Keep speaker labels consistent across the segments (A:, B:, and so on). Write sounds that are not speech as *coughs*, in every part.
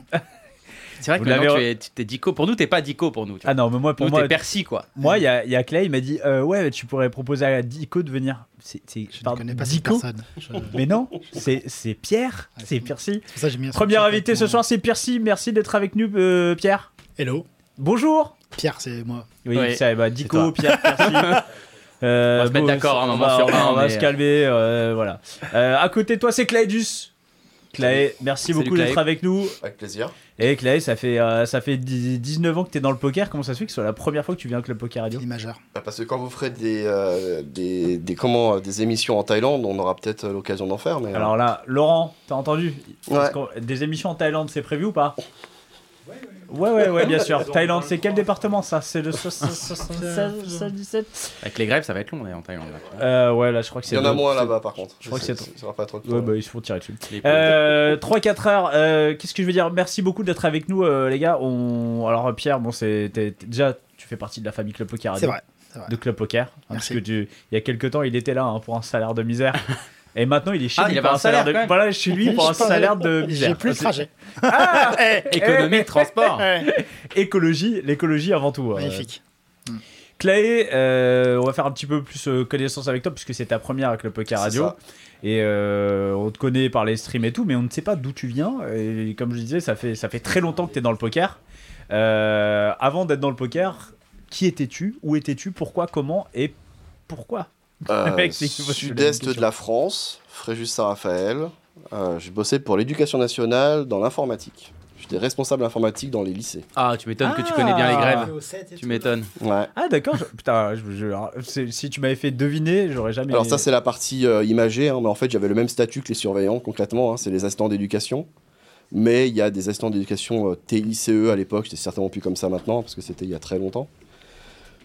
A: C'est vrai
B: Vous
A: que maintenant, tu
B: l'avez-
A: es, tu t'es dico. Pour nous, t'es pas dico pour nous. Tu vois.
B: ah non, mais moi, pour
A: nous,
B: moi,
A: t'es persi quoi.
B: moi, il y a, il y a Clay, il m'a dit, euh, ouais, tu pourrais proposer à Dico de venir. C'est, c'est-
C: Je
B: pardon,
C: ne connais pas
B: Dico
C: cette personne. Je- C'est
B: Mais non, c'est, c'est Pierre, Ah, c'est Percy.
C: pour ça que j'ai mis un
B: Premier
C: sous-titre
B: invité
C: avec
B: ce
C: mon-
B: soir, c'est Percy. Merci d'être avec nous, euh, Pierre.
C: Hello.
B: Bonjour.
C: Pierre, c'est moi.
B: Oui,
A: Ouais.
B: ça, bah, Dico,
A: toi.
B: Pierre, *laughs* Percy. Euh,
A: On va se mettre
B: bon,
A: d'accord
B: ça-
A: un
B: on
A: moment
B: va-
A: sur
B: on va-
A: un,
B: On va
A: mais-
B: se calmer, euh, voilà. Euh, à côté de toi, c'est Claydus. Clay, merci
A: Salut,
B: beaucoup d'être
A: Clay.
B: avec nous.
D: Avec plaisir.
B: Et Clay, ça fait, euh, ça fait 10 19 ans que t'es dans le poker. Comment ça se fait que ce soit la première fois que tu viens au Club Poker Radio
C: Fini majeur.
D: Bah, Parce que quand vous ferez des, euh, des, des, comment, euh, des émissions en Thaïlande, on aura peut-être euh, l'occasion d'en faire. Mais, euh,
B: Alors là, Laurent, t'as entendu Parce
D: Ouais.
B: qu'on- Des émissions en Thaïlande, c'est prévu ou pas Ouais, ouais, ouais, bien sûr. *laughs* Thaïlande, c'est quel département ça C'est le *laughs* 76 17
A: Avec les grèves, ça va être long, on est en Thaïlande. là.
B: Euh, ouais, là, je crois que c'est.
D: il y en a
B: le-
D: moins là-bas par contre.
B: je crois que
D: Ça-
B: c'est-
D: Ça sera pas trop de temps.
B: Ouais, bah, ils se font tirer dessus.
A: Les pauvres.
B: Euh, 3-4 heures. euh, Qu'est-ce que je veux dire Merci beaucoup d'être avec nous, euh, les gars. On... Alors, Pierre, bon, c'est t'es- t'es- déjà, tu fais partie de la famille Club Poker.
C: C'est
B: Radio,
C: vrai.
B: De Club Poker. hein, parce
C: Merci.
B: que tu... il y a quelques temps, il était là hein, pour un salaire de
C: *laughs*
B: misère. Et maintenant, il est chez
A: Ah,
B: lui
A: il avait
B: pour
A: un salaire,
B: de...
A: quand même.
B: Voilà, chez lui pour un salaire de misère.
C: J'ai plus le trajet.
A: Économie, transport.
B: Écologie, l'écologie avant tout. euh,
C: Magnifique.
B: Clay, euh, on va faire un petit peu plus euh, connaissance avec toi puisque c'est ta première avec le Poker
D: C'est
B: Radio.
D: ça.
B: Et euh, on te connaît par les streams et tout, mais on ne sait pas d'où tu viens. Et comme je disais, ça fait, ça fait très longtemps que tu es dans le poker. Euh, avant d'être dans le poker, qui étais-tu Où étais-tu Pourquoi Comment Et pourquoi *laughs*
D: Euh,
B: Mec, c'est- faut que je te donne une
D: Sud-est
B: question.
D: de la France, Fréjus-Saint-Raphaël. Euh, je bossais pour l'éducation nationale dans l'informatique. J'étais responsable informatique dans les lycées.
A: Ah, tu m'étonnes que tu
B: Ah.
A: connais bien les grèves. Tu
C: Tu
A: m'étonnes.
D: Ouais.
B: Ah d'accord, je- putain, je- je- alors, c'est- si tu m'avais fait deviner, j'aurais jamais...
D: Alors ça c'est la partie euh, imagée, hein, mais en fait j'avais le même statut que les surveillants concrètement, hein, c'est les assistants d'éducation. Mais il y a des assistants d'éducation euh, TICE à l'époque, c'était certainement plus comme ça maintenant, parce que c'était il y a très longtemps.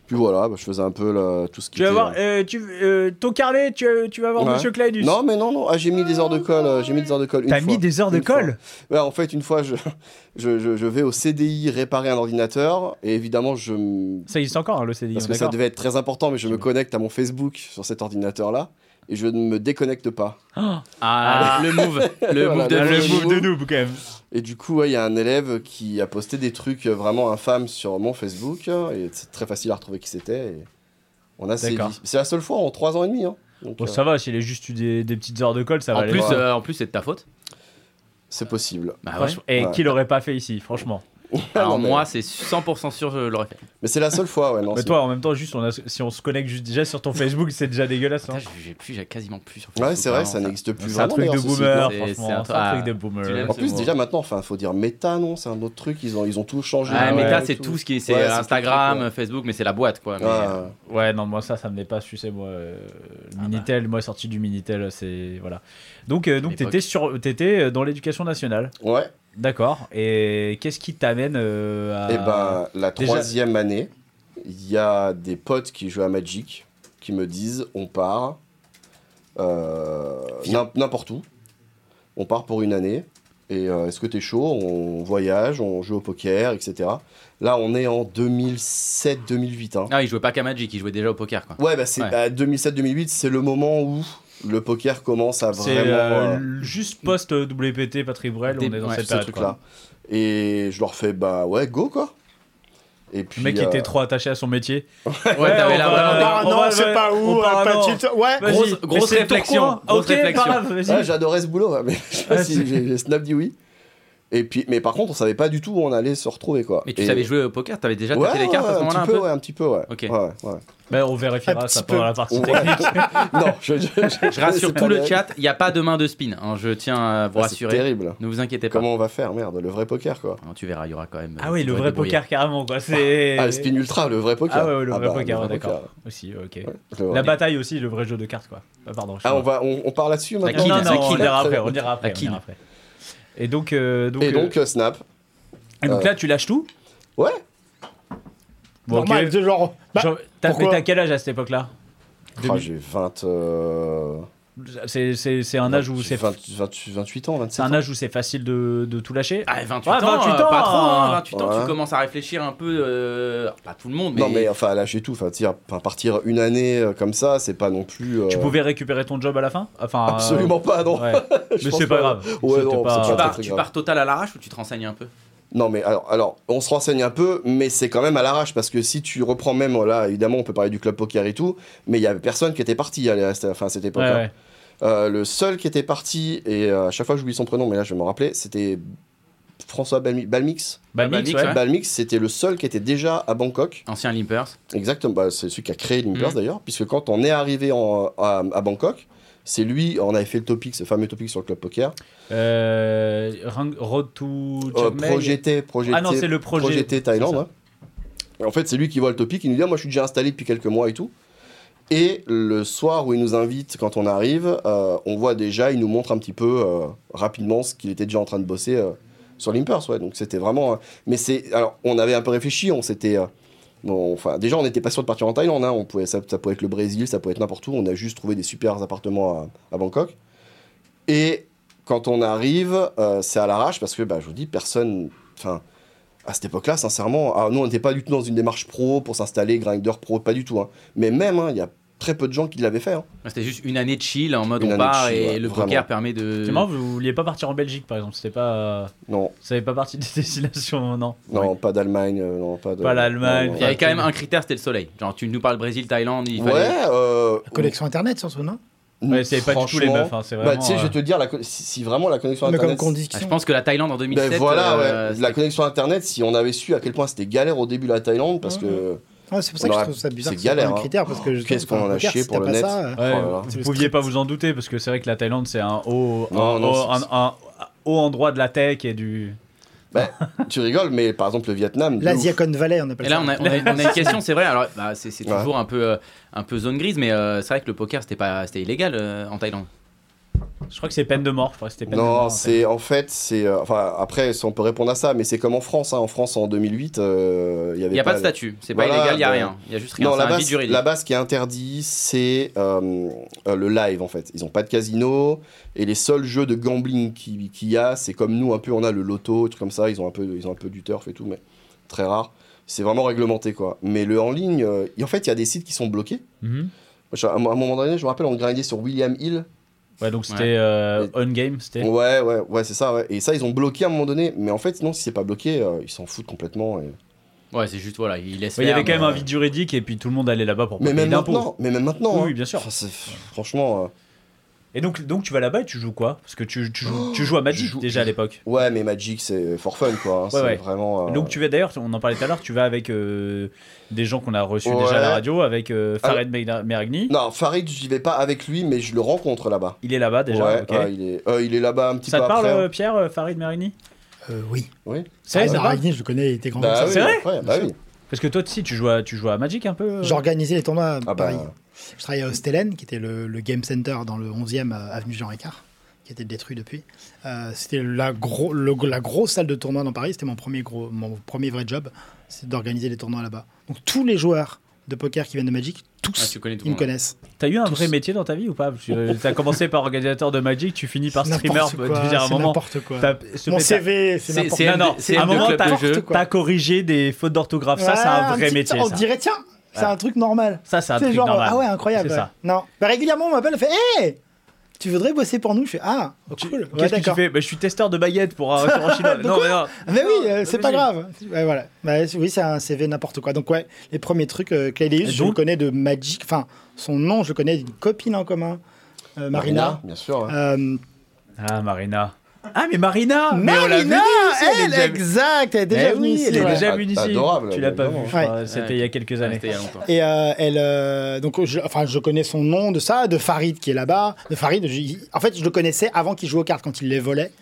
D: Puis voilà, bah, je faisais un peu le- tout ce qui
B: Tu vas
D: était,
B: voir,
D: euh,
B: euh, tu, euh, ton carnet, tu, tu vas voir
D: Ouais.
B: Monsieur Claydus.
D: Non mais non, non, ah, j'ai mis des heures de colle, euh, j'ai mis des heures de colle une
B: T'as
D: fois.
B: mis des heures de
D: Une fois.
B: colle
D: Ouais, en fait une fois je, *laughs* je, je- je vais au CDI réparer un ordinateur, et évidemment je... m-
B: Ça existe encore, hein, le CDI.
D: Parce
B: on
D: que
B: est
D: ça
B: d'accord
D: devait être très important, mais je me connecte à mon Facebook sur cet ordinateur-là, et je ne me déconnecte pas.
A: Ah, le move. Le
D: Voilà,
A: move de
D: le
A: le
D: move.
A: move.
D: de
B: noob quand même.
D: Et du coup, ouais, il y a un élève qui a posté des trucs euh, vraiment infâmes sur mon Facebook. hein, Et c'est très facile à retrouver qui c'était. et on a sévi.
B: D'accord.
D: C'est la seule fois en 3 ans et demi. hein. Donc,
B: Bon,
D: euh,
B: ça va, s'il a juste eu des, des petites heures de colle, ça va
A: En
B: aller.
A: plus,
D: voir.
A: euh, en plus c'est de ta faute.
D: c'est possible.
A: Bah
B: *laughs*
A: ouais.
B: Franchement, Et
D: Ouais.
B: qui l'aurait pas fait ici, franchement
A: Alors
D: Non, mais-
A: moi, c'est 100% sûr, je l'aurais fait.
D: Mais c'est la seule fois, ouais. Non,
B: Mais
D: c'est-
B: toi, en même temps, juste, on a- si on se connecte juste déjà sur ton Facebook, c'est déjà dégueulasse. hein.
A: Putain, j'ai- j'ai plus, j'ai quasiment plus sur Facebook.
D: Ouais, c'est vrai,
A: vraiment,
D: ça n'existe plus.
B: C'est un
D: vraiment,
B: truc de
D: d'ailleurs, ce site,
B: boomer,
A: c'est- c'est
B: franchement.
A: un-
B: C'est un truc de
A: tu l'aimes,
B: boomer.
D: En
A: C'est
D: plus,
A: bon.
D: déjà maintenant, enfin, faut dire méta, non C'est un autre truc, ils ont, ils ont tout changé.
A: Ah,
B: Ah
A: mais
B: ouais.
A: là, c'est tout ce qui est, c'est
D: Ouais, Ah. c'est
A: Instagram,
D: tout le
A: Facebook, mais c'est la boîte quoi. Mais,
D: Ouais.
A: euh,
B: Ouais, non, moi ça, ça me dépasse, tu sais, moi. euh,
A: Ah
B: Minitel, moi sorti du Minitel, c'est. Voilà. Donc, euh, donc
A: bah. L'époque.
B: t'étais, sur, t'étais euh, dans l'éducation nationale.
D: Ouais,
B: D'accord. Et qu'est-ce qui t'amène euh, à.
D: et ben la
B: Déjà-
D: troisième année, il y a des potes qui jouent à Magic qui me disent on part euh, n'im- n'importe où, on part pour une année. Et euh, est-ce que t'es chaud On voyage, on joue au poker, etc. Là, on est en 2007-2008. hein.
A: Ah, il jouait pas qu'à Magic, il jouait déjà au poker quoi.
D: Ouais, bah c'est
A: Ouais.
D: bah, 2007-2008, c'est le moment où le poker commence à
B: C'est
D: vraiment
B: euh,
D: euh,
B: l- juste post WPT, Patrick Brel, on
A: Des-
B: est dans
A: ouais,
B: cette
D: ce
B: période. quoi.
D: truc-là. Et je leur fais bah ouais, go quoi. Et puis
B: Le mec
D: euh,
B: était trop attaché à son métier.
A: Ouais, t'avais
B: on va-
A: la- vraiment-
B: Ah,
C: Oh,
B: on va- on va-
E: euh,
B: non.
E: petite- Ouais.
B: Vas-y,
A: Grosse-
B: mais
A: grosse
B: c'est le
A: réflexion,
B: tour quoi
A: grosse
B: Ok, pas
A: réflexion.
B: grave, vas-y.
D: ouais, j'adorais ce boulot, ouais, mais je sais pas
B: Ah,
D: si
B: c'est-
D: j'ai- j'ai Snap dit oui. Et puis, mais par contre, on savait pas du tout où on allait se retrouver quoi.
A: Mais tu
D: Et-
A: savais jouer au poker, t'avais déjà
D: Ouais,
A: tapé les
D: ouais,
A: cartes à
D: ouais,
A: ce moment-là
D: un
A: un
D: petit peu,
A: peu
D: ouais, un petit peu, ouais.
A: Ok.
D: Ouais, ouais.
B: Ben, on vérifiera
E: Un
B: ça
E: petit
B: pendant
E: peu.
B: la partie
D: Ouais.
B: technique.
D: *laughs* non, je, je, je-
A: *laughs* Je rassure
D: c'est
A: tout
D: pas
A: le
D: la-
A: chat, il n'y a pas de main de spin. hein, je tiens à vous
D: Ah, C'est
A: rassurer.
D: terrible.
A: Ne vous inquiétez pas.
D: Comment on va faire, merde, le vrai poker quoi.
A: Alors, tu verras, il y aura quand même.
B: ah
A: euh,
B: oui,
A: tu
B: le
A: vas
B: vrai
A: te débrouiller.
B: poker, carrément, quoi. C'est...
D: Ah, le spin ultra, le vrai poker.
B: Ah ouais, ouais, le vrai
D: bah,
B: poker,
D: le vrai
B: d'accord.
D: poker,
B: Aussi, ok.
D: ouais, le vrai.
B: La bataille aussi, le vrai jeu de cartes, quoi. Ah, pardon. je suis
D: Ah, on,
B: mort.
D: va, on, on part là-dessus maintenant
A: quille,
B: non,
A: la
B: non, on
A: quille.
B: ira après, on ira après.
A: La
B: on
A: quille.
B: ira après. Et donc, euh, donc,
D: Et
B: euh,
D: donc, euh, Snap.
B: et donc
D: euh,
B: là, tu lâches tout
D: Ouais.
B: Bon, ok.
E: Normal, de genre. bah,
B: Genre, t'as, mais
E: pourquoi
B: t'as quel âge à cette époque-là
D: Oh,
B: Demi-
D: j'ai 20. euh,
B: c'est, c'est, c'est un âge où
D: Bah, j'ai
B: c'est,
D: 20 20 28 ans, 27
B: c'est un âge où c'est facile de, de tout lâcher.
A: Ah, 28
B: Ouais,
A: ans,
B: 28
A: euh, pas
B: ans,
A: trop, hein,
B: hein.
A: 28 ans, tu
D: Ouais.
A: commences à réfléchir un peu, euh, pas tout le monde, mais,
D: Non, mais enfin, lâcher tout. Enfin, tire- enfin, partir une année euh, comme ça, c'est pas non plus. euh,
B: Tu pouvais récupérer ton job à la fin Enfin, euh,
D: Absolument pas, non.
B: ouais.
D: *laughs* Je
B: Mais
D: pense
B: c'est pas grave.
D: Ouais,
B: C'était
D: non,
B: pas-
D: c'est
A: tu
D: pas
A: pars,
D: très
A: tu
D: grave.
A: pars total à l'arrache ou tu te renseignes un peu
D: Non, mais alors, alors, on se renseigne un peu, mais c'est quand même à l'arrache parce que si tu reprends même euh, là, évidemment, on peut parler du club poker et tout, mais il y avait personne qui était parti à la- à enfin, à cette époque.
B: Ouais, ouais.
D: le seul qui était parti, et euh, à chaque fois j'oublie son prénom, mais là je vais m'en rappeler, c'était François Balmi- Balmix.
B: Bah,
A: Bah,
B: mix,
A: mix,
B: ouais.
A: Ouais.
D: Balmix, c'était le seul qui était déjà à Bangkok.
A: Ancien Limpers.
D: Exactement, bah, c'est celui qui a créé Limpers
A: Mhm.
B: Mm.
D: d'ailleurs, puisque quand on est arrivé en- à, à Bangkok, c'est lui, on avait fait le topic, ce fameux topic sur le club poker.
B: Euh, Rang- Road to
D: Euh,
B: Chiang Mai.
D: projet T, projet
B: Ah non,
D: T,
B: c'est le projet.
D: projet T Thaïlande. hein. ouais. Et En fait, c'est lui qui voit le topic, il nous dit Ah, Moi, je suis déjà installé depuis quelques mois et tout. Et le soir où il nous invite, quand on arrive, euh, on voit déjà, il nous montre un petit peu euh, rapidement ce qu'il était déjà en train de bosser euh, sur Limpers. Ouais. Donc, c'était vraiment. euh, Mais c'est. Alors, on avait un peu réfléchi, on s'était. euh, bon, enfin, déjà, on n'était pas sûr de partir en Thaïlande. hein. On pouvait, ça, ça pouvait être le Brésil, ça pouvait être n'importe où. On a juste trouvé des super appartements à- à Bangkok. Et quand on arrive, euh, c'est à l'arrache parce que bah, je vous dis, personne. Enfin, à cette époque-là, sincèrement, ah, nous, on n'était pas du tout dans une démarche pro pour s'installer, grinder pro, pas du tout. hein. Mais même, hein, il y a très peu de gens qui l'avaient fait. hein.
A: C'était juste une année de chill en mode on
D: Une année de
A: part
D: chill,
A: et
D: ouais,
A: le
D: vraiment.
A: poker permet de.
B: C'est marrant, vous vouliez pas partir en Belgique, par exemple. C'était pas,
D: Non,
B: ça fait pas partie des *laughs* destinations, non.
D: non, pas d'Allemagne, euh, non, pas de.
B: Pas l'Allemagne,
D: non,
A: Il
D: non.
A: y avait quand même un critère, c'était le soleil. Genre tu nous parles Brésil, Thaïlande, il fallait.
D: Ouais, euh,
C: La connexion internet, surtout, non
B: Ouais, c'est pas du tout les
D: franchement,
B: meufs, hein, c'est
D: Bah,
B: vraiment.
D: tu sais, je vais
B: euh,
D: te dire, la co- si, si vraiment la connexion
C: Mais comme
D: internet.
A: Ah,
C: condition.
A: je pense que la Thaïlande en 2007.
D: Ben voilà,
A: euh,
D: ouais. La connexion internet, si on avait su à quel point c'était galère au début la Thaïlande, parce que.
C: Ah, c'est pour ça
D: On
C: que je
D: aurait-
C: trouve ça bizarre.
D: c'est
C: que ce soit pas
D: galère,
C: un
D: hein.
C: critère parce que je
D: Qu'est-ce
C: trouve,
D: qu'on
C: enfin,
D: en a
C: poker,
D: chié
C: si
D: pour
C: t'as
D: le
C: pas
D: net.
C: ça, euh,
B: Ouais,
D: Oh là là.
C: C'est
B: vous
C: le
B: pouviez
C: strict.
B: pas vous en douter parce que c'est vrai que la Thaïlande c'est un haut, un,
D: Non, non,
B: haut-
D: c'est-
B: un- un haut endroit de la tech et du.
D: Tu rigoles, mais par exemple, le Vietnam. de ouf.
C: L'Asiacon Valley, on appelle
A: Et là,
C: ça.
A: on a, on a- on a une question, c'est vrai. Alors, bah, c'est c'est
D: Ouais.
A: toujours un peu, euh, un peu zone grise, mais euh, c'est vrai que le poker, c'était pas, c'était illégal euh, en Thaïlande.
B: Je crois que c'est peine de mort. Je crois que c'était peine de
D: Non,
B: mort.
D: c'est en fait, c'est euh, enfin après, si on peut répondre à ça, mais c'est comme en France. hein. En France, en 2008, euh, il y
A: Il
D: avait
A: n'y a pas de
D: la-
A: statut, c'est pas
D: Voilà,
A: illégal, il n'y a
D: bah,
A: rien. Il y a juste rien,
D: Non,
A: c'est
D: la
A: un vide
D: base,
A: juridique.
D: la base qui est interdite, c'est euh, euh, le live en fait. Ils ont pas de casino et les seuls jeux de gambling qui- qu'il y a, c'est comme nous un peu, on a le loto, tout comme ça. Ils ont un peu, ils ont un peu du turf et tout, mais très rare. C'est vraiment réglementé quoi. Mais le en ligne, euh, en fait, il y a des sites qui sont bloqués.
B: Mhm.
D: Moi, je- à un moment donné, je me rappelle, on grindait sur William Hill.
B: Ouais, donc c'était
A: Ouais.
B: euh,
D: Et-
B: on game, c'était.
D: Ouais, ouais, ouais, c'est ça, ouais. Et ça, ils ont bloqué à un moment donné. Mais en fait, non, si c'est pas bloqué, euh, ils s'en foutent complètement. et-
A: Ouais, c'est juste, voilà, il laisse
B: Ouais, il y
A: faire, euh,
B: avait quand même
A: mais-
B: un vide juridique et puis tout le monde allait là-bas pour pas
D: Mais
B: payer
D: même
B: d'impôts.
D: maintenant, mais même maintenant.
B: Oui, oui, bien sûr.
D: Enfin, c'est- franchement, euh,
B: Et donc, donc tu vas là-bas et tu joues quoi Parce que tu, tu, joues, tu joues à Magic
D: Je joue-
B: déjà à l'époque.
D: Ouais, mais Magic, c'est for fun, quoi. hein. c'est
B: ouais.
D: vraiment. euh,
B: Donc tu vas d'ailleurs, on en parlait tout à l'heure, tu vas avec euh, des gens qu'on a reçus
D: Ouais.
B: déjà à la radio, avec euh,
D: Ah.
B: Farid Megna- Meragni.
D: Non, Farid, j'y vais pas avec lui, mais je le rencontre là-bas.
B: Il est là-bas déjà.
D: ouais,
B: ok.
D: ouais, il est, euh, il est là-bas un petit
B: ça
D: peu
B: te parle,
D: après. hein.
B: euh, Pierre, euh, Farid Meragni
C: Euh, oui.
D: Oui.
B: C'est vrai,
C: Ah,
B: ça parle
C: Maragny, je le connais, il était grand.
D: Bah
C: comme ça.
D: oui,
B: C'est vrai
D: après, bah oui.
B: Parce que toi aussi, tu joues à, tu joues à Magic un peu euh
C: J'organisais les tournois
D: Ah
C: à
D: bah.
C: Paris. Je travaillais à Ostelen, qui était le, le game center dans le 11e euh, avenue Jean Ricard, qui était détruit depuis. Euh, c'était la, gros, le- la grosse salle de tournoi dans Paris. C'était mon premier, gros, mon premier vrai job, c'est d'organiser les tournois là-bas. Donc tous les joueurs de poker qui viennent de Magic, tous,
A: Ah, tu connais tout
C: ils
A: le
C: me
A: monde.
C: connaissent.
B: T'as eu un
C: Tous.
B: vrai métier dans ta vie ou pas Parce que, euh, T'as commencé par organisateur de Magic, tu finis par
C: C'est
B: streamer.
C: n'importe
B: bah,
C: quoi,
B: je veux dire, à un
C: c'est
B: moment,
C: n'importe quoi.
B: t'as- ce
C: Mon
B: méta-
C: CV, c'est
A: C'est-
C: n'importe
A: c'est
C: quoi.
B: Non, non,
A: c'est
B: à un
A: M de
B: moment,
A: club
B: t'as
A: de jeu.
B: t'as corrigé des fautes d'orthographe. Ça, c'est
C: Ouais,
B: un vrai
C: petit-
B: métier.
C: On
B: ça.
C: dirait, tiens, c'est un truc normal.
B: Ça, c'est un
C: C'est
B: truc
C: genre,
B: normal.
C: ah ouais, incroyable.
B: C'est
C: ouais.
B: ça.
C: Non. Bah, régulièrement, on m'appelle, on fait, hé, tu voudrais bosser pour nous Je fais, ah, cool. ok,
B: Qu'est-ce que tu
C: d'accord.
B: fais Bah, Je suis testeur de baguettes pour *laughs* un restaurant chinois. Non, mais non.
C: Mais oui, euh,
B: Non,
C: c'est
B: mais
C: pas
B: j'ai-
C: grave. Ouais, voilà. Bah, c'est- oui, c'est un CV n'importe quoi. Donc, ouais, les premiers trucs, euh, Claylius,
B: Et
C: je
B: donc-
C: le connais de Magic. Enfin, son nom, je le connais d'une copine en commun, euh, Marina.
D: bien sûr. hein.
C: *laughs*
D: ouais.
C: Euh,
B: Ah, Marina. Ah, mais Marina Mais on l'a vu
C: Marina,
B: ici, elle est
C: elle,
B: déjà-
C: exact, elle est déjà
B: Eh
C: venue
B: oui,
C: ici,
B: elle est
C: ouais.
B: déjà
D: Ah,
B: venue ici.
D: adorable,
B: Tu l'as pas vue, je
C: Ouais.
B: crois. C'était il y a quelques
A: Ouais,
B: années.
A: C'était il y a longtemps.
C: Et euh, elle, euh, donc je, enfin, je connais son nom de ça, de Farid qui est là-bas. De Farid, je- en fait, je le connaissais avant qu'il joue aux cartes quand il les volait.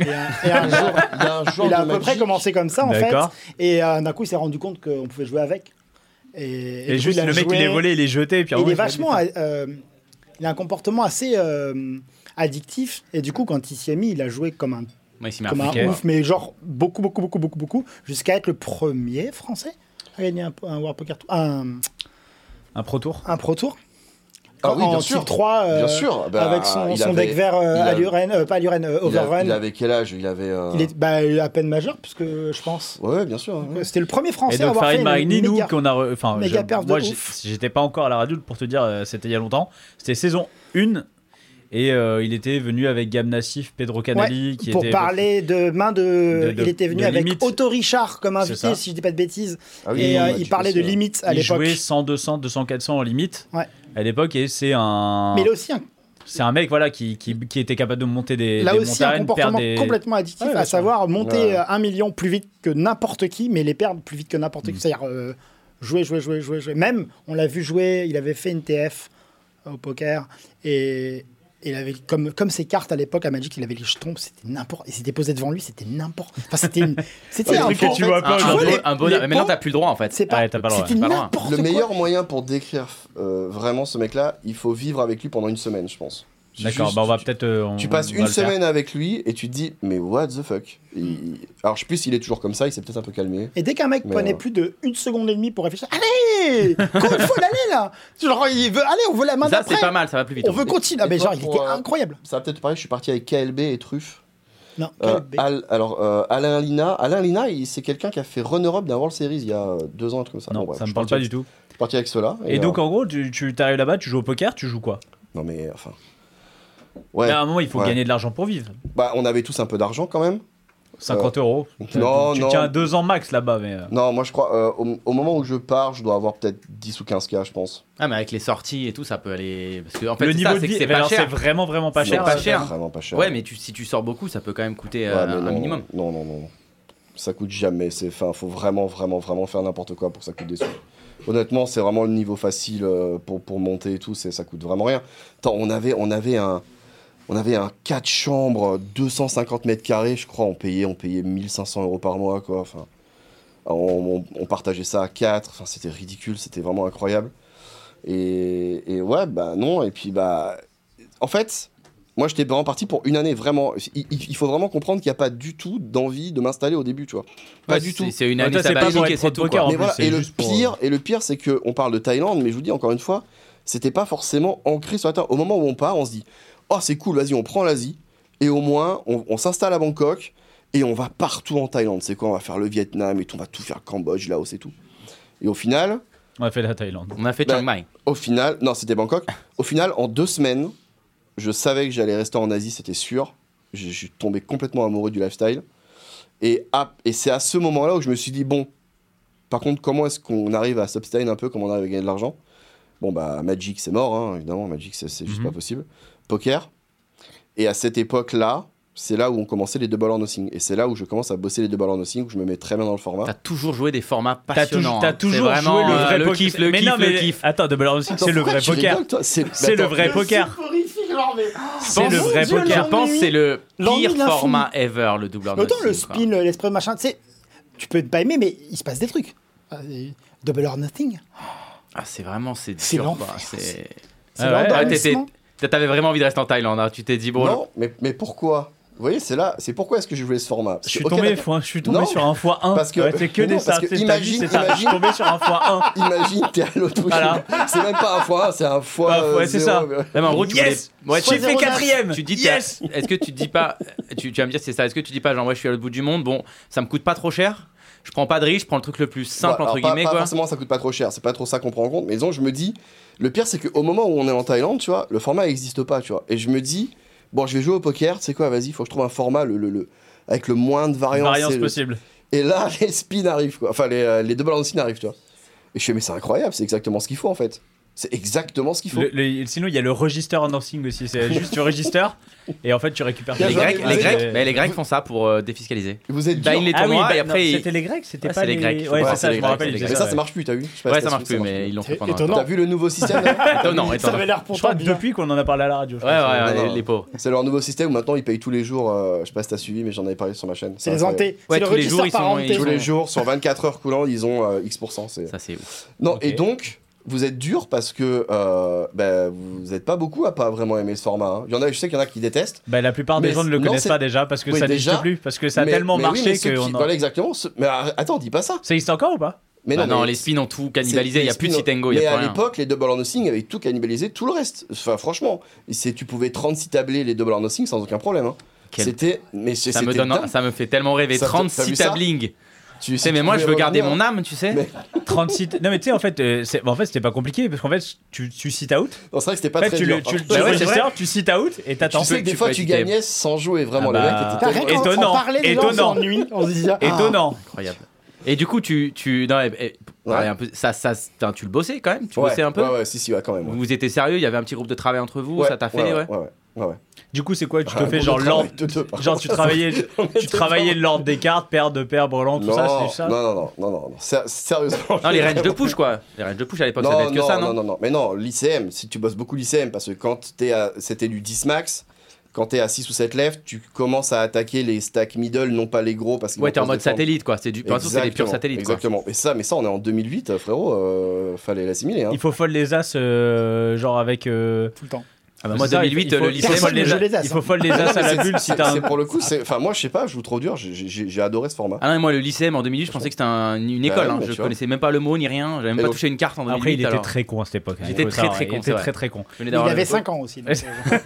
C: Et, euh, et un jour,
D: Il y a un genre
C: il a à
D: de
C: peu près
D: Magic-
C: commencé comme ça en fait.
B: D'accord.
C: Et euh, d'un coup, il s'est rendu compte qu'on pouvait jouer avec. Et, et du
B: Et
C: coup,
B: juste,
C: a
B: le mec, il
C: joué.
B: est volé, il est jeté. et puis
C: Et
B: à un
C: il est
B: moment, se
C: vachement,
B: dit,
C: euh, il a un comportement assez euh, addictif. Et du coup, quand il s'y est mis, il a joué comme un,
A: Moi, il s'y met à
C: comme un
A: fond, quoi.
C: ouf, mais genre beaucoup, beaucoup, beaucoup, beaucoup, beaucoup, jusqu'à être le premier français à gagner un, un World Poker Tour, un,
B: Un pro tour
C: un Pro Tour.
D: Ah oui,
C: en
D: bien
C: type
D: sûr.
C: 3, euh,
D: Bien sûr. bah,
C: avec son,
D: il
C: son
D: avait-
C: deck vert euh,
D: il a-
C: Alluren, euh, pas Alluren, euh,
D: il a-
C: Overrun.
D: Il avait quel âge Il avait. euh,
C: Il est bah, il est à peine majeur, puisque je pense.
D: Ouais, ouais, bien sûr. hein. ouais.
C: C'était le premier
B: Et
C: français à
B: donc
C: avoir
B: Farid
C: fait
B: Marigny,
C: une
B: nous,
C: méga-
B: qu'on a... re- Enfin,
C: méga
B: je-
C: perf de
B: moi, j'ai-
C: ouf.
B: j'étais pas encore à la radio pour te dire, euh, c'était il y a longtemps. C'était saison 1. Et euh, il était venu avec Gam Nassif, Pedro Canali, qui
C: pour
B: était...
C: parler de main de,
B: de- de-
C: il était venu
B: de
C: avec
B: limite.
C: Otto Richard comme
B: C'est ça.
C: invité si je dis pas de bêtises
D: Ah oui,
C: et
D: non,
C: euh,
D: bah,
C: il
D: tu
C: parlait
D: sais,
C: de
D: euh,
C: limite à
B: Il
C: l'époque
B: jouait 100, 200, 200, 400 en limite
C: Ouais.
B: à l'époque. Et c'est un...
C: mais là aussi un,
B: C'est un mec voilà, qui, qui, qui était capable de monter des,
C: là
B: des
C: aussi un
B: montagnes, perdre
C: comportement
B: des...
C: complètement addictif
B: Ouais, bien
C: à
B: sûr.
C: savoir monter
D: Ouais.
C: euh, un million plus vite que n'importe qui mais les perdre plus vite que n'importe
B: Mm.
C: qui c'est-à-dire euh, jouer jouer jouer jouer jouer même on l'a vu jouer il avait fait une TF au poker et il avait comme comme ses cartes à l'époque à Magic il avait les jetons c'était n'importe il s'était posé devant lui c'était n'importe enfin c'était une- *laughs* c'était
D: Ouais,
C: un
D: Ah, le truc que
C: pot,
B: tu
C: en
B: vois
C: fait.
B: pas,
A: Un-
C: vois
A: un
C: les-
A: bon- un bon-
C: les
A: mais Maintenant,
C: pots,
A: t'as plus le droit, en fait.
C: c'est pas
B: Ouais, t'as Ah, pas le droit.
C: c'était
A: Pas le droit.
C: n'importe
D: Le
C: quoi.
D: meilleur moyen pour décrire euh, vraiment ce mec-là, il faut vivre avec lui pendant une semaine, je pense.
B: D'accord,
D: Juste,
B: bah on va
D: tu-
B: peut-être... euh, on-
D: Tu passes
B: on
D: une
B: va le faire.
D: semaine avec lui et tu te dis, mais what the fuck Il- Alors, je sais plus s'il est toujours comme ça, il s'est peut-être un peu calmé.
C: Et dès qu'un mec
D: Mais
C: prenait
D: ouais.
C: plus de une seconde et demie pour réfléchir,
D: *laughs*
C: allez, quoi, il faut l'aller là. Genre il veut, allez, on veut la main
A: Ça,
C: d'après.
A: c'est pas mal, ça va plus vite.
C: On veut continuer. Ah,
D: Et
C: mais
D: toi,
C: genre il
D: pour,
C: était
D: euh,
C: incroyable.
D: Ça va peut-être pareil, je suis parti avec KLB et Truff.
C: Non,
D: Euh,
C: quel bête.
D: Al- alors, euh, Alain Lina, Alain Lina, il- c'est quelqu'un qui a fait runner-up d'un World Series il y a euh, deux ans, un truc comme ça.
B: Non,
D: Bon, bref,
B: ça me
D: je suis
B: parle
D: parti
B: pas
D: avec-
B: du tout.
D: je suis parti avec cela.
B: Et donc,
D: euh,
B: en gros, tu, tu arrives là-bas, tu joues au poker, tu joues quoi
D: Non, mais enfin. Ouais,
B: À un moment, il faut
D: Ouais.
B: gagner de l'argent pour vivre.
D: bah, on avait tous un peu d'argent quand même.
B: 50 euros.
D: non,
B: tu
D: non.
B: tiens deux ans max là-bas, mais. euh,
D: Non, moi je crois, euh, au, au moment où je pars, je dois avoir peut-être 10 ou 15K, je pense.
A: Ah, mais avec les sorties et tout, ça peut aller. Parce que, en fait,
B: le
A: c'est
B: niveau
A: ça,
B: de
A: c'est que
B: vie,
A: c'est
B: mais
A: pas
B: alors, c'est
A: cher.
B: vraiment vraiment pas
A: C'est
B: cher.
A: pas cher.
D: Vraiment pas cher.
A: Ouais, mais tu- si tu sors beaucoup, ça peut quand même coûter
D: Ouais,
A: euh,
D: mais
A: un
D: non,
A: minimum.
D: Non, non, non. Ça coûte jamais. C'est, enfin, faut vraiment, vraiment, vraiment faire n'importe quoi pour que ça coûte des sous. Honnêtement, c'est vraiment le niveau facile euh, pour, pour monter et tout. C'est, ça coûte vraiment rien. Attends, on avait, on avait un, on avait un 4 chambres, 250 mètres carrés, je crois. On payait, on payait 1500 euros par mois, quoi. Enfin, on, on- on partageait ça à 4. Enfin, c'était ridicule. C'était vraiment incroyable. Et, et ouais, bah non. Et puis bah, en fait, moi, j'étais vraiment parti pour une année, vraiment. Il, il- il faut vraiment comprendre qu'il n'y a pas du tout d'envie de m'installer au début, tu vois. Pas
A: Ouais,
D: du
A: c'est-
D: tout.
A: C'est une
B: Ouais,
A: année
B: toi, c'est pas pour
A: sabbatique
B: être
A: et c'est tout.
B: pro poker,
A: quoi.
B: en
D: Mais
B: plus,
D: voilà,
B: c'est
D: et le
B: juste pour- euh,
D: pire, et le pire, c'est que on parle de Thaïlande, mais je vous dis encore une fois, c'était pas forcément ancré sur la terre. Au moment où on part, on se dit, oh c'est cool, vas-y, on prend l'Asie, et au moins, on, on s'installe à Bangkok et on va partout en Thaïlande. C'est quoi On va faire le Vietnam et tout, on va tout faire Cambodge, Laos et tout. Et au final,
B: On a fait la Thaïlande.
A: On a fait
D: Bah,
A: Chiang Mai.
D: au final, non, c'était Bangkok. Au final, en deux semaines, je savais que j'allais rester en Asie, c'était sûr. Je je suis tombé complètement amoureux du lifestyle. Et, à- et c'est à ce moment-là où je me suis dit, bon, par contre, comment est-ce qu'on arrive à s'abstenir un peu, comment on arrive à gagner de l'argent Bon, bah, Magic, c'est mort, hein, évidemment. Magic, c'est c'est juste
B: Mhm.
D: pas possible. Poker. Et à cette époque-là, c'est là où on commençait les double or nothing. Et c'est là où je commence à bosser les double or nothing, où je me mets très bien dans le format.
A: T'as toujours joué des formats
B: T'as toujours,
A: passionnants.
B: t'as
A: hein.
B: toujours
A: C'est vraiment,
B: joué le
A: euh,
B: vrai
A: le
B: poker.
A: kiff, le
B: mais
A: kiff,
B: non, mais
A: le kiff.
B: Attends, Double or Nothing,
D: Attends,
B: c'est le
D: pourquoi
B: vrai
D: tu
B: poker.
D: rigoles, toi C'est
B: C'est le
D: attends,
B: vrai poker.
C: C'est horrifique, genre, mais-
B: C'est le vrai poker.
C: Dieu, l'ennui.
A: Je pense que c'est le
C: L'ennui
A: pire
C: de l'infini.
A: format ever, le
D: ah,
A: double or
D: bah,
C: Autant le
A: nothing, quoi.
C: spin, l'esprit, machin, tu sais, tu peux pas aimer, mais il se passe des trucs. Ah, et Double or nothing.
A: Ah, c'est vraiment, c'est
C: C'est
A: dur,
C: l'enfer,
A: quoi. C'est...
B: Ah
C: C'est
B: ouais,
A: Ah, t'étais-
C: l'endormissement.
A: t'étais- T'avais vraiment envie de rester en Thaïlande, hein. tu t'es dit, bon,
D: Non, mais, mais pourquoi Vous voyez, c'est là, c'est pourquoi est-ce que j'ai joué ce format Parce
B: Je
D: que,
B: suis
D: ok,
B: tombé,
D: d'accord,
B: fois- je suis tombé
D: Non.
B: sur un x1.
D: Parce que-
B: Ouais, c'est que
D: non,
B: des
D: parce
B: ça.
D: que
B: c'est ta vie,
D: imagine-
B: c'est ça. Je suis
D: imagine-
B: tombé sur un x1.
D: Imagine, t'es à l'autre bout.
B: Voilà.
D: *laughs* C'est même pas un fois, un, c'est un fois.
B: Ah, ouais,
D: euh,
B: c'est
D: zéro,
B: ça.
D: mais-
A: Non, mais en gros, tu
B: Yes
A: voulais- ouais, tu-
B: J'ai fait
C: Zéro neuf.
B: quatrième.
A: Tu dis, t'es-
B: yes
A: est-ce que tu te dis pas, tu, tu vas me dire c'est ça, est-ce que tu dis pas genre ouais je suis à l'autre bout du monde, bon ça me coûte pas trop cher, je prends pas de risque, je prends le truc le plus simple
D: Ouais, alors,
A: entre
D: pas-
A: guillemets
D: pas
A: quoi.
D: forcément, ça coûte pas trop cher. C'est pas trop ça qu'on prend en compte. Mais disons, je me dis, le pire, c'est qu'au moment où on est en Thaïlande, tu vois, le format n'existe pas, tu vois. Et je me dis, bon, je vais jouer au poker. Tu sais quoi Vas-y, faut que je trouve un format le, le- le- avec le moins de variance.
B: Variance
D: et le-
B: possible.
D: Et là, *laughs* les spins arrivent, quoi. Enfin, les, euh, les double rounds spins arrivent, tu vois. Et je fais, mais c'est incroyable. C'est exactement ce qu'il faut, en fait. C'est exactement ce qu'il faut.
B: Le- le- sinon, il y a le register en dancing aussi. C'est juste tu registres et en fait tu récupères.
D: Bien
A: Les
D: joué,
A: Grecs,
D: bien
A: les
D: joué.
A: Grecs, mais les Grecs font ça pour euh, défiscaliser.
D: Vous êtes
A: Bah,
D: dur.
B: Ah
A: il est- les tournois, et après, ils-
B: c'était les Grecs, c'était
A: Ouais,
B: pas
A: c'est les
B: les
A: Grecs qui font
B: Ouais,
A: ça,
B: c'est
D: Ouais,
B: ça,
D: c'est
B: je
D: les
B: me
D: Grecs,
B: rappelle.
D: c'est
B: ils
D: les
B: faisaient
D: Grecs. Mais ça, ça marche plus, t'as vu Je sais pas
A: Ouais
D: si
A: ça
D: t'as
A: marche
D: su,
A: plus mais ils l'ont fait
C: C'est
A: pendant. un
C: étonnant.
A: temps.
D: T'as vu le nouveau système là
C: *laughs*
A: Étonnant,
C: Ça
A: étonnant.
C: avait
A: Ouais
C: l'air pour
B: Je crois depuis qu'on en a parlé à la radio. je crois.
A: ouais,
D: Non,
A: ouais,
D: non.
A: les, les pauvres.
D: C'est leur nouveau système où maintenant ils payent tous les jours. euh, je sais pas si t'as suivi, mais j'en avais parlé sur ma chaîne.
C: C'est les
D: incroyable.
C: hantés.
A: Ouais,
C: c'est le
A: tous les jours,
C: registre
A: ils sont-
C: par
A: ils
C: hanté.
D: Tous les
A: sont-
D: jours, sur 24 heures coulant, ils ont euh, X%. c'est-
A: Ça c'est ouf.
D: Non,
B: Ok.
D: et donc, vous êtes dur parce que euh, bah, vous n'êtes pas beaucoup à pas vraiment aimer ce format. hein. Il Y en a, je sais qu'il y en a qui détestent.
B: Bah, la plupart des
D: Mais
B: gens ne le
D: non,
B: connaissent
D: c'est-
B: pas déjà parce que
D: Oui,
B: ça
D: déjà,
B: n'existe plus. Parce que ça a
D: Mais-
B: tellement
D: mais oui, mais
B: marché
D: ceux
B: que.
D: qui-
B: on en-
D: Voilà, exactement. ceux- Mais arr- attends, dis pas ça.
B: Ça existe encore ou pas
D: Mais
A: Bah non,
D: mais-
A: les spins ont tout cannibalisé, il
D: c'est-
A: y a plus de
D: spin-
A: Sitengo, il y
D: Mais
A: a plus
D: à
A: rien.
D: l'époque, les double or nothing avaient tout cannibalisé, tout le reste. Enfin, franchement, c'est- tu pouvais 36 tablés les double or nothing sans aucun problème. hein.
A: Quel-
D: C'était. Mais c'est-
A: Ça me
D: c'était
A: donne,
D: dingue.
A: ça me fait tellement rêver.
D: Ça te- t'as
A: 36
D: vu ça
A: tablings.
D: Tu
A: Tu sais, mais moi je veux garder mon
D: âme.
A: âme, tu sais.
D: Mais-
B: 36. Non, mais tu sais, en fait, euh, c'est- en fait c'était pas compliqué parce qu'en fait, tu, tu cites out.
D: C'est vrai que c'était pas
B: En fait,
D: très
B: tu,
D: dur. hein.
B: le, tu, le-
A: Bah
B: tu
A: ouais, c'est
B: registres, tu cites out et
D: Tu
B: t'attends.
D: sais
A: peux-
D: que des
A: tu
D: fois
A: peux
D: tu
A: éditer.
D: gagnais sans jouer vraiment.
B: Ah
D: les mecs
B: bah.
D: étaient
C: T'as
D: tellement-
C: rien qu'on
B: Étonnant.
C: en parlait déjà, on
B: Étonnant.
C: s'ennuie, on se disait. ah,
B: Étonnant.
A: Incroyable. Et du coup, tu, tu, non, eh, eh, parlez un peu, ça, ça, putain, tu le bossais quand même, tu bossais
D: ouais,
A: un peu.
D: Ouais, ouais, si, si, ouais, quand même. ouais.
A: Vous étiez sérieux, il y avait un petit groupe de travail entre vous,
D: Ouais,
A: ça t'a fait, ouais.
D: ouais. ouais, ouais, ouais.
B: Du coup, c'est quoi Tu te
D: Un
B: fais
D: groupe
B: genre
D: de travail
B: l'ordre.
D: de deux, par
B: Genre,
D: contre. *laughs*
B: tu travaillais, tu travaillais l'ordre des cartes, paire de paires, brelant, tout
D: non,
B: ça, c'est ça
D: non, non, non, non, non, non. Sé- Sérieusement.
A: Non, les ranges de push quoi. Les ranges de push à l'époque, ça devait
D: Non,
A: être que ça,
D: non,
A: non,
D: non, non, non. Mais non, l'ICM, si tu bosses beaucoup l'ICM, parce que quand t'es à... c'était du 10 max, quand t'es à 6 ou 7 left, tu commences à attaquer les stacks middle, non pas les gros, parce que
A: Ouais, t'es en mode satellite quoi. C'est du, pour l'instant, c'est les purs satellites quoi.
D: Exactement. Et ça, mais ça, on est en 2008, euh, frérot, euh, fallait l'assimiler. Hein.
B: Il faut fold les as, euh, genre avec. euh,
C: Tout le temps.
B: Ah
A: moi,
B: c'est ça,
A: 2008,
B: il faut-
A: le
B: il faut fold
A: lycée,
C: moi, je
B: as-
C: les as,
B: Il
C: hein.
B: faut fold les as à la
D: C'est-
B: bulle si
D: c'est-
B: t'as un.
D: c'est pour le coup, c'est- enfin moi je sais pas, je joue trop dur, j'ai- j'ai j'ai adoré ce format.
A: Ah non, mais moi, le lycée, mais en 2008, je pensais que c'était un- une
D: Bah
A: école.
D: ouais,
A: hein.
D: mais
A: Je
D: tu vois.
A: connaissais même pas le mot ni rien. J'avais même
D: Et
A: pas
D: donc-
A: touché une carte en 2008.
B: Après, il était
A: alors.
B: très con à cette époque. hein.
A: J'étais
B: Il faut
A: très,
B: savoir,
A: très con,
B: Il
A: c'est
B: était
A: vrai.
B: très très con.
A: Je venais
C: Il
A: d'avoir
C: avait
A: le-
C: 5 ans aussi. donc, euh,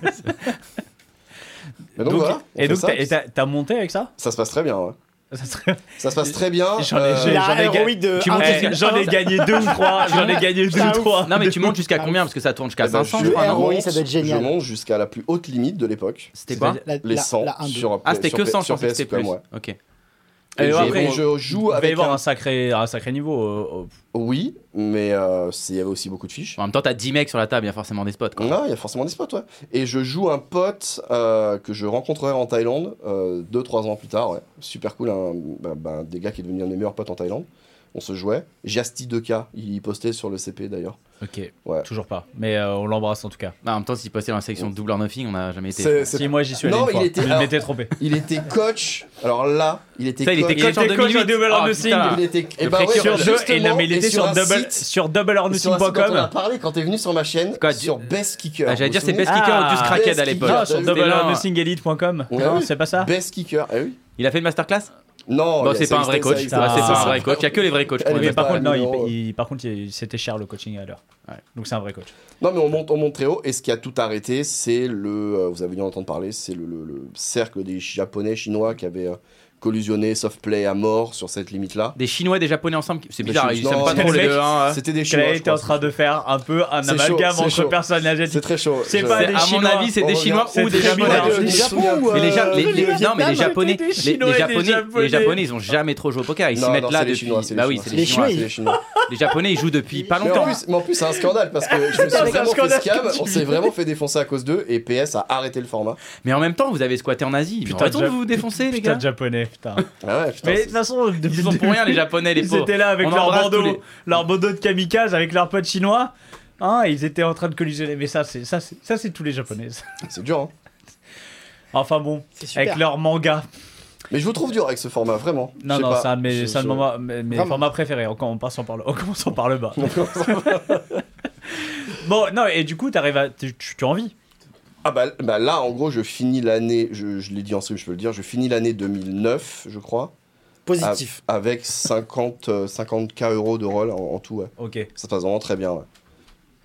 D: Mais donc,
B: Donc-
D: voilà, on
B: Et
D: fait
B: donc,
D: ça,
B: t'as- et t'as t'as monté avec ça
D: ça se passe très bien. ouais.
B: Ça serait-
D: Ça se passe très
B: *laughs*
D: bien. euh, eh ben,
B: J'en ai- j'ai-
C: Il
B: j'en
C: a
B: ai ga-
C: héroïde de.
A: Tu
C: un
A: montes
C: virgule
B: Eh, J'en ai
C: un.
B: gagné deux ou trois. J'en ai gagné deux ou
C: ouf.
B: trois.
A: Non, mais tu montes jusqu'à combien Parce que ça tourne jusqu'à
D: Eh ben,
A: 500,
D: je
A: je crois. non
C: ROI,
D: monte-
C: ça doit être génial.
D: Je monte jusqu'à la plus haute limite de l'époque.
A: C'était quoi
C: La-
D: Les
C: la-
D: 100
C: la un, deux.
D: sur
A: Ah, c'était
D: sur
A: que
D: P-
A: 100, je
D: sur
A: pensais que c'était
D: PS comme
A: plus.
D: moi.
A: Ok.
B: Et
D: Et j'ai-
B: après,
D: bon, je joue
B: Il va y
D: avec
B: avoir
D: un...
B: un sacré, un sacré niveau. euh, euh,
D: Oui, mais euh, c'est- il y avait aussi beaucoup de fiches.
A: En même temps, t'as 10 mecs sur la table, il y a forcément des spots quoi.
D: Ah, il y a forcément des spots, ouais. Et je joue un pote euh, que je rencontrerai en Thaïlande 2-3 ans plus tard, ouais. Super cool, un bah, bah, des gars qui est devenu un des meilleurs potes en Thaïlande. On se jouait. Jasti 2K, il postait sur le CP d'ailleurs.
B: Ok,
D: Ouais.
B: toujours pas. Mais euh, on l'embrasse en tout cas.
A: Bah, en même temps, s'il passait dans la section double or nothing, on n'a jamais été.
D: C'est- c'est-
B: Si moi j'y suis allé
D: Non,
B: une
D: il
B: fois,
D: était-
B: je
D: alors-
B: m'étais trompé.
D: Il était coach. Alors là, il était
A: Ça, il
D: coach.
A: était coach en
B: Il était coach en
A: 2008.
B: double or
A: Ah,
B: nothing.
A: putain.
D: Il était- eh
A: Le
D: bah ouais,
A: précurseur.
B: sur deux, et
D: justement,
B: non, mais il
D: et
B: était sur,
D: un
B: double,
D: site-
B: sur doubleornothing.com.
D: Sur un site dont on a parlé quand t'es venu sur ma chaîne
A: Quoi,
D: sur Best Kicker.
A: Ah, J'allais dire, c'est
D: Vous vous
A: Best Kicker
B: Ah,
A: ou Just Crackhead à
D: Best
A: l'époque.
D: Kicker.
B: Non, sur
D: C'était
B: doubleornothingelite.com.
D: On l'a
B: Non,
D: vu.
B: c'est pas ça.
D: Best Kicker, ah oui.
A: Il a fait une masterclass Bon,
D: Non, il y a-
A: Bah, c'est
D: ça
A: pas un vrai
D: existe,
A: coach.
D: ça
A: Ouais, C'est
D: existe, Ah. ça
A: pas
D: existe.
A: un vrai coach. Il y a que les vrais coachs.
D: Elle
A: qu'on
D: est
B: Mais
A: aime.
D: pas
B: par contre, non,
D: numéro-
B: il, il- par contre, il- c'était cher le coaching à l'heure.
A: Ouais.
B: Donc c'est un vrai coach.
D: Non, mais on monte, on monte très haut. Et ce qui a tout arrêté, c'est le. euh, vous avez dû en entendre parler, c'est le, le- le cercle des Japonais, Chinois qui avaient euh, collusionné soft play à mort sur cette limite-là.
A: Des Chinois et des Japonais ensemble. qui- C'est
D: Des
A: bizarre,
D: Chinois-
A: ils s'aiment pas
D: non,
A: trop
B: mais
A: les
B: le
A: deux.
B: mec,
A: hein.
D: C'était des
B: Là,
D: Chinois. je
B: était en
D: pense.
B: train de faire un peu un
D: C'est
B: amalgame
D: chaud, c'est
B: entre
D: chaud.
B: personnes
D: C'est
B: asiatiques.
D: très chaud.
B: C'est
D: Je-
B: pas
D: c'est-
B: des
A: À mon
B: Chinois.
A: avis, c'est
D: On
A: des
D: revient.
A: Chinois
B: C'est
A: ou des
B: très
A: Japonais.
B: bizarre.
D: du
C: Les Japon,
D: Japon,
A: Mais les, Ja-
C: euh,
A: les- les-
C: le
A: non, mais les
C: Vietnam.
A: Japonais,
B: Des
A: les, les
B: Chinois et des
A: Japonais, les
B: Japonais.
A: Japonais, ils ont jamais trop joué au poker. Ils s'y
D: Non,
A: mettent
D: non,
A: là
D: c'est les
A: depuis.
D: Chinois, c'est les
A: bah oui,
D: Chinois.
A: c'est les Chinois.
D: C'est les Chinois.
A: Les Japonais, ils jouent depuis pas
D: Mais en
A: longtemps.
D: plus, mais en plus, c'est un scandale parce que je me suis
B: C'est un
D: vraiment fait
B: scandale
D: scam,
B: que tu
D: on s'est
B: vis.
D: vraiment fait défoncer à cause d'eux et PS a arrêté le format.
A: Mais en même temps, vous avez squatté en Asie. Mais
B: Putain,
A: arrêtons de
B: Jap-
A: vous défoncer, les
B: Putain
A: gars.
B: de japonais,
D: *laughs*
B: putain.
D: Ah ouais, putain.
B: Mais de
D: c'est-
B: toute façon,
A: Ils sont pour rien, les Japonais, les
B: Ils
A: pauvres.
B: étaient là avec
A: On
B: leur
A: embrasse
B: bandeau,
A: tous les-
B: leur bandeau de kamikaze avec leur pote chinois. Hein, et ils étaient en train de collisionner. Mais ça, c'est ça, c'est ça, c'est tous les japonais. ça.
D: C'est dur, hein.
B: Enfin bon,
C: C'est super.
B: avec leur manga.
D: Mais je vous trouve dur avec ce format, vraiment. Je
B: Non,
D: sais
B: non,
D: pas.
B: c'est un de mes,
D: Je-
B: c'est un de
D: je-
B: mes moments- mes- mes
C: Vraiment.
B: formats préférés. En, en passant par le, *laughs* en commençant par le bas.
D: *laughs*
B: bon, non, et du coup, t'arrives à, tu, tu, tu as envie.
D: Ah bah, bah là, en gros, je finis l'année, je, je l'ai dit en stream, je peux le dire, je finis l'année 2009, je crois,
C: Positif.
D: a- avec 50, euh, 50k euros de rôle en, en tout. ouais.
B: Ok.
D: Ça se passe vraiment très bien. ouais.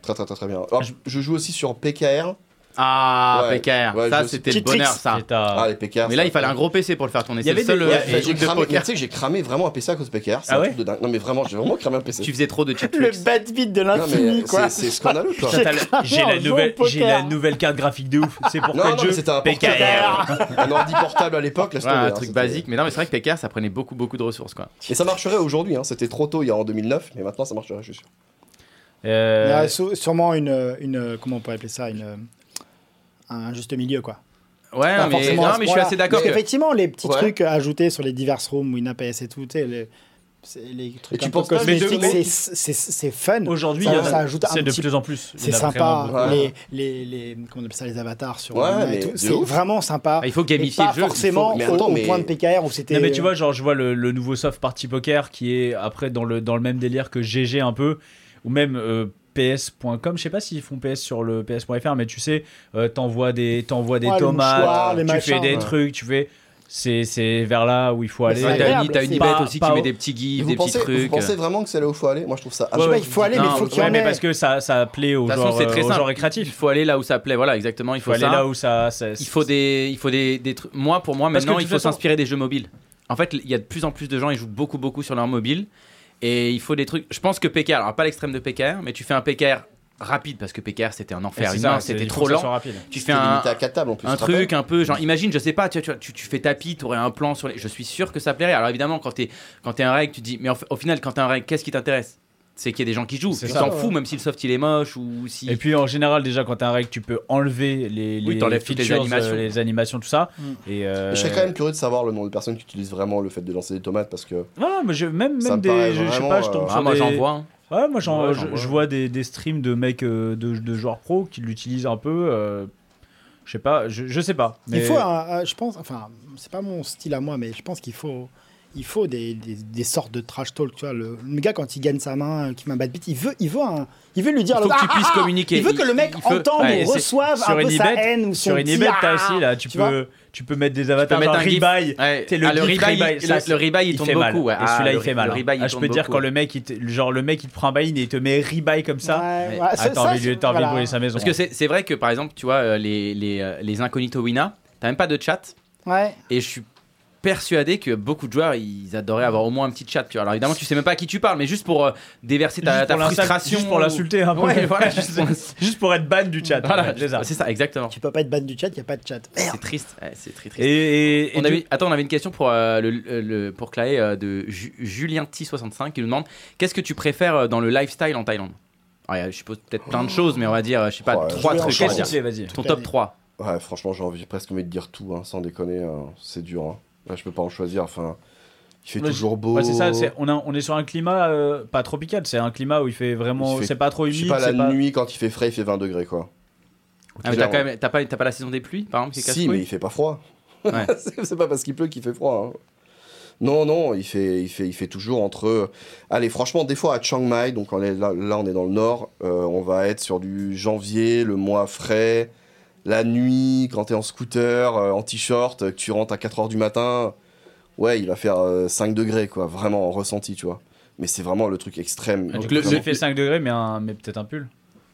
D: Très, très, très, très bien. Alors,
B: Je-
D: je... joue aussi sur PKR.
A: Ah,
D: Ouais.
A: PKR.
D: Ouais,
A: ça,
D: je-
A: c'était le
C: Petite
A: bonheur,
C: tricks.
A: ça.
B: Et t'as-
D: Ah, les PKR.
A: Mais
D: ça-
A: là, il fallait un gros PC pour le faire
B: Il
A: tourner.
B: y
A: C'est le
B: avait
A: seul
B: des-
A: euh,
D: Ouais,
B: Et
D: j'ai
A: truc de
D: cramé, mais
A: poker.
D: tu sais que j'ai cramé vraiment un PC à cause de PKR, c'est
B: Ah
D: un
B: ouais
D: truc de dingue. Non mais vraiment, j'ai vraiment cramé un PC.
A: Tu faisais trop de cheap
C: Le
A: tricks.
C: bad beat de
D: Non mais euh,
C: l'infini, quoi.
D: c'est- c'est scandaleux
A: *laughs*
D: quoi.
B: Putain, t'as
C: J'ai
B: la- J'ai
C: cramé
B: la
C: un jeu
B: nouvelle,
C: au
B: j'ai la
C: poker.
B: nouvelle carte graphique de ouf.
C: *laughs*
B: C'est pourquoi
D: Non,
B: le
D: non,
B: jeu
D: mais c'était un
B: PKR.
D: portable. un ordi portable à l'époque, laisse
A: Ouais,
D: tomber,
A: un
D: hein,
A: truc
D: c'était-
A: basique. Mais non, mais c'est vrai que PKR, ça prenait beaucoup, beaucoup de ressources, quoi.
D: Et ça marcherait aujourd'hui, hein. c'était trop tôt il y a en 2009, mais maintenant ça marcherait, je suis sûr.
C: Il y
B: Euh,
C: a sou- sûrement une, une. Comment on peut appeler ça une, Un juste milieu, quoi.
A: Ouais, mais,
C: Pas Bah, forcément
A: non,
C: à ce
A: mais je suis
C: point-là.
A: assez d'accord.
C: Parce qu'effectivement, les petits
D: Ouais.
C: trucs ajoutés sur les diverses rooms, WinAPS et tout, tu sais, les, c'est- les trucs
D: tu
C: un peu
D: penses pas,
B: mais
C: cosmétiques,
B: de-
C: c'est- c'est c'est
B: *laughs*
C: fun.
B: Aujourd'hui,
C: ça,
B: il y en a-
C: ça ajoute un
B: c'est de
C: petit
B: plus en plus. Il
C: C'est
B: y en a
C: sympa,
B: vraiment
D: Ouais.
C: les, les, les, comment on appelle ça, les avatars sur
D: Ouais,
C: Wina
D: mais
C: et tout.
D: de
C: C'est
D: ouf.
C: vraiment sympa.
A: Ah, il faut
C: Et
A: gamifier
C: pas
A: le jeu.
C: forcément
D: il faut- mais
C: au-
D: attends,
C: au,
D: mais-
C: point de PKR où c'était.
B: Non mais tu vois, genre je vois le, le nouveau soft party poker qui est après dans le dans le même délire que GG un peu ou même euh, PS.com, je sais pas s'ils font PS sur le PS.fr, mais tu sais, euh, t'envoies des t'envoies des
C: Ouais, les
B: tomates,
C: mouchoirs, les
B: tu fais
C: machins,
B: des
C: ouais.
B: trucs, tu fais c'est c'est vers là où il faut
C: Mais
B: aller.
C: c'est
A: Ouais, T'as une,
C: agréable,
A: t'as une
C: c'est-
A: ibette
B: pas-
A: aussi,
B: pas-
A: tu mets des petits
D: Et
A: gifs,
D: vous,
A: des petits
D: pensez, vous
A: trucs.
D: pensez vraiment que c'est là où il faut aller Moi je trouve ça
C: Je sais
D: absolument
C: pas, il faut aller, mais il
A: Non,
C: faut
A: ouais,
C: qu'il y
B: ouais,
C: en
B: mais
C: ait.
B: parce que ça ça plaît
A: De
B: aux
A: toute façon,
B: gens
A: c'est très simple. Il
B: récréatifs.
A: faut aller là où ça plaît. Voilà, exactement. Il
B: Il
A: faut,
B: faut aller
A: ça.
B: là où ça, ça-
A: Il faut des, il faut des, des trucs. Moi, pour moi,
B: Parce que
A: maintenant,
B: de
A: il
B: toute
A: faut
B: façon-
A: s'inspirer des jeux mobiles. En fait, il y a de plus en plus de gens, ils jouent beaucoup, beaucoup sur leur mobile. Et il faut des trucs. Je pense que PKR, alors pas l'extrême de PKR, mais tu fais un PKR rapide parce que PKR c'était un
B: Et
A: enfer.
B: c'est
A: Une
B: ça,
A: main,
B: c'est-
A: c'était
B: il faut
A: trop
B: que ça
A: lent.
B: soit rapide.
A: Tu fais
D: C'était
A: un,
D: limité à quatre tables en plus.
A: un
D: tu te rappelles
A: truc un peu genre imagine je sais pas tu, tu, tu, tu fais tapis t'aurais un plan sur les je suis sûr que ça plairait alors évidemment quand t'es quand t'es un règle tu te dis mais en f- au final quand t'es un règle qu'est-ce qui t'intéresse c'est qu'il y a des gens qui jouent
B: C'est
A: tu
B: ça,
A: t'en
B: ouais.
A: fous même si le soft il est moche ou si
B: Et puis en général déjà quand t'as un règle tu peux enlever les, les
A: Oui, t'enlèves toutes les
B: features, euh,
A: animations.
B: les animations, tout ça.
C: Mm.
B: Et euh,
D: Mais Je serais quand même curieux de savoir le nombre de personnes qui utilisent vraiment le fait de lancer des tomates parce que.
B: Voilà, mais je, même,
D: Ça
B: même
D: me paraît
B: des. Je, je sais
D: vraiment,
B: pas, je tombe
D: euh,
A: Ah,
B: sur
A: moi
B: des-
A: j'en vois hein.
B: Ouais, moi j'en,
A: Ouais, j'en
B: je,
A: vois.
B: je vois des, des streams de mecs, euh, de, de joueurs pro qui l'utilisent un peu. euh, je sais pas, je, je sais pas. Mais
C: Il faut, un- un- je pense, enfin, c'est pas mon style à moi, mais je pense qu'il faut, il faut des, des, des sortes de trash talk. Tu vois, le, le gars quand il gagne sa main, euh, qui met un bad beat, il veut, il veut, un- il veut lui dire.
A: Il faut
C: le- Ah,
A: que tu puisses communiquer.
C: Il veut que
A: Il-
C: le mec
A: il faut-
C: entende
A: ouais,
C: ou
A: c'est-
C: reçoive un
B: sur
C: peu
B: une
C: sa
B: ibet,
C: haine ou son
B: sur une
C: petit,
B: ibet,
C: ah
B: t'as aussi là, tu,
C: Tu vois
B: peux, tu peux mettre des
A: Tu peux
B: avatars
A: mettre
B: genre
A: un gif.
B: rebuy.
A: Ouais.
B: T'sais, le
A: Ah, le
B: gif
A: rebuy,
B: rebuy,
A: le-
B: ça,
A: le rebuy, il
B: il
A: tombe
B: fait mal.
A: beaucoup, ouais.
B: Et celui-là,
A: Ah,
B: il
A: le-
B: fait mal.
A: le rebuy, il
B: Ah, je peux
A: tombe
B: dire,
A: beaucoup.
B: quand le mec, il te, genre, le mec, il te prend un buy-in et il te met rebuy comme ça.
C: Ouais,
A: Mais-
C: ouais,
B: Ah,
C: ça-
B: t'as
C: ça,
B: envie, de-
C: c'est-
B: t'as envie de
C: voilà.
B: brûler sa maison.
A: parce que c'est c'est vrai que par exemple tu vois euh, les les, euh, les incognito Wina t'as même pas de chat
C: Ouais.
A: et je suis persuadé que beaucoup de joueurs ils adoraient avoir au moins un petit chat tu vois alors évidemment tu sais même pas à qui tu parles mais juste pour euh, déverser ta,
B: Juste
A: ta
B: pour l'insult-
A: frustration
B: Juste pour l'insulter un peu. *laughs*
A: ouais voilà juste pour-
B: Juste pour être ban du chat.
A: Voilà,
B: Ouais, c'est ça.
A: c'est ça, exactement.
C: Tu peux pas être ban du chat, il n'y a pas de chat. Merde.
A: C'est triste, ouais, c'est très triste.
B: Et, et- et
A: on
B: du-
A: avait, attends, on avait une question pour, euh, le, le- pour Clay euh, de Ju- Julien T65 qui nous demande Qu'est-ce que tu préfères euh, dans le lifestyle en Thaïlande Alors, il y a, Je suppose peut-être plein de choses, mais on va dire, euh, je sais pas,
D: Oh,
A: trois
C: je
A: trucs. on
C: vais en
A: va
B: Qu'est-ce
C: changer.
A: dire.
B: que c'est, vas-y.
A: Ton top 3.
D: Ouais, franchement, j'ai envie presque envie de dire tout, hein, sans déconner, euh, c'est dur. Hein. Là, je peux pas en choisir. Enfin, il fait
B: Ouais,
D: toujours beau.
B: Ouais, c'est ça, c'est- on, a- on est sur un climat euh, pas tropical, c'est un climat où il fait vraiment.
D: Il fait-
B: C'est pas trop
D: Je sais
B: humide.
D: pas, la
B: c'est pas-
D: nuit, quand il fait frais, il fait 20 degrés
A: Ah,
D: quoi.
A: mais t'as,
D: Clairement.
A: quand même- t'as pas, t'as pas la saison des pluies, par exemple qui est
D: Si,
A: casse-couille
D: mais il fait pas froid.
A: Ouais.
D: *laughs* c'est c'est pas parce qu'il pleut qu'il fait froid. hein. Non, non, il fait, il fait, il fait toujours entre. Allez, franchement, des fois à Chiang Mai, donc on est là, là, on est dans le nord, euh, on va être sur du janvier, le mois frais, la nuit, quand t'es en scooter, euh, en t-shirt, euh, que tu rentres à 4h du matin. Ouais, il va faire euh, 5 degrés, quoi, vraiment en ressenti, tu vois. Mais c'est vraiment le truc extrême.
B: Ah, du
A: Donc,
B: coup,
A: le-
B: ça
A: le-
B: fait 5 degrés, mais, un- mais peut-être un pull.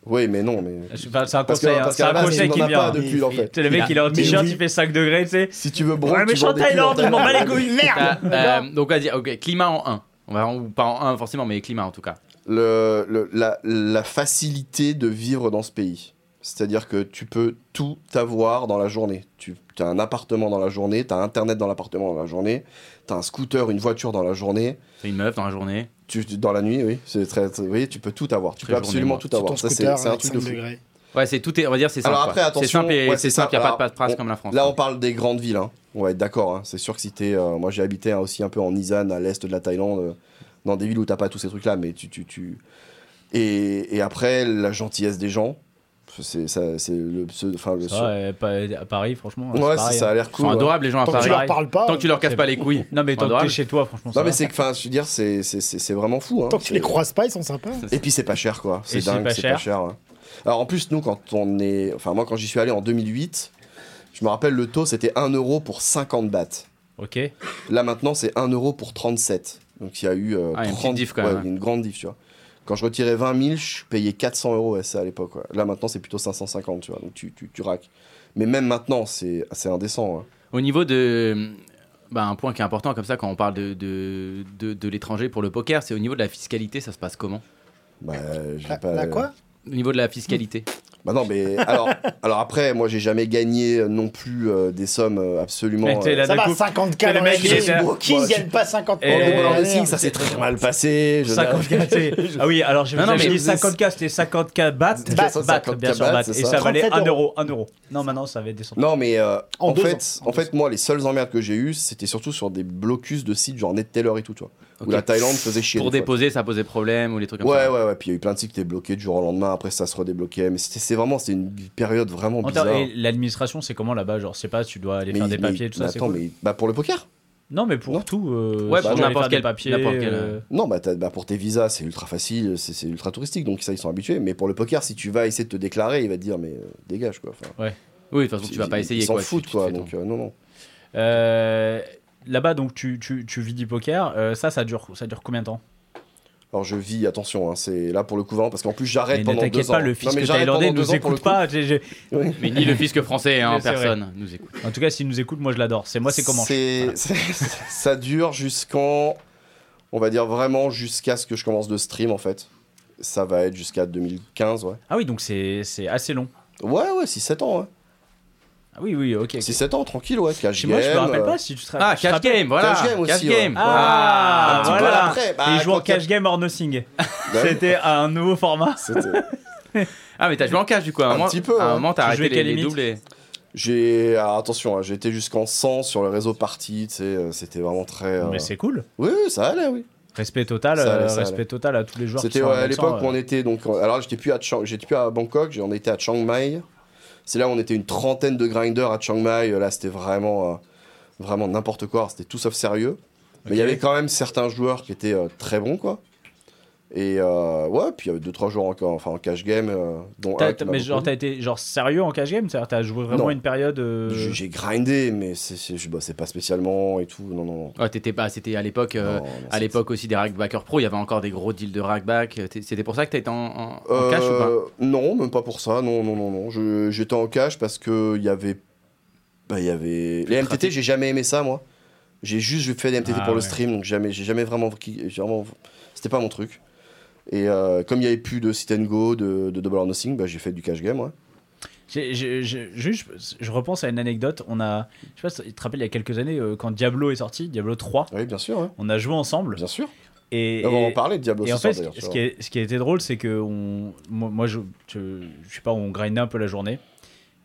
D: Oui, mais non, mais.
B: Je sais pas, C'est un
D: Parce que-
B: conseil, hein,
D: parce
B: c'est
D: qu'à
B: un
D: la base,
B: conseil
D: on en
B: qui
D: a pas
B: vient.
D: de pull, en fait.
B: C'est le mec, il est en
D: Mais
B: t-shirt,
D: oui.
B: il fait 5 degrés, tu sais.
D: Si tu veux bronzer,
B: Ouais, mais je
D: tu
B: suis
D: vends
B: en
D: des hein. culs
B: Thaïlande, je m'en bats les couilles,
A: T'as,
B: merde
A: euh, Donc, on va dire, ok, climat en 1. On va, ou pas en 1 forcément, mais climat en tout cas.
D: le, le- la, la facilité de vivre dans ce pays. C'est-à-dire que tu peux tout avoir dans la journée. Tu as un appartement dans la journée, tu as Internet dans l'appartement dans la journée, tu as un scooter, une voiture dans la journée.
A: C'est une meuf dans la journée.
D: Tu, tu- dans la nuit, oui, c'est très, très- oui, tu peux tout avoir. Tu
A: Très
D: peux
A: journée,
D: absolument
A: moi.
D: tout
C: Sur ton
D: avoir. Ça, c'est
C: scooter
D: c'est un
C: avec
D: truc
C: 5
D: de fou.
C: degrés.
A: Ouais, c'est tout est, on va dire, c'est simple.
D: Alors
A: quoi.
D: après,
A: c'est
D: attention,
A: simple et
D: ouais,
A: c'est
D: c'est
A: simple, il n'y
D: ça.
A: a pas de
D: Alors,
A: paperasse
D: on-
A: comme la France.
D: Là,
A: quoi.
D: on parle des grandes villes. hein. On va être d'accord. hein. C'est sûr que si t'es. euh, moi, j'ai habité hein, aussi un peu en Isan, à l'est de la Thaïlande, euh, dans des villes où t'as pas tous ces trucs-là, mais tu. tu, tu... Et, et après, la gentillesse des gens. C'est ça, c'est le. ce- Enfin, le.
B: Ça, euh, pa- à Paris, franchement.
D: ouais,
B: c'est
D: c'est-
B: pareil,
D: ça
B: hein.
D: a
A: Ils
D: l'air
A: sont
D: cool. ouais.
A: adorables, les gens à
C: Tant que tu
A: Paris.
C: leur parles pas,
A: Tant que tu leur casses
B: C'est-
A: pas les couilles.
B: Non, mais tant que t'es
A: Adorable.
B: chez toi, franchement. ça
D: Non, mais
B: va.
D: c'est que, enfin, je veux dire, c'est c'est- c'est- c'est vraiment fou. hein.
C: tant que tu les
D: C'est-
C: croises pas, ils sont sympas.
D: Et puis c'est pas cher quoi, c'est
B: Et c'est
D: dingue,
B: pas
D: c'est pas cher. ouais. Alors en plus nous quand on est, enfin moi quand j'y suis allé en 2008, je me rappelle le taux c'était 1 euro pour 50 bahts.
B: Ok.
D: Là maintenant c'est 1 euro pour 37. Donc il y a eu euh,
A: Ah, il y a une
D: 30
A: petite diff, quand
D: ouais,
A: même, ouais.
D: une grande diff tu vois. Quand je retirais 20 000, je payais 400 euros ça à l'époque. ouais. Là maintenant c'est plutôt 550 tu vois, donc tu, tu, tu raques. Mais même maintenant c'est c'est indécent. hein.
A: Au niveau de. bah, un point qui est important comme ça quand on parle de, de, de, de l'étranger pour le poker, c'est au niveau de la fiscalité, ça se passe comment
D: Bah, j'ai
C: La,
D: pas-
C: la quoi
A: Au niveau de la fiscalité.
D: Bah non mais
C: *laughs*
D: alors, alors après moi j'ai jamais gagné euh, non plus euh, des sommes euh, absolument.
B: Mais t'es
D: euh,
B: là,
C: Ça
B: d'un
C: va,
B: coup, le
C: 50K dans la
B: mec, il est là.
C: game. Qui
D: Moi,
C: ne
D: je-
C: gagne pas 50K
B: Et-
D: Au
C: dans
D: Double
C: la
D: Round
C: merde
D: Racing, ça s'est très mal passé. Je *laughs*
B: 50K, c'est- Ah oui, alors je vous
A: Non, non,
B: ai
A: mais
B: dit
D: vous êtes-
B: 50K, c'était 50K bat,
D: C'était
B: bat,
D: 50K
B: bien sûr,
D: bat,
B: bat, et
D: c'est
B: ça,
D: ça.
B: valait 1
C: 37
B: euro, 1 euro. Non, maintenant ça va être descendu.
D: Non, mais euh,
C: En
D: en,
C: deux
D: fait,
C: ans. En
D: en fait, moi, les seules emmerdes que j'ai eues, c'était surtout sur des blocus de sites genre NetTeller et tout, tu vois.
A: Ok.
D: Où la Thaïlande faisait chier.
A: Pour
D: des fois.
A: déposer, ça posait problème ou les trucs comme
D: Ouais,
A: ça.
D: ouais, ouais. Puis il y a eu plein de sites qui étaient bloqués du jour au lendemain. Après, ça se redébloquait. Mais c'était c'est vraiment, c'était une période vraiment
B: En termes-
D: bizarre.
B: Et l'administration, c'est comment là-bas Genre, je sais pas, tu dois aller
D: Mais-
B: faire des
D: mais-
B: papiers, tout
D: mais
B: ça, c'est
D: attends,
B: cool.
D: mais bah, pour le poker
B: Non, mais pour
D: Non.
B: tout. euh, si tu
A: Ouais, pour
B: veux aller
A: n'importe
B: faire
A: quel-
B: des papiers.
A: n'importe quel,
B: euh,
D: Non, bah, t'as- bah, pour tes visas, c'est ultra facile, c'est c'est ultra touristique, donc ça, ils sont habitués. Mais pour le poker, si tu vas essayer de te déclarer, il va te dire, mais euh, dégage, quoi. Enfin,
A: Oui, de toute façon, tu vas pas
D: ils-
A: essayer.
D: Ils s'en
A: quoi, tu-
D: foutent,
A: tu te
D: quoi.
A: fais
D: Donc, euh, non, non.
B: euh, Là-bas, donc, tu, tu, tu vis du poker. euh, ça, ça dure, ça dure combien de temps
D: Alors je vis, attention, hein, c'est là pour le coup vraiment, parce qu'en plus j'arrête
B: Mais
D: pendant
B: ne
D: deux ans.
B: t'inquiète pas, le
D: Non,
B: fisc
D: mais j'arrête pendant
B: thaïlandais
D: deux
B: nous
D: ans pour le
B: écoute
D: coup.
B: pas. j'ai-
D: *laughs*
B: j'ai-
D: Oui.
A: *laughs* Mais ni le fisc français, hein,
B: Mais c'est vrai.
A: personne nous écoute.
B: En tout cas, s'il nous écoute, moi je l'adore. C'est moi, c'est comment
D: C'est- c'est- *laughs* Ça dure jusqu'en, on va dire vraiment jusqu'à ce que je commence de stream en fait. Ça va être jusqu'à 2015, ouais.
B: Ah oui, donc c'est c'est assez long.
D: Ouais, ouais, 6-7 ans, ouais.
B: Ah oui, oui, ok. ok.
D: 6-7 ans, tranquille, ouais. Cash
B: Moi, je me
D: game,
B: rappelle
D: euh,
B: pas si tu te
A: Ah,
B: rappelles- tu te
A: cash
B: rappelles
A: game, voilà.
D: Cash game aussi, ouais.
A: game.
B: Ah,
D: un petit peu
B: voilà.
D: après, bah,
B: Et il joue en
D: quand il y a-
B: cash game or nothing.
D: bah,
B: C'était un nouveau format.
D: ben, c'était-
A: Ah, mais t'as joué en cash du coup. À un,
D: Un
A: moment,
D: petit peu,
A: à un
D: hein.
A: moment, t'as
B: Tu
A: arrêté
B: jouais
A: les,
B: quelle
A: les
B: limite
A: doubles. et-
D: J'ai, ah, attention, hein, j'étais jusqu'en 100 sur le réseau party, tu sais, euh, c'était vraiment très. euh,
B: Mais c'est cool.
D: Oui, oui, ça allait, oui.
B: Respect total,
D: Ça allait,
B: euh,
D: ça
B: respect
D: allait.
B: total à tous les joueurs. qui
D: C'était
B: sont
D: ouais,
B: en
D: à l'époque
B: Vietnam,
D: où on était donc euh, alors j'étais plus à Chiang- j'étais plus à Bangkok, j'en étais à Chiang Mai. C'est là où on était une trentaine de grinders à Chiang Mai. Euh, Là, c'était vraiment euh, vraiment n'importe quoi. Alors, C'était tout sauf sérieux. Mais il y avait quand même certains joueurs qui étaient euh, très bons quoi. Et euh, ouais, puis il y avait deux trois joueurs encore enfin en cash game euh, dont
B: T'as-
D: un
B: t'as-
D: qui m'a
B: mais
D: beaucoup
B: genre,
D: aidé.
B: t'as été genre sérieux en cash game C'est-à-dire, t'as joué vraiment
D: Non.
B: une période. euh,
D: J'ai- j'ai grindé mais c'est c'est- je bossais pas spécialement et tout. Non non. non.
A: Ouais, Oh, t'étais pas. C'était à l'époque. euh,
D: Non, non,
A: À
D: c'est-
A: l'époque aussi des rackbackers pro, il y avait encore des gros deals de rackback. T'es- C'était pour ça que t'as été en, en- en cash ou pas
D: Euh, Non, même pas pour ça. Non, non, non, non. Je- J'étais en cash parce que il y avait, bah, il y avait les
A: trafic.
D: MTT. J'ai jamais aimé ça, moi. J'ai juste fait des MTT
B: Ah,
D: pour le
B: ouais.
D: stream, donc jamais, j'ai jamais vraiment, j'ai vraiment, c'était pas mon truc. Et euh, comme il y avait plus de sit and go, de, de double or nothing, bah, j'ai fait du cash game, ouais.
B: j'ai- j'ai- j'ai- juste, je- je repense à une anecdote. On a, je sais pas si tu te rappelles, il y a quelques années, euh, quand Diablo est sorti, Diablo 3,
D: Oui, bien sûr, ouais.
B: on a joué ensemble.
D: bien sûr. Ah,
B: Et,
D: on va
B: et-
D: en parler de Diablo.
B: Et
D: ce
B: en fait,
D: soir,
B: ce,
D: Bah, d'ailleurs,
B: ce
D: tu
B: qui, est- ce qui a été drôle, c'est que on, moi, moi, je, je, je sais pas, on grindait un peu la journée.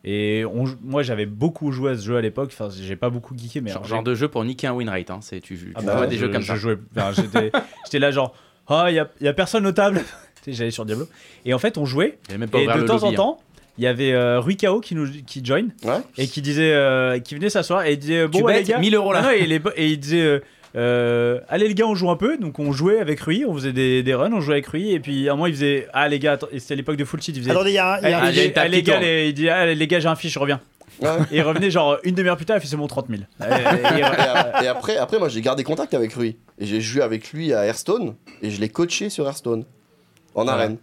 B: Et on, moi, j'avais beaucoup joué à ce jeu à l'époque. Enfin, j'ai pas beaucoup geeké, mais
A: genre,
B: alors,
A: genre
B: j'ai-
A: de jeu pour niquer un win rate. Hein. C'est- Tu, tu
B: Ah
A: vois
B: ouais,
A: des
B: je-
A: jeux comme
B: je
A: ça.
B: jouais- enfin,
A: *laughs*
B: j'étais, j'étais là genre, ah, il y a, y a personne au table. *laughs* Tu sais, J'allais sur Diablo. Et en fait, on jouait.
A: J'avais même pas
B: Et
A: ouvert
B: de
A: le
B: temps
A: lobby,
B: en
A: hein.
B: temps, il y avait euh, Rui Kao qui nous qui join
D: vois. Ouais.
B: et qui disait, euh, qui venait s'asseoir et il disait, bon
A: tu
B: ouais, les
A: bêtes
B: gars,
A: 1000 euros là.
B: Ah ouais, et, les bo- et il disait euh, euh, Allez, les gars, on joue un peu. Donc, on jouait avec Rui, on faisait des, des runs, on jouait avec Rui. Et puis, à un moment, il faisait Ah, les gars, attends- et c'était à l'époque de Full Cheat. Il faisait
C: Attendez, il y a un- il y a
B: Ah,
C: un-
A: Ah,
B: il dit,
A: j'ai une table
B: Ah, les
A: qui
B: gars,
A: tourne.
B: les, il dit, Ah, les gars, j'ai un fiche, je reviens.
D: Ouais.
B: Et il revenait genre une demi-heure plus tard, il fait c'est bon 30 000. Euh, *laughs* et-
D: *laughs* et, ap- et après, après, moi, j'ai gardé contact avec lui. Et j'ai joué avec lui à Hearthstone. Et je l'ai coaché sur Hearthstone. En
B: Voilà.
D: arène.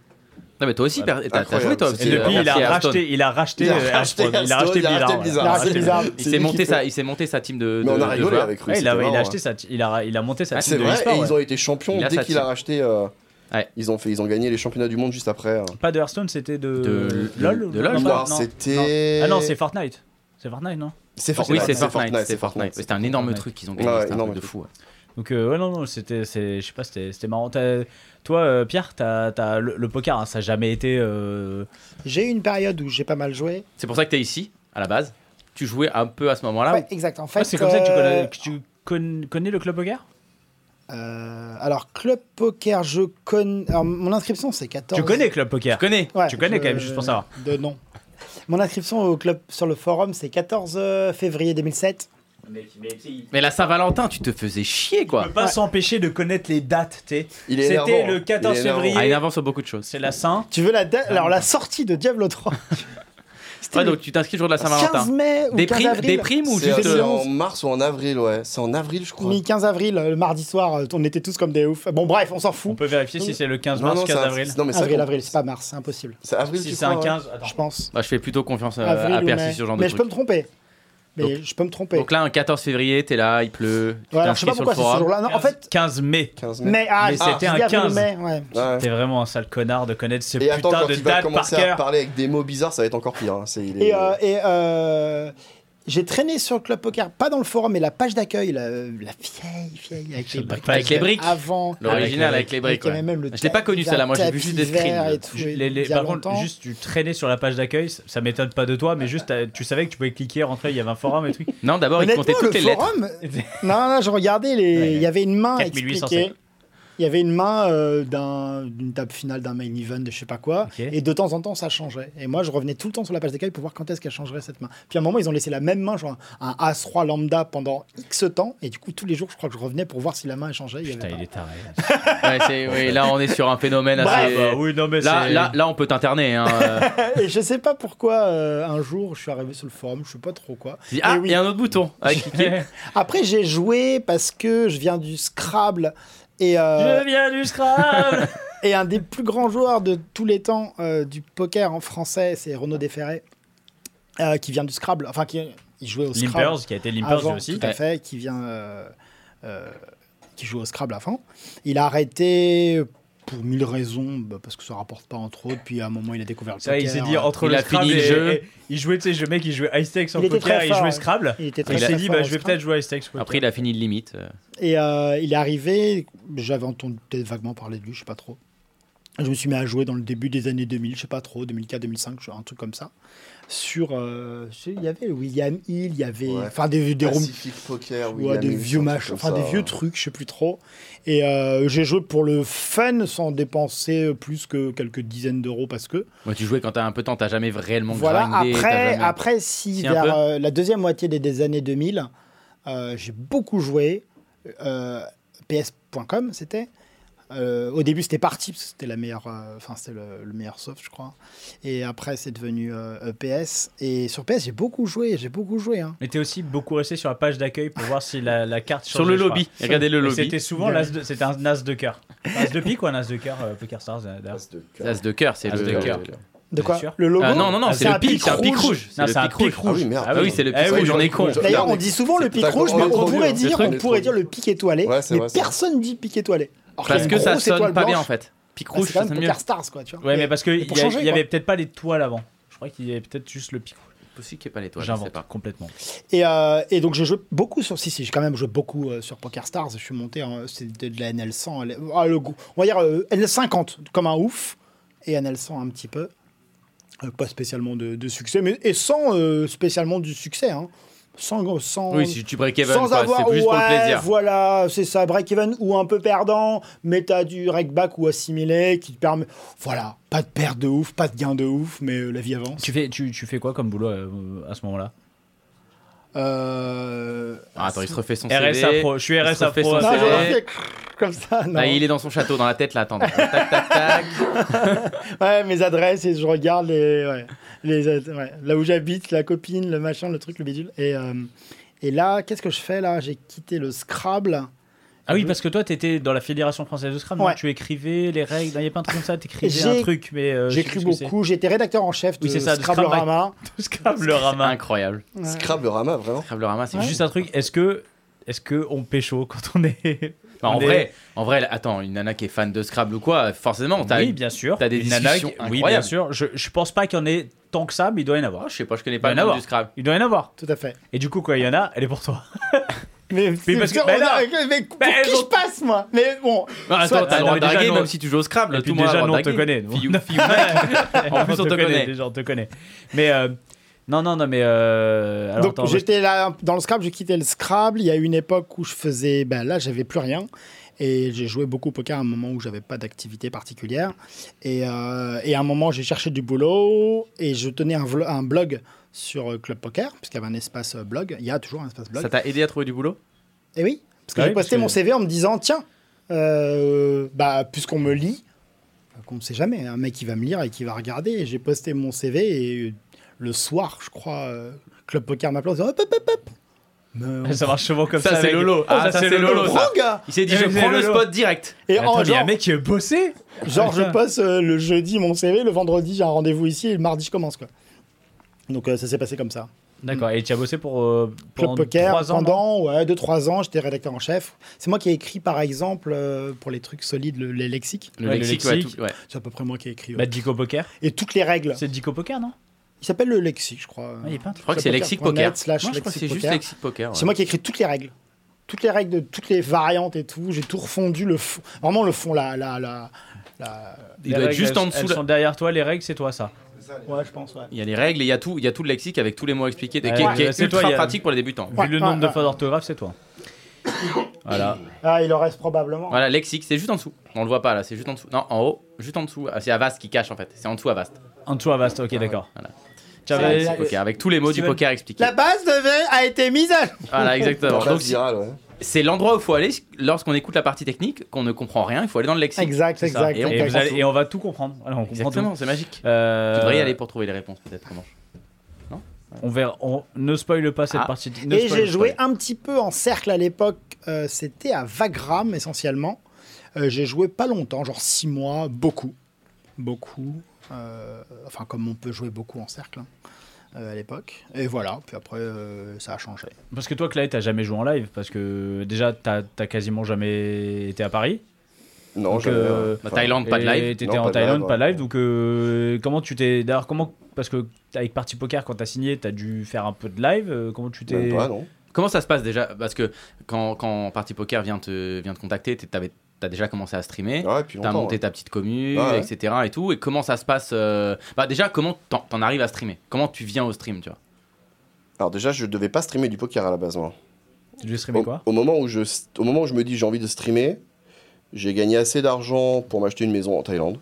A: Non, mais toi aussi,
B: Voilà.
A: per- t'as- t'as joué toi aussi.
D: Incroyable,
B: Et,
D: c'est-
A: euh,
B: depuis, il
A: merci
B: a,
A: à Hearthstone.
B: racheté, il a racheté,
D: Il a
B: euh,
D: racheté
B: Hearthstone, il a racheté
D: Hearthstone, il a
B: Blizzard. voilà.
D: racheté
B: Il a
D: Blizzard.
C: Ah,
B: racheté
C: c'est bizarre.
A: Il
D: C'est
A: s'est
D: lui
A: monté,
D: qui
A: sa-
D: fait.
A: il s'est monté sa team de. de-
D: Mais on a
A: de
D: rigolé
A: joueurs.
D: avec lui.
B: Ouais, il
D: c'était
B: a, il
D: marrant,
B: a
D: hein.
B: acheté sa, il a, il a monté sa
A: Ah,
B: team
D: C'est
B: de
D: vrai,
B: e-sport,
D: et
B: ouais.
D: ils ont été champions
A: Il a
D: dès
A: sa
D: qu'il a
A: team.
D: racheté. euh,
A: Ouais.
D: ils, ont fait, ils ont gagné les championnats du monde juste après. euh.
B: Pas de Hearthstone, c'était de,
A: De-
B: LOL
A: de
B: ou-
A: LOL,
B: non,
A: je
B: pas-
D: Non,
B: non.
D: c'était.
B: Ah non, c'est Fortnite. C'est Fortnite, non
D: C'est
A: Oui,
D: Fortnite.
A: c'est Fortnite. C'est Fortnite.
D: c'est
A: C'était un énorme
B: Fortnite.
A: truc qu'ils ont gagné.
D: Ouais,
A: C'était un
D: énorme
A: truc de
D: truc.
A: fou. ouais.
B: Donc, euh, ouais, non, non, c'était, c'est- je sais pas, c'était c'était marrant. T'as- toi, euh, Pierre, t'as, t'as- le, le poker, hein, ça a jamais été. euh,
C: J'ai eu une période où j'ai pas mal joué.
A: C'est pour ça que t'es ici, à la base. Tu jouais un peu à ce moment-là.
C: Ouais, exact. En fait,
B: Ah, c'est comme ça que tu,
C: euh,
B: connais, que tu con- connais le club poker
C: euh, alors, club poker, je connais. Alors, mon inscription, c'est 14.
B: Tu connais le club poker
A: Tu connais
C: Ouais,
B: Tu connais
C: je-
B: quand même, juste pour savoir.
C: De nom. Mon inscription au club sur le forum, c'est 14 euh, février 2007.
A: Mais la Saint-Valentin, tu te faisais chier,
B: On
A: quoi.
B: peut pas
C: Ouais.
B: s'empêcher de connaître les dates, tu sais.
D: Il est
B: C'était
D: énervant, hein.
B: le 14
D: Il est énervant.
B: février.
A: Ah, il avance sur beaucoup de choses.
B: C'est la Saint.
C: Tu veux la da-
B: Ah,
C: alors la sortie de
B: *laughs*
C: Diablo 3 C'était
A: Ouais,
C: le
A: donc tu t'inscris le jour de la
C: 15
A: Saint-Valentin.
C: mai ou
A: Des
C: 15
A: primes,
C: avril.
A: des primes ou
D: C'est
A: juste.
D: c'est
A: euh,
D: en mars ou en avril, ouais. C'est en avril, je crois.
C: Mi 15 avril, euh, le mardi soir, euh, on était tous comme des ouf. Bon bref, on s'en
B: On
C: fout.
B: peut vérifier si c'est le 15
D: Non,
B: mars,
D: non, c'est
B: 15
D: un-
B: avril.
D: Non, mais c'est
C: Avril,
D: vrai qu'on-
C: avril, c'est pas mars, c'est impossible,
D: C'est avril,
B: Si
D: tu
B: c'est un
D: crois, ouais.
B: 15, attends.
C: je pense.
A: bah, je fais plutôt confiance euh,
C: Avril
A: à
C: ou
A: Percy
C: mai.
A: sur ce genre
C: Mais
A: de
C: je peux me
A: truc.
C: tromper. Mais je peux me tromper.
A: Donc là, un 14 février, t'es là, il pleut. Tu
C: Ouais, alors, je sais
A: t'inscris sur
C: pas
A: le
C: pourquoi c'est ce
A: forum.
C: jour-là. Non, En fait,
B: 15 mai.
D: 15 mai.
C: mais, ah,
B: Mais c'était un
C: je dis avril,
B: 15.
C: mai, ouais.
D: Ouais.
B: T'es vraiment un sale connard de connaître ce
D: Et
B: putain
D: attends, quand
B: de
D: il va
B: date par
D: commencer à
B: cœur.
D: parler avec des mots bizarres, ça va être encore pire. hein. C'est- il est-
C: Et, euh, et, euh, j'ai traîné sur le club poker, pas dans le forum, mais la page d'accueil, la, la vieille, vieille, avec les
B: La
C: briques.
B: page
A: Avec les briques.
B: Ah,
C: Avant.
A: L'original avec les briques.
C: Il y avait
A: ouais.
C: même le
A: Je l'ai pas connu, celle-là, moi, j'ai vu
C: tapis
A: juste des screens.
C: vert et tout,
B: Je-
C: il
B: les- les-
C: y a
B: par contre,
C: longtemps.
B: juste tu traînais sur la page d'accueil, ça, ça m'étonne pas de toi, mais juste t'as- tu savais que tu pouvais cliquer, rentrer, il y avait un forum et truc.
A: Non, d'abord, il
C: Honnêtement,
A: comptait toutes
C: le
A: les lettres. *laughs*
C: forum, Non, non, je regardais, les...
B: Ouais.
C: il y avait une main
B: 4800,
C: expliquée. Il y avait une main euh, d'un- d'une table finale, d'un main event, de je sais pas quoi.
B: Ok.
C: Et de temps en temps, ça changeait. Et moi, je revenais tout le temps sur la page d'accueil pour voir quand est-ce qu'elle changerait cette main. Puis à un moment, ils ont laissé la même main, genre un As-Roi lambda pendant X temps. Et du coup, tous les jours, je crois que je revenais pour voir si la main a changé. Il y avait
B: Putain,
C: pas.
B: il est taré. *laughs*
A: Ouais, c'est- oui, là, on est sur un phénomène
C: Bref.
A: assez.
B: Ah bah oui, non, mais
A: *laughs* Là,
B: c'est-
A: là, là, on peut t'interner.
C: *laughs*
A: Hein. euh.
C: Et je sais pas pourquoi, euh, un jour, je suis arrivé sur le forum, je sais pas trop quoi.
A: Tu dis, Ah,
C: Et
A: il
C: oui.
A: y a un autre bouton.
C: *laughs*
A: Ah, cliquez.
C: Après, j'ai joué parce que je viens du Scrabble. Et, euh,
B: Je viens du Scrabble
C: et un des plus grands joueurs de tous les temps euh, du poker en français, c'est Renaud Desferré, euh, qui vient du Scrabble. Enfin, qui il jouait au Scrabble.
B: Limpers, qui a été Limpers lui
C: avant,
B: aussi.
C: Tout à
A: Ouais.
C: fait, qui vient. euh, euh, qui joue au Scrabble avant. Il a arrêté pour mille raisons, bah, parce que ça rapporte pas entre autres. Puis à un moment, il a découvert le
B: Ça, il
C: poker,
B: s'est dit oh,
C: euh,
B: entre
A: Il
B: le
A: a
B: Scrabble
A: fini le
B: et,
A: jeu.
B: et- il jouait, tu sais, je mec, il jouait Ice Stakes en
C: Il était
B: poker
C: très
B: et il
C: fort,
B: jouait
C: ouais.
B: Scrabble.
C: Il était très,
B: Il
C: très
B: s'est dit,
C: fort
B: bah,
C: au
B: je vais
C: Scrabble.
B: peut-être jouer à Ice Stakes.
A: Après, il a fini de limite. euh.
C: Et euh, il est arrivé, j'avais entendu peut-être vaguement parler de lui, je sais pas trop. Je me suis mis à jouer dans le début des années 2000, je sais pas trop, 2004, 2005, je- un truc comme ça. Sur, euh, je sais, il y avait William Hill, il y avait,
D: Ouais.
C: enfin des, des, rooms-
D: Pacific Poker,
C: ouais,
D: William
C: des
D: Hill,
C: vieux
D: un truc
C: matchs,
D: comme
C: enfin
D: ça,
C: des
D: ouais.
C: vieux trucs, je sais plus trop. Et euh, j'ai joué pour le fun, sans dépenser plus que quelques dizaines d'euros parce que.
A: Moi, tu jouais quand t'as un peu de temps, t'as jamais réellement
C: Voilà,
A: grindé. t'as
C: après,
A: jamais-
C: après si,
A: Si, un peu.
C: vers euh, la deuxième moitié des, des années 2000, euh, j'ai beaucoup joué. euh, PS.com, c'était. Euh, au début, c'était parti, parce que c'était la meilleure, euh, enfin c'était le, le meilleur soft, je crois. Et après, c'est devenu euh, PS. Et sur PS, j'ai beaucoup joué, j'ai beaucoup joué. hein.
B: Mais t'es aussi beaucoup resté sur la page d'accueil pour voir si la, la carte
A: Sur
B: changeait,
A: le
B: je
A: lobby.
B: crois.
A: Regardez le
B: Et
A: lobby.
B: C'était souvent l'as de- c'était un as de cœur. Un As de pique ou un as de cœur, euh, Poker Stars euh, d'ailleurs.
D: As de cœur.
A: As de cœur, c'est
B: As
A: le.
B: de cœur.
C: De quoi
B: Bien sûr.
C: Le logo
A: Ah, non, non, non,
C: Ah,
A: c'est le pic, c'est un pic rouge.
B: Non,
A: le
B: c'est un
A: pic
B: pic
A: rouge.
D: Ah
B: rouge.
D: oui, merde.
A: Ah oui, c'est le
B: Eh
A: pic
B: oui,
A: rouge, on
B: j'en ai
A: est con.
D: con.
C: D'ailleurs,
D: Regarde,
C: on dit souvent le pic
D: putain,
C: rouge, mais
D: on est
C: on
D: trop
A: hein.
C: pourrait
D: vieux,
C: dire,
D: on est
C: on
D: trop
C: pourrait
D: vieux.
C: dire le pic étoilé,
D: Ouais, c'est
C: mais
D: vrai, ça.
C: personne dit pic étoilé. Alors
A: Parce
C: qu'il y a
A: que
C: une
A: ça
C: grosse étoile
A: sonne pas bien en
C: blanche,
A: fait. Pic
C: bah,
A: rouge,
C: c'est quand
A: ça
C: même
A: sonne mieux.
C: Poker Stars, quoi, tu vois.
B: Ouais,
C: Et-
B: mais parce qu'il
C: pour
B: y, a-
C: changer,
B: il y avait
C: quoi.
B: peut-être pas l'étoile avant. Je crois qu'il y avait peut-être juste le pic rouge.
A: Possible qu'il n'y ait pas l'étoile, je sais
B: J'invente
A: pas.
B: complètement.
C: Et, euh, et donc j'ai joué beaucoup sur. Si, si, j'ai quand même joué beaucoup euh, sur Poker Stars. Je suis monté, en- c'est de, de la NL100. elle- ah, le go- on va dire euh, NL50 comme un ouf. Et NL100 un petit peu. Euh, pas spécialement de, de succès, mais et sans euh, spécialement du succès. Hein. Sans, sans,
A: Oui, si tu break even,
C: sans
A: quoi, c'est
C: avoir.
A: plus juste pour le
C: ouais,
A: plaisir.
C: voilà, c'est ça, break-even ou un peu perdant, mais t'as du rec-back ou assimilé qui te permet. Voilà, pas de perte de ouf, pas de gain de ouf, mais euh, la vie avance.
B: Tu fais, tu, tu fais quoi comme boulot euh, à ce moment-là
C: Euh,
A: Ah, Attends, il se refait son
B: RSA
A: CV.
B: Pro, je suis
A: il se
B: RSA
A: refait
B: Pro.
A: son
C: Non,
B: à
A: CV.
B: zéro.
C: j'aurais fait comme ça, non.
B: Bah,
A: Là, Ah, il est dans son château, dans la tête, là, *laughs* attends. Tac, tac, tac.
C: Ouais, mes adresses et je regarde les, ouais, les ad- ouais, là où j'habite, la copine, le machin, le truc, le bidule. Et, euh, et là, qu'est-ce que je fais là J'ai quitté le Scrabble.
B: Ah oui, parce que toi, t'étais dans la Fédération Française de Scrabble,
C: Ouais.
B: donc tu écrivais les règles, il n'y a pas un truc comme ça, t'écrivais
C: J'ai-
B: un truc, mais... euh, je sais
C: J'écris
B: plus ce que
C: beaucoup. J'étais rédacteur en chef de
B: Oui, c'est ça, de
C: Scrabble Rama.
B: c'est. *laughs* Scrabble
A: C'est
B: Rama.
A: Incroyable.
D: Scrabble Rama, vraiment.
A: Scrabble Rama, c'est juste.
B: Juste un truc, est-ce que... Est-ce que on pécho quand on est
A: Non, En
B: on est-
A: vrai, en vrai, là, attends, une nana qui est fan de Scrabble ou quoi, forcément, *laughs* t'as
B: Oui, bien sûr.
A: t'as des
B: Une nana
A: discussions
B: qui- Oui, bien
A: incroyables.
B: sûr. Je, je pense pas qu'il y en ait tant que ça, mais il doit y en
A: Oh,
B: avoir.
A: je sais pas, je connais pas
B: Il
A: le
B: doit y en
A: nom
B: avoir.
A: du Scrabble.
B: Il doit y en avoir.
C: Tout à fait.
B: Et du coup, quand il y en a, elle est pour toi.
C: Mais,
B: Mais parce que- bah
C: on a-
B: non.
C: mais pour
B: Bah,
C: qui
B: elles ont-
C: je passe, moi Mais bon,
A: Ah,
C: Soit-
A: attends, t'as
B: Ah,
A: le
B: non,
A: droit
B: mais
A: de
B: déjà,
A: draguer,
B: nous-
A: même si tu joues au Scrabble.
B: Et puis
A: tout le monde a
B: déjà, nous,
A: le droit
B: on te
A: de
B: connaît.
A: draguer.
B: nous.
A: *laughs* Fille ou- fille ou mec. *laughs* En plus, on te connaît.
B: Déjà, on te connaît. Mais euh, non, non, non, mais. euh, alors,
C: donc
B: attends,
C: j'étais là dans le Scrabble, j'ai quitté le Scrabble. Il y a une époque où je faisais, ben là j'avais plus rien et j'ai joué beaucoup au poker à un moment où j'avais pas d'activité particulière et, euh, et à un moment j'ai cherché du boulot et je tenais un, vlo- un blog sur euh, Club Poker puisqu'il y avait un espace euh, blog. Il y a toujours un espace blog.
A: Ça t'a aidé à trouver du boulot
C: Et Eh oui, parce que
B: Ah
C: j'ai
B: oui,
C: posté
B: parce
C: mon
B: que-
C: CV en me disant tiens, euh, bah puisqu'on me lit, euh, qu'on ne sait jamais, un mec qui va me lire et qui va regarder. Et j'ai posté mon CV et euh, le soir, je crois, euh, Club Poker m'appelait en disant hop hop hop hop. Mais
B: *laughs*
C: on
B: Ça marche souvent comme ça.
A: Ça, c'est
B: avec-
A: Lolo.
B: Ah,
A: Ah, ça, c'est Lolo.
C: prend,
A: ça.
C: gars
A: Il s'est dit, je
B: Mais
A: prends le
B: Lolo.
A: spot direct.
C: Et
B: Attends,
C: en
B: mais il y a un
C: genre,
B: mec qui a bossé.
C: genre, je
B: Putain.
C: poste euh, le jeudi mon CV, le vendredi j'ai un rendez-vous ici et le mardi je commence quoi. Donc euh, ça s'est passé comme ça.
B: D'accord, et tu as bossé pour. euh,
C: Club
B: pendant
C: Poker,
B: trois ans, non
C: pendant ouais, 2-3 ans, j'étais rédacteur en chef. C'est moi qui ai écrit par exemple euh, pour les trucs solides, le- les lexiques.
A: Le
B: Ouais, le
A: lexique, ouais,
B: lexique.
A: tout- ouais.
C: C'est à peu près moi qui ai écrit. ouais.
B: Bah, Dico Poker.
C: Et toutes les règles.
B: C'est Dico Poker, non
C: Il s'appelle le lexique, je crois.
A: Ah,
B: Ouais, Il est pas un truc.
A: Je crois que c'est lexique poker.
C: Poker.net slash
A: Moi, je crois que c'est
C: lexique
A: juste
C: poker.
A: lexique poker.
C: C'est moi qui ai écrit toutes les règles. Toutes les règles, de toutes les variantes et tout. J'ai tout refondu, le fond. Vraiment le fond, la. la, la, la-
B: Les
A: Il doit être
B: règles,
A: juste
B: elles-
A: en dessous.
B: Elles
A: là.
B: sont derrière toi, les règles, c'est toi ça.
C: Ouais, je pense, ouais.
A: Il y a les règles et il y a tout, il y a tout le lexique avec tous les mots expliqués, qui, est-
B: Ouais,
A: qui est
B: c'est
A: ultra
B: toi, il y a-
A: pratique pour les débutants.
C: Ouais,
B: Vu le
C: ouais,
B: nombre de
C: ouais.
B: fois d'orthographe, c'est
C: *coughs*
B: toi. Voilà.
C: Ah, il en reste probablement.
A: Voilà, lexique, c'est juste en dessous. On le voit pas là, c'est juste en dessous. Non, en haut, juste en dessous. Ah, c'est Avast qui cache en fait. C'est en dessous Avast.
B: En dessous, Avast, ok, d'accord.
A: Voilà.
B: Tu avais-
C: Ça,
A: Ok, bah, avec tous les mots du
B: Steven.
A: poker expliqués.
C: La base devait, a été mise à.
A: Voilà, exactement.
D: Phase
A: Donc, c'est-
D: virale, ouais.
A: c'est l'endroit où il faut aller lorsqu'on écoute la partie technique, qu'on ne comprend rien, il faut aller dans le lexique.
C: Exact,
A: C'est ça.
C: exact.
A: Et on
B: Et,
C: comprend
B: vous allez-
C: tout.
B: et on va tout comprendre. Voilà, on comprend
A: Exactement,
B: tout.
A: c'est magique.
B: Euh,
A: Tu devrais y aller pour trouver les réponses peut-être. comment
B: On verra. on- Ne spoile pas cette
A: Ah.
B: partie. ne
C: Et
B: spoil
C: j'ai
B: pas.
C: joué un petit peu en cercle à l'époque. euh, C'était à Vagram essentiellement. Euh, j'ai joué pas longtemps, genre 6 mois, beaucoup. Beaucoup. Euh, enfin, comme on peut jouer beaucoup en cercle hein, euh, à l'époque. Et voilà, puis après, euh, ça a changé.
B: Parce que toi, Clay, t'as jamais joué en live parce que déjà, t'as t'as quasiment jamais été à Paris.
D: Non,
B: Donc,
D: j'avais,
B: euh,
D: enfin,
A: Bah, Thaïlande, pas de
B: Et
A: live.
B: t'étais
D: Non,
B: en
D: pas de live,
B: Thaïlande,
D: ouais.
B: pas live. Donc, euh, comment tu t'es. D'ailleurs, comment. Parce que avec Party Poker, quand t'as signé, t'as dû faire un peu de live. euh, Comment tu t'es.
D: Même pas, non.
A: Comment ça se passe déjà Parce que quand, quand Party Poker vient te, vient te contacter, t'es- t'avais- t'as déjà commencé à streamer.
D: Ouais, puis
A: T'as
D: longtemps.
A: monté
D: ouais.
A: ta petite commune,
D: Ouais, ouais.
A: etc. Et tout. Et comment ça se passe euh, Bah déjà, comment t'en t'en arrives à streamer Comment tu viens au stream, tu vois
D: Alors déjà, je devais pas streamer du poker à la base, moi.
B: Tu devais streamer
D: Au,
B: quoi
D: au moment où je, au moment où je me dis j'ai envie de streamer, j'ai gagné assez d'argent pour m'acheter une maison en Thaïlande.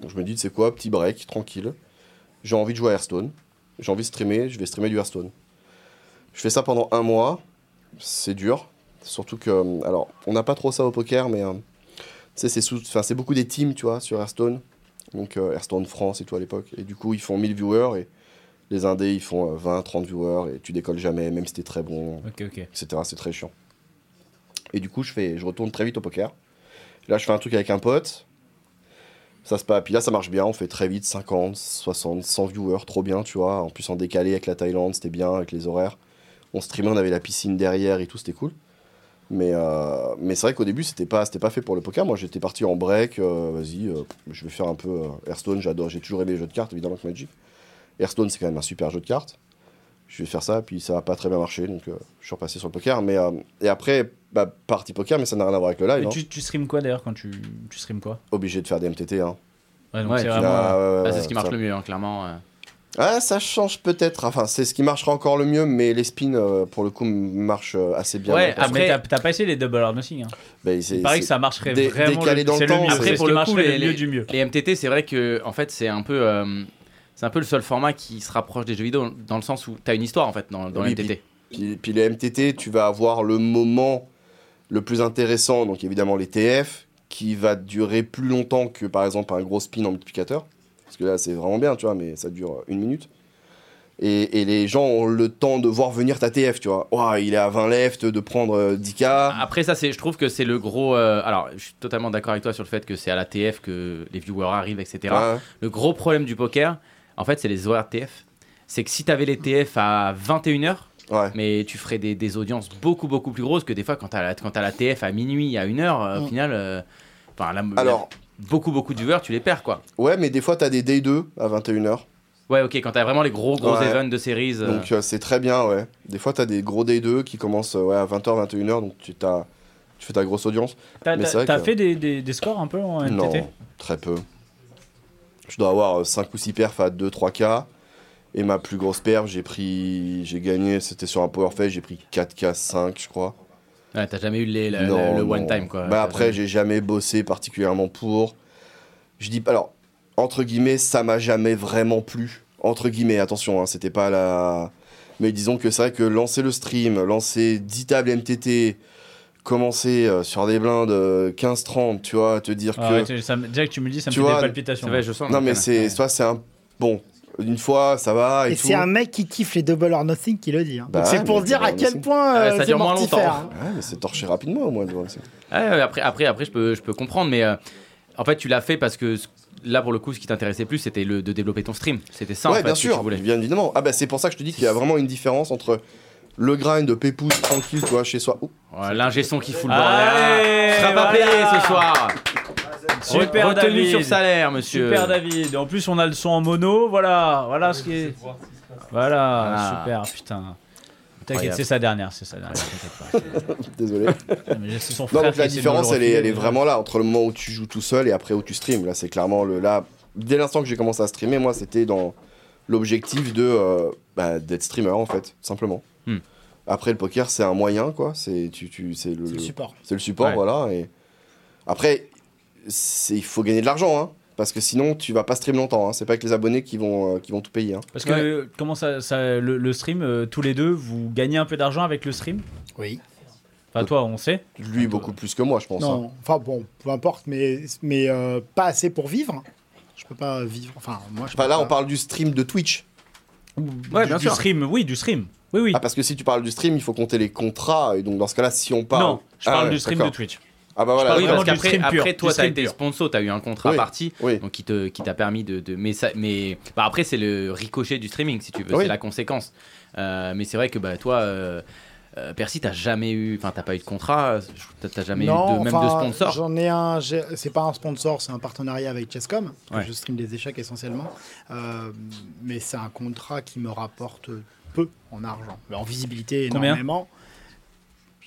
D: Donc je me dis c'est quoi, petit break, tranquille. J'ai envie de jouer à Hearthstone. J'ai envie de streamer, je vais streamer du Hearthstone. Je fais ça pendant un mois. C'est dur. Surtout que, euh, alors, on n'a pas trop ça au poker, mais euh, tu sais, c'est sous- enfin, c'est beaucoup des teams, tu vois, sur Hearthstone. Donc euh, Hearthstone France et tout à l'époque. Et du coup, ils font 1000 viewers et les indés, ils font euh, 20, 30 viewers et tu décolles jamais, même si t'es très bon
B: Ok, ok.
D: etc. C'est très chiant. Et du coup, je, fais, je retourne très vite au poker. Là, je fais un truc avec un pote. Ça se passe. Puis là, ça marche bien. On fait très vite 50, 60, 100 viewers. Trop bien, tu vois. En plus, en décalé avec la Thaïlande, c'était bien avec les horaires. On streamait, on avait la piscine derrière et tout, c'était cool. Mais, euh, mais c'est vrai qu'au début, c'était pas, c'était pas fait pour le poker. Moi, j'étais parti en break. euh, Vas-y, euh, je vais faire un peu euh, Hearthstone. J'adore. J'ai toujours aimé les jeux de cartes, évidemment, que Magic. Hearthstone, c'est quand même un super jeu de cartes je vais faire ça, puis ça n'a pas très bien marché, donc euh, je suis repassé sur le poker. Mais, euh, et après, bah, partie poker, mais ça n'a rien à voir avec le live.
B: Et
D: hein.
B: tu, tu streames quoi d'ailleurs quand tu, tu streames quoi
D: Obligé de faire des MTT. Hein.
B: Ouais, donc
A: Ouais,
B: c'est
A: tu-
B: vraiment.
D: Ah, ouais, ouais,
A: Ah,
D: ouais,
A: C'est ce qui marche
D: ça.
A: le mieux, hein, clairement. euh.
D: Ah, ça change peut-être. Enfin, c'est ce qui marchera encore le mieux, mais les spins, euh, pour le coup, m- marchent euh, assez bien.
A: Ouais,
D: Donc,
B: Mais
A: après-
B: t'as- t'as pas essayé les double or nothing. Hein.
D: bah, c'est-
B: Il paraît
D: c'est-
B: que ça marcherait
D: dé-
B: vraiment.
D: décalé dans le
B: c'est
D: temps,
B: mieux,
D: c'est-
B: Après,
D: Après,
B: pour le coup, le mieux du mieux.
A: les MTT, c'est vrai que en fait, c'est un peu. euh, c'est un peu le seul format qui se rapproche des jeux vidéo dans le sens où t'as une histoire en fait dans, dans
D: Oui,
A: les MTT.
D: Puis, puis les MTT, tu vas avoir le moment le plus intéressant, donc évidemment les TF, qui va durer plus longtemps que par exemple un gros spin en multiplicateur. Parce que là, c'est vraiment bien, tu vois, mais ça dure euh, une minute. Et, et les gens ont le temps de voir venir ta TF, tu vois. Ouah, il est à 20 left, de prendre euh, 10K.
A: Après ça, c'est, je trouve que c'est le gros. euh, alors, je suis totalement d'accord avec toi sur le fait que c'est à la TF que les viewers arrivent, etc.
D: Ouais.
A: Le gros problème du poker, en fait, c'est les horaires TF. C'est que si t'avais les TF à 21h,
D: Ouais.
A: mais tu ferais des, des audiences beaucoup beaucoup plus grosses que des fois quand t'as la, quand t'as la TF à minuit à 1h, euh, au
C: Mm.
A: final, euh, enfin, la-
D: Alors,
A: beaucoup beaucoup de viewers, tu les perds quoi.
D: ouais, mais des fois, t'as des day 2 à 21h.
A: Ouais, ok, quand t'as vraiment les gros gros
D: Ouais.
A: events de séries. euh,
D: Donc euh, c'est très bien, ouais. Des fois, t'as des gros day 2 qui commencent euh, ouais, à 20h, 21h, donc tu, t'as- tu fais ta grosse audience.
B: T'as
D: Mais
B: t'as-
D: c'est vrai
B: t'as
D: que-
B: fait des, des- des scores un peu en NTT
D: Non, très peu. Je dois avoir 5 ou 6 perfs à 2-3K. Et ma plus grosse perf, j'ai pris. J'ai gagné, c'était sur un Powerface, j'ai pris 4K, 5, je crois.
A: ouais, t'as jamais eu les- la- la-
D: Non,
A: le
D: non.
A: one time quoi.
D: Bah
A: T'as
D: après,
A: jamais-
D: j'ai jamais bossé particulièrement pour. Je dis pas. Alors, entre guillemets, ça m'a jamais vraiment plu. Entre guillemets, attention, hein, c'était pas la. Mais disons que c'est vrai que lancer le stream, lancer 10 tables MTT, commencer euh, sur des blindes euh, 15-30, tu vois, te dire
B: Ah
D: que.
B: ouais, tu- ça me- déjà que tu me le dis, ça me
D: Tu
B: fait
D: vois,
B: des palpitations.
A: Ça va, je sens.
D: Non,
A: donc,
B: euh,
D: mais
A: ouais.
D: c'est. Soit c'est un. Bon, une fois, ça va et,
C: Et
D: tout.
C: c'est un mec qui kiffe les Double or Nothing qui le dit. hein.
D: Bah
C: Donc
D: ouais,
C: c'est pour
D: mais
C: dire
D: Double
C: à
D: or
C: quel
D: Nothing.
C: point euh,
A: Ah, ça
C: c'est
A: dure moins
C: mortifère. hein.
A: longtemps.
D: Ouais, mais c'est torché rapidement au moins. tu vois, c'est-
A: Ouais, Ah, ouais, après, après, après, je peux, je peux comprendre, mais euh, en fait, tu l'as fait parce que ce- là, pour le coup, ce qui t'intéressait plus, c'était le- de développer ton stream. C'était ça, en
D: ouais,
A: fait,
D: bien
A: que tu
D: sûr,
A: voulais.
D: bien évidemment. Ah bah c'est pour ça que je te dis qu'il y a vraiment une différence entre le grind de pépouze tranquille, toi, chez soi. Ouh.
A: Ouais, L'ingé son qui fout le bordel.
B: Allez,
A: Tu seras pas
B: voilà.
A: payé ce soir.
B: Super
A: Re- Retenu
B: David.
A: sur salaire, monsieur.
B: Super David. En plus, on a le son en mono. Voilà, voilà ce qui est. Voilà,
A: Ah.
B: super, putain. T'inquiète,
A: Incroyable.
B: c'est sa dernière, c'est sa dernière. t'inquiète
A: *laughs*
D: Désolé.
B: pas. Non, mais c'est son
D: non,
B: frère
D: donc
B: qui
D: la
B: essaie de
D: différence,
B: le
D: elle est, elle
B: refiler.
D: est vraiment là entre le moment où tu joues tout seul et après où tu streams. Là, c'est clairement le là. Dès l'instant que j'ai commencé à streamer, moi, c'était dans l'objectif de euh, bah, d'être streamer en fait, simplement.
A: Hmm.
D: Après, le poker, c'est un moyen, quoi. C'est tu, tu, c'est le,
C: C'est le
D: le-
C: support.
D: C'est le support,
A: Ouais.
D: voilà. Et après, c'est- il faut gagner de l'argent, hein, parce que sinon tu vas pas stream longtemps. Hein. C'est pas avec les abonnés qui vont euh, qui vont tout payer. Hein.
B: Parce que euh, comment ça, ça- le, le stream, euh, tous les deux, vous gagnez un peu d'argent avec le stream
C: Oui.
B: Enfin, toi, on sait.
D: Lui beaucoup plus que moi, je pense. hein.
C: Ah, Non, enfin bon, peu importe, mais, mais euh, pas assez pour vivre. Je peux pas vivre. Enfin, moi, je
D: Enfin,
C: peux
D: là,
C: pas-
D: on parle du stream de Twitch.
A: Ouais,
B: du,
A: bien
B: du
A: sûr.
B: stream, oui, du stream. Oui, oui.
D: Ah, parce que si tu parles du stream, il faut compter les contrats. Et donc, dans ce cas-là, si on parle.
B: non, je
D: Ah
B: parle
D: ouais,
B: du stream de
D: d'accord.
B: Twitch.
D: Ah, bah voilà.
B: parle
A: oui,
B: vraiment
A: parce
B: du
A: qu'après,
B: stream pur,
A: après,
B: du
A: toi, t'as
B: stream
A: été
B: pur.
A: sponsor, t'as eu un contrat
D: Oui.
A: parti,
D: Oui.
A: donc qui te, qui t'a permis de, de- mais ça, mais bah, après, c'est le ricochet du streaming, si tu veux,
D: Oui.
A: c'est la conséquence. Euh, mais c'est vrai que bah toi, euh, euh, Percy, t'as jamais eu, enfin, t'as pas eu de contrat, euh, t'as- t'as jamais eu de, même de
C: enfin,
A: sponsor.
C: J'en ai un, j'ai- c'est pas un sponsor, c'est un partenariat avec Chesscom. que
A: Ouais.
C: Je stream des échecs essentiellement. Euh, mais c'est un contrat qui me rapporte peu en argent, mais en visibilité
B: Combien
C: énormément.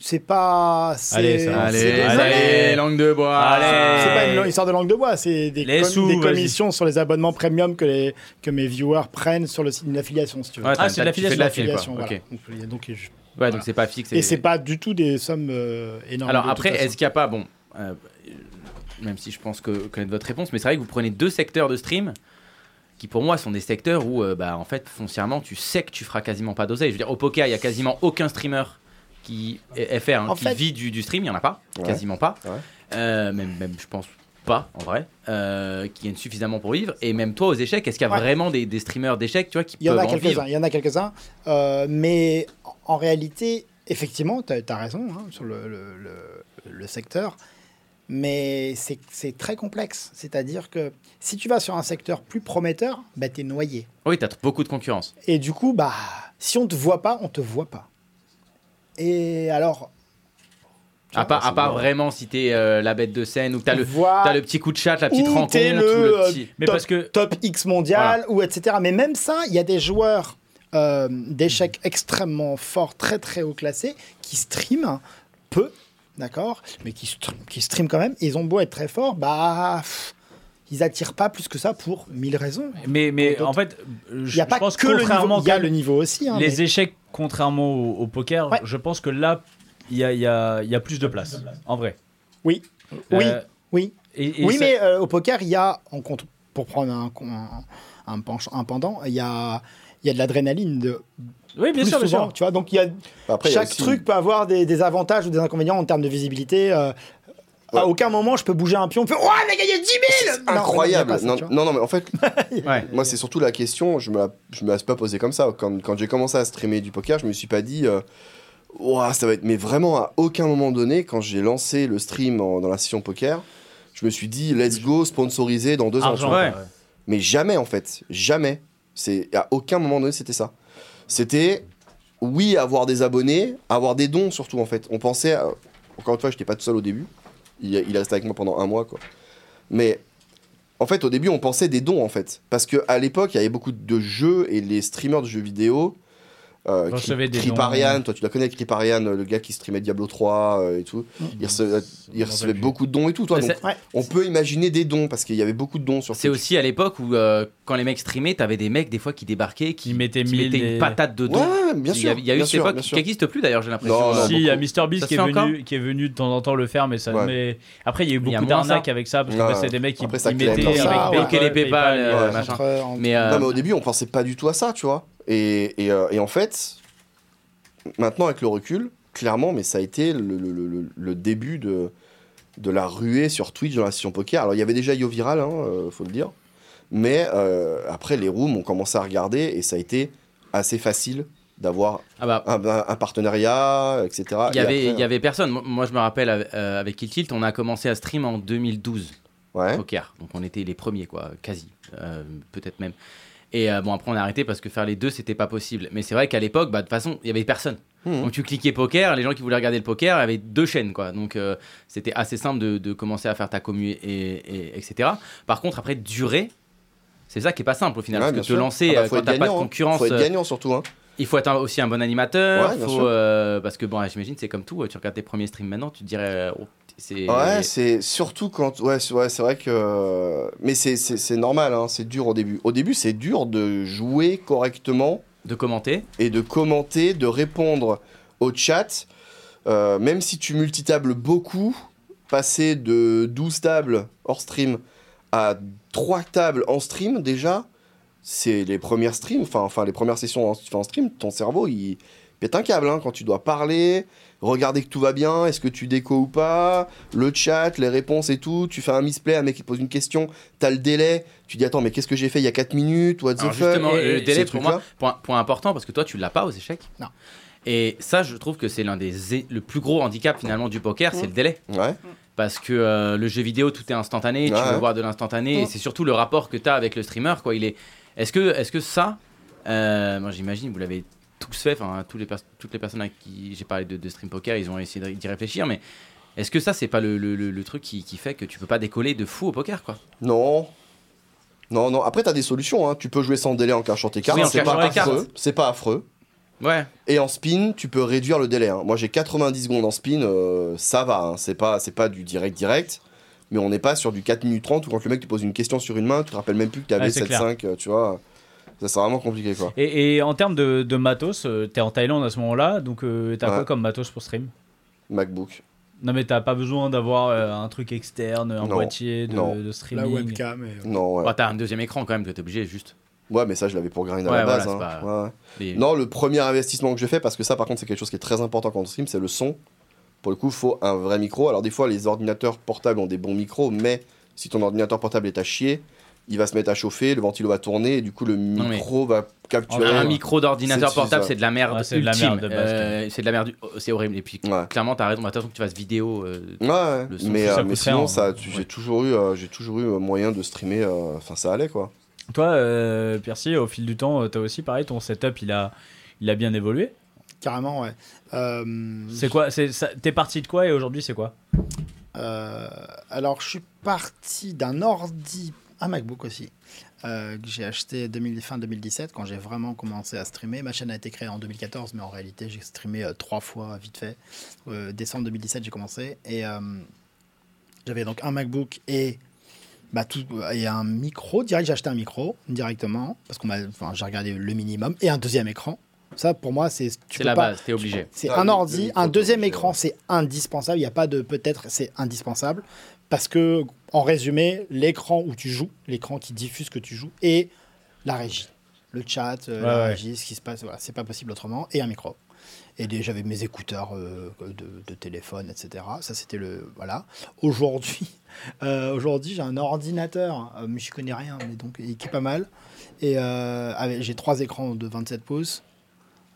C: C'est pas. c'est-
B: Allez, ça va.
C: c'est-
A: Allez,
B: Allez.
A: allez, langue de bois.
B: Allez.
C: C'est pas une histoire de langue de bois, c'est des,
B: Les
C: com-
B: sous,
C: des
B: vas-y.
C: commissions sur les abonnements premium que, les, que mes viewers prennent sur le site de l'affiliation, si tu veux.
A: Ouais, t'as-
B: Ah, c'est de
A: t'as- tu
B: l'affiliation,
A: fais de l'affiliation,
C: Affiliation,
A: quoi. Ok.
C: voilà. Donc, il y a donc- je-
A: Ouais, donc c'est pas fixe.
C: Et c'est pas du tout des sommes euh, énormes.
A: Alors
C: de toute
A: après,
C: façon.
A: est-ce qu'il n'y a pas, bon, euh, même si je pense que connaître votre réponse, mais c'est vrai que vous prenez deux secteurs de stream qui pour moi sont des secteurs où, euh, bah, en fait, foncièrement, tu sais que tu feras quasiment pas d'oseille. Je veux dire, au poker, il y a quasiment aucun streamer qui est FR, hein,
C: En
A: qui
C: fait-
A: vit du, du stream, il y en a pas,
D: Ouais.
A: quasiment pas.
D: Ouais.
A: Euh, même, même, je pense pas en vrai, euh, qui gagnent suffisamment pour vivre. Et même toi aux échecs, est-ce qu'il y a
C: Ouais.
A: vraiment des, des streamers d'échecs, tu vois, qui
C: Il y en
A: peuvent
C: a
A: en vivre
C: quelques-uns, il y en a quelques-uns. Euh, mais en- en réalité, effectivement, tu as, raison hein, sur le, le- le- le secteur. Mais c'est- c'est très complexe. C'est-à-dire que si tu vas sur un secteur plus prometteur, bah, tu es noyé.
A: Oui, t'as t- beaucoup de concurrence.
C: Et du coup, bah, si on te voit pas, on te voit pas. Et alors, Tu
A: À
C: vois,
A: part,
D: c'est
A: à part
D: bien.
A: vraiment si t'es euh, la bête de scène ou que t'as le,
D: Ah.
C: vois
A: T'as le petit coup de chat, la petite
C: Ou
A: rencontre,
C: t'es
A: ou
C: le,
A: le
C: euh,
A: petit.
B: Mais
C: top,
B: parce que-
C: top X mondial ou etc. Mais même ça, il y a des joueurs euh, d'échecs extrêmement forts, très très haut classés, qui streament peu, d'accord, mais qui, str- qui streament quand même. Ils ont beau être très forts, bah pff, ils attirent pas plus que ça pour mille raisons.
B: Mais, mais
C: Pour
B: en fait, je,
C: Il n'y
B: je
C: a pas
B: pense
C: que le
B: contrairement
C: niveau, il y a
B: que
C: le niveau aussi. hein,
B: les
C: mais-
B: échecs, contrairement au, au poker,
C: Ouais.
B: je pense que là, il y a, il y a- il y a plus de place, en vrai.
C: Oui, oui,
B: Euh,
C: oui.
B: et- et
C: oui,
B: ça-
C: mais euh, au poker, il y a, en compte, pour prendre un, un, un pench- un pendant, il y a, il y a de l'adrénaline de
B: Oui, bien
C: plus
B: sûr, bien
C: souvent,
B: sûr.
C: tu vois. Donc il y a
D: Après, il y a
C: Chaque
D: aussi-
C: truc peut avoir des, des avantages ou des inconvénients en termes de visibilité. euh, À
D: Ouais.
C: aucun moment, je peux bouger un pion. on fait, Oh, elle a gagné 10 000 Non,
D: Incroyable.
C: non, *laughs* il y a pas ça,
D: Non,
C: tu vois.
D: non, non, mais en fait,
A: Ouais.
D: moi, c'est surtout la question. Je me la, je me la suis pas posée comme ça. Quand, quand j'ai commencé à streamer du poker, je me suis pas dit. euh, Ouah, ça va être. Mais vraiment, à aucun moment donné, quand j'ai lancé le stream en- dans la session poker, je me suis dit, let's go, sponsorisé dans deux ans. tu
B: Argent,
D: vois.
B: ouais.
D: Mais jamais, en fait. Jamais. C'est À aucun moment donné, c'était ça. C'était, oui, avoir des abonnés, avoir des dons, surtout, en fait. On pensait, euh, à- encore une fois, j'étais pas tout seul au début. Il, il est resté avec moi pendant un mois, quoi. Mais en fait, au début, on pensait des dons, en fait. Parce qu'à l'époque, il y avait beaucoup de jeux et les streamers de jeux vidéo. Euh,
B: Recevaient des
D: Kriparian,
B: dons.
D: toi tu la connais, Kriparian, le gars qui streamait Diablo 3 euh, et tout.
B: Mmh.
D: Il recevait, il recevait beaucoup de dons et tout. Toi,
A: Mais
D: donc,
A: c'est-
D: on peut imaginer des dons parce qu'il y avait beaucoup de dons sur
A: C'est
D: Twitch.
A: aussi à l'époque où, euh, quand les mecs streamaient, t'avais des mecs des fois qui débarquaient, qui,
B: Qui mettait
A: qui mettaient une patate de
D: Ouais,
A: dons.
D: ouais, bien
A: il y
D: sûr.
A: a, il y a eu
D: bien
A: cette
D: sûr,
A: époque
D: bien
A: qui
D: sûr.
A: n'existe plus d'ailleurs, j'ai
D: Non,
A: l'impression.
D: non,
B: Si, il y a
D: beaucoup.
B: MrBeast
A: Ça se
B: qui, est
A: fait
B: venu-
A: encore
B: qui est venu de temps en temps le faire, mais ça
D: Ouais.
B: met- Après, il y a eu
A: y a
B: beaucoup
A: moins
B: d'arnaques
A: ça.
B: avec ça, parce que
D: Ouais.
B: après, c'est des mecs qui,
D: Après, ça
B: qui
D: clame
B: mettaient
D: comme
B: avec
C: ça, ouais.
B: PayPal,
A: Ok, les PayPal,
B: PayPal,
A: euh,
B: et-
A: machin.
C: Entre- entre-
A: Mais, euh,
D: Non, mais au début, on pensait pas du tout à ça, tu vois. Et, et, euh, et en fait, maintenant, avec le recul, clairement, mais ça a été le, le- le- le- le début de, de la ruée sur Twitch dans la session poker. Alors, il y avait déjà Yo Viral, hein, euh, faut le dire. Mais euh, après, les rooms ont commencé à regarder et ça a été assez facile d'avoir
A: Ah bah,
D: un, un- un partenariat, etc.
A: il y
D: Et
A: avait, il
D: après-
A: y avait personne. Moi- Moi, je me rappelle euh, avec Kill Tilt, on a commencé à stream en 2012.
D: Ouais.
A: poker. Donc on était les premiers, quoi, quasi, Euh, peut-être même. Et euh, bon, après on a arrêté parce que faire les deux, c'était pas possible. Mais c'est vrai qu'à l'époque, bah, de toute façon, il y avait personne.
D: Mhm.
A: Donc tu cliquais poker, les gens qui voulaient regarder le poker avaient deux chaînes, quoi. Donc euh, c'était assez simple de, de commencer à faire ta commu, et, et- etc. Par contre, après, durer. C'est ça qui est pas simple au final,
D: Ouais,
A: parce
D: bien
A: que te
D: sûr.
A: lancer
D: Ah bah,
A: euh,
D: faut
A: quand
D: être
A: t'as pas de
D: gagnant, hein.
A: concurrence,
D: Faut être
A: euh,
D: gagnant surtout. Hein.
A: il faut être un- aussi un bon animateur,
D: Ouais, bien
A: faut,
D: sûr.
A: euh, parce que bon, j'imagine c'est comme tout. euh, Tu regardes tes premiers streams maintenant, tu te dirais, euh, oh, c'est
D: Ouais, c'est surtout quand. Ouais, c'est ouais, c'est vrai que. Mais c'est- c'est c'est normal, hein, c'est dur au début. Au début, c'est dur de jouer correctement
A: de commenter.
D: et de commenter, de répondre au chat. Euh, même si tu multitables beaucoup, passer de 12 tables hors stream à 3 tables en stream, déjà, c'est les premières streams, enfin, enfin les premières sessions en, enfin, en stream, ton cerveau, il pète un câble hein, quand tu dois parler, regarder que tout va bien, est-ce que tu déco ou pas, le chat, les réponses et tout, tu fais un misplay, un mec qui pose une question, t'as le délai, tu dis attends mais qu'est-ce que j'ai fait il y a 4 minutes, what the
A: Alors
D: fuck
A: justement,
D: Et-
A: le
D: et
A: délai
D: ces
A: pour
D: trucs-là.
A: moi, point, point important parce que toi tu l'as pas aux échecs.
C: Non.
A: Et ça, je trouve que c'est l'un des é- le plus gros handicap finalement du poker, c'est le délai.
D: Ouais,
A: Parce que euh, le jeu vidéo, tout est instantané, tu
D: Ouais,
A: veux
D: ouais.
A: voir de l'instantané, et c'est surtout le rapport que tu as avec le streamer. Quoi. Il est... Est-ce que, est que ça, euh, moi j'imagine, vous l'avez tous fait, enfin, tous les pers- toutes les personnes à qui j'ai parlé de, de stream poker, ils ont essayé de- d'y réfléchir, mais est-ce que ça, c'est pas le, le- le- le truc qui, qui fait que tu peux pas décoller de fou au poker quoi
D: non. Non, non, après t'as des solutions, hein. tu peux jouer sans délai en cachant tes cartes,
A: Oui, en
D: c'est
A: cachant
D: pas
A: tes cartes.
D: affreux, c'est pas affreux.
A: Ouais,
D: Et en spin, tu peux réduire le délai. hein. Moi, j'ai 90 secondes en spin, euh, ça va. hein. C'est pas, c'est pas du direct direct, mais on n'est pas sur du 4 minutes 30 où quand le mec te pose une question sur une main, tu te rappelles même plus que t'avais
B: Ouais, c'est
D: 7-5, euh, tu vois. Ça, c'est vraiment compliqué, quoi.
B: Et, et en termes de, de matos, euh, t'es en Thaïlande à ce moment-là, donc euh, t'as
D: Ouais.
B: quoi comme matos pour stream
D: MacBook.
B: Non, mais t'as pas besoin d'avoir euh, un truc externe, un
D: Non.
B: boîtier de,
D: Non.
B: de
C: La
B: streaming.
C: webcam. et-
D: Non, ouais.
A: Bah, t'as un deuxième écran quand même que t'es obligé juste.
D: Ouais, mais ça, je l'avais pour grind à
A: Ouais,
D: la base.
A: voilà,
D: hein.
A: c'est
D: Ouais, ouais.
A: Mais-
D: Non, le premier investissement que j'ai fait, parce que ça, par contre, c'est quelque chose qui est très important quand on stream, c'est le son. Pour le coup, faut un vrai micro. Alors, des fois, les ordinateurs portables ont des bons micros, mais si ton ordinateur portable est à chier, il va se mettre à chauffer, le ventilo va tourner, et du coup, le
A: Non, mais-
D: micro va capturer.
A: Un
B: Ouais.
A: micro d'ordinateur
D: C'est-
A: portable,
D: c'est ça.
A: c'est de la merde.
B: Ouais, c'est de la
A: ultime.
B: merde de base,
A: Euh, c'est de la merde. du- oh, C'est horrible. Et puis,
D: Ouais.
A: clairement, t'as raison. Bah, De toute façon, que tu fasses vidéo. euh,
D: Ouais, ouais.
A: Le son,
D: mais,
B: ça
D: euh,
B: coûte
D: mais
B: rien,
D: sinon,
B: hein.
D: ça, tu-
A: Ouais.
D: j'ai toujours eu, euh, j'ai toujours eu euh, moyen de streamer. euh, Enfin, ça allait quoi.
B: Toi, euh, Percy, au fil du temps, euh, t'as aussi pareil, ton setup, il a, il a bien évolué.
C: Carrément, ouais. Euh,
B: C'est quoi c'est- ça- T'es parti de quoi et aujourd'hui, c'est quoi
C: euh, alors, je suis parti d'un ordi, un MacBook aussi, euh, que j'ai acheté 2000 fin 2017, quand j'ai vraiment commencé à streamer. Ma chaîne a été créée en 2014, mais en réalité, j'ai streamé euh, trois fois, vite fait. Euh, décembre 2017, j'ai commencé. Et euh, j'avais donc un MacBook et, bah, tout, et un micro. Direct, j'ai acheté un micro
A: Mm.
C: directement, parce que j'ai regardé le minimum, et un deuxième écran. Ça, pour moi, c'est... tu
A: C'est
C: peux
A: la
C: pas-
A: base. T'es obligé.
C: C'est
D: Ah,
C: un
D: le- le
C: ordi,
D: micro,
C: un
D: t'es
C: deuxième
D: obligé,
C: écran,
D: ouais.
C: c'est indispensable. Il n'y a pas de peut-être, c'est indispensable. Parce que, en résumé, l'écran où tu joues, l'écran qui diffuse que tu joues, et la régie. Le chat, euh,
B: Ouais,
C: la
B: ouais.
C: régie, ce qui se passe, voilà, c'est pas possible autrement, et un micro. Et des- j'avais mes écouteurs euh, de, de téléphone, etc. Ça, c'était le. Voilà. Aujourd'hui, *laughs* euh, aujourd'hui j'ai un ordinateur, euh, mais je connais rien, mais donc, il- qui est pas mal. Et euh, avec- j'ai trois écrans de 27 pouces,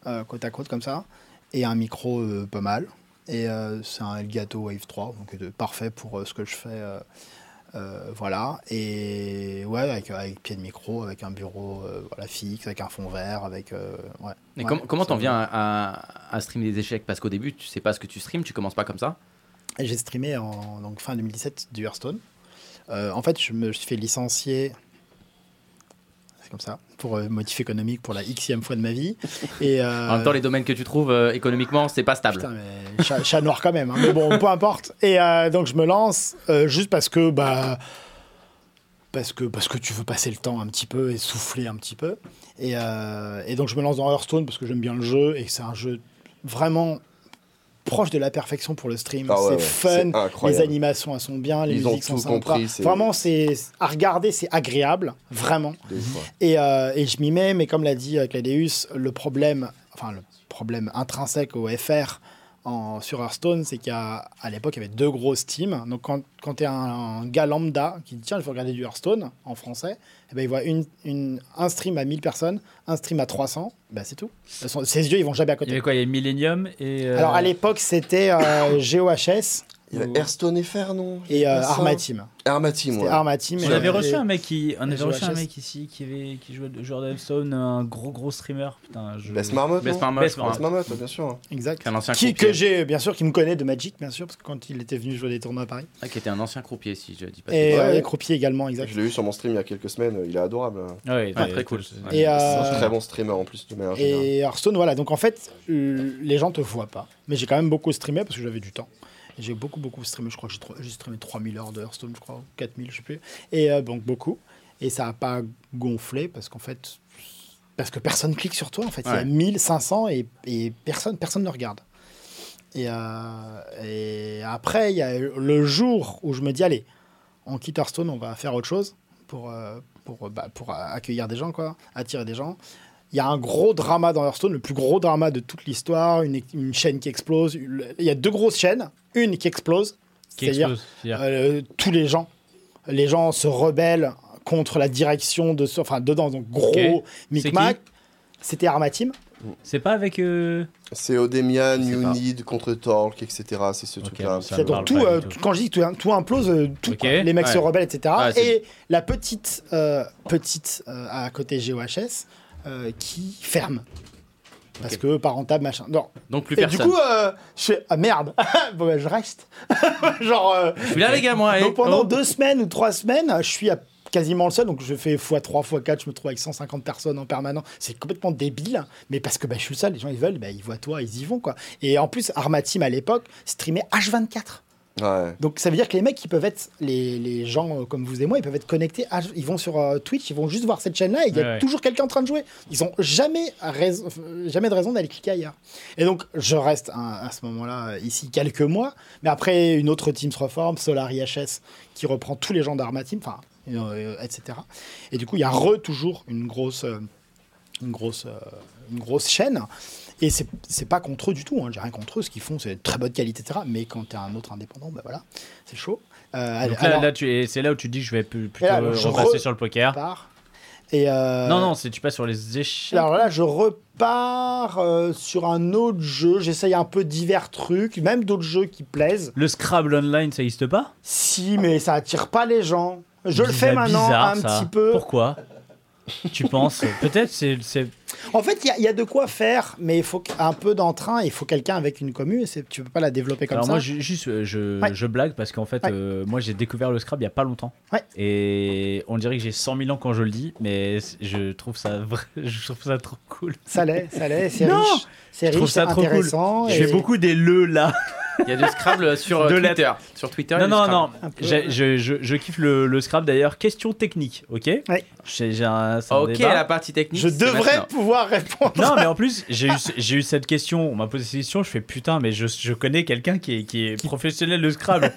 C: euh, côte à côte, comme ça et un micro euh, pas mal. Et euh, c'est un Elgato Wave 3, donc euh, parfait pour euh, ce que je fais. euh, euh, voilà. Et ouais, avec, euh, avec pied de micro, avec un bureau euh, voilà, fixe, avec un fond vert, avec. euh, ouais.
A: Mais
C: Ouais,
A: com- comment
C: ça
A: t'en
C: me-
A: viens à, à- à streamer des échecs Parce qu'au début, tu sais pas ce que tu streames. Tu commences pas comme ça.
C: Et J'ai streamé en donc, fin 2017 du Hearthstone. Euh, en fait, je me suis fait licencier. C'est comme ça, pour euh, motif économique, pour la xème fois de ma vie. Et, euh,
A: En même temps, les domaines que tu trouves euh, économiquement, c'est pas stable.
C: Putain, mais chat, chat noir quand même. hein. Mais bon, peu importe. Et euh, donc, je me lance euh, juste parce que, bah, parce que, parce que tu veux passer le temps un petit peu et souffler un petit peu. Et, euh, et donc, je me lance dans Hearthstone parce que j'aime bien le jeu et que c'est un jeu vraiment proche de la perfection pour le stream.
D: Ah ouais,
C: c'est
D: ouais,
C: fun,
D: c'est incroyable.
C: les animations elles sont bien, les
D: Ils ont
C: musiques sont
D: tout
C: sympas.
D: compris, c'est-
C: Vraiment, c'est à regarder, c'est agréable, vraiment.
D: Deux fois.
C: Et, euh, et je m'y mets, mais comme l'a dit euh, Cladeus, le problème, enfin le problème intrinsèque au FR en, sur Hearthstone, c'est qu'à à l'époque, il y avait deux grosses teams. Donc quand, quand tu es un, un gars lambda qui dit tiens, je vais regarder du Hearthstone en français, eh ben, il voit une, une, un stream à 1000 personnes, un stream à 300, ben, c'est tout. Son- Ses yeux, ils vont jamais
B: Il
C: à
B: y
C: côté.
B: avait quoi Il y avait Millennium et. euh,
C: Alors à l'époque, c'était euh, *coughs* GOHS
D: Il y a Hearthstone FR, non
C: et euh,
D: C'est ça
C: Arma Team.
D: Arma Team,
C: C'était
D: ouais.
C: Arma Team.
B: On
C: et-
B: avait reçu hein
C: et-
B: un mec qui, on avait
C: sur
B: reçu un
C: HS.
B: mec ici qui avait qui jouait joueur d'Hearthstone, un gros gros streamer. Putain,
C: Bah,
B: je.
D: Best Marmot
A: Best
D: non
A: Farmer,
B: Best
A: je crois.
D: Best Marmot, ouais, bien sûr.
C: Exact.
A: Un ancien
C: Qui,
A: croupier.
C: que j'ai, euh, bien sûr, qui me connaît de Magic, bien sûr, parce que quand il était venu jouer des tournois à Paris.
A: Ah, qui était un ancien croupier, si je dis pas de
C: Et
D: Ouais,
C: euh,
D: ouais.
C: et Croupier également, exact.
D: Je l'ai eu sur mon stream il y a quelques semaines, il est adorable.
B: Ouais,
A: Ah,
B: ouais,
A: très cool.
B: ouais.
C: Et, euh,
D: C'est un très bon streamer en plus, de manière générale.
C: Et Hearthstone, voilà. Donc en fait, euh, les gens te voient pas. Mais j'ai quand même beaucoup streamé parce que j'avais du temps. Et J'ai beaucoup, beaucoup streamé. Je crois que j'ai tro- j'ai streamé 3000 heures de Hearthstone, je crois, ou 4000, je sais plus. Et euh, donc beaucoup. Et ça n'a pas gonflé parce qu'en fait, parce que personne clique sur toi. En fait, il y a
A: Ouais.
C: 1500 et, et personne, personne ne regarde. Et, euh, et après, il y a le jour où je me dis, allez, on quitte Hearthstone, on va faire autre chose pour, euh, pour, bah, pour accueillir des gens, quoi, attirer des gens. Il y a un gros drama dans Hearthstone, le plus gros drama de toute l'histoire, une, une chaîne qui explose. Le- Il y a deux grosses chaînes, une qui explose,
B: Qui
C: c'est-à-dire
B: explose, c'est-à-dire-
C: euh, tous les gens. Les gens se rebellent contre la direction de ce, enfin dedans, donc gros
B: Ok.
C: micmac. C'était Armatim.
B: C'est pas avec. euh,
D: C'est Odemia,
A: sais
D: New
A: pas. Need,
D: Need, Contre Talk, etc. C'est ce
B: Ok,
D: truc-là.
B: ça
C: C'est
B: me parle
C: donc tout,
B: pas
C: euh,
B: du tout.
C: tout- quand je dis tout, tout implose, euh, tout,
B: Ok,
C: quoi. les mecs
A: ouais.
C: se rebellent, etc.
A: Ah, c'est-
C: et la petite, euh, petite euh, à côté GOHS euh, qui ferme. Parce
A: Ok.
C: que pas rentable, machin. Non.
A: Donc plus
C: Et
A: personne.
C: du coup, euh, je fais Ah merde *laughs* Bon, bah, je reste. *laughs* Genre. euh,
A: je suis là, les gars, moi. eh.
C: donc pendant
A: Oh.
C: deux semaines ou trois semaines, je suis à quasiment le seul. Donc je fais x3, x4, je me trouve avec 150 personnes en permanent. C'est complètement débile. Mais parce que bah, je suis le seul, les gens ils veulent, bah, ils voient toi, ils y vont quoi. Et en plus, Armatim à l'époque streamait H24.
D: Ouais.
C: Donc ça veut dire que les mecs, ils peuvent être, les, les gens euh, comme vous et moi, ils peuvent être connectés, à- ils vont sur euh, Twitch, ils vont juste voir cette chaîne-là et il y a
B: Ouais, ouais.
C: toujours quelqu'un en train de jouer. Ils ont jamais, raison- euh, jamais de raison d'aller cliquer ailleurs. Et donc je reste à, à ce moment-là euh, ici quelques mois, mais après une autre team se reforme, Solar IHS, qui reprend tous les gens d'Arma Team, enfin, euh, euh, etc. Et du coup, il y a re toujours une grosse... euh, une grosse, euh, une grosse chaîne. Et c'est c'est pas contre eux du tout, hein. j'ai rien contre eux, ce qu'ils font, c'est de très bonne qualité, etc. Mais quand t'es un autre indépendant, bah voilà, c'est chaud. Euh,
B: Donc là,
C: alors,
B: là, tu es- c'est là où tu dis que je vais pu- plutôt
C: là,
B: euh,
C: je
B: repasser
C: re-
B: sur le
C: je
B: poker.
C: pars. Et euh,
B: Non, non, c'est tu passes sur les échecs.
C: Alors là, je repars euh, sur un autre jeu, j'essaye un peu divers trucs, même d'autres jeux qui plaisent.
B: Le Scrabble online, ça existe pas
C: Si, mais ça attire pas les gens. Je le
B: Bizarre-
C: fais maintenant
B: bizarre,
C: un
B: ça.
C: petit peu.
B: Pourquoi Tu penses Peut-être c'est c'est-
C: En fait, il y a- il y, a de quoi faire, mais il faut qu- un peu d'entrain, il faut quelqu'un avec une commu, et c'est- tu peux pas la développer comme
B: Alors
C: ça.
B: moi ju- juste euh, je,
C: Ouais.
B: je blague parce qu'en fait
C: Ouais.
B: euh, moi j'ai découvert le Scrabble il y a pas longtemps
C: Ouais.
B: et on dirait que j'ai 100 000 ans quand je le dis mais c- je trouve ça vra- *laughs* je trouve ça trop cool.
C: Ça l'est, ça l'est, c'est
B: Non
C: riche. C'est
B: Je trouve
C: riche, c'est
B: ça trop cool.
C: intéressant.
B: Je fais
C: et-
B: beaucoup des le là.
A: oh, Il y a du Scrabble sur euh,
B: De la-
A: Twitter. Sur Twitter, il y a
B: Non
A: du
B: non
A: Scrabble.
B: non,
C: Un peu.
B: J'ai- je, je, je kiffe le, le Scrabble d'ailleurs. Question technique, ok J'ai j'ai un, c'est un
A: Ok,
B: débat.
A: la partie technique.
C: Je
A: c'est
C: devrais
A: maintenant.
C: pouvoir répondre.
B: Non, mais en plus, j'ai eu, j'ai eu cette question. On m'a posé cette question. Je fais putain, mais je, je connais quelqu'un qui est, qui est professionnel de
C: *laughs*
B: Scrabble.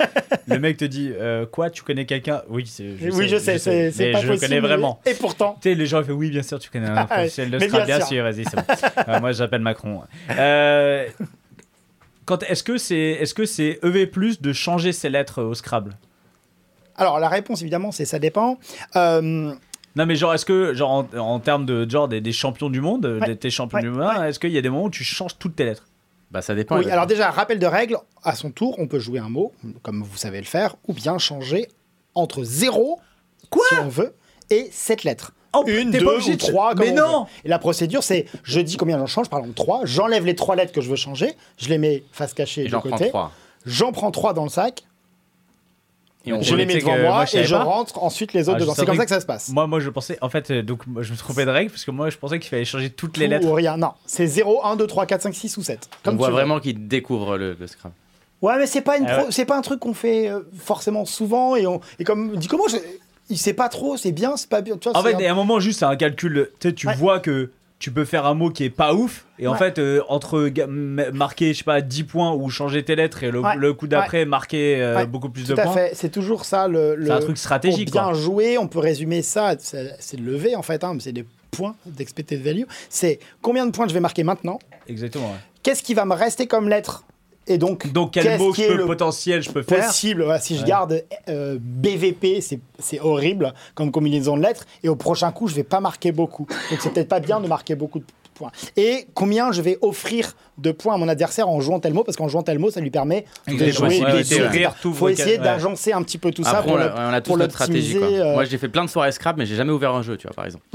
B: le mec te dit euh, Quoi, tu connais quelqu'un Oui, c'est- *laughs* je
C: oui, je sais, c'est c'est
B: mais
C: pas
B: je
C: possible.
B: connais vraiment.
C: Et pourtant,
B: Tu sais, les gens ils font Oui, bien sûr, tu connais
C: *laughs*
B: un professionnel de
C: Mais
B: Scrabble.
C: bien
B: Bien
C: sûr.
B: sûr,
C: *laughs*
B: vas-y, c'est bon. Euh, moi, j'appelle Macron. Euh, quand- Est-ce que c'est est -ce c'est EV, de changer ses lettres au Scrabble
C: alors la réponse évidemment, c'est ça dépend. Euh,
B: Non, mais genre, est-ce que, genre, en, en termes de genre des, des champions du monde, euh,
C: Ouais.
B: des, tes champions
C: Ouais.
B: du monde, est-ce qu'il y a des moments où tu changes toutes tes lettres
A: Bah, ça dépend.
C: oui, alors déjà, rappel de règle, à son tour, on peut jouer un mot, comme vous savez le faire, ou bien changer entre 0, si on veut, et 7 lettres.
B: Oh,
C: Une,
B: t'es
C: deux
B: pas obligé
C: ou
B: de-
C: trois, comme
B: Mais
C: on
B: non
C: veut. Et la procédure, c'est je dis combien j'en change, par exemple 3, j'enlève les 3 lettres que je veux changer, je les mets face cachée
A: Et
C: de
A: j'en prends
C: côté,
A: trois.
C: j'en prends 3 dans le sac,
A: Et on
C: Je les
A: remettait
C: mets devant
B: que
C: moi,
B: moi, je
C: et
B: savais
C: je
B: pas.
C: rentre ensuite les autres
B: Ah, je
C: devant. C'est
B: savais
C: comme ça
B: que-
C: que ça se passe.
B: Moi, moi, je pensais. En fait, euh, donc, moi, je me trompais de règle parce que moi, je pensais qu'il fallait changer toutes les
C: Tout hein.
B: lettres.
C: Ou rien, non. C'est 0, 1, 2, 3, 4, 5, 6 ou 7.
A: on
C: Comme
A: voit
C: tu veux.
A: vraiment qu'il découvre le, le Scrabble.
C: Ouais, mais c'est pas, une
B: Ah
C: pro-
B: ouais.
C: c'est pas un truc qu'on fait euh, forcément souvent. Et, on... et comme dit comment, je... il sait pas trop, c'est bien, c'est pas bien. Tu vois,
B: En
C: c'est
B: fait,
C: un-
B: à un moment, juste, c'est un calcul. Tu sais, tu
C: Ouais.
B: vois que tu peux faire un mot qui est pas ouf, et en
C: Ouais.
B: fait, euh, entre ga- m- marquer, je sais pas, 10 points ou changer tes lettres, et le,
C: Ouais.
B: le coup d'après, marquer euh,
C: Ouais.
B: beaucoup plus
C: Tout
B: de
C: à
B: points.
C: fait, c'est toujours ça le.
B: C'est un
C: le-
B: truc
C: Pour
B: stratégique.
C: bien
B: quoi.
C: jouer, on peut résumer ça, c'est c'est levé en fait, hein, mais c'est des points d'expected value. C'est combien de points je vais marquer maintenant
B: Exactement. ouais.
C: Qu'est-ce qui va me rester comme lettre Et donc,
B: Donc, quel
C: qu'est-ce
B: mot
C: qui
B: je
C: est
B: peux,
C: le
B: potentiel je peux faire
C: possible voilà, Si je
B: Ouais.
C: garde euh, BVP, c'est- c'est horrible comme combinaison de lettres, et au prochain coup, je vais pas marquer beaucoup. Donc, c'est peut-être pas bien de marquer beaucoup de points. Et combien je vais offrir de points à mon adversaire en jouant tel mot Parce qu'en jouant tel mot, ça lui permet de
B: Exactement,
C: jouer.
B: ouais, ouais,
C: des
B: t'ouvrir,
C: Il faut
B: t'ouvres
C: essayer
B: quel- ouais.
C: d'agencer un petit peu tout ça
A: Après,
C: pour
A: on, a,
C: le
A: on a tous
C: pour
A: notre stratégie. Quoi.
C: l'optimiser, euh,
A: Moi, j'ai fait plein de soirées Scrabble, mais j'ai jamais ouvert un jeu, tu vois, par
C: *laughs*
A: exemple.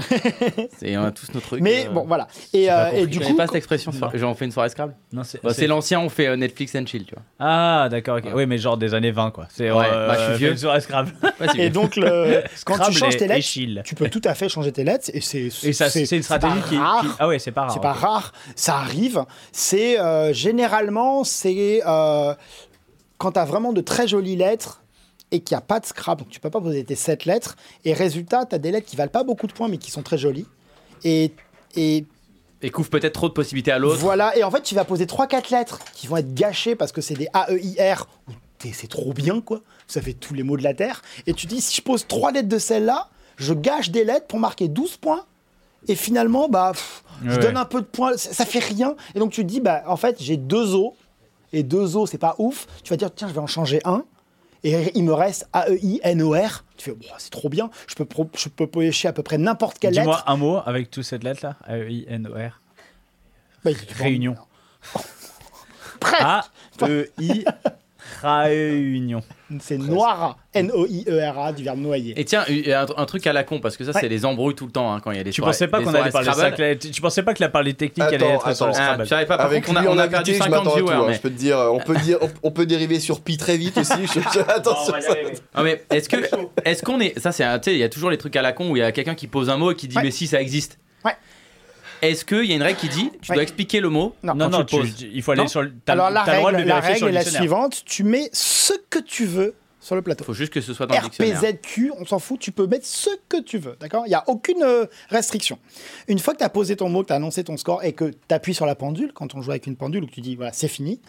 A: C'est on a tous nos trucs.
C: Mais
A: euh,
C: bon, voilà. Et,
A: j'ai pas
C: euh, et
A: compris.
C: du
A: Je
C: coup,
A: connais pas cette expression. soirée- Genre, on fait une soirée Scrabble.
B: Non, c'est-
A: Bah,
B: c'est-
A: c'est l'ancien, on fait euh, Netflix and chill, tu
B: *laughs*
A: vois.
B: Ah, d'accord, ok.
A: Ouais.
B: Oui, mais genre des années 20, quoi. C'est, euh,
A: Ouais, bah, je suis
B: fais
A: vieux.
B: une soirée
C: *laughs*
B: Scrabble.
A: Ouais, c'est bien.
C: et donc, le- quand tu
B: Scrabble
C: changes
B: et-
C: tes
B: et
C: lettres,
B: chill.
C: tu peux tout à fait changer tes lettres. Et c'est
B: Et ça, c'est une
C: pas
B: stratégie qui,
C: rare.
B: qui- Ah ouais, c'est pas rare.
C: C'est pas
B: ok.
C: rare, ça arrive. C'est euh, généralement, c'est euh, quand t'as vraiment de très jolies lettres et qu'il n'y a pas de scrap, donc tu peux pas poser tes 7 lettres. Et résultat, t'as des lettres qui valent pas beaucoup de points mais qui sont très jolies. Et, et
A: Et couvre peut-être trop de possibilités à l'autre.
C: voilà, et en fait, tu vas poser 3-4 lettres qui vont être gâchées parce que c'est des AEIR. ou t'es- C'est trop bien, quoi. Ça fait tous les mots de la Terre. Et tu dis, si je pose 3 lettres de celle-là, je gâche des lettres pour marquer 12 points. Et finalement, bah, pff, je
B: Ouais.
C: donne un peu de points, ça, ça fait rien. Et donc, tu te dis, bah, en fait, j'ai deux os. Et deux os, c'est pas ouf. Tu vas dire, tiens, je vais en changer un. Et il me reste E A-E-I-N-O-R. Tu fais, Bon, c'est trop bien. Je peux, pro- je peux piocher à peu près n'importe quelle
B: Dis-moi
C: lettre.
B: un mot avec toutes cette E lettre là. A-E-I-N-O-R.
C: Bah, il-
B: Réunion.
C: Presque.
B: A-E-I. Réunion.
C: C'est Noira, N-O-I-E-R-A, E du verbe noyer.
A: Et tiens, euh, un, un truc à la con, parce que ça,
C: Ouais.
A: c'est les embrouilles tout le temps hein, quand il y a des
B: Tu
A: soirées-
B: pensais pas
A: des
B: qu'on allait
A: soirées
B: parler de ça
A: Scrabble.
B: que la- Tu tu pensais pas que la partie technique
D: Attends,
B: allait être sur le
D: attends.
A: Ah,
B: Scrabble
A: j'arrivais pas. Par
D: Avec
A: contre, on a,
D: lui en
A: on a
D: invité,
A: perdu
D: je
A: 50
D: m'attends à tout,
A: viewers.
D: hein,
A: mais-
D: je peux te dire, on peut, dire, on, on peut dériver sur pi très vite aussi. Je, je- attention, ça-
A: Non Ah, mais est-ce
C: *laughs*
A: que est-ce qu'on est ça c'est un- tu sais il y a toujours les trucs à la con où il y a quelqu'un qui pose un mot et qui dit
C: Ouais.
A: mais si ça existe.
C: Ouais.
A: Est-ce qu'il y a une règle qui dit tu
C: Ouais.
A: dois expliquer le mot
C: Non,
B: Non,
A: quand
B: non,
A: tu le
B: tu-
A: poses.
B: il faut aller
A: Non.
B: sur le. t'as-
C: Alors la
B: t'as le droit de
C: règle,
B: le
C: la
B: vérifier sur
C: règle
B: le
C: est la
B: dictionnaire.
C: suivante, tu mets ce que tu veux sur le plateau.
A: Faut juste que ce soit dans le dictionnaire.
C: RPZQ, on s'en fout, tu peux mettre ce que tu veux, d'accord Il n'y a aucune euh, restriction. Une fois que tu as posé ton mot, que tu as annoncé ton score et que tu appuies sur la pendule, quand on joue avec une pendule ou que tu dis voilà, c'est fini,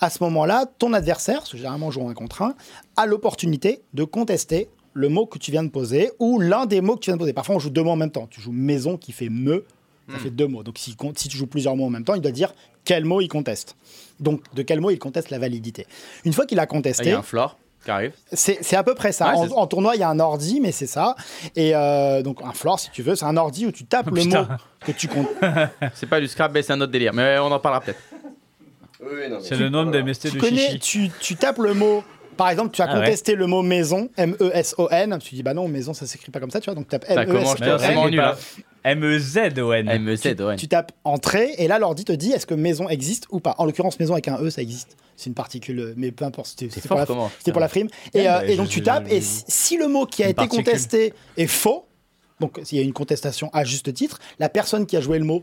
C: à ce moment-là, ton adversaire, parce que généralement on joue en un contre un, a l'opportunité de contester le mot que tu viens de poser ou l'un des mots que tu viens de poser. Parfois on joue deux mots en même temps. Tu joues maison qui fait me, ça
A: Hmm.
C: fait deux mots. Donc si, si tu joues plusieurs mots en même temps, il doit dire quel mot il conteste. Donc de quel mot il conteste la validité. Une fois qu'il a
A: Ah, Il y
C: contesté,
A: a un floor qui arrive.
C: c'est c'est à peu près ça.
A: Ouais,
C: en,
A: c'est-
C: en tournoi, il y a un ordi, mais c'est ça. Et euh, donc, un floor, si tu veux, c'est un ordi où tu tapes le mot
B: Putain.
C: que tu comptes.
A: C'est pas du scrap mais c'est un autre délire. Mais euh, on en parlera peut-être.
D: Oui, oui, non,
B: *laughs*
D: mais-
B: C'est le nom de MST
C: tu
B: de
C: connais,
B: Chichi.
C: tu, tu tapes le mot. Par exemple, tu as
B: Ah ouais.
C: contesté le mot maison, E M-E-S-O-N. Tu dis, bah non, maison, ça s'écrit pas comme ça, tu vois. Donc, tu tapes E
A: Ça commence
B: Mais non,
C: M-E-S-O-N.
A: vraiment
B: c'est
A: nul.
B: pas-
A: hein.
B: E
C: E
B: M-E-Z-O-N.
A: MZ ouais.
C: Tu tapes entrée et là l'ordi te dit est-ce que maison existe ou pas. En l'occurrence maison avec un e ça existe. C'est une particule mais peu importe. C'était c'était
A: C'est fort
C: pour, la-
A: comment
C: c'était pour la frime. Et,
B: Ouais,
C: euh,
B: bah,
C: et
B: je-
C: donc tu
B: je-
C: tapes
B: je-
C: et si, si le mot qui a
B: Une
C: été
B: particule.
C: contesté est faux, donc s'il y a une contestation à juste titre, la personne qui a joué le mot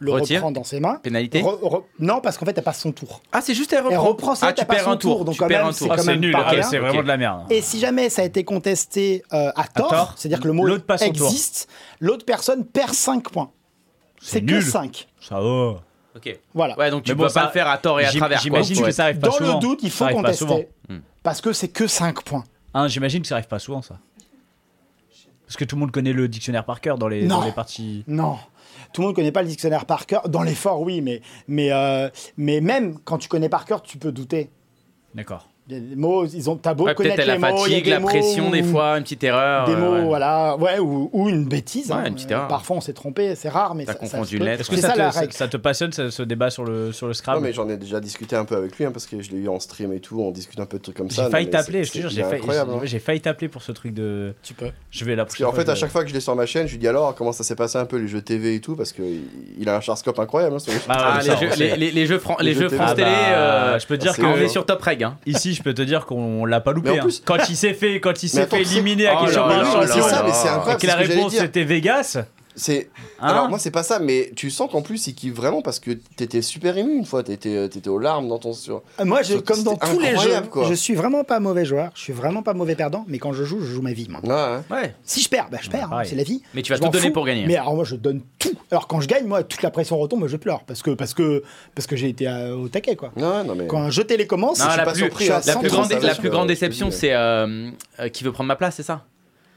C: le
A: Retire.
C: reprend dans ses mains.
A: Pénalité.
C: Re- re- non parce qu'en fait t'as pas son tour.
A: Ah c'est juste elle
C: Elle
A: reprend.
C: reprend ça,
A: Ah,
C: t'as
A: tu
C: pas
A: perds
C: son
A: un tour.
C: tour, donc
A: Tu
C: quand
A: perds
C: même,
A: un
C: c'est
A: tour.
C: quand
B: Ah, c'est
C: même
B: nul.
C: pas
B: Ah,
C: rien.
B: C'est vraiment de la merde.
C: Et si jamais ça a été contesté euh, à tort,
B: tort,
C: c'est-à-dire que le mot
B: l'autre passe son tour.
C: existe, l'autre personne perd 5 points. C'est que
B: nul.
C: 5.
B: Ça va.
A: Ok.
C: Voilà.
A: Ouais donc tu
B: Mais bon,
A: peux
B: ça-
A: pas le faire à tort et à
B: J'im-
A: travers. quoi.
B: J'imagine
A: Ouais.
B: que ça arrive pas
C: Dans
B: souvent.
C: le doute, il
B: Ça
C: faut
B: arrive pas souvent.
C: contester.
A: Hmm.
C: Parce que c'est que 5 points.
B: Hein, J'imagine que ça arrive pas souvent, ça. Parce que tout le monde connaît le dictionnaire par cœur dans les,
C: Non.
B: dans les parties.
C: Non. Tout le monde ne connaît pas le dictionnaire par cœur. Dans l'effort, oui, mais, mais, euh, mais même quand tu connais par cœur, tu peux douter.
B: D'accord.
C: Il y a des mots, ils ont t'as beau
A: Ouais, Peut-être
C: connaître
A: elle a
C: les
A: la
C: mots, il y a
A: fatigue,
C: des
A: la
C: mots
A: pression
C: où-
A: des fois, une petite erreur.
C: Des
A: euh,
C: mots,
A: ouais.
C: voilà, ouais, ou, ou une bêtise. hein.
A: Ouais, une petite erreur.
C: Parfois, on s'est trompé, c'est rare, mais
A: T'as
C: ça, ça
A: confondu
C: se
A: une
C: peut.
A: lettre.
B: Est-ce
C: C'est
B: que
C: ça,
B: ça,
C: la
B: te, ça,
C: règle.
B: ça te passionne ce, ce débat sur le, sur le
D: Non,
B: Scrabble
D: mais j'en ai déjà discuté un peu avec lui, hein, parce que je l'ai eu en stream et tout, on discute un peu de trucs comme ça.
B: J'ai
D: non,
B: failli
D: mais
B: t'appeler,
D: c'est-
B: je te jure,
D: c'est
B: j'ai failli,
D: incroyable, hein.
B: j'ai- j'ai failli t'appeler pour ce truc de.
C: Tu peux.
B: Je vais la
D: Parce qu'en
B: prochaine fois,
D: fait, à
B: je-
D: chaque fois que je l'ai sur ma chaîne, je lui dis alors comment ça s'est passé un peu les jeux TV et tout, parce qu'il a un charscope *laughs* incroyable. hein, sur les-
B: Bah ouais,
A: Ah,
B: ça,
A: les
B: on
A: jeux,
B: sait.
A: les, les- les jeux, Fran-
D: Les
A: les
D: jeux
A: jeux
D: télé.
A: France
B: Ah
A: Télé,
B: bah,
A: euh,
B: je peux te dire
D: c'est
B: que
A: on
D: vrai.
A: est sur Top Reg. Hein.
B: ici je peux te dire qu'on l'a pas loupé.
D: Mais en plus-
B: hein. Quand il s'est fait, quand il s'est
D: attends,
B: fait
D: tu sais-
B: éliminer à
A: Oh
B: question
A: là
B: par
A: là
B: un
A: là
B: champion,
D: c'est ça, mais c'est
B: et que
D: incroyable. c'est
B: la
D: ce que j'allais
B: réponse
D: dire.
B: c'était Vegas.
D: C'est
A: Hein
D: alors moi c'est pas ça, mais tu sens qu'en plus il kiffe vraiment parce que t'étais super ému une fois, t'étais étais aux larmes dans ton sur.
C: Euh, Moi, je,
D: C'était
C: comme dans tous les jeux,
D: incroyable, quoi.
C: je suis vraiment pas mauvais joueur, je suis vraiment pas mauvais perdant, mais quand je joue, je joue ma vie. moi.
D: Ouais, ouais.
A: Ouais.
C: Si je perds, bah, je perds, hein,
B: pareil.
C: c'est la vie.
A: Mais tu vas
C: Je
A: tout
C: m'en
A: donner
C: fous,
A: pour gagner.
C: Mais alors moi, je donne tout. Alors quand je gagne, moi, toute la pression retombe, moi, je pleure parce que parce que parce que j'ai été euh, au taquet quoi.
D: Non, non mais.
C: Quand un jeu télécommande,
A: Non,
D: suis
A: la
D: pas
A: plus,
D: surpris, hein.
C: Je suis à
A: la plus
C: 130,
A: grande,
C: ça
A: la
C: va,
D: je-
A: plus grande
D: je-
A: déception,
D: je-
A: c'est euh, euh, qui veut prendre ma place, c'est ça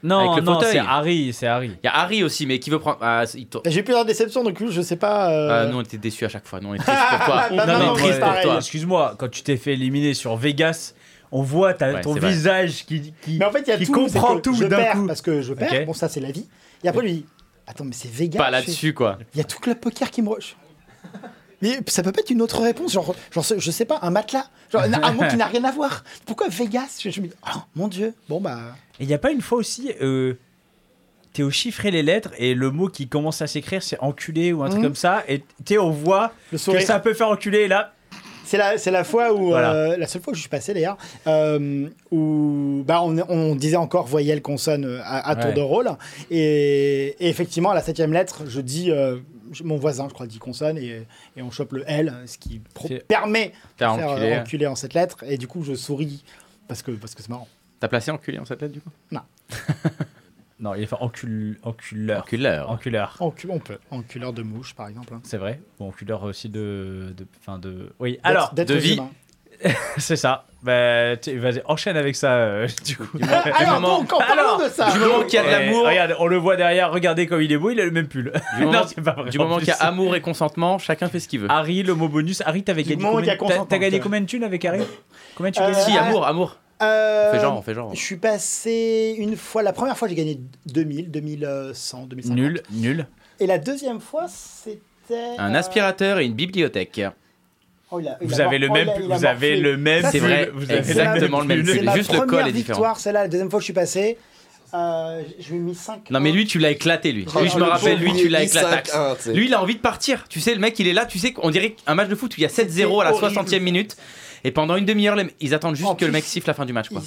B: Non,
A: Avec le
B: non,
A: fauteuil.
B: c'est Harry, c'est Harry.
A: Il y a Harry aussi, mais qui veut prendre. Ah, c'est- il tourne-
C: J'ai plusieurs déceptions, donc je sais pas. euh,
A: Ah, nous, on était déçus à chaque fois. Nous, on est tristes pour toi.
C: *laughs* Non,
A: on est
C: non,
A: tristes
C: ouais.
A: pour toi.
B: Excuse-moi, quand tu t'es fait éliminer sur Vegas, on voit ta-
A: Ouais,
B: ton
A: c'est vrai.
B: visage qui, qui,
C: Mais en fait, il y a
B: qui
C: tout. c'est
B: comprend
C: que
B: tout
C: Je
B: d'un
C: perds
B: coup.
C: parce que je perds.
B: Ok.
C: Bon, ça c'est la vie. Et après lui, attends, mais c'est Vegas.
A: Pas
C: je fais-
A: là-dessus, quoi.
C: Il y a tout le poker qui me rush. Mais ça peut pas être une autre réponse, genre, genre ce- je sais pas, un matelas, genre un un mot qui n'a rien à voir. Pourquoi Vegas je, je me dis, oh mon dieu, bon bah.
B: Et il n'y a pas une fois aussi, euh, t'es au chiffre et les lettres et le mot qui commence à s'écrire c'est enculé ou un truc
C: Mhm.
B: comme ça et t'es on voit
C: Le
B: que
C: sourire.
B: ça peut faire enculé et là.
C: C'est la, c'est la fois où,
B: Voilà.
C: euh, la seule fois où je suis passé d'ailleurs, euh, où bah, on, on disait encore voyelle, consonne euh, à, à tour
B: Ouais.
C: de rôle. Et, et effectivement, à la septième lettre, je dis, euh, je- mon voisin, je crois, dit consonne et, et on chope le L, ce qui pro-
B: C'est-
C: permet
A: T'as
C: de faire euh,
A: enculé. hein.
C: enculer en cette lettre. Et du coup, je souris parce que parce que c'est marrant.
A: T'as placé enculé en cette lettre, du coup
B: Non, il est fait encul... enculeur.
A: Enculeur.
B: Enculeur.
C: Encu- on peut. Enculeur de mouche, par exemple. hein.
B: C'est vrai. Ou enculeur aussi de. de... Enfin de... Oui, alors,
C: D'être-
A: de
C: d'être
A: vie.
C: humain.
B: c'est ça. Bah, tu- vas-y, enchaîne avec ça euh, *laughs* du coup.
C: Ah, Alors,
A: moment-
C: donc, en parlant
B: Alors,
C: de ça.
A: du moment qu'il y a de
B: Eh,
A: l'amour,
B: Regarde, on le voit derrière, regardez comme il est beau, il a le même pull.
A: Du moment-
B: *laughs* non, c'est pas vrai.
A: du
B: en
A: moment
B: plus.
A: qu'il y a amour et consentement, chacun fait ce
C: Ah,
A: qu'il veut.
B: Harry, le mot bonus. Harry, t'avais
C: Du
B: gagné.
C: moment qu'il y
B: Combien...
C: a
B: T'as, t'as gagné
C: consentement.
B: combien de thunes avec Harry Combien tu
C: Euh,
B: gagnes
A: Si,
C: Ah.
A: amour, amour.
C: Euh,
A: On fait genre, on fait genre.
C: Je suis passé une fois, la première fois j'ai gagné 2000, 2100, 2150.
B: Nul, nul.
C: Et la deuxième fois c'était.
A: Un
C: euh,
A: aspirateur et une bibliothèque.
C: oh, il a- il a
B: Vous
C: mor-
B: avez le
C: oh,
B: même,
C: il a- il a
B: vous avez
C: morflé.
B: le même.
C: Ça,
A: C'est
B: pull,
A: vrai,
B: vous avez
A: exactement le même
B: pull.
C: C'est
A: pull.
C: ma
A: Juste le col
C: première
A: est différent.
C: victoire, celle-là, la deuxième fois que je suis passé, euh, je lui ai mis 5.
A: Non mais lui tu l'as éclaté lui.
D: Oh,
A: Lui je me
D: le
A: rappelle lui
D: pauvre,
A: tu l'as
D: il
A: éclaté.
D: 5-1, tu sais.
A: Lui il a envie de partir. Tu sais le mec il est là, tu sais qu'on dirait un match de foot où il y a 7-0 à la
C: C'était
A: 60 e
C: horrible.
A: minute et pendant une demi-heure les- ils attendent juste
C: En
A: que le
C: plus,
A: mec siffle la fin du match quoi.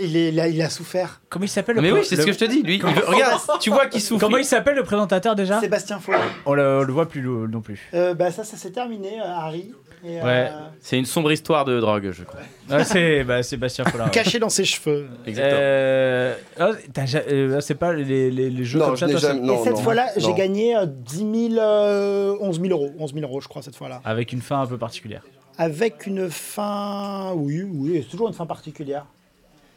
C: Il, il est- il a, il a souffert.
B: Comment il s'appelle le
A: Mais
B: pré-
A: oui, c'est ce
B: le-
A: que je te dis lui. il veut- Regarde, tu vois qu'il souffre.
B: Comment il s'appelle le présentateur déjà
C: Sébastien Flo.
B: on le, on le voit plus le- non plus.
C: Euh, bah, ça, ça s'est terminé, euh, Harry. Et, euh,
B: Ouais.
A: C'est une sombre histoire de drogue je crois.
B: Ah, c'est bah, Sébastien Collard. ouais.
C: Caché dans ses cheveux.
B: Euh, ah, t'as ja- euh, c'est pas les, les, les jeux
D: Non,
B: comme
D: je
B: ça.
D: n'ai
B: toi, c'est-
D: jamais- non,
C: et cette
D: non,
C: fois-là, j'ai
D: non.
C: gagné euh, 10 000, euh, 11 000 euros, 11 000 euros, je crois, cette fois-là.
B: Avec une fin un peu particulière.
C: Avec une fin, oui, oui, c'est toujours une fin particulière.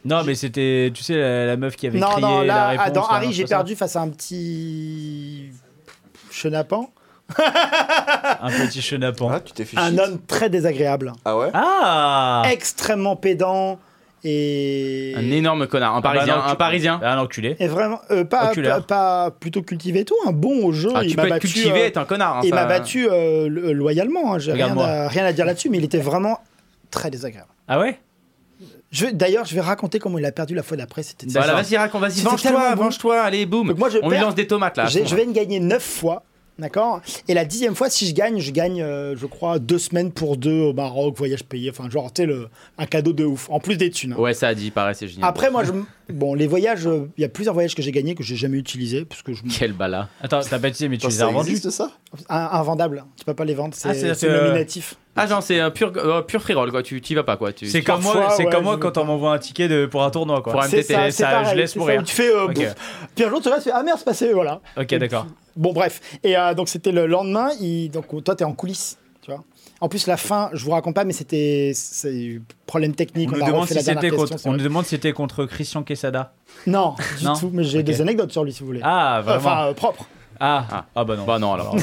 B: Non, mais c'était, tu sais, la, la meuf qui avait
C: non,
B: crié
C: non,
B: la
C: là,
B: réponse.
C: ah, dans
B: là,
C: Harry,
B: non,
C: j'ai
B: c'est ça.
C: perdu face à un petit chenapan,
B: Un petit chenapan.
D: Ah, tu t'es fait
C: un
D: shit.
C: homme très désagréable,
D: Ah ouais.
B: Ah
C: Eh, extrêmement pédant et
A: Un énorme connard, un parisien,
B: Ah bah non,
A: un
B: tu-
A: parisien.
B: Ah, Un enculé.
C: et vraiment euh, pas,
B: Oculaire.
C: pas pas plutôt cultivé et tout, un bon au jeu.
A: Ah,
C: il
A: tu
C: m'a
A: peux être
C: battu,
A: cultivé
C: euh,
A: être un connard. hein,
C: il
A: ça-
C: m'a battu euh, lo- loyalement. hein, j'ai rien,
B: Regarde-moi.
C: à- rien à dire là-dessus, mais il était vraiment très désagréable.
B: Ah ouais
C: Je- D'ailleurs, je vais raconter comment il a perdu la fois d'après. C'était
A: Voilà, vas-y raconte, vas-y
C: C'était
A: venge-toi,
C: tellement bon.
A: venge-toi, allez boum.
C: Donc moi, je
A: On lui
C: perds.
A: lance des tomates là. à ce
C: J'ai-
A: moment.
C: Je vais me gagner 9 fois. D'accord Et la dixième fois, si je gagne, je gagne, euh, je crois, deux semaines pour deux au Maroc, voyage payé. Enfin, genre, tu sais, le- un cadeau de ouf. En plus des thunes. hein.
A: Ouais, ça a dit, pareil, c'est génial.
C: Après, moi, je, m- *laughs* bon, les voyages, euh, il y a plusieurs voyages que j'ai gagnés que j'ai jamais utilisés. Parce
A: *laughs*
C: que je. m-
A: Quel bala.
B: Attends, t'as pas dit, mais tu
D: Attends,
B: les as
D: ça
B: revendus
D: existe ça
C: un- Invendable. Tu peux pas les vendre. C'est
B: Ah, c'est-
C: c'est
B: euh,
C: nominatif.
A: Ah, genre, c'est un pur, euh, pur free roll quoi, tu t'y vas pas quoi. Tu,
B: C'est
A: tu-
B: comme moi,
C: Parfois,
B: c'est
C: ouais,
B: comme moi
C: je-
B: quand on m'envoie un ticket de, pour un tournoi quoi.
A: Pour un-
C: C'est ça,
B: MTT,
C: c'est
B: ça,
C: pareil,
B: je laisse
C: c'est
B: mourir.
C: ça, où tu fais. euh,
B: Ok.
C: bouf. Puis un jour, tu restes, tu fais, ah merde, c'est passé, voilà.
B: Ok, d'accord.
C: Bon, bref. Et euh, donc, c'était le lendemain. Il, donc, toi, t'es en coulisses. Tu vois en plus, la fin, je vous raconte pas, mais c'était c'est problème technique.
B: On nous
C: a
B: demande
C: refait
B: si
C: la dernière
B: c'était contre,
C: question, c'est
B: on
C: vrai.
B: nous demande si c'était contre Christian Quesada. *laughs*
C: Non, du
B: Non
C: tout, mais j'ai
B: Ok.
C: des anecdotes sur lui si vous voulez.
B: Ah vraiment.
C: enfin, euh, propre.
B: ah.
A: Ah.
B: ah bah non.
A: Bah non,
C: *laughs*
A: alors.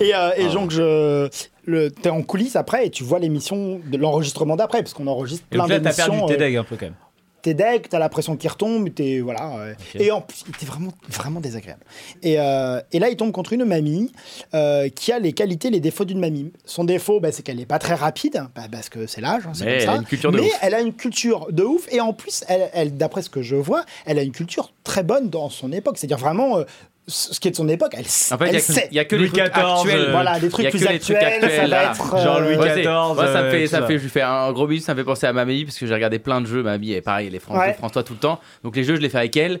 C: Et, euh,
B: Ah,
C: et donc, je, le, t'es en coulisses après et tu vois l'émission de l'enregistrement d'après, parce qu'on enregistre
B: Et
C: plein
B: donc là t'as perdu
C: d'émissions.
B: tes
C: euh,
B: dagues un peu quand même.
C: t'es deg, t'as la pression qui retombe, t'es voilà. ouais.
B: Ok.
C: Et en plus, il était vraiment, vraiment désagréable. Et, euh, et là, il tombe contre une mamie euh, qui a les qualités, les défauts d'une mamie. Son défaut, bah, c'est qu'elle n'est pas très rapide, bah, parce que c'est l'âge, hein, c'est
A: Mais
C: comme
A: elle
C: ça.
A: a une culture de
C: Mais
A: ouf.
C: elle a une culture de ouf. Et en plus, elle, elle, d'après ce que je vois, elle a une culture très bonne dans son époque. C'est-à-dire vraiment. euh, ce qui est de son époque, elle,
A: En fait,
C: elle
A: il
C: sait.
A: n'y a, que
B: Louis
A: les trucs
B: XIV,
A: actuels.
B: euh,
C: voilà, des
A: y
C: trucs
A: a
C: plus
A: que les
C: actuels,
A: trucs
C: ça
A: actuels,
C: va
A: là.
C: être. euh,
B: Jean-Louis
A: Ouais, c'est-
B: XIV,
A: moi, ça me
B: euh,
A: fait,
B: tout
A: ça
B: ça.
A: fait, je lui fais un gros bisou, ça me fait penser à ma mamie parce que j'ai regardé plein de jeux, ma mamie est pareil, elle est François,
C: Ouais.
A: François tout le temps. Donc les jeux, je les fais avec elle.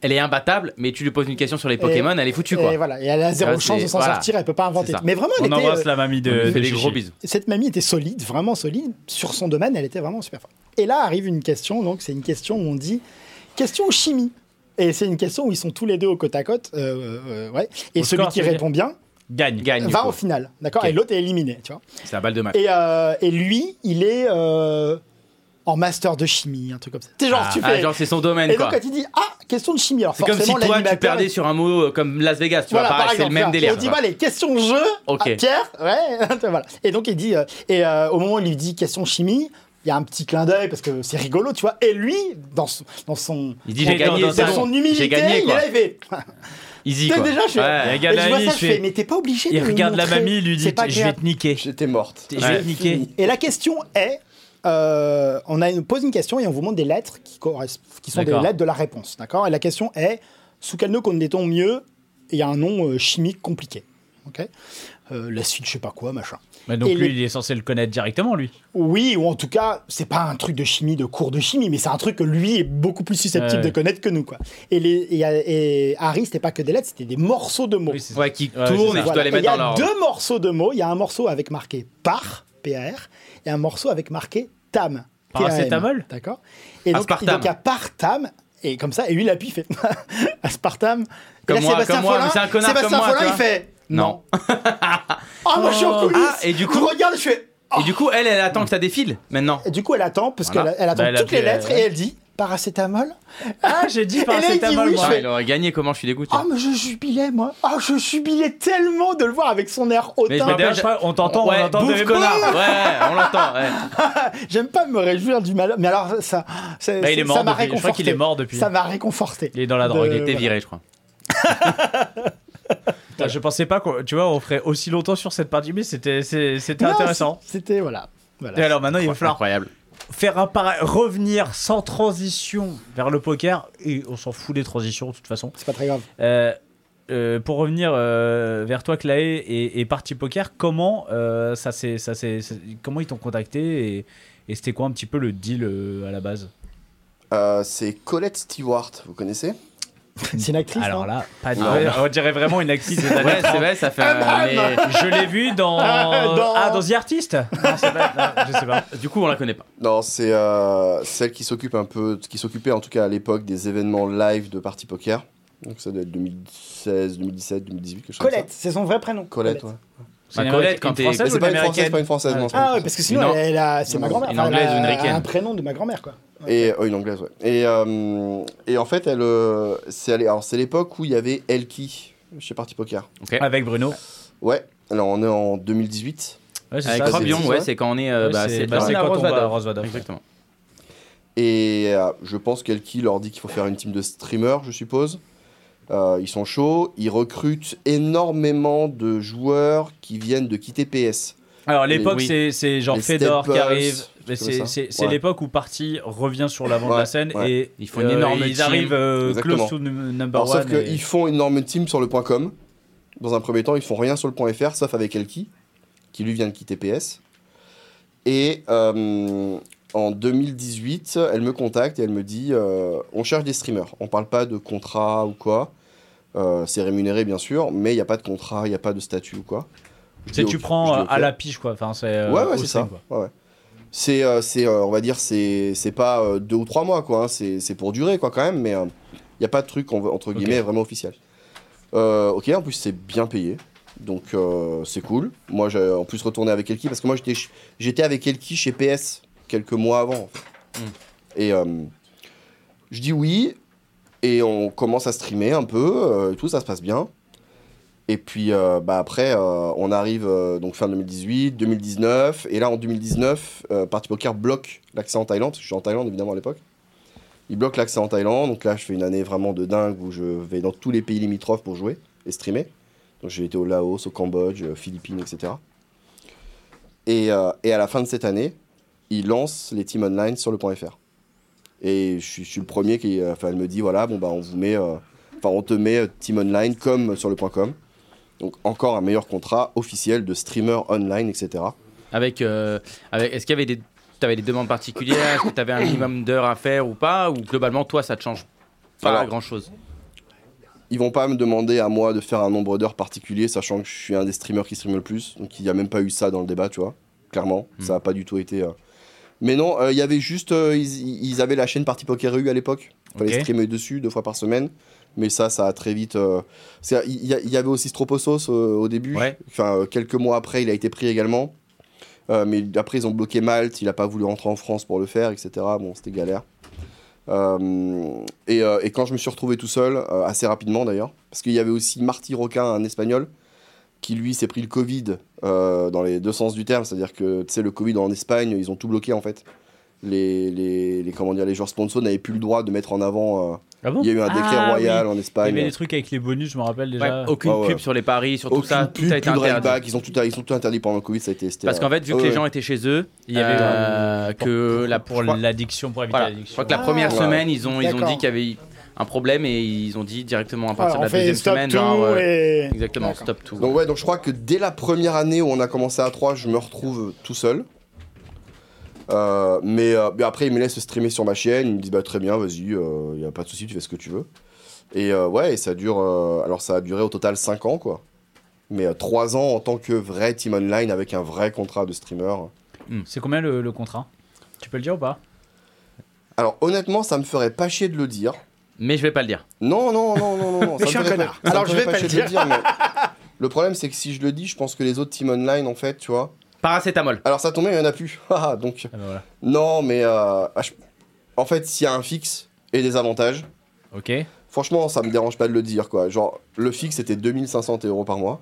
A: Elle est imbattable, mais tu lui poses une question sur les Pokémon, elle est foutue quoi.
C: Et voilà, et elle a zéro
A: Ça, Ah c'est-
C: chance de s'en
A: voilà.
C: sortir, elle peut pas inventer.
A: C'est ça.
C: Mais vraiment, elle
B: On
C: était,
B: embrasse
C: euh,
B: la mamie
A: On
B: de.
A: lui
B: de
A: fait des gros
B: Gigi.
A: bisous.
C: cette mamie était solide, vraiment solide. Sur son domaine, elle était vraiment super forte. Et là arrive une question, donc c'est une question où on dit question chimie. Et c'est une question où ils sont tous les deux au côte à côte. euh, euh, ouais. Et
B: Au
C: celui
B: score,
C: qui
B: ça veut
C: répond bien
B: Gagne.
A: Gagne. du
C: va
A: coup.
C: en finale, d'accord
A: Ok.
C: Et l'autre est éliminé, tu vois.
A: C'est la balle de match.
C: Et, euh, et lui, il est euh, en master de chimie, un truc comme ça. C'est genre, tu
A: Ah,
C: fais.
A: genre c'est son domaine
C: et
A: quoi.
C: donc, quand il dit Ah, question de chimie, alors
A: C'est comme si
C: forcément,
A: toi tu
C: l'animateur-
A: perdais sur un mot euh, comme Las Vegas, tu
C: voilà,
A: vois,
C: par
A: pareil, c'est le
C: exemple,
A: même
C: voilà.
A: délire.
C: On dit
A: quoi.
C: bah, les questions jeu
A: Ok.
C: à Pierre, ouais, *laughs* voilà. Et donc il dit euh, et euh, au moment où il lui dit question chimie, il y a un petit clin d'œil parce que c'est rigolo, tu vois. Et lui, dans son dans son
A: Il dit j'ai
B: Dans-
A: gagné,
B: dans
C: dans
A: c'est
C: son
A: bon.
C: humilité,
A: J'ai gagné
C: il est
A: quoi.
C: là, il fait.
A: Easy
C: Putain,
A: quoi.
C: déjà, je suis-
A: Ouais.
B: Et
C: Et
B: Gagne
C: je
B: la
C: vois
B: mamie,
C: ça,
B: je
C: je
B: fais-
C: fais, mais t'es pas obligé de
B: Il
C: me
B: regarde la
C: montrer,
B: mamie, lui
C: c'est
B: dit
C: pas
B: Je vais
C: grave.
B: te niquer.
D: J'étais morte.
A: Je
B: Je vais
A: Ouais.
B: te niquer.
C: Et la question est euh, on a une, pose une question et on vous montre des lettres qui, corres- qui sont des
B: D'accord.
C: lettres de la réponse. D'accord Et la question est sous quel nom connaît-on mieux Et il y a un nom euh, chimique compliqué. ok Euh, la suite, je sais pas quoi, machin.
B: Mais donc
C: Et
B: lui,
C: le-
B: il est censé le connaître directement, lui.
C: Oui, ou en tout cas, c'est pas un truc de chimie, de cours de chimie, mais c'est un truc que lui est beaucoup plus susceptible
B: Ouais.
C: de connaître que nous. Quoi. Et, les, et, et Harry, c'était pas que des lettres, c'était des morceaux de mots.
B: Oui, c'est ça.
A: Ouais, qui
B: Ouais, c'est
A: tourne
B: ça.
A: et tu dois
C: Voilà.
A: les
C: Et Il y
A: mettre dans
C: a
A: l'ordre.
C: deux morceaux de mots. Il y a un morceau avec marqué par, P-A-R, et un morceau avec marqué tam.
B: Paracétamol
C: T-A-M, D'accord. Et donc, et
A: Aspartame.
C: donc, il y a par tam, et comme ça, et lui, il appuie, il fait *laughs* aspartame. Et
A: Comme
C: là,
A: moi,
C: Sébastien
A: comme moi,
C: Follin-
A: mais c'est un connard
C: Sébastien
A: comme moi,
C: Follin,
A: tu
C: il
A: vois.
C: fait
A: *laughs* Non.
C: Ah, moi, je suis en coulisses.
A: Ah, et du coup-
C: Regarde, je fais. Oh.
A: Et du coup, elle, elle attend que ça défile maintenant.
C: Et du coup, elle attend, parce
A: Voilà.
C: qu'elle elle attend
B: Bah, elle
C: toutes les
B: appuie,
C: lettres,
B: euh,
C: et elle dit paracétamol.
B: Ah, j'ai dit
C: là, il dit
B: paracétamol,
C: oui,
B: moi.
C: je
A: Putain,
C: fais-
A: il aurait gagné, comment je suis dégoûté.
C: Ah, mais je jubilais, moi. Ah, je jubilais tellement de le voir avec son air hautain.
A: me dérange-
B: Je crois- On t'entend, on
A: ouais,
B: entend
A: bouffe,
B: des-
A: connard. Ouais, on l'entend.
B: *laughs*
A: ouais.
C: J'aime pas me réjouir du malheur, mais alors ça, ça,
B: Bah, il est
C: ça-
B: mort
C: ça m'a
B: depuis. Je crois
C: réconforté.
B: qu'il est mort depuis.
C: Ça m'a réconforté.
B: Il est dans la
C: De-
B: drogue,
A: Il était viré, je crois.
B: Putain, Je pensais pas qu'on, tu vois, on ferait aussi longtemps sur cette partie, mais c'était, c'est- c'était
C: Non,
B: intéressant.
C: c'est- C'était voilà. voilà.
B: Et alors maintenant, il va falloir
A: Incroyable.
B: faire un para- revenir sans transition vers le poker et on s'en fout des transitions de toute façon.
C: C'est pas très grave.
B: Euh, euh, pour revenir euh, vers toi, Claé et, et Party Poker, comment euh, ça s'est, ça s'est- ça- comment ils t'ont contacté et, et c'était quoi un petit peu le deal euh, à la base
D: Euh, c'est Colette Stewart, vous connaissez
C: C'est une actrice.
B: Alors
C: non
B: là, pas de-
A: Ah,
B: hein. ouais, on dirait vraiment une actrice *laughs* des années
A: Ouais, c'est
B: 30.
A: vrai, ça fait un. mais-
B: Je l'ai vu dans...
C: Dans-
B: Ah, *laughs* dans The Artist Non, c'est pas- non, je sais pas.
A: Du coup, on la connaît pas.
D: Non, c'est euh, celle qui s'occupe un peu, qui s'occupait en tout cas à l'époque des événements live de Party Poker. Donc ça doit être 2016, 2017, 2018, quelque chose comme
C: Colette, c'est son vrai prénom.
D: ça. Colette, ouais.
B: C'est
A: Bah,
B: une
A: Colette,
B: Américaine-
A: quand
B: une
A: t'es-
D: Mais
B: française ou
D: c'est
B: une
D: pas une française,
B: américaine
D: c'est pas une française, non. c'est pas
C: Ah
D: une
C: ouais,
D: française.
C: parce que sinon,
A: Une-
C: elle, elle a- c'est
D: une-
C: ma grand-mère.
A: une
C: Enfin, elle a
A: Anglaise ou une Ricaine.
C: Un prénom de ma grand-mère,
B: Bah,
C: quoi.
D: Et euh, une anglaise, ouais. Et, euh, et en fait, elle, euh, c'est allé- alors, c'est l'époque où il y avait Elki chez Party Poker.
B: Avec Bruno.
D: Ouais. Alors on est en 2018
B: Ouais, c'est
A: Avec
B: ça,
D: Rob
B: c'est-
D: Young,
A: Robion, ouais, c'est quand on est. euh,
B: Ouais,
A: bah,
B: c'est
A: C'est
B: bah,
A: quand on
B: c'est
A: est à
B: quand on
A: Rose
B: va à
A: Vador.
B: Rose Vador.
A: Exactement.
D: et euh, je pense qu'Elki leur dit qu'il faut faire une team de streamers, je suppose. Euh, ils sont chauds, ils recrutent énormément de joueurs qui viennent de quitter PS.
B: Alors l'époque
A: Oui.
B: c'est- c'est genre
D: Les
B: Fedor qui
D: Staples,
B: arrive, mais
D: comme
B: c'est
D: ça.
B: c'est- c'est
D: Ouais.
B: l'époque où Party revient sur l'avant de
D: Ouais,
B: la scène
D: ouais.
B: et
A: Ils font une énorme
B: ils
A: team.
B: arrivent euh,
D: Exactement.
B: close to num- number
D: Alors, sauf
B: one. et-
D: qu'ils font énorme team sur le point .com. Dans un premier temps, ils font rien sur le point .fr, sauf avec Elki, qui lui vient de quitter PS. Et euh, en 2018, elle me contacte et elle me dit euh, on cherche des streamers. On parle pas de contrat ou quoi. Euh, c'est rémunéré bien sûr, mais il n'y a pas de contrat, il n'y a pas de statut ou quoi. Je
B: C'est
D: dis
B: tu
D: ok,
B: prends
D: je
B: euh,
D: dis ok.
B: à la pige quoi. Enfin c'est euh,
D: ouais, ouais,
B: au
D: c'est
B: string,
D: ça.
B: quoi.
D: Ouais, ouais. C'est, euh, c'est, euh, on va dire, c'est, c'est pas euh, deux ou trois mois, quoi. hein. C'est, c'est pour durer, quoi, quand même. Mais il n'y a pas de truc, on va- entre guillemets, vraiment officiel. Euh, ok, en plus, c'est bien payé. Donc, euh, c'est cool. Moi, j'ai en plus retourné avec Elki, parce que moi, j'étais, ch- j'étais avec Elki chez PS quelques mois avant. en fait.
B: Hmm.
D: Et euh, je dis oui, et on commence à streamer un peu, euh, et tout, ça se passe bien. Et puis euh, bah, après, euh, on arrive euh, donc fin 2018, 2019. Et là, en 2019, euh, Party Poker bloque l'accès en Thaïlande, parce que je suis en Thaïlande évidemment à l'époque. Il bloque l'accès en Thaïlande. Donc là, je fais une année vraiment de dingue où je vais dans tous les pays limitrophes pour jouer et streamer. Donc j'ai été au Laos, au Cambodge, aux Philippines, etc. Et, euh, et à la fin de cette année, il lance les teams online sur le point .fr. Et je suis, je suis le premier qui. euh, Enfin, elle me dit voilà, bon, bah, on vous met. euh, Enfin, on te met euh, Team Online comme sur le point .com. Donc encore un meilleur contrat officiel de streamer online, etc.
A: Avec, euh, avec est-ce qu'il y avait des t'avais des demandes particulières, est-ce que t'avais un minimum d'heures à faire ou pas, ou globalement toi ça te change pas
D: Alors,
A: grand chose.
D: Ils vont pas me demander à moi de faire un nombre d'heures particulier, sachant que je suis un des streamers qui stream le plus. Donc il n'y a même pas eu ça dans le débat, tu vois. Clairement,
A: Hmm.
D: ça n'a pas du tout été. euh. Mais non, euh, il y avait juste, euh, ils, ils avaient la chaîne Party Poker EU à l'époque. Fallait
A: Ok.
D: streamer dessus deux fois par semaine. Mais ça, ça a très vite. euh, c'est- Il y, a- il y avait aussi Stroposos euh, au début.
A: Ouais.
D: Enfin, euh, quelques mois après, il a été pris également. Euh, mais après, ils ont bloqué Malte. Il n'a pas voulu rentrer en France pour le faire, etc. Bon, c'était galère. Euh, et, euh, et quand je me suis retrouvé tout seul, euh, assez rapidement d'ailleurs, parce qu'il y avait aussi Marty Roquin, un espagnol, qui lui s'est pris le Covid euh, dans les deux sens du terme, c'est-à-dire que tu sais, le Covid en Espagne, ils ont tout bloqué en fait. Les, les, les- comment dire, les joueurs sponsors n'avaient plus le droit de mettre en avant. euh,
B: Ah bon
D: il y a eu un
B: Ah,
D: décret royal en
B: Il y
D: Espagne.
B: avait des trucs avec les bonus, je me rappelle déjà.
A: Ouais, aucune
D: Ah ouais.
A: pub sur les paris, sur tout
D: Aucune
A: ça,
D: pub,
A: tout a été
D: plus de ride
A: interdit.
D: back, ils, ont tout, ils ont tout interdit pendant le Covid, ça a été. c'était,
A: Parce qu'en
D: euh,
A: fait, vu que
D: ouais,
A: les
D: ouais.
A: gens étaient chez eux, il y avait
B: Euh,
A: euh, que la
B: pour
A: je crois-
B: l'addiction, pour éviter
A: voilà. Je
B: l'addiction.
A: crois que la
C: Ah,
A: première
D: ouais.
A: semaine, ils ont, ils ont
C: D'accord.
A: dit qu'il y avait un problème et ils ont dit directement à partir
C: Voilà, on
A: de la
C: fait
A: deuxième
C: stop
A: semaine,
C: tout
A: genre, euh,
C: et.
A: exactement,
C: D'accord.
A: stop tout.
D: Donc ouais, donc je crois que dès la première année où on a commencé à 3, je me retrouve tout seul. Euh, mais, euh, mais après, ils me laissent streamer sur ma chaîne. Ils me disent bah, très bien, vas-y, il n'y a pas de souci, tu fais ce que tu veux. Et euh, ouais, et ça dure. euh, alors ça a duré au total 5 ans, quoi. Mais 3 ans en tant que vrai team online avec un vrai contrat de streamer.
B: C'est combien le, le contrat Tu peux le dire ou pas
D: Alors honnêtement, ça me ferait pas chier de le dire.
A: Mais je vais pas le dire.
D: Non, non, non, non, non. non.
C: Mais *laughs* je
D: ça
C: suis
D: me
C: un
D: ferait
C: connard.
D: ça me
C: Alors, je
D: ferait
C: vais pas
D: chier
C: le
D: de dire, mais le problème, c'est que si je le dis, je pense que les autres teams online, en fait, tu vois.
A: Paracétamol.
D: Alors ça tombait, il y en a plus. *laughs* Ah, Donc.
B: Ah bah voilà.
D: Non, mais euh, ah, je- en fait, s'il y a un fixe et des avantages,
B: Ok.
D: franchement, ça me dérange pas de le dire, quoi. Genre, le fixe était 2500 euros par mois.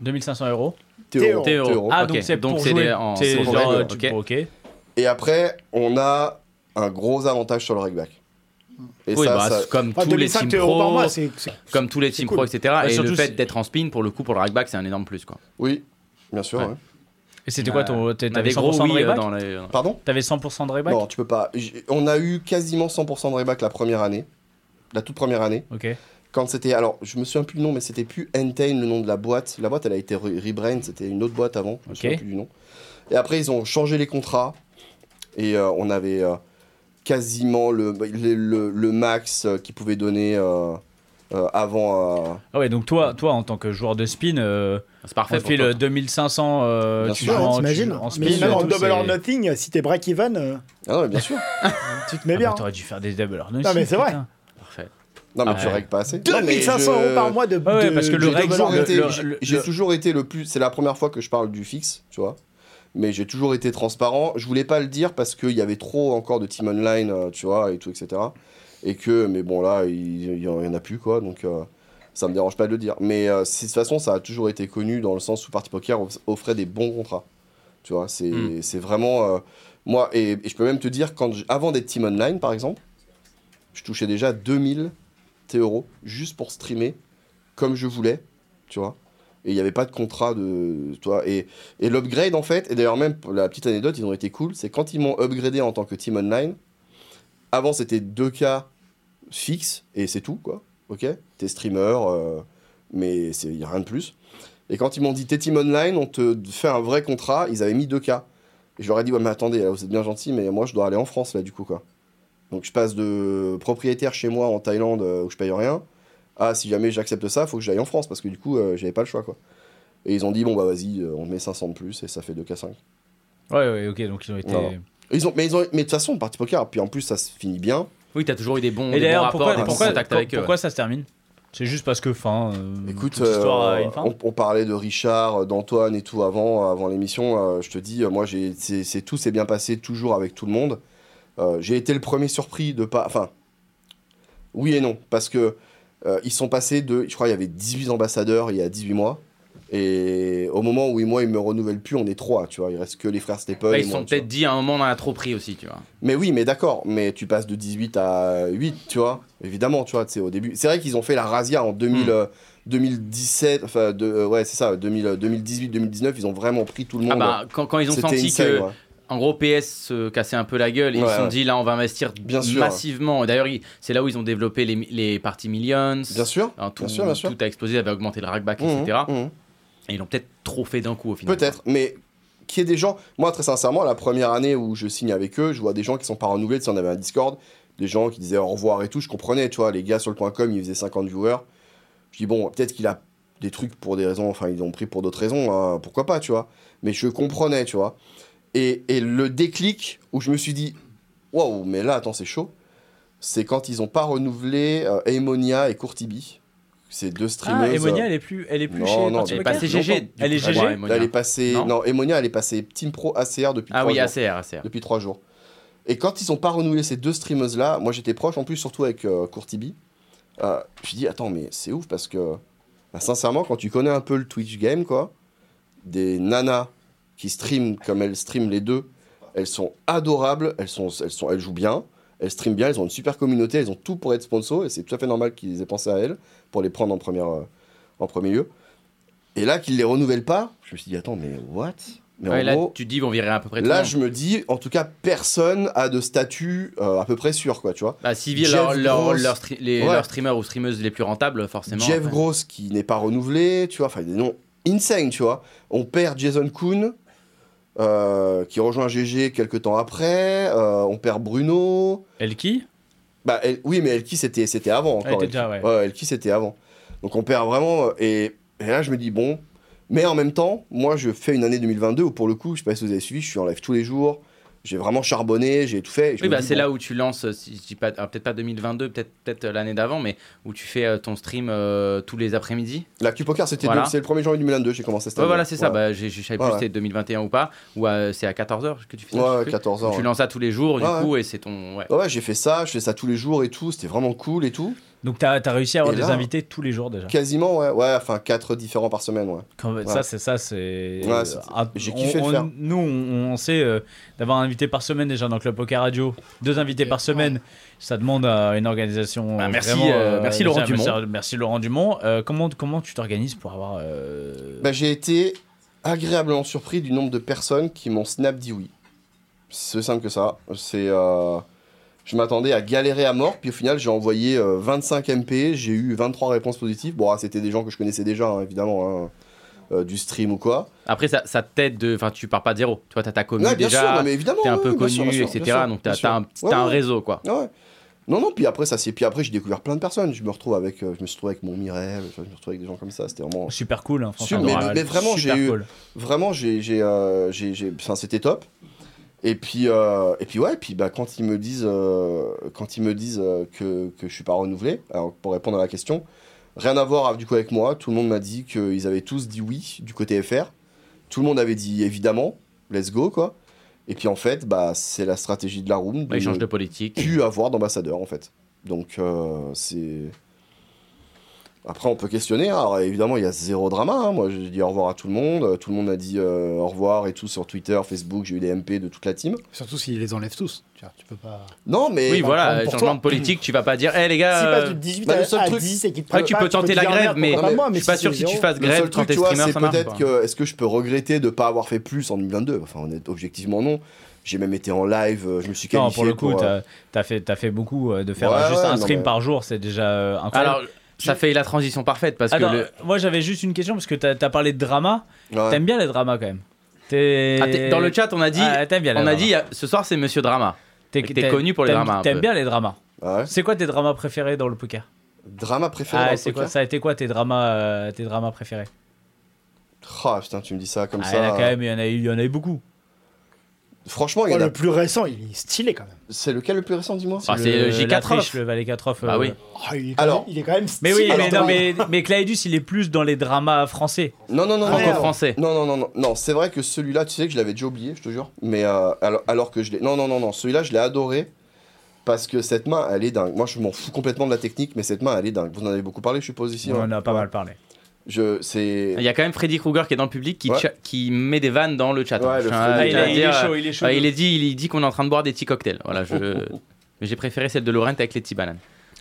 B: 2500 euros.
D: Théo.
A: Théo.
D: Théo.
B: Ah,
A: ok.
B: donc c'est
A: Donc
B: pour
A: c'est
B: jouer.
A: des- en-
B: C'est
A: c'est
D: pour
B: genre,
D: jouer,
B: euh, tu-
A: ok.
B: ok.
D: Et après, on a un gros avantage sur le rackback. Et
A: Oui,
D: ça,
A: bah,
D: ça-
A: c'est comme,
C: Enfin,
A: tous les
C: 2005
A: team
C: euros par
A: pro,
C: mois, c'est. c'est-
A: comme tous les
C: c'est
A: team
C: cool.
A: pro, etc.
B: Ouais,
A: et
B: surtout
A: le fait
B: si-
A: d'être en spin, pour le coup, pour le rackback, c'est un énorme plus. Quoi.
D: Oui, bien sûr. hein.
A: Ouais.
D: ouais.
B: Et c'était quoi ton. t'a-
A: On a
B: Euh, T'avais
A: des gros
B: 100% de
A: oui euh,
B: rayback
A: dans les.
D: Pardon
B: T'avais 100% de rayback
D: Non, tu peux pas. J- On a eu quasiment 100% de rayback la première année. La toute première année.
B: Ok.
D: Quand c'était. Alors, je me souviens plus du nom, mais c'était plus Entain, le nom de la boîte. La boîte, elle a été re- rebrand. C'était une autre boîte avant. Je me
B: Ok.
D: souviens plus du nom. Et après, ils ont changé les contrats. Et euh, on avait euh, quasiment le, le, le- le max euh, qu'ils pouvaient donner euh, euh, avant. euh,
B: Ah ouais, donc toi, toi en tant que joueur de spin, euh,
A: C'est parfait.
B: on
A: pour
B: te file
A: toi.
B: 2500. euh,
D: Bien
B: tu
D: sûr.
B: joues en- tu
C: T'imagines
B: joues en spin.
C: Mais
B: et
C: même en
B: tout,
C: double or
B: c'est-
C: nothing, euh, si t'es break-even, euh,
D: Ah non, mais bien sûr.
C: tu te
B: Ah
C: mets
B: bah,
C: bien.
B: T'aurais dû faire des double or
C: Non, mais c'est vrai.
A: Parfait.
D: Non, mais
A: Ah
D: tu
A: ouais.
D: règles pas assez. Non, mais
C: 2500
D: je-
C: euros par mois de.
B: Ouais, ouais,
C: de-
B: parce que le
C: de
D: J'ai
B: règle-
C: double or
D: toujours
B: le-
C: nothing.
D: été-
B: le-
D: j'ai-
B: le-
D: j'ai
B: le-
D: toujours été le plus. C'est la première fois que je parle du fixe, tu vois. Mais j'ai toujours été transparent. Je voulais pas le dire parce qu'il y avait trop encore de team online, euh, tu vois, et tout, etc. Et que, mais bon, là, il il y, en a plus, quoi. Donc, euh, ça me dérange pas de le dire. Mais euh, c'est- de toute façon, ça a toujours été connu dans le sens où Party Poker off- offrait des bons contrats. Tu vois, c'est
A: Mm.
D: c'est vraiment. euh, moi, et, et je peux même te dire, quand j- avant d'être team online, par exemple, je touchais déjà 2000 euros juste pour streamer comme je voulais, tu vois. Et il n'y avait pas de contrat de. Toi, et et l'upgrade, en fait, et d'ailleurs, même pour la petite anecdote, ils ont été cool, c'est quand ils m'ont upgradé en tant que team online, avant c'était 2K fixe, et c'est tout, quoi. Ok T'es streamer, euh, mais il n'y a rien de plus. Et quand ils m'ont dit t'es team online, on te fait un vrai contrat, ils avaient mis 2K. Et je leur ai dit, ouais, mais attendez, là, vous êtes bien gentil, mais moi, je dois aller en France, là, du coup, quoi. Donc, je passe de propriétaire chez moi en Thaïlande euh, où je paye rien ah si jamais j'accepte ça, faut que j'aille en France parce que du coup euh, j'avais pas le choix quoi. Et ils ont dit bon bah vas-y, euh, on met 500 de plus et ça fait 2K5.
B: Ouais, ouais, ok, donc ils ont été.
D: Non, non. Ils ont, mais ils ont, mais de toute façon parti poker, puis en plus ça se finit bien.
A: Oui, t'as toujours eu des bons,
B: Et
A: des bons
B: d'ailleurs,
A: rapports,
B: pourquoi,
A: des bons
B: pourquoi,
A: contacts
B: pour-
A: avec euh, eux.
B: pourquoi ça se termine C'est juste parce que fin. euh,
D: Écoute,
B: toute histoire
D: euh,
B: a une fin.
D: on, on parlait de Richard, euh, d'Antoine et tout avant, avant l'émission. euh, je te dis, euh, moi j'ai, c'est, c'est- tout s'est bien passé toujours avec tout le monde. Euh, j'ai été le premier surpris de pas, enfin, oui et non, parce que euh, ils sont passés de, je crois il y avait 18 ambassadeurs il y a 18 mois. Et au moment où moi ils me renouvellent plus, on est trois, tu vois. Il reste que les frères Stephen.
B: Ah,
A: Bah,
D: et
A: ils se
D: moi,
A: sont
D: tu vois.
A: peut-être dit à un moment on en a trop pris aussi, tu vois.
D: Mais oui, mais d'accord, mais tu passes de 18 à 8, tu vois. Évidemment, tu vois, tu sais, au début. C'est vrai qu'ils ont fait la razzia en 2000,
A: Mm.
D: euh, 2017, enfin, de, euh, ouais, c'est ça, 2000, euh, 2018, 2019, ils ont vraiment pris tout le monde.
A: Ah bah, quand, quand ils ont
D: C'était
A: senti
D: insane,
A: que
D: ouais.
A: en gros, PS se cassait un peu la gueule et
D: Ouais,
A: ils se sont
D: ouais.
A: dit là, on va investir
D: Bien sûr.
A: massivement. Et D'ailleurs, ils- c'est là où ils ont développé les, les parties Millions.
D: Bien sûr.
A: Enfin, tout,
D: bien sûr, bien sûr.
A: tout a explosé, avait augmenté le rackback, etc.
D: Mhm, mhm.
A: Et ils l'ont peut-être trop fait d'un coup au final.
D: Peut-être, mais qu'il y ait des gens. Moi, très sincèrement, la première année où je signe avec eux, je vois des gens qui sont pas renouvelés. Tu sais, on avait un Discord, des gens qui disaient au revoir et tout. Je comprenais, tu vois, les gars sur le point .com, ils faisaient 50 viewers. Je dis, bon, peut-être qu'il a des trucs pour des raisons, enfin, ils ont pris pour d'autres raisons, hein, pourquoi pas, tu vois. Mais je comprenais, tu vois. Et, et le déclic où je me suis dit, waouh, mais là, attends, c'est chaud, c'est quand ils ont pas renouvelé euh, Aemonia et Courtibi. Ces deux
B: Ah,
D: streamers.
B: Emonia, elle est plus, elle est plus
D: Non,
B: chez
D: non,
B: Party
A: Elle est
B: Poker
D: Peut-être.
A: passée GG. du
B: Elle est
A: coup, je
B: GG?
A: crois, Emonia.
D: Elle est passée.
A: Non.
D: Non, Emonia, elle est passée Team Pro ACR depuis
A: Ah
D: trois
A: oui,
D: jours.
A: ACR, ACR.
D: Depuis trois jours. Et quand ils ont pas renouvelé ces deux streameuses-là, moi j'étais proche, en plus surtout avec euh, Courtibi, euh, je me suis dit, attends, mais c'est ouf parce que, bah, sincèrement, quand tu connais un peu le Twitch game, quoi, des nanas qui streament comme elles streament les deux, elles sont adorables, elles, sont, elles, sont, elles jouent bien, elles streament bien, elles ont une super communauté, elles ont tout pour être sponsors, et c'est tout à fait normal qu'ils aient pensé à elles pour les prendre en, première, euh, en premier lieu. Et là, qu'ils les renouvellent pas, je me suis dit, attends, mais what mais
A: Ouais,
D: en
A: là,
D: gros-
A: tu te dis, ils vont virer à peu près tout le
D: Là,
A: monde.
D: je me dis, en tout cas, personne a de statut euh, à peu près sûr, quoi, tu vois.
A: Bah, s'ils virent
D: Jeff
A: leur, leur-
D: Gross.
A: leur stre- les-
D: Ouais.
A: leurs streamers ou streameuses les plus rentables, forcément.
D: Jeff
A: après.
D: Gross qui n'est pas renouvelé, tu vois, enfin, il y a des noms insane, tu vois. On perd Jason Kuhn, euh, qui rejoint GG quelques temps après, euh, on perd Bruno.
B: Elle qui
D: Bah, El- oui, mais Elki, c'était c'était avant
B: Elle
D: encore.
B: était déjà, ouais.
D: Ouais, ouais, Elki, c'était avant. Donc on perd vraiment. euh, Et, et là, je me dis, bon. Mais en même temps, moi, je fais une année 2022 où, pour le coup, je sais pas si vous avez suivi, je suis en live tous les jours. J'ai vraiment charbonné, j'ai tout fait. et je
A: Oui,
D: me
A: bah,
D: dis,
A: c'est
D: bon,
A: là où tu lances, euh, si je dis pas, alors, peut-être pas 2022, peut-être peut-être euh, l'année d'avant, mais où tu fais euh, ton stream euh, tous les après-midi.
D: La Q Poker, c'était
A: Voilà.
D: deux- c'est le 1er janvier 2022, j'ai commencé cette
A: Ouais,
D: année.
A: voilà, c'est ça.
D: Ouais.
A: Bah, j'ai- je savais plus
D: Ouais,
A: si c'était 2021 ou pas. Ou euh, c'est à 14h que tu fais bah, ça. je
D: Ouais,
A: sais
D: ouais,
A: plus.
D: 14
A: Où
D: ans.
A: Tu
D: ouais.
A: lances ça tous les jours,
D: Ouais,
A: du coup, et c'est ton. Ouais.
D: Ouais, ouais, j'ai fait ça, je fais ça tous les jours et tout, c'était vraiment cool et tout.
B: Donc t'as as réussi à avoir
D: Et
B: des
D: là-
B: invités tous les jours déjà.
D: Quasiment, ouais, ouais, enfin 4 différents par semaine, ouais.
B: Quand-
D: Ouais.
B: Ça, c'est ça, c'est.
D: Ouais, c'est-
B: Ah,
D: j'ai
B: on-
D: kiffé le
B: on-
D: faire.
B: Nous, on, on sait euh, d'avoir un invité par semaine déjà dans Club Poker Radio, deux invités
C: Et-
B: par semaine, ça demande à une organisation.
A: Bah, merci,
B: vraiment,
A: euh, merci Laurent
B: déjà,
A: Dumont.
B: Merci, merci Laurent Dumont. Euh, comment, comment tu t'organises pour avoir. euh,
D: Bah, j'ai été agréablement surpris du nombre de personnes qui m'ont snap dit oui. C'est simple que ça. C'est, euh, Je m'attendais à galérer à mort, puis au final j'ai envoyé euh, 25 MP, j'ai eu 23 réponses positives. Bon, ah, c'était des gens que je connaissais déjà, hein, évidemment, hein, euh, du stream ou quoi.
A: Après, ça, ça t'aide de. Enfin, tu pars pas de zéro. Tu vois, t'as ta commu
D: Ouais, bien sûr,
A: déjà.
D: non, mais évidemment.
A: T'es un
D: ouais,
A: peu
D: ouais, bien
A: connu,
D: sûr, bien sûr,
A: etc.
D: bien sûr,
A: donc
D: bien
A: t'as
D: sûr.
A: t'as un, petit-
D: Ouais,
A: t'as un
D: ouais.
A: réseau, quoi.
D: Ah ouais. Non, non, puis après, ça c'est. Puis après, j'ai découvert plein de personnes. Je me retrouve avec. euh, je me suis retrouvé avec mon Mirel, je me suis retrouvé avec des gens comme ça. C'était vraiment.
B: Super cool, hein,
D: Sûr,
B: franchement.
D: mais-
B: Laurent,
D: mais vraiment,
B: super
D: j'ai eu-
B: cool.
D: Vraiment, j'ai. j'ai, euh, j'ai- j'ai- Enfin, c'était top. Et puis, euh, et puis ouais, et puis bah, quand ils me disent, euh, quand ils me disent euh, que, que je suis pas renouvelé, alors pour répondre à la question, rien à voir ah, du coup avec moi, tout le monde m'a dit qu'ils avaient tous dit oui du côté FR, tout le monde avait dit évidemment, let's go quoi, et puis en fait, bah, c'est la stratégie de la room,
A: Bah,
D: de
A: il change
D: ne
A: de politique.
D: pu avoir d'ambassadeur en fait. Donc euh, c'est. Après, on peut questionner. hein. Alors, évidemment, il y a zéro drama. hein. Moi, j'ai dit au revoir à tout le monde. Euh, Tout le monde a dit euh, au revoir et tout sur Twitter, Facebook. J'ai eu des MP de toute la team.
C: Surtout s'ils les enlèvent tous. Tu, vois, tu peux pas.
D: Non, mais.
A: Oui,
C: pas
A: voilà,
C: prendre
A: euh,
C: pour
A: changement
C: toi.
A: de politique, tu vas pas dire, hé les gars,
C: S'ils
A: euh,
C: passent de 18
D: bah, le
C: à,
D: seul
C: à
D: truc-
C: 10 et qu'ils te
A: Ouais,
C: prennent
A: tu
C: pas,
A: peux tenter
C: te
A: la
C: dire,
A: grève,
C: merde,
A: mais-
C: pourquoi pas moi,
A: je suis pas
C: si
A: sûr
C: c'est
A: que tu
C: zéro,
A: fasses
D: le
A: grève
D: seul
A: quand
D: truc,
A: t'es
D: tu vois,
A: streamer,
D: c'est
A: ça marche.
D: peut-être
A: quoi.
D: que est-ce que je peux regretter de pas avoir fait plus en 2022 Enfin, on est objectivement non. J'ai même été en live. euh, Je me suis qualifié
B: Non, pour le coup,
D: euh,
B: t'as as fait, t'as fait beaucoup euh, de faire
D: Ouais,
B: juste
D: ouais,
B: un
D: non,
B: stream
D: mais-
B: par jour, c'est déjà euh, incroyable.
A: Alors, ça fait la transition parfaite parce
B: Alors,
A: que le-
B: moi j'avais juste une question parce que t'as as parlé de drama.
D: ouais.
B: T'aimes bien les dramas quand même. T'es-
A: Ah, t'es- dans le chat, on a dit,
B: Ah, t'aimes bien les
A: on a
B: dramas.
A: dit, ah, ce soir c'est Monsieur Drama.
B: T'es
A: T'es connu pour les
B: t'aimes-
A: dramas, un
B: T'aimes
A: peu.
B: bien les dramas.
D: Ah Ouais.
B: C'est quoi tes dramas préférés dans le poker
D: Drama préféré dans
B: ah,
D: le
B: c'est quoi,
D: poker
B: Ça a été quoi tes dramas, euh, tes dramas préférés
D: Ah, putain, tu me dis ça comme
B: Ah,
D: ça.
B: Il y en a quand même, il y en a eu, il y en a eu beaucoup.
D: Franchement, il y
C: Oh,
D: en a-
C: le plus récent, il est stylé quand même.
D: C'est lequel le plus récent, dis-moi
B: Oh,
A: Ah, c'est le
B: la
A: J4
B: triche, le valet 4 euh, off.
A: Bah
B: euh,
A: oui.
C: Oh, il, est quand
D: Alors-
C: même- il est quand même
B: Mais
C: stylé.
B: oui, mais,
D: Alors,
B: non, mais, mais Claydus, il est plus dans les dramas français.
D: Non, non, non, non, non.
A: Franco-français.
D: Non, non, non, non, non, c'est vrai que celui-là, tu sais que je l'avais déjà oublié, je te jure. Mais euh, alors, alors que je l'ai. Non, non, non, non, celui-là, je l'ai adoré. Parce que cette main, elle est dingue. Moi, je m'en fous complètement de la technique, mais cette main, elle est dingue. Vous en avez beaucoup parlé, je suppose, ici.
B: on
D: hein
B: en a pas mal parlé.
D: Je, c'est.
A: Il Ah, y a quand même Freddy Krueger qui est dans le public qui,
D: Ouais.
A: cha- qui met des vannes dans le chat.
D: Ouais,
A: hein.
D: le
A: Je suis
D: Ah,
A: un-
D: Freddy.
A: je
D: il a-
A: tiens à dire, euh,
B: il est
A: ouais, il est dit, il dit qu'on est en train de boire des petits cocktails. Voilà, je. *laughs* Mais j'ai préféré celle de Laurent avec les petits bananes.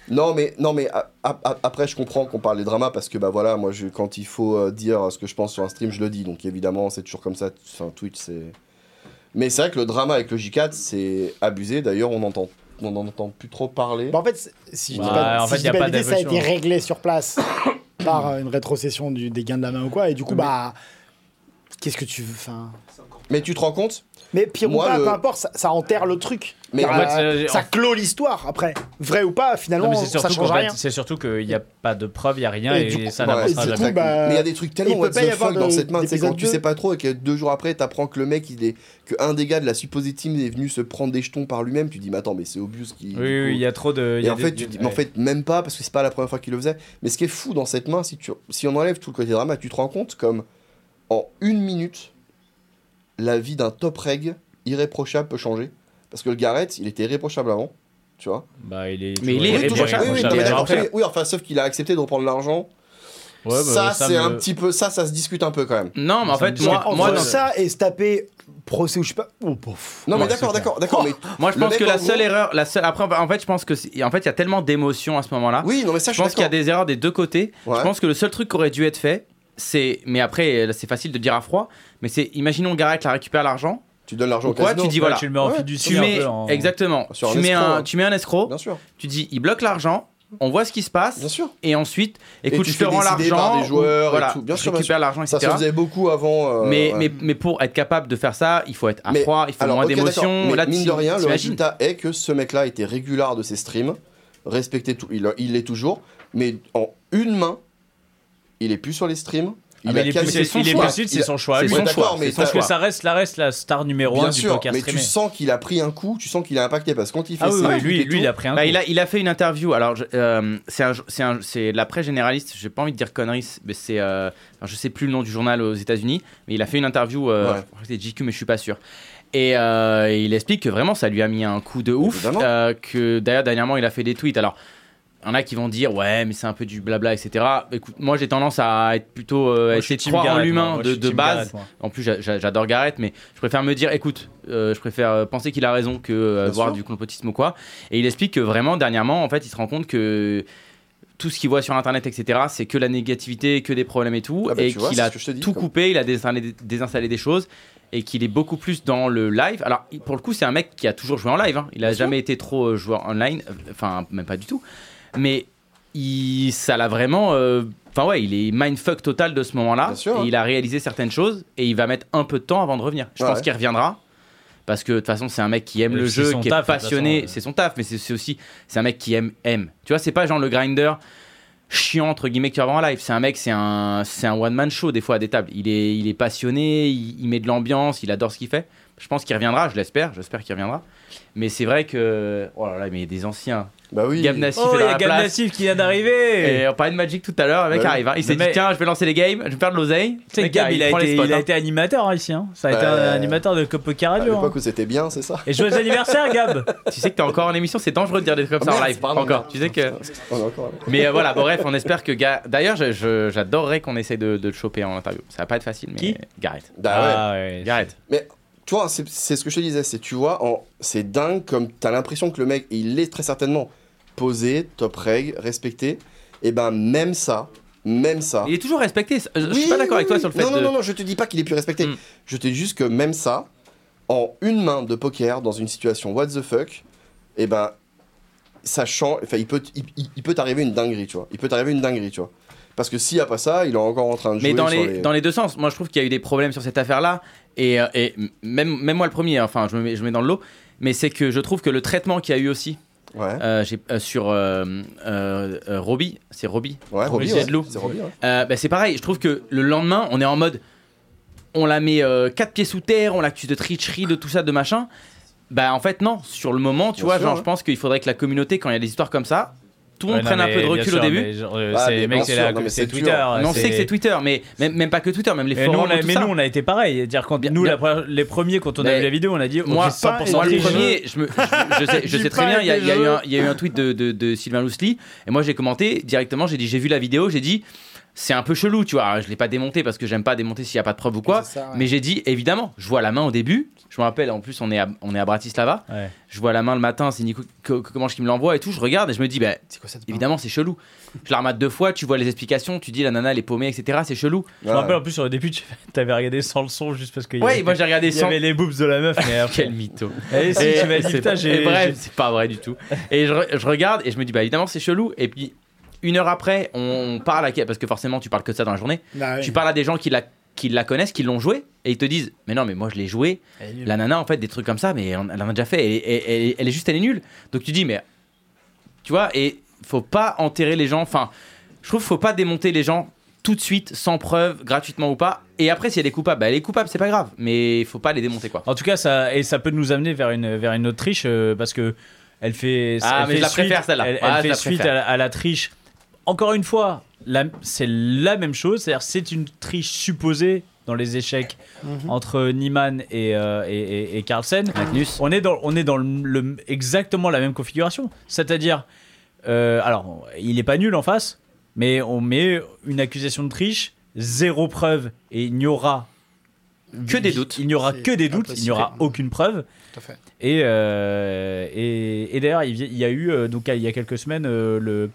D: Non, mais, non, mais a- a- a- après, je comprends qu'on parle des dramas parce que, bah voilà, moi, je, quand il faut euh, dire ce que je pense sur un stream, je le dis. Donc, évidemment, c'est toujours comme ça. Enfin, Twitch, c'est. Mais c'est vrai que le drama avec le J4, c'est abusé. D'ailleurs, on entend on n'en entend plus trop parler.
C: Bon, en fait, c'est- si je dis
B: Bah,
C: pas,
B: en
C: si
B: fait,
C: je
B: y a
C: dis pas
B: pas
C: d'idée, ça a été
B: d'évolution. hein.
C: réglé sur place *coughs* par euh, une rétrocession du, des gains de la main ou quoi. Et du coup, bah, qu'est-ce que tu veux enfin...
D: Mais tu te rends compte
C: Mais pire
D: Moi,
C: ou pas,
D: le-
C: peu importe, ça, ça enterre le truc.
D: Mais
C: Car,
D: en fait,
C: euh,
B: c'est-
C: ça clôt l'histoire après. Vrai ou pas,
B: Non,
C: finalement,
B: mais c'est
C: ça
B: surtout
C: change
B: qu'en fait,
C: rien.
B: c'est surtout qu'il n'y a pas de preuves, il n'y a rien
C: Et
B: et,
C: du coup,
B: ça
C: bah,
D: Ouais,
B: n'avancera
D: c'est
C: du
B: jamais.
C: coup,
D: très cool.
C: bah,
D: Mais il y a des trucs tellement
C: il peut
D: what
C: pas y
D: the
C: avoir
D: fuck dans
C: de-
D: cette main, tu sais, quand
C: d'épisode
D: tu sais
C: deux.
D: pas trop et que deux jours après, t'apprends que le mec, il est. que un des gars de la supposée team est venu se prendre des jetons par lui-même, tu dis, mais attends, mais c'est obvious qui.
B: Oui, oui, il y a trop de. il y
D: Et
B: a
D: en
B: des-
D: fait, tu dis, mais en
B: ouais.
D: fait, même pas, parce que c'est pas la première fois qu'il le faisait. Mais ce qui est fou dans cette main, si, tu, si on enlève tout le côté drama, tu te rends compte comme en une minute, la vie d'un top reg irréprochable peut changer. Parce que le Garrett, il était irréprochable avant, tu vois.
B: Bah, il est.
A: Mais il est
B: toujours
D: Oui, tout-
A: irréprochable.
D: oui, oui,
A: irréprochable.
D: non, mais d'accord,
B: Après,
D: oui, oui, enfin, sauf qu'il a accepté de reprendre l'argent.
B: ouais, bah,
D: ça, c'est
B: me-
D: un petit peu, ça, ça se discute un peu quand même.
A: Non, mais en
B: Ça me
A: fait,
B: discute
A: moi,
B: entre
A: moi,
C: Entre
A: non.
C: ça et se taper procès ou je sais pas. Oh, pouf.
D: Non,
A: Ouais,
D: mais d'accord,
A: c'est
D: d'accord,
A: *laughs*
D: d'accord, mais
A: moi, je
D: Le
A: pense
D: mec,
A: que
D: en
A: la
D: gros-
A: seule erreur, la seule. Après, en fait, je pense que, c'est- en fait, il y a tellement d'émotions à ce moment-là.
D: oui, non, mais ça,
A: je pense qu'il y a
D: d'accord.
A: des erreurs des deux côtés.
D: Ouais.
A: Je pense que le seul truc qui aurait dû être fait, c'est. Mais après, euh, c'est facile de dire à froid. Mais c'est, imaginons Garrett la récupère l'argent.
D: Tu donnes l'argent au
A: Pourquoi
D: casino.
A: tu dis voilà.
B: Tu le mets en
D: Ouais,
A: Tu
B: fiduciaire. un
A: mets
B: peu en-
A: exactement.
D: Sur
A: tu
D: un
A: mets
D: escroc,
A: un,
D: hein.
A: tu mets un escroc.
D: Bien sûr,
A: Tu dis, il bloque l'argent. On voit ce qui se passe.
D: bien sûr.
A: Et ensuite, écoute,
D: tu
A: je te
D: fais
A: rends
D: décider
A: l'argent.
D: par des joueurs et
A: voilà,
D: tout. Bien
A: je
D: sûr, bien
A: récupère l'argent,
D: Ça
A: etc.
D: se faisait beaucoup avant. euh,
A: mais,
D: ouais.
A: mais, mais pour être capable de faire ça, il faut être à
D: Mais-
A: froid, il faut
D: Alors,
A: moins
D: ok, d'accord,
A: d'émotion.
D: mais
A: Là,
D: mine de
A: t'im-
D: rien, le
A: t'imagines
D: résultat est que ce mec-là était régulier de ses streams, respecté tout, il il l'est toujours, mais en une main, il est plus sur les streams.
B: Ah, mais
D: a
B: il est
D: calmé-
A: c'est
B: plus-
A: son
B: il est
A: choix.
B: plus suite,
D: Il
B: c'est
D: a-
B: son choix. à
A: c'est
B: lui.
A: son
D: Ouais,
A: choix,
D: d'accord, mais
A: c'est son
B: Parce que
A: choix.
B: ça reste, la reste la star numéro
D: Bien
B: 1 du
D: sûr,
B: poker
D: mais
B: streamé.
D: tu sens qu'il a pris un coup, tu sens qu'il a impacté parce que quand il fait
B: Ah oui,
D: ça,
B: oui,
D: tout
B: lui,
D: et
B: lui,
D: tout,
B: il a pris un
A: Bah,
B: coup.
A: il, a, il a fait une interview. Alors, je- euh, c'est un, c'est un- c'est de l'après généraliste. J'ai pas envie de dire conneries, mais c'est. euh, alors, je sais plus le nom du journal aux États-Unis, mais il a fait une interview. euh,
D: Ouais.
A: je crois que C'était JQ, mais je suis pas sûr. Et euh, il explique que vraiment, ça lui a mis un coup de ouf.
D: Évidemment.
A: euh, que d'ailleurs, dernièrement, il a fait des tweets. Alors. Il y en a qui vont dire, ouais, mais c'est un peu du blabla, etc. Écoute, moi j'ai tendance à être plutôt. euh,
B: Moi, je suis
A: essayer de
B: team
A: croire en
B: Garrett,
A: l'humain
B: moi. Moi, je
A: de,
B: suis
A: de
B: team
A: base.
B: Garrett, moi.
A: En plus, j'a- j'a- j'adore Garrett, mais je préfère me dire, écoute, euh, je préfère euh, penser qu'il a raison que euh,
D: Bien
A: voir
D: sûr.
A: du complotisme ou quoi. Et il explique que vraiment, dernièrement, en fait, il se rend compte que tout ce qu'il voit sur Internet, etc., c'est que la négativité, que des problèmes et tout,
D: Ah bah,
A: et
D: tu vois,
A: qu'il
D: c'est
A: a
D: ce que je te dis,
A: tout
D: comme-
A: coupé, il a désinstallé, désinstallé des choses, et qu'il est beaucoup plus dans le live. Alors, il- pour le coup, c'est un mec qui a toujours joué en live, hein. il a jamais été trop euh, joueur online, euh, enfin, même pas du tout, mais il, ça l'a vraiment... euh, Enfin ouais, il est mindfuck total de ce moment-là.
D: Bien sûr,
A: Et
D: hein.
A: il a réalisé certaines choses et il va mettre un peu de temps avant de revenir. Je
D: Ouais.
A: pense qu'il reviendra parce que de toute façon c'est un mec qui aime
B: Et
A: le
B: c'est
A: jeu,
B: son
A: qui
B: taf,
A: est
B: de toute façon,
A: passionné.
B: euh.
A: C'est son taf, mais c'est c'est aussi c'est un mec qui aime aime. Tu vois, c'est pas genre le grinder chiant entre guillemets que tu vas avoir en live. C'est un mec, c'est un c'est un one man show des fois à des tables. Il est il est passionné, il, il met de l'ambiance, il adore ce qu'il fait. Je pense qu'il reviendra, je l'espère, j'espère qu'il reviendra. Mais c'est vrai que oh là là, mais il y a des anciens.
D: bah oui,
A: Gab Nassif
B: Oh, il y
A: est dans
B: a
A: la
B: Gab
A: place.
B: Nassif qui vient d'arriver.
A: Et on parlait de Magic tout à l'heure, le mec
D: Ouais.
A: arrive, hein. il s'est
B: Mais-
A: dit tiens, je vais lancer les games, je vais me faire de l'oseille.
B: Tu sais,
A: Le mec,
B: Gab, il, a
A: prend les
B: été,
A: spots,
B: il a
A: hein.
B: été animateur hein, ici. Hein. Ça a été
D: Euh,
B: un animateur de Copoca
D: à
B: Radio. hein.
D: l'époque où c'était bien, c'est ça.
B: Et joyeux anniversaire, Gab
A: hein. Tu sais que t'es encore en émission, c'est dangereux de dire des trucs comme
D: Ah,
A: ça en
D: merde,
A: live.
D: pardon.
A: encore. Tu sais que.
D: On est encore là.
A: Mais euh, voilà, bon, bref, on espère que. Ga- D'ailleurs, je- je- j'adorerais qu'on essaye de, de le choper en interview. Ça va pas être facile, mais.
B: Qui
A: Garrett.
D: Bah ouais.
B: ouais.
A: Garrett.
D: Tu vois, c'est c'est ce que je te disais, c'est tu vois, en- c'est dingue comme t'as l'impression que le mec, il est très certainement posé, top reg, respecté. Et ben même ça, même ça.
A: Il est toujours respecté. Je, je
D: Oui,
A: suis pas d'accord
D: oui,
A: avec toi
D: oui.
A: sur le fait
D: non,
A: de.
D: Non, non, non, je te dis pas qu'il est plus respecté.
A: Mm.
D: Je te dis juste que même ça, en une main de poker, dans une situation what the fuck, eh ben, ça change. Enfin, il peut, il, il- il peut t'arriver une dinguerie, tu vois. Il peut t'arriver une dinguerie, tu vois. Parce que s'il n'y a pas ça, il est encore en train de jouer.
A: Mais dans
D: sur
A: les, dans les deux sens, moi je trouve qu'il y a eu des problèmes sur cette affaire-là, et, euh, et m- même, même moi le premier, hein, enfin je me mets, je me mets dans le lot, mais c'est que je trouve que le traitement qu'il y a eu aussi
D: Ouais,
A: euh, j'ai- euh, sur euh, euh, euh, Robbie, c'est Robbie,
D: ouais, Robbie,
A: Robbie
D: Ah, ouais.
A: Zedlou.
D: C'est Robbie, ouais.
A: Euh, bah, c'est pareil, je trouve que le lendemain, on est en mode. On la met euh, quatre pieds sous terre, on l'accuse de tricherie, de tout ça, de machin. Bah en fait, non. Sur le moment, tu
D: Bien
A: vois,
D: sûr,
A: genre,
D: ouais.
A: je pense qu'il faudrait que la communauté, quand il y a des histoires comme ça, tout le monde
B: Ouais, non,
A: prenne un
B: mais
A: peu de
B: bien
A: recul
B: sûr,
A: au début.
B: mais genre, euh,
D: Ah,
B: c'est-
D: mais
B: mec,
D: bien
B: c'est
D: sûr,
B: la-
D: non, mais
B: c'est
D: c'est dur.
B: Twitter.
A: Mais on sait que c'est Twitter, mais même, même pas que Twitter, même les
B: Mais nous,
A: forums.
B: on a,
A: tout
B: mais
A: ça.
B: nous, on a été pareil. Dire quand
A: Bien-
B: nous,
A: bien-
B: la première- les premiers, quand on a
A: Mais
B: vu la vidéo, on a dit on
A: moi,
B: dit 100%
A: Moi, le
B: triche.
A: premier, je, me, je, je sais,
B: *laughs*
A: je
C: Dis
A: sais très
C: pas
A: bien, il y, a- il y a eu
C: que-
A: un- il y a eu un tweet de, de- de Sylvain Lousli, et moi j'ai commenté directement, j'ai dit j'ai vu la vidéo, j'ai dit c'est un peu chelou, tu vois. Alors, je l'ai pas démonté parce que j'aime pas démonter s'il y a pas de preuve ou quoi.
C: C'est ça, ouais.
A: Mais j'ai dit évidemment, je vois la main au début. Je me rappelle, en plus on est à, on est à Bratislava.
B: Ouais.
A: Je vois la main le matin, c'est Nico Co- Co- Comanche qui me l'envoie et tout. Je regarde et je me dis bah
C: C'est quoi cette main
A: évidemment c'est chelou. Je la remate deux fois, tu vois les explications, tu dis la nana elle est paumée, etc. C'est chelou.
B: Je me rappelle en plus sur le début, tu *laughs* avais regardé sans le son juste parce qu'il y,
A: Ouais,
B: avait-
A: moi j'ai regardé
B: il y
A: sans.
B: avait les boobs de la meuf. Mais après-
A: Quel mytho.
B: Et si
A: Et-
B: tu m'as dit,
A: c'est
B: putain,
A: pas-
B: j'ai.
A: et bref, c'est pas vrai du tout. Et je, re- je regarde et je me dis, bah évidemment, c'est chelou. Et puis, une heure après, on parle à qui Parce que forcément, tu parles que de ça dans la journée.
C: Bah,
A: Tu
C: ouais.
A: parles à des gens qui la, qui la connaissent, qui l'ont joué. Et ils te disent, mais non, mais moi je l'ai joué.
C: Elle est-
A: La nana, en fait, des trucs comme ça, mais on- elle en a déjà fait. Elle, elle- elle- elle est juste, elle est nulle. Donc tu dis, mais. Tu vois, et faut pas enterrer les gens. Enfin, je trouve qu'il faut pas démonter les gens tout de suite, sans preuve, gratuitement ou pas. Et après, si elle est coupable, bah, elle est coupable, c'est pas grave. Mais il faut pas les démonter, quoi.
B: En tout cas, ça, et ça peut nous amener vers une, vers une autre triche euh, parce que elle fait.
A: Ah,
B: elle
A: mais
B: fait
A: je la
B: suite-
A: préfère, celle-là.
B: Elle, elle
A: Ah, je
B: fait
A: la
B: suite à,
A: préfère.
B: la- à la triche. Encore une fois, la- c'est la même chose. C'est-à-dire, c'est une triche supposée dans les échecs entre Niemann et, euh, et, et- et Carlsen.
A: Magnus.
B: On est dans, on est dans le, le- exactement la même configuration. C'est-à-dire, euh, alors, il n'est pas nul en face, mais on met une accusation de triche, zéro preuve, et il n'y aura
A: Que des doutes.
B: Il n'y aura
C: C'est
B: que des doutes, il n'y
C: impossible.
B: aura aucune preuve.
C: Tout à fait.
B: Et, euh, et, et d'ailleurs, il y- il y a eu, euh, donc, il y a quelques semaines, euh, le.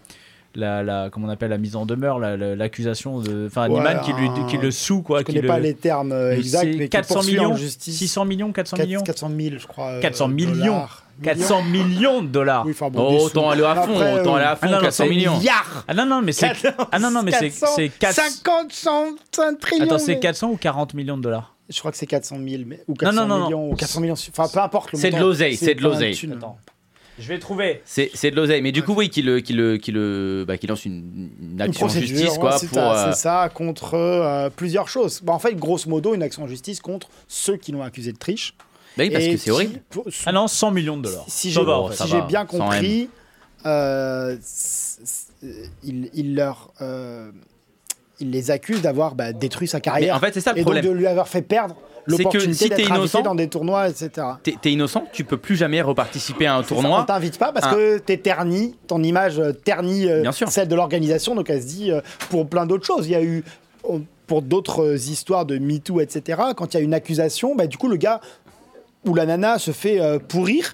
B: La, la- comment on appelle la mise en demeure, la- la- l'accusation de. Enfin,
C: Ouais,
B: Niemann qui, lui,
C: un-
B: qui le sous, quoi. qui
C: Je connais
B: le-
C: pas les termes euh,
B: le-
C: exacts,
B: c'est
C: mais
B: 400 millions,
C: en justice.
B: 600 millions, 400
C: 400
B: millions
C: 400 000, je crois. euh,
B: 400 millions.
C: dollars.
B: 400 millions de dollars.
C: Oui, enfin, bon, des
A: Oh,
C: sous.
A: autant aller à fond,
C: Après,
A: autant
C: euh,
A: aller à
B: Ah,
A: fond,
B: non, non,
A: 400
B: c'est
A: millions.
C: Milliards
B: Ah non, non, mais c'est.
C: 400,
B: Ah non, non, mais c'est.
C: 400,
B: c'est 400
C: 50, 150 trillions.
B: Attends, c'est
C: mais-
B: 400 ou 40 millions de dollars
C: Je crois que c'est 400 000, mais, ou
B: Non,
C: 400
B: non, non, non.
C: millions, ou 400 millions. Enfin, peu importe. le
A: C'est de
C: montant,
A: l'oseille, c'est de
C: pas une
A: l'oseille.
C: thune.
B: Je vais trouver.
A: C'est c'est de l'oseille. Mais du coup, oui, qui le, qui le, qui le, bah, qui lance une, une
C: Une
A: action en
C: procédure,
A: justice, quoi,
C: c'est
A: pour.
C: ça,
A: euh,
C: c'est ça, contre euh, plusieurs choses. Bah, en fait, grosso modo, une action en justice contre ceux qui l'ont accusé de triche.
A: bah oui, parce
C: Et
A: que c'est
C: qui-
A: horrible.
C: pour-
B: Ah non, 100 millions de dollars.
C: Si
B: Ça
C: j'ai
B: va,
A: en fait.
C: si
A: Ça
C: j'ai
A: va,
C: bien
A: sans
C: compris, euh, c- c- il, il leur, euh, il les accuse d'avoir bah, détruit sa
A: Mais
C: carrière
A: en fait, c'est ça le
C: et donc
A: problème.
C: de lui avoir fait perdre
A: C'est que
C: l'opportunité
A: si t'es
C: d'être invité
A: innocent-
C: dans des tournois, etc.
A: T'es t'es innocent, tu peux plus jamais reparticiper à un
C: C'est ça, On
A: tournoi.
C: t'invite pas parce
A: Ah.
C: que t'es terni, ton image euh, ternit euh,
A: Bien sûr.
C: celle de l'organisation, donc elle se dit euh, pour plein d'autres choses. Il y a eu on- pour d'autres euh, histoires de MeToo, etc. Quand il y a une accusation, bah, du coup le gars ou la nana se fait euh, pourrir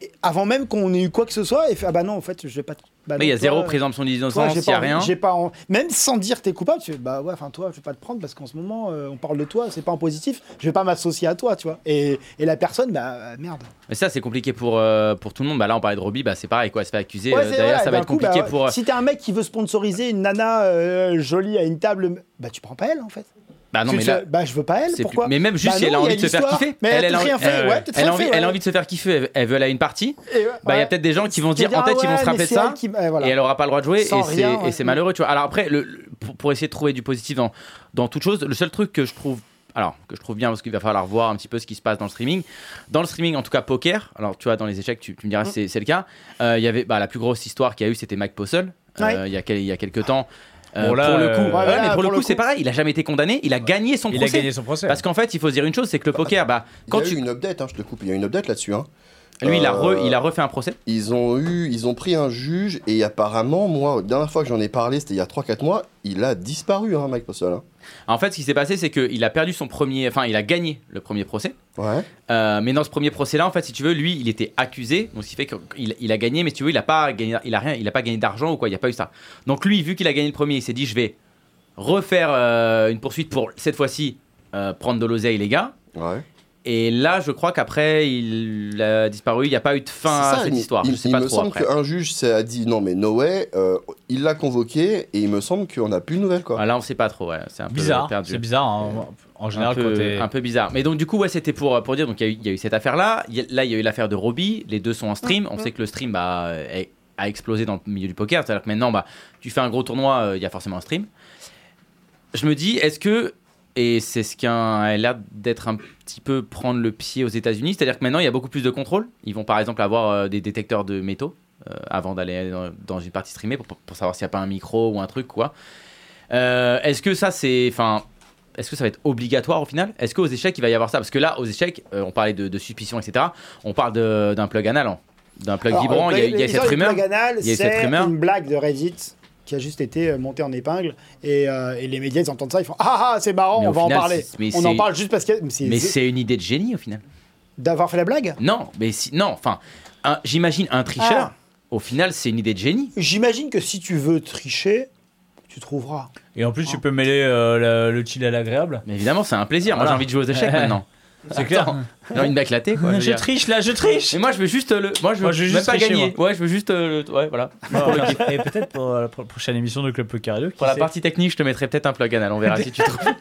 C: et- avant même qu'on ait eu quoi que ce soit et fait ah bah non en fait je vais pas. te- bah
A: Mais il y
C: non,
A: a zéro
C: toi,
A: présomption
C: toi,
A: d'innocence,
C: j'ai
A: il y a
C: pas envie-
A: rien.
C: j'ai pas en- Même sans dire t'es coupable, tu fais, bah ouais, enfin toi, je vais pas te prendre parce qu'en ce moment, euh, on parle de toi, c'est pas en positif, je vais pas m'associer à toi, tu vois. Et, et la personne, bah euh, merde.
A: Mais ça, c'est compliqué pour, euh, pour tout le monde. Bah là, on parlait de Roby, bah c'est pareil, quoi. Elle se fait accuser.
C: Ouais,
A: euh,
C: c'est-
A: D'ailleurs, ça
C: ouais,
A: va
C: d'un
A: être
C: coup,
A: compliqué
C: bah,
A: pour.
C: Si t'es un mec qui veut sponsoriser une nana euh, jolie à une table, bah tu prends pas elle en fait.
A: Bah non,
C: Tu
A: mais
C: te-
A: là.
C: bah je veux pas elle.
A: c'est
C: Pourquoi
A: plus- Mais même juste
C: Bah
A: si elle
C: non,
A: a
C: il y
A: envie de se faire
C: l'histoire,
A: kiffer.
C: Mais elle, a
A: a
C: rien
A: envie-
C: fait.
A: euh,
C: ouais, peut-être
A: elle a
C: rien
A: envie-
C: fait,
A: elle a
C: ouais.
A: envie de se faire kiffer. elle- Elle veut aller à une partie.
C: Et,
A: Bah, il
C: ouais,
A: y a
C: ouais.
A: peut-être des gens qui vont se
C: Tu te
A: dire en
C: dis,
A: tête,
C: ah
A: ils vont
C: ouais,
A: se
C: mais
A: rappeler
C: c'est
A: ça.
C: elle qui- ouais, voilà.
A: et elle aura pas le droit de jouer et c'est
C: Sans rien,
A: et
C: ouais.
A: c'est malheureux tu vois alors après le, le- pour, pour essayer de trouver du positif dans dans toute chose le seul truc que je trouve alors que je trouve bien parce qu'il va falloir voir un petit peu ce qui se passe dans le streaming dans le streaming en tout cas poker alors tu vois dans les échecs tu, tu me diras
C: Mm.
A: si c'est c'est le cas Euh, il y avait bah, la plus grosse histoire qu'il y a eu c'était Mike Postle euh,
C: Ouais.
A: il y a quel- il y a quelques temps Euh,
B: Bon, là,
A: pour le coup
B: euh,
A: ouais,
C: ouais,
A: mais
C: là,
A: pour, le
C: pour
A: coup
C: le
A: c'est
C: coup-
A: pareil il a jamais été condamné il a gagné son
B: Il a
A: procès
B: gagné son procès.
A: parce qu'en fait il faut se dire une chose c'est que le poker bah quand
D: il y a
A: tu
D: eu une update, hein, je te coupe, il y a une update là-dessus. hein.
A: lui il a re-
D: Euh,
A: il a refait un procès
D: Ils ont eu, ils ont pris un juge et apparemment, moi, la dernière fois que j'en ai parlé, c'était il y a 3-4 mois, il a disparu, hein, Mike Postle. hein.
A: en fait ce qui s'est passé c'est qu'il a perdu son premier enfin il a gagné le premier procès
D: Ouais.
A: Euh, mais dans ce premier procès-là, en fait, si tu veux, lui, il était accusé, donc ce qui fait qu'il il a gagné, mais si tu veux, il a pas gagné, il a rien, il a pas gagné d'argent ou quoi, il n'y a pas eu ça. Donc lui, vu qu'il a gagné le premier, il s'est dit, je vais refaire euh, une poursuite pour cette fois-ci euh, prendre de l'oseille, les gars.
D: Ouais.
A: Et là, je crois qu'après, il a disparu. Il n'y a pas eu de fin
D: C'est
A: à
D: ça,
A: cette
D: il-
A: histoire.
D: Il,
A: je sais
D: il
A: pas
D: me
A: trop
D: semble
A: après.
D: qu'un juge s'est- a dit non, mais no way, euh, il l'a convoqué et il me semble qu'on n'a plus de nouvelles, quoi.
A: Ah, Là, on ne sait pas trop. ouais, C'est un peu
B: Bizarre.
A: perdu.
B: C'est bizarre. hein. En général,
A: un,
B: quand
A: peu,
B: t'es-
A: un peu bizarre. Mais donc, du coup, ouais, c'était pour, euh, pour dire, donc il y, a eu- il y a eu cette affaire-là. Il y a- Là, il y a eu l'affaire de Roby. Les deux sont en stream. On sait que le stream bah, est- a explosé dans le milieu du poker. C'est-à-dire que maintenant, bah, tu fais un gros tournoi, euh, il y a forcément un stream. Je me dis, est-ce que. Et c'est ce qui a l'air d'être un petit peu prendre le pied aux États-Unis. C'est-à-dire que maintenant, il y a beaucoup plus de contrôle. Ils vont par exemple avoir euh, des détecteurs de métaux euh, avant d'aller dans, dans une partie streamée pour, pour savoir s'il n'y a pas un micro ou un truc, quoi. Euh, est-ce que ça, c'est. Enfin, est-ce que ça va être obligatoire au final Est-ce qu'aux échecs, il va y avoir ça Parce que là, aux échecs, euh, on parlait de, de suspicion, etc. On parle de- d'un plug anal, hein. d'un plug
C: Alors,
A: vibrant.
C: le
A: Il y a,
C: play-
A: il y a
C: l'histoire
A: cette
C: du
A: rumeur.
C: Plaganal,
A: Il y a eu cette
C: C'est
A: rumeur.
C: une blague de Reddit qui a juste été euh, monté en épingle. Et, euh, et les médias, ils entendent ça, ils font Ah, ah c'est marrant,
A: Mais
C: on
A: au
C: va
A: final,
C: en parler.
A: c'est- mais
C: On en
A: c'est-
C: parle juste parce que. c'est-
A: Mais
C: c'est-
A: c'est une idée de génie au final.
C: D'avoir fait la blague
A: Non, mais si, non, enfin, un- j'imagine un tricheur.
C: Ah.
A: Au final, c'est une idée de génie.
C: J'imagine que si tu veux tricher, tu trouveras.
B: Et en plus, tu peux mêler euh, la- le chill à l'agréable.
A: Mais évidemment, c'est un plaisir. Moi,
B: Voilà.
A: j'ai envie de jouer aux échecs
B: *laughs* Ouais.
A: maintenant.
B: C'est clair.
A: Attends, J'ai envie de m'éclater. quoi, je veux
B: Je
A: dire.
B: triche là, je triche
A: Et moi, je veux juste euh, le. Moi, je veux,
B: Moi, je veux
A: même
B: juste
A: pas
B: tricher,
A: gagner. Ouais, je veux juste. euh, le- Ouais, voilà. *laughs*
B: Et peut-être pour euh, la pro- prochaine émission de Club Poker Radio. qui
A: Pour la
B: sait
A: partie technique, je te mettrai peut-être un plug anal.
B: *laughs*
A: On verra si tu trouves.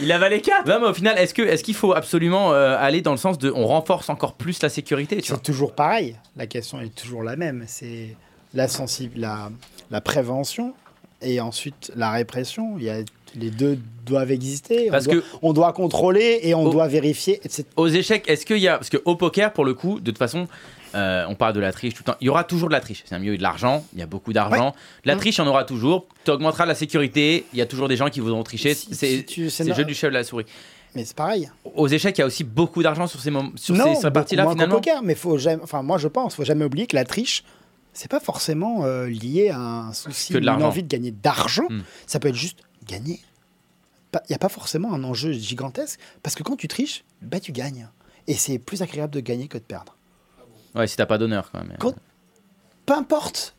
B: Il avalait 4
A: Non, mais au final, est-ce que est-ce qu'il faut absolument euh, aller dans le sens de on renforce encore plus la sécurité tu vois
C: C'est toujours pareil. La question est toujours la même. C'est la, sensi- la, la prévention et ensuite la répression. Il y a, les deux doivent exister.
A: Parce
C: on, doit,
A: que-
C: on doit contrôler et on
A: Oh.
C: doit vérifier. etc.
A: Aux échecs, est-ce qu'il y a. Parce que au poker, pour le coup, de toute façon, euh, on parle de la triche tout le temps. Il y aura toujours de la triche. C'est un milieu de l'argent, il y a beaucoup d'argent. De la
C: Mm.
A: triche, il y en aura toujours. Tu augmenteras la sécurité, il y a toujours des gens qui voudront tricher.
C: Si-
A: c'est
C: si tu-
A: c'est
C: c'est
A: le
C: no-
A: jeu du chef de la souris.
C: Mais c'est pareil.
A: Aux échecs, il y a aussi beaucoup d'argent sur ces, moments, sur
C: non,
A: ces, ces parties-là,
C: beaucoup moins qu'au
A: finalement.
C: poker, mais faut jamais, enfin, moi je pense, faut jamais oublier que la triche, c'est pas forcément euh, lié à un souci,
A: Que de
C: ou une
A: l'argent.
C: envie de gagner d'argent.
A: Hmm.
C: Ça peut être juste gagner. Il n'y a pas forcément un enjeu gigantesque, parce que quand tu triches, bah, tu gagnes. Et c'est plus agréable de gagner que de perdre.
A: Ouais, si t'as pas d'honneur, quand même.
C: Quand- Peu importe.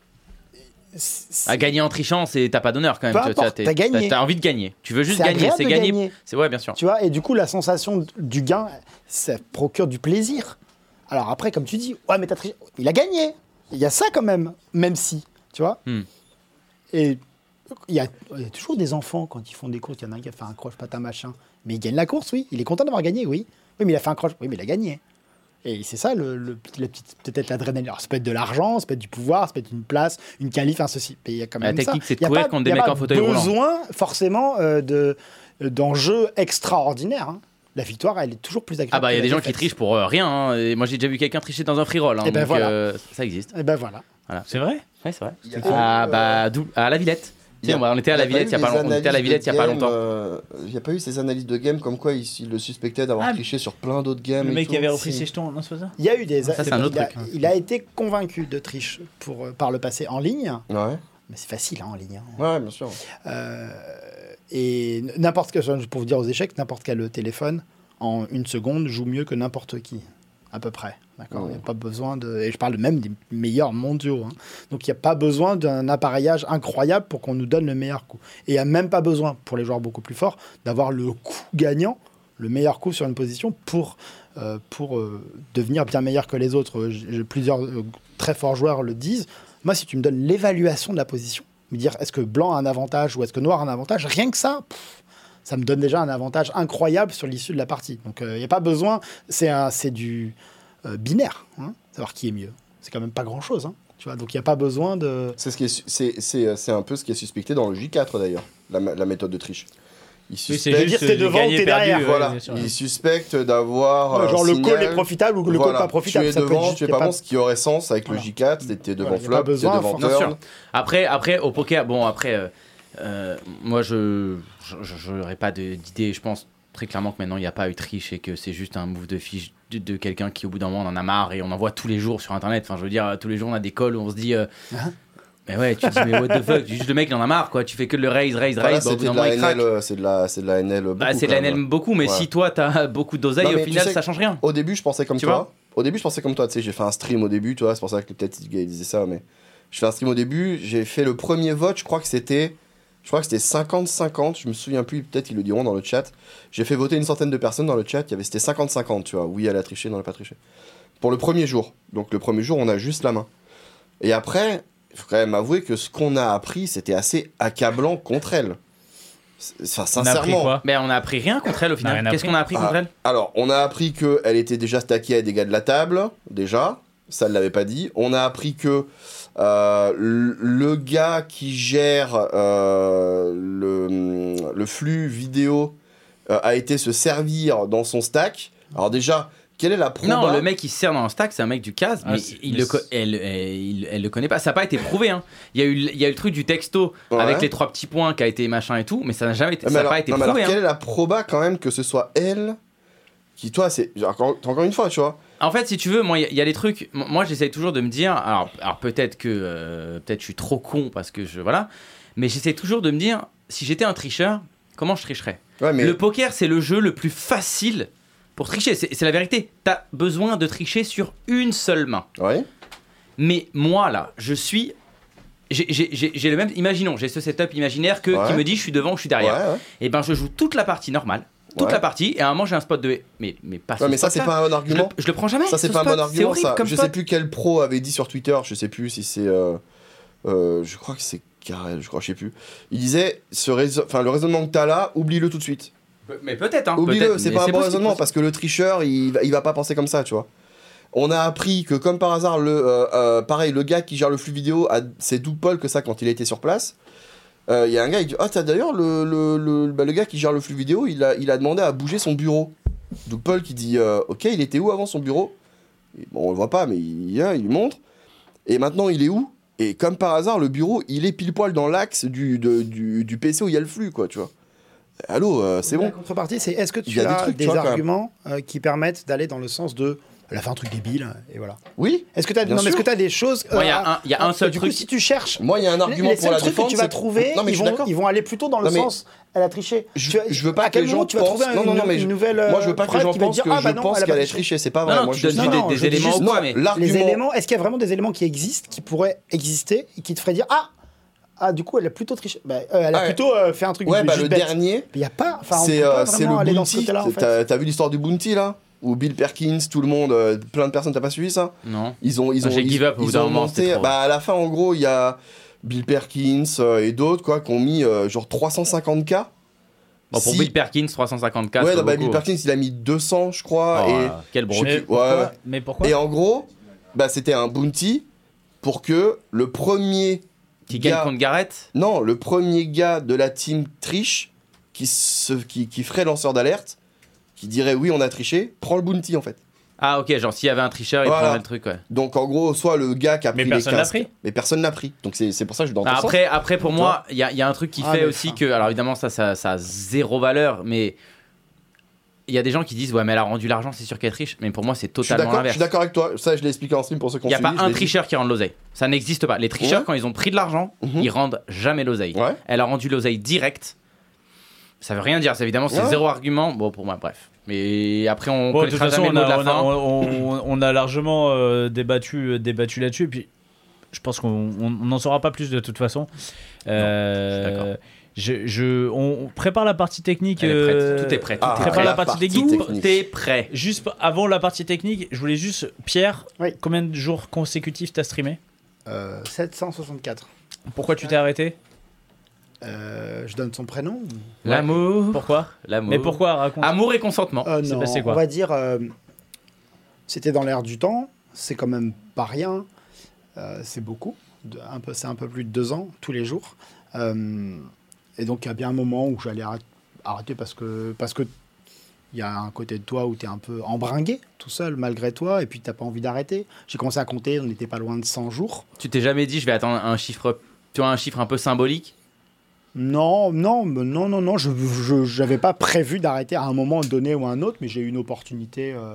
C: C'est-
A: À gagner en trichant, c'est t'as pas d'honneur quand même.
C: Peu
A: tu vois, tu vois,
C: importe,
A: t'es-
C: t'as gagné.
A: T'as envie de gagner. Tu veux juste
C: C'est
A: gagner.
C: agréable
A: C'est
C: de
A: gagner.
C: gagner.
A: C'est ouais, bien sûr.
C: Tu vois, et du coup, la sensation du gain, ça procure du plaisir. Alors après, comme tu dis, ouais, mais t'as triché. Il a gagné. Il y a ça quand même, même si, tu vois.
A: Hmm.
C: Et il y, a, il y a toujours des enfants quand ils font des courses. Il y en a un qui a fait un croche patin machin, mais il gagne la course, oui. Il est content d'avoir gagné, oui. Oui, mais il a fait un croche, oui, mais il a gagné. Et c'est ça, le, le- la petite, peut-être l'adrénaline. Alors, ça peut être de l'argent, ça peut être du pouvoir, ça peut être une place, une qualif, un ceci. Mais il y a quand
A: La
C: même ça.
A: technique, c'est de
C: Il y a
A: courir
C: pas-
A: contre des
C: il y a
A: mecs
C: pas
A: en fauteuil roulant.
C: besoin, forcément, euh, de, d'enjeux extraordinaires. hein. La victoire, elle est toujours plus agréable.
A: Ah bah il y a
C: que
A: des
C: la
A: gens qui
C: défaite.
A: trichent pour euh, rien. hein. Et moi j'ai déjà vu quelqu'un tricher dans un free roll. hein.
C: Eh ben
A: Donc,
C: voilà.
A: euh, ça existe.
C: Et ben voilà.
B: C'est vrai
A: Ouais, c'est vrai.
D: Il y a-
A: Ah
D: euh,
A: bah dou- à la Villette. Tu sais,
D: y a-
A: on on était à la Villette il y a
D: eu
A: pas
D: les
A: longtemps. On était à la
D: analyses
A: Villette il y a
D: de
A: pas
D: game,
A: longtemps.
D: euh, Il n'y a pas eu ces analyses de game comme quoi ils, ils le suspectaient d'avoir
B: Ah,
D: triché sur plein d'autres games.
B: Le
D: et
B: mec
D: tout.
B: qui avait repris
D: Si.
B: ses jetons, non, c'est pas ça
C: Il y a eu des.
A: Ça, c'est un autre
C: il, a,
A: truc, hein.
C: il a été convaincu de triche pour, euh, par le passé en ligne.
D: Ouais,
C: Mais c'est facile hein, en ligne. hein.
D: ouais, bien sûr.
C: Euh, et n- n'importe quel, pour vous dire aux échecs, n'importe quel téléphone, en une seconde, joue mieux que n'importe qui, à peu près. D'accord Il n'y a
D: Ouais.
C: pas besoin de. Et je parle même des meilleurs mondiaux. hein. Donc il n'y a pas besoin d'un appareillage incroyable pour qu'on nous donne le meilleur coup. Et il n'y a même pas besoin, pour les joueurs beaucoup plus forts, d'avoir le coup gagnant, le meilleur coup sur une position pour. euh, pour euh, devenir bien meilleur que les autres. Euh, j'ai- j'ai plusieurs euh, très forts joueurs le disent. Moi, si tu me donnes l'évaluation de la position, me dire est-ce que blanc a un avantage ou est-ce que noir a un avantage, rien que ça, pff, ça me donne déjà un avantage incroyable sur l'issue de la partie. Donc il n'y a pas besoin, c'est un- c'est du euh, binaire, hein, savoir qui est mieux. C'est quand même pas grand-chose, hein, tu vois. Donc il n'y a pas besoin de...
D: C'est ce qui est su- c'est- c'est, euh, c'est un peu ce qui est suspecté dans le J4 d'ailleurs, la, ma- la méthode de triche. Ils
B: c'est
D: suspectent,
C: dire t'es devant ou t'es derrière.
B: ouais,
D: voilà,
B: bien sûr.
D: ils suspectent d'avoir
C: Ouais,
D: Oh, un
C: genre le
D: signal.
C: call est profitable ou le
D: Voilà,
C: call pas profitable.
D: Tu es
C: ça peut être
D: devant,
C: juste
D: tu es
C: qu'il y a
D: pas bon, ce qui aurait sens avec
C: Voilà.
D: le J4, t'es- t'es devant
C: Voilà, y a pas
D: flop, t'es
C: besoin,
D: devant
C: forcément.
A: Bien
D: turn.
A: sûr. Après, après, au poker, bon, après, euh, euh, moi, je n'aurais pas de- d'idée. Je pense très clairement que maintenant, il n'y a pas eu triche et que c'est juste un move de fiche de, de quelqu'un qui, au bout d'un moment, on en a marre et on en voit tous les jours sur Internet. Enfin, je veux dire, euh, tous les jours, on a des calls où on se dit. euh, mais ouais, tu te dis, mais what the fuck, juste le mec, il en a marre, quoi. Tu fais que de le raise, raise,
D: Voilà,
A: raise. bah, au bout
D: c'était
A: d'un
D: de
A: moment,
D: la
A: il craque.
D: NL, euh, c'est de la, c'est de la NL.
A: Bah,
D: beaucoup,
A: c'est de
D: quand
A: la
D: même. hein.
A: NL beaucoup, mais
D: Ouais.
A: si toi, t'as beaucoup
D: Non,
A: d'oseille, au
D: mais tu
A: final,
D: sais-
A: ça change rien.
D: Au début, je pensais comme
A: Tu vois
D: toi. Au début, je pensais comme toi. Tu sais, j'ai fait un stream au début, tu vois. C'est pour ça que peut-être il disait ça, mais je fais un stream au début. J'ai fait le premier vote. Je crois que c'était, je crois que c'était 50-50. Je me souviens plus. Peut-être ils le diront dans le chat. J'ai fait voter une centaine de personnes dans le chat. Il y avait c'était 50-50, tu vois. Oui, elle a triché, non, elle a pas triché. Pour le premier jour. Donc le premier jour, on a juste la main. Et après, il faut quand même avouer que ce qu'on a appris, c'était assez accablant contre elle. C'est-
B: On
D: Enfin,
B: a pris
D: sincèrement.
B: quoi
A: Mais Ben, on a appris rien contre elle, au
B: On a
A: final.
B: rien
A: Qu'est-ce qu'on a appris contre
D: Ah,
A: elle
D: Alors, on a appris que elle était déjà stackée à des gars de la table, déjà. Ça ne l'avait pas dit. On a appris que euh, le le gars qui gère euh, le, le flux vidéo euh, a été se servir dans son stack. Alors déjà, quelle est la proba
A: Non, le mec qui se sert dans un stack, c'est un mec du CAS,
B: Ah,
A: mais,
B: c'est-
A: il
B: mais
A: le co-
B: c'est-
A: elle, elle, il- elle le connaît pas. Ça n'a pas été prouvé. Hein. Il, y a eu, le- il y a eu le truc du texto
D: Ouais. Ah,
A: avec les trois petits points qui a été machin et tout, mais ça n'a jamais été,
D: Mais
A: ça a
D: alors-
A: pas été
D: non, mais
A: prouvé.
D: alors,
A: hein.
D: quelle est la proba quand même que ce soit elle qui, toi, c'est encore, encore une fois, tu vois,
A: En fait, si tu veux, moi, il y, y, a des trucs. Moi, j'essaie toujours de me dire. Alors, alors peut-être que euh, peut-être je suis trop con parce que je voilà. Mais j'essaie toujours de me dire si j'étais un tricheur, comment je tricherais
D: Ouais, mais-
A: Le poker, c'est le jeu le plus facile pour tricher. C'est c'est la vérité. T'as besoin de tricher sur une seule main.
D: Ouais.
A: Mais moi, là, je suis. j'ai- J'ai j'ai- j'ai le même. Imaginons, j'ai ce setup imaginaire que, qui
D: Ouais.
A: me dit je suis devant ou je suis derrière.
D: Ouais, ouais.
A: Et ben, je joue toute la partie normale. Toute
D: Ouais.
A: la partie. Et à un moment, j'ai un spot de. Mais, mais pas ce
D: Ouais, mais ça, c'est
A: spot-là.
D: pas un bon
A: Ah, Je le,
D: argument.
A: je le prends jamais.
D: Ça, c'est
A: ce
D: pas un
A: spot.
D: bon
A: C'est
D: argument.
A: horrible
D: Ça.
A: comme
D: Je
A: spot.
D: sais plus quel pro avait dit sur Twitter, je sais plus si c'est. euh, euh, je crois que c'est Carrel, je crois, je sais plus. Il disait ce raison- enfin, le raisonnement que t'as là, oublie-le tout de suite.
A: Mais peut-être. Hein,
D: Oublie-le,
A: peut-être,
D: c'est
A: mais
D: pas un bon
A: possible,
D: raisonnement
A: possible.
D: parce que le tricheur, il va, il va pas penser comme ça, tu vois. On a appris que, comme par hasard, le, euh, euh, pareil, le gars qui gère le flux vidéo, a- c'est Doupol que ça quand il était sur place. Euh, Il y a un gars, il dit Ah, t'as d'ailleurs, le, le, le- bah, le gars qui gère le flux vidéo, il a, il a demandé à bouger son bureau. Doupol qui dit euh, Ok, il était où avant son bureau Et Bon, on le voit pas, mais il, il, il lui montre. Et maintenant, il est où Et comme par hasard, le bureau, il est pile poil dans l'axe du, de- du, du PC où il y a le flux, quoi, tu vois. Allô, euh, c'est
C: La
D: bon.
C: contrepartie, c'est est-ce que
D: Il
C: tu
D: y
C: as
D: a des
C: des,
D: trucs, tu vois, quand même.
C: arguments euh, qui permettent d'aller dans le sens de elle a fait un truc débile et voilà.
D: Oui
C: Est-ce que tu as
D: Bien
C: non, mais est-ce
D: sûr.
C: que t'as des choses
A: Moi, il y a
C: à-
A: un- il y a un
C: à-
A: seul
C: du
A: truc
C: coup
A: qui-
C: si tu cherches
D: Moi, il y a un
C: les-
D: argument
C: les
D: pour
C: seuls
D: la
C: trucs
D: défense.
C: que tu vas
D: c'est-
C: trouver,
D: Non, mais
C: ils,
D: je suis
C: vont,
D: d'accord.
C: ils vont aller plutôt dans le
D: Non, mais
C: sens elle a triché.
D: Je-
C: Tu vas-
D: je veux pas
C: à
D: que
C: quel
D: les gens
C: moment tu vas trouver
D: pensent- non,
C: une,
D: non, non, mais
C: une
D: je-
C: nouvelle
D: Moi, je veux pas que les gens pensent
C: dire,
D: que
C: ah, bah
D: je
C: non,
D: pense
C: elle a
D: qu'elle
C: pas
D: a
C: triché.
D: triché. C'est pas
A: Non,
D: vrai.
A: non,
D: Moi,
A: tu
D: je
A: donnes
D: dis-
C: juste-
A: des-
C: non,
A: des
C: je dis
A: éléments
C: juste-
A: ou
D: Moi,
A: quoi, mais.
C: Les
D: l'argument.
C: éléments, est-ce qu'il y a vraiment des éléments qui existent qui pourraient exister et qui te feraient dire ah ah du coup elle a plutôt triché Bah, euh, elle a
D: Ah Ouais.
C: plutôt euh, fait un truc
D: Ouais, bah,
C: juste
D: le
C: bête.
D: dernier,
C: Il y a pas enfin on peut
D: c'est
C: pas
D: euh, c'est
C: vraiment aller
D: le
C: dans ce
D: Bounty.
C: côté-là en
D: C'est-
C: fait.
D: T'as t'as vu l'histoire du Bounty, là Où Bill Perkins, tout le monde, euh, plein de personnes, t'as pas suivi ça
A: Non.
D: Ils ont, ils
A: Ah,
D: ont,
A: j'ai
D: ils-
A: give up au
D: ils
A: bout d'un
D: ont
A: moment,
D: monté-
A: c'était trop.
D: Bah à la fin, en gros, il y a Bill Perkins euh, et d'autres quoi, qui ont mis euh, genre 350 k.
A: Bon, pour
D: Si-
A: Bill Perkins, 350K.
D: ouais,
A: c'est
D: non, bah,
A: beaucoup.
D: Bill Perkins, il a mis 200, je crois.
A: Oh,
D: et
A: Quel
D: je
A: bon.
D: sais
B: Mais
D: plus, ouais,
B: pourquoi,
D: ouais.
B: mais pourquoi
D: Et en gros, bah c'était un bounty pour que le premier
A: Qui
D: gars-
A: gagne contre Garrett
D: Non, le premier gars de la team triche qui, se, qui, qui ferait lanceur d'alerte, qui dirait oui, on a triché, prend le bounty en fait.
A: Ah, ok, genre s'il y avait un tricheur, il
D: Voilà.
A: prendrait le truc, ouais.
D: Donc en gros, soit le gars qui a
B: Mais
D: pris
B: personne
D: les
B: l'a
D: 15,
B: pris.
D: Mais personne l'a pris. Donc c'est c'est pour ça que je suis dans ton
A: Ah,
D: sens.
A: Après, après, pour
D: Toi
A: moi, il y a, il y a un truc qui
C: Ah,
A: fait
C: mais
A: aussi
C: enfin.
A: que. Alors évidemment, ça, ça, ça a zéro valeur, mais il y a des gens qui disent Ouais, mais elle a rendu l'argent, c'est sûr qu'elle triche. Mais pour moi, c'est
D: Je suis
A: totalement
D: d'accord- je
A: l'inverse.
D: suis d'accord avec toi. Ça, je l'ai expliqué en stream pour ceux qui
A: Il
D: ont
A: n'y a
D: suivi,
A: pas
D: je
A: un
D: l'ai dit.
A: tricheur qui rend de l'oseille. Ça n'existe pas. Les tricheurs,
D: Ouais.
A: quand ils ont pris de l'argent,
D: Mhm.
A: ils rendent jamais l'oseille.
D: Ouais.
A: Elle a rendu l'oseille direct. Ça veut rien dire, ça, évidemment, c'est
D: Ouais.
A: zéro argument. Bon, pour moi, bref. Mais après, on
B: Bon, de toute
A: connaîtra
B: façon,
A: jamais
B: on
A: le mot de
B: a,
A: la
B: on, a,
A: fin.
B: on- on- on a largement euh, débattu, débattu là-dessus. Et puis, je pense qu'on on- on n'en saura pas plus de toute façon. Euh,
A: je suis d'accord.
B: je, je- on, on prépare la partie technique.
A: Elle est prête.
B: euh,
A: Tout est prêt. Tout
D: Ah,
A: est
B: Prépare
A: prêt.
B: la
D: la
B: partie des
D: partie
B: guides.
D: technique.
A: T'es prêt.
B: Juste avant la partie technique, je voulais juste, Pierre,
C: Oui.
B: combien de jours consécutifs t'as streamé
C: Euh, 764.
B: Pourquoi tu t'es arrêté
C: Euh, je donne son prénom ou-
A: L'amour.
B: Pourquoi
A: L'amour.
B: Mais pourquoi raconte
A: Amour et consentement.
D: Ah.
C: Euh,
B: c'est
C: non,
B: passé quoi
C: on va dire, euh, c'était dans l'air du temps, c'est quand même pas rien, euh, c'est beaucoup, de- un peu, c'est un peu plus de deux ans, tous les jours. Euh, et donc, il y a bien un moment où j'allais arrêt- arrêter parce que, parce que il y a un côté de toi où tu es un peu embringué tout seul malgré toi et puis t'as pas envie d'arrêter. J'ai commencé à compter, on n'était pas loin de 100 jours.
A: Tu t'es jamais dit, je vais attendre un chiffre, tu vois, un chiffre un peu symbolique
C: Non, non, mais non, non, non, je n'avais pas prévu d'arrêter à un moment donné ou à un autre, mais j'ai eu une opportunité euh,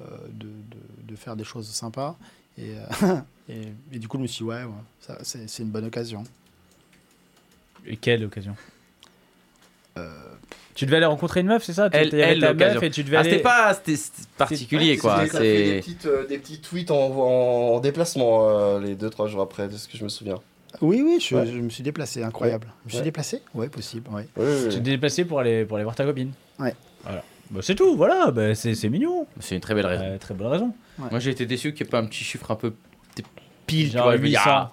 C: euh, de, de- de faire des choses sympas. Et, euh, *laughs* et- et du coup, je me suis dit, ouais, ouais, ça, c'est c'est une bonne occasion.
B: Et Quelle occasion Tu devais aller rencontrer une meuf, c'est ça Tu
A: Euh. Elle-
B: t'es arrêté
A: elle,
B: à la
A: l'occasion.
B: meuf et tu devais
A: Ah,
B: aller-
A: c'était pas c'était- c'était particulier, quoi.
D: T'as fait Des
A: C'est.
D: petites, euh, des petits tweets en, en- en déplacement euh, les 2-3 jours après, de ce que je me souviens.
C: Oui, oui, je,
D: Ouais.
C: je me suis déplacé, incroyable. Je me suis
D: Ouais.
C: déplacé Ouais, possible, ouais.
D: Oui, oui, oui.
B: Tu t'es déplacé pour aller, pour aller voir ta copine
C: Ouais.
B: Voilà. Bah, c'est tout, voilà, bah, c'est c'est mignon.
A: C'est une très belle raison.
B: Euh, très bonne raison.
A: Moi, j'ai été déçu qu'il n'y ait pas un petit chiffre un peu t- pile, tu
B: Genre
A: vois. je me dis,
B: 800.
A: ah,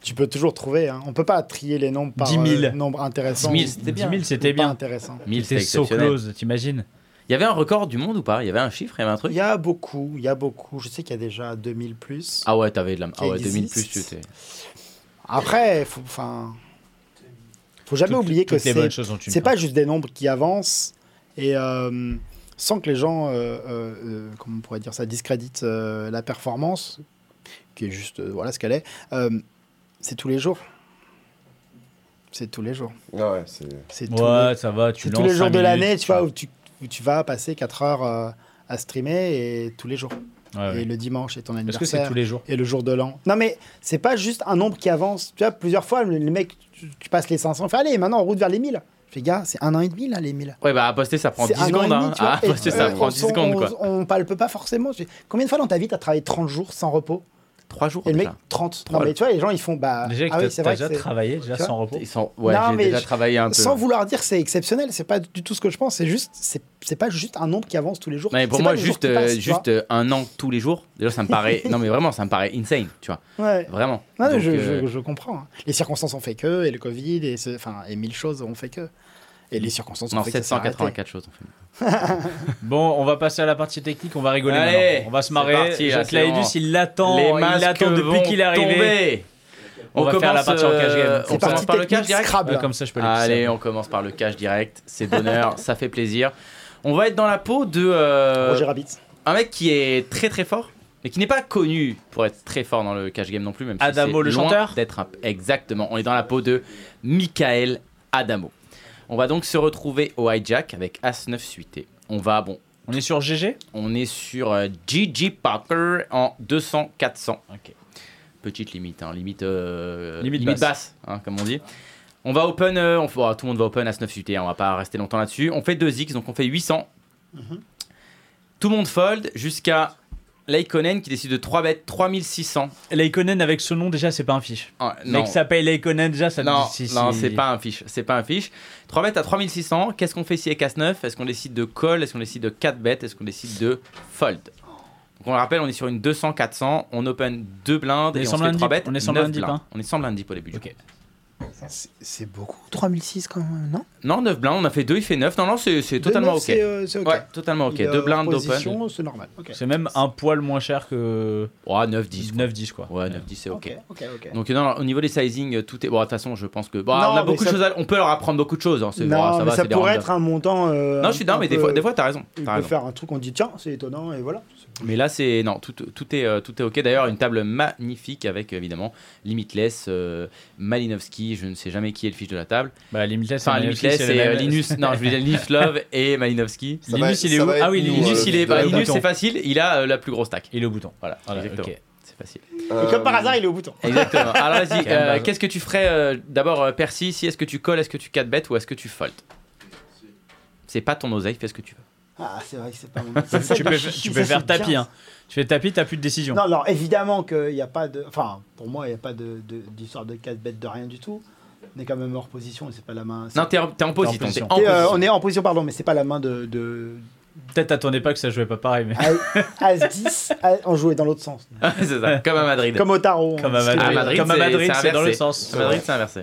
C: Tu peux toujours trouver, hein. on peut pas trier les nombres par
B: 10 000.
C: euh, nombre intéressant.
A: 10 000, c'était
B: 10
A: bien.
B: 000, c'était
C: ou pas
B: bien.
C: intéressant.
A: 1000,
B: C'était
A: c'était
B: so
A: exceptionnel.
B: close, t'imagines
A: Il y avait un record du monde ou pas Il y avait un chiffre, il y avait un
C: Il
A: truc
C: y a beaucoup, il y a beaucoup. Je sais qu'il y a déjà 2000 plus.
A: Ah ouais, t'avais de la. Ah
C: Qui
A: ouais, 2000 plus,
C: existe.
A: tu étais.
C: Après, faut, enfin, faut jamais
B: Toutes-
C: oublier que
B: toutes les bonnes
C: c'est
B: choses ont une
C: c'est
B: fin.
C: pas juste des nombres qui avancent et euh, sans que les gens, euh, euh, euh, comment on pourrait dire ça, discréditent euh, la performance, qui est juste, euh, voilà ce qu'elle est. euh, c'est tous les jours. C'est tous les jours.
D: Ah ouais, c'est-
C: C'est tous,
B: Ouais, ça va,
C: les-
B: tu
C: c'est
B: lances.
C: tous les jours
B: cinq
C: de l'année,
B: minutes,
C: tu vois, où tu, où tu vas passer 4 heures euh, à streamer et tous les jours.
B: Ah Ouais,
C: et
B: ouais.
C: le dimanche est ton
B: Est-ce que c'est
C: anniversaire.
B: tous les jours
C: Et le jour de l'an. Non, mais c'est pas juste un nombre qui avance. Tu vois, plusieurs fois, le, le mec, tu, tu passes les 500, fait allez, maintenant, en route vers les 1000. Je fais, gars, c'est un an et demi, là, les 1000.
A: Ouais, bah à poster ça prend
C: C'est
A: 10
C: un an et
A: secondes.
C: demi,
A: hein.
C: tu vois.
A: Ah,
C: Et,
A: poster ça
C: euh,
A: prend
C: on
A: 10
C: s'en-
A: secondes
C: on-
A: quoi.
C: On, palpe pas forcément. Je fais, Combien de fois dans ta vie t'as travaillé 30 jours sans repos
A: Oh, 3 jours
C: Et le mec,
A: déjà.
C: 30.
A: Trois.
C: Non, mais tu vois, les gens, ils font, bah.
B: Déjà, que
C: ah
B: t'as-
C: oui,
B: t'as
C: c'est vrai. que
B: déjà
C: c'est-
B: travaillé, déjà
C: tu vois,
B: sans repos.
A: Ils sont- Ouais,
C: Non,
A: j'ai
C: mais
A: déjà
C: je-
A: travaillé un peu.
C: Sans vouloir dire que c'est exceptionnel, c'est pas du tout ce que je pense. C'est juste, c'est c'est pas juste un nombre qui avance tous les jours.
A: Non, mais pour
C: C'est
A: moi,
C: pas les jours
A: juste,
C: qui
A: euh,
C: passent, tu
A: juste euh, un an tous les jours, déjà ça me
C: *laughs*
A: paraît. non, mais vraiment, ça me paraît insane, tu vois.
C: vois. Ouais.
A: Vraiment.
C: Non, mais
A: Donc,
C: Ah, je,
A: euh,
C: je- je comprends. hein. Les circonstances ont fait que, et le Covid, et, ce- enfin, et mille choses ont fait que. Et les circonstances ont
A: Non,
C: fait que. ça s'est arrêté.
A: 784 choses. en fait.
B: Bon, on va passer à la partie technique, on va rigoler
A: Allez,
B: maintenant. On va se
A: c'est
B: marrer.
A: parti, là,
B: Jacques
A: c'est
B: Laedus,
A: bon.
B: il l'attend.
A: Les
B: Il
A: masques
B: l'attend depuis
A: vont
B: qu'il est arrivé.
A: tomber.
B: On va faire la
A: commence,
B: partie en cash game.
A: euh,
B: C'est
A: On commence
C: parti
A: par le cash
C: technique
A: direct.
C: Scrabble.
B: Ouais, comme ça, je peux les
A: Allez, on commence par le cash direct. C'est d'honneur, ça fait plaisir. On va être dans la peau de euh,
C: Roger Rabbit.
A: un mec qui est très très fort, mais qui n'est pas connu pour être très fort dans le cash game non plus. Même si
B: Adamo,
A: c'est
B: le
A: loin
B: chanteur
A: d'être un- Exactement. On est dans la peau de Michael Adamo. On va donc se retrouver au hijack avec As9 suité. On va, bon,
B: On est sur GG
A: on est sur euh, Gigi Parker en 200-400. Petite limite, hein, limite, euh,
B: Limite
A: basse, hein, comme on dit. On va open, euh, on, oh, tout le monde va open à 9 UT, hein, on va pas rester longtemps là-dessus. On fait 2x, donc on fait 800. Tout le monde fold jusqu'à Leikonen qui décide de 3 bêtes, 3600.
B: Leikonen avec ce nom, déjà, c'est pas un fiche.
A: Ah,
B: Le Mec s'appelle Leikonen, déjà, ça
A: non,
B: me dit si-
A: non,
B: si-
A: c'est pas un fiche. C'est pas un fiche. 3 bêtes à 3600. Qu'est-ce qu'on fait si elle casse 9 Est-ce qu'on décide de call Est-ce qu'on décide de 4 bêtes Est-ce qu'on décide de fold Donc on le rappelle, on est sur une 200-400. On open 2 blindes
B: On est
A: et
B: sans
A: on se fait
B: blind
A: 3
B: deep,
A: bêtes.
B: on est sans
A: neuf
B: blind deep,
A: blindes.
B: hein.
A: On est sans blind deep au début. du
B: Ok.
A: coup.
C: C'est beaucoup. 3006 quand même, non
A: Non, 9 blindes. On a fait 2, il fait 9. Non, non, c'est c'est totalement ok.
C: C'est euh, c'est ok.
A: Ouais, totalement ok.
C: Il est
A: 2
C: hors
A: blindes
C: position,
A: open.
C: C'est normal. Ok.
B: C'est même un poil moins cher que
A: Ouais, 9-10.
B: 9-10, quoi.
A: Ouais, 9-10, c'est ok.
C: Ok, ok, ok.
A: Donc non, non, au niveau des sizing, euh, tout est. Bon, de toute façon, je pense que. Bon,
C: Non,
A: on a
C: mais
A: beaucoup de
C: ça-
A: choses. à- On peut leur apprendre beaucoup de choses. hein, c'est-
C: non,
A: voilà,
C: mais
A: va,
C: ça
A: c'est des
C: pourrait
A: randoms.
C: être un montant. euh,
A: Non,
C: un-
A: je suis d'accord,
C: un
A: mais des
C: peu-
A: fois, des fois, t'as raison.
C: Il
A: t'as
C: peut
A: raison.
C: faire un truc, on dit tiens, c'est étonnant, et voilà.
A: Mais là, c'est non, tout, tout est euh, tout est ok. D'ailleurs, une table magnifique avec évidemment Limitless, euh, Malinowski, je ne sais jamais qui est le fiche de la table.
B: Bah, Limitless,
A: Enfin, Limitless,
B: la
A: c'est euh,
B: même-
A: Linus. Non,
B: *laughs*
A: je voulais dire Linus Love et Malinowski.
D: Ça
B: Linus,
D: va-
B: il est
D: ça
B: où
D: va être
B: Ah oui,
D: nous,
A: Linus,
D: euh,
A: il est.
D: le-
A: bah,
D: le-
A: Linus,
B: bouton.
A: c'est facile. Il a euh, la plus grosse stack.
B: Il est au bouton.
A: Voilà,
B: Voilà,
A: exactement.
B: ok.
A: C'est facile.
C: Et comme par
D: Euh,
C: hasard, il est au bouton.
B: *laughs*
A: Exactement. Alors vas-y,
B: Quand même
A: euh,
B: base.
A: qu'est-ce que tu ferais euh, d'abord, euh, Percy Si est-ce que tu colles, est-ce que tu 4 bêtes ou est-ce que tu fold C'est pas ton oseille, fais ce que tu veux.
C: Ah, c'est vrai que c'est pas
A: *laughs*
C: mon
B: Tu peux, tu peux faire tapis. Hein. Tu fais tapis, t'as plus de décision.
C: Non, alors évidemment qu'il n'y a pas de. Enfin, pour moi, il n'y a pas de- de- d'histoire de 4 bêtes de rien du tout. On est quand même hors position et c'est pas la main. c'est-
A: Non, t'es en, t'es en position. T'es
B: position.
A: en
C: Et, euh,
A: position.
C: on est en position, pardon, mais c'est pas la main
A: *laughs*
C: de. de...
B: Peut-être à ton époque, ça jouait pas pareil, mais.
C: As-10, as- on jouait dans l'autre sens.
A: *laughs* C'est ça, comme à Madrid.
C: Comme hein, au tarot. on-
B: Comme à
C: c'est-
A: Ah,
B: Madrid. Comme à Madrid, c'est dans
A: inversé.
B: le sens.
A: À Madrid, c'est inversé.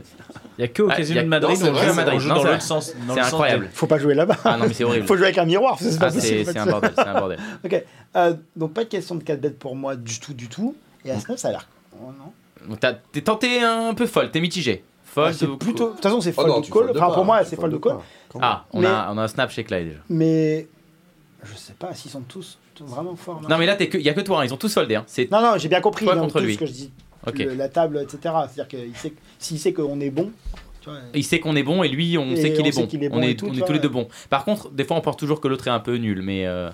B: Il y a que au
A: Ah,
B: Casino
A: y a-
B: de Madrid,
D: non, c'est
B: on
D: vrai,
B: joue-
D: c'est
B: on
A: Madrid.
B: joue
A: Non,
B: dans
A: c'est
B: l'autre
A: vrai.
B: sens. dans
A: C'est
B: le sens
A: incroyable.
C: Faut pas jouer là-bas.
A: Ah non, mais c'est horrible.
C: Faut jouer avec un miroir. C'est pas
A: Ah, c'est
C: possible.
A: c'est un bordel, c'est un bordel.
C: Ok. euh, donc, pas de question de 4 bêtes pour moi du tout, du tout. Et As-9, ça a l'air. Oh, non.
A: Bon, t'as- T'es tenté un peu folle, t'es mitigé.
C: Ah,
A: Folle
C: c'est
A: ou-
C: plutôt. De toute façon, c'est
D: Oh
C: fold
D: non,
C: ou
D: tu
C: call.
D: foldes
C: Enfin,
D: pas,
C: pour moi,
D: tu
C: c'est
D: foldes
C: fold ou call.
D: pas.
A: Ah, on,
C: Mais-
A: a, on a un snap chez Clyde déjà.
C: Mais je sais pas s'ils sont tous vraiment forts.
A: Non, mais là, t'es que- y a que toi, hein, ils ont tous soldé. Hein. C'est-
C: non, non, j'ai bien compris
A: Toi
C: non,
A: contre
C: tout
A: lui.
C: ce que je dis.
A: Ok.
C: Le- la table, etc. C'est-à-dire qu'il sait que s'il sait qu'on est bon, tu vois,
A: Il sait qu'on est bon et lui, on
C: Et
A: sait qu'il
C: on
A: est,
C: sait
A: bon.
C: qu'il est bon
A: On
C: et
A: est,
C: tout,
A: on
C: tu
A: est
C: vois.
A: tous les deux bons. Par contre, des fois, on pense toujours que l'autre est un peu nul, mais euh,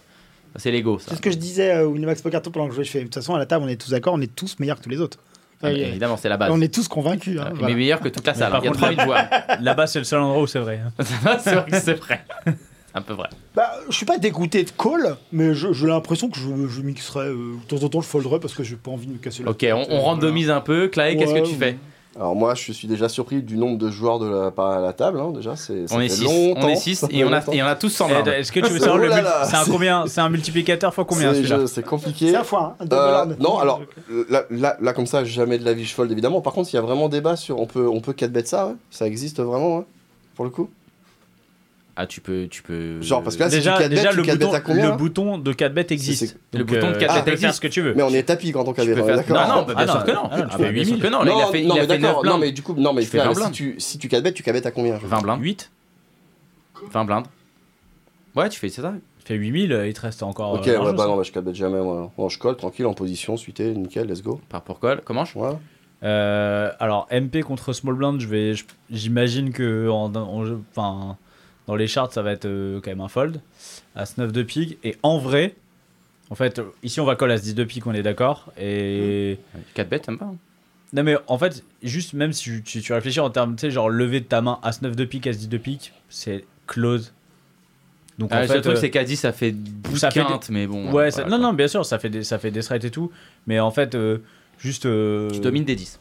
A: c'est l'ego. ça.
C: c'est ce que je disais euh, au Winamax Poker Tour pendant que je jouais. Je fais, de toute façon, à la table, on est tous d'accord, on est tous meilleurs que tous les autres.
A: Ah,
C: Enfin,
A: mais
C: euh,
A: Évidemment, c'est la base.
C: on est tous convaincus. hein,
A: Voilà.
C: voilà.
A: Mais meilleur que toute la salle. hein.
B: par
A: Il y a
B: contre,
A: 3000 joueurs.
C: *laughs*
B: Là-bas, c'est le seul endroit où c'est vrai. hein.
A: c'est vrai que c'est vrai. C'est un peu vrai.
C: Bah, je suis pas dégoûté de call, mais je- j'ai l'impression que je, je mixerai. euh, de temps en temps, je folderai parce que j'ai pas envie de me casser la
A: Ok, on, on randomise un peu. Clyde, qu'est-ce que
C: Ouais,
A: tu fais
D: Alors moi, je suis déjà surpris du nombre de joueurs de la, par- à la table. hein, déjà, c'est ça
A: On est
D: fait
A: 6.
D: longtemps,
A: On est 6
D: *laughs* ça fait
A: et on a,
D: longtemps.
A: et on a tous
C: Eh
A: 100
C: ben.
B: Et, Est-ce que tu veux
D: C'est-
B: savoir le
D: oh là
B: mul-
D: là,
B: C'est un
D: c'est-
B: combien C'est un multiplicateur fois combien
D: C'est-
B: celui-là
D: je- C'est compliqué.
C: C'est un fois, hein, un
D: Euh,
C: dollar, maintenant.
D: non, alors là, là- là, comme ça, jamais de la vie je fold évidemment. Par contre, il y a vraiment débat sur on peut on peut 4 bet ça, ouais. ça existe vraiment ouais, pour le coup.
A: Ah, tu peux. Tu peux...
D: Genre, parce que là, si tu
B: Déjà,
D: 4 bet,
B: déjà
D: tu
B: le,
D: 4 bet
B: bouton,
D: à combien,
B: le
D: là
B: bouton de 4 bêtes
D: C'est-
B: existe.
A: Le bouton de 4
B: ah,
A: bêtes
B: tu peux faire
A: existe.
B: ce que tu veux.
D: Mais on est tapis quand on
A: Euh, Tu
D: cadette,
A: peux
D: on est
A: faire-
D: d'accord.
A: Non, non, bah, bien
B: Ah,
A: sûr
B: non,
A: que non.
B: ah, non, tu
A: Ah,
B: fais
A: bah, bien sûr
B: 8000.
A: que non. Là, il a fait, il a
D: non, mais
A: fait 9
D: d'accord.
A: blindes.
D: Non, mais du coup, non, mais
A: Tu fais
D: frère,
A: un
D: si
A: blind.
D: tu si tu 4 bet, tu 4 bet à combien je veux dire
A: 20 blindes.
B: 8
A: 20 blindes. Ouais, tu fais c'est ça.
B: Fait 8000, euh, il te reste encore.
D: Ok,
B: euh,
D: ouais,
B: l'argent,
D: bah
B: ça.
D: non, bah, je 4 bet jamais. Moi. Bon, je colle tranquille en position, suité, nickel, let's go.
A: Par pour call. Comment je
D: Ouais.
B: Euh, alors MP contre Small Blind, je vais, je- j'imagine que en, en- enfin, Dans les charts, ça va être euh, quand même un fold. As 9 de pique. Et en vrai, en fait, euh, ici on va call As 10 de pique, on est d'accord. Et.
A: 4 bêtes, t'aimes pas hein.
B: Non mais en fait, juste même si tu, tu réfléchis en termes, tu sais, genre lever de ta main As 9 de pique, As 10 de pique, c'est close. Donc
A: Ah,
B: en
A: le
B: fait,
A: seul truc,
B: euh,
A: c'est qu'à 10, ça fait bout
B: ça fait des-
A: quinte, mais bon.
B: ouais,
A: euh,
B: ça-
A: voilà,
B: non,
A: quoi.
B: non, bien sûr, ça fait des, ça fait des straight et tout, mais en fait, euh, juste. euh,
A: Tu domines des 10.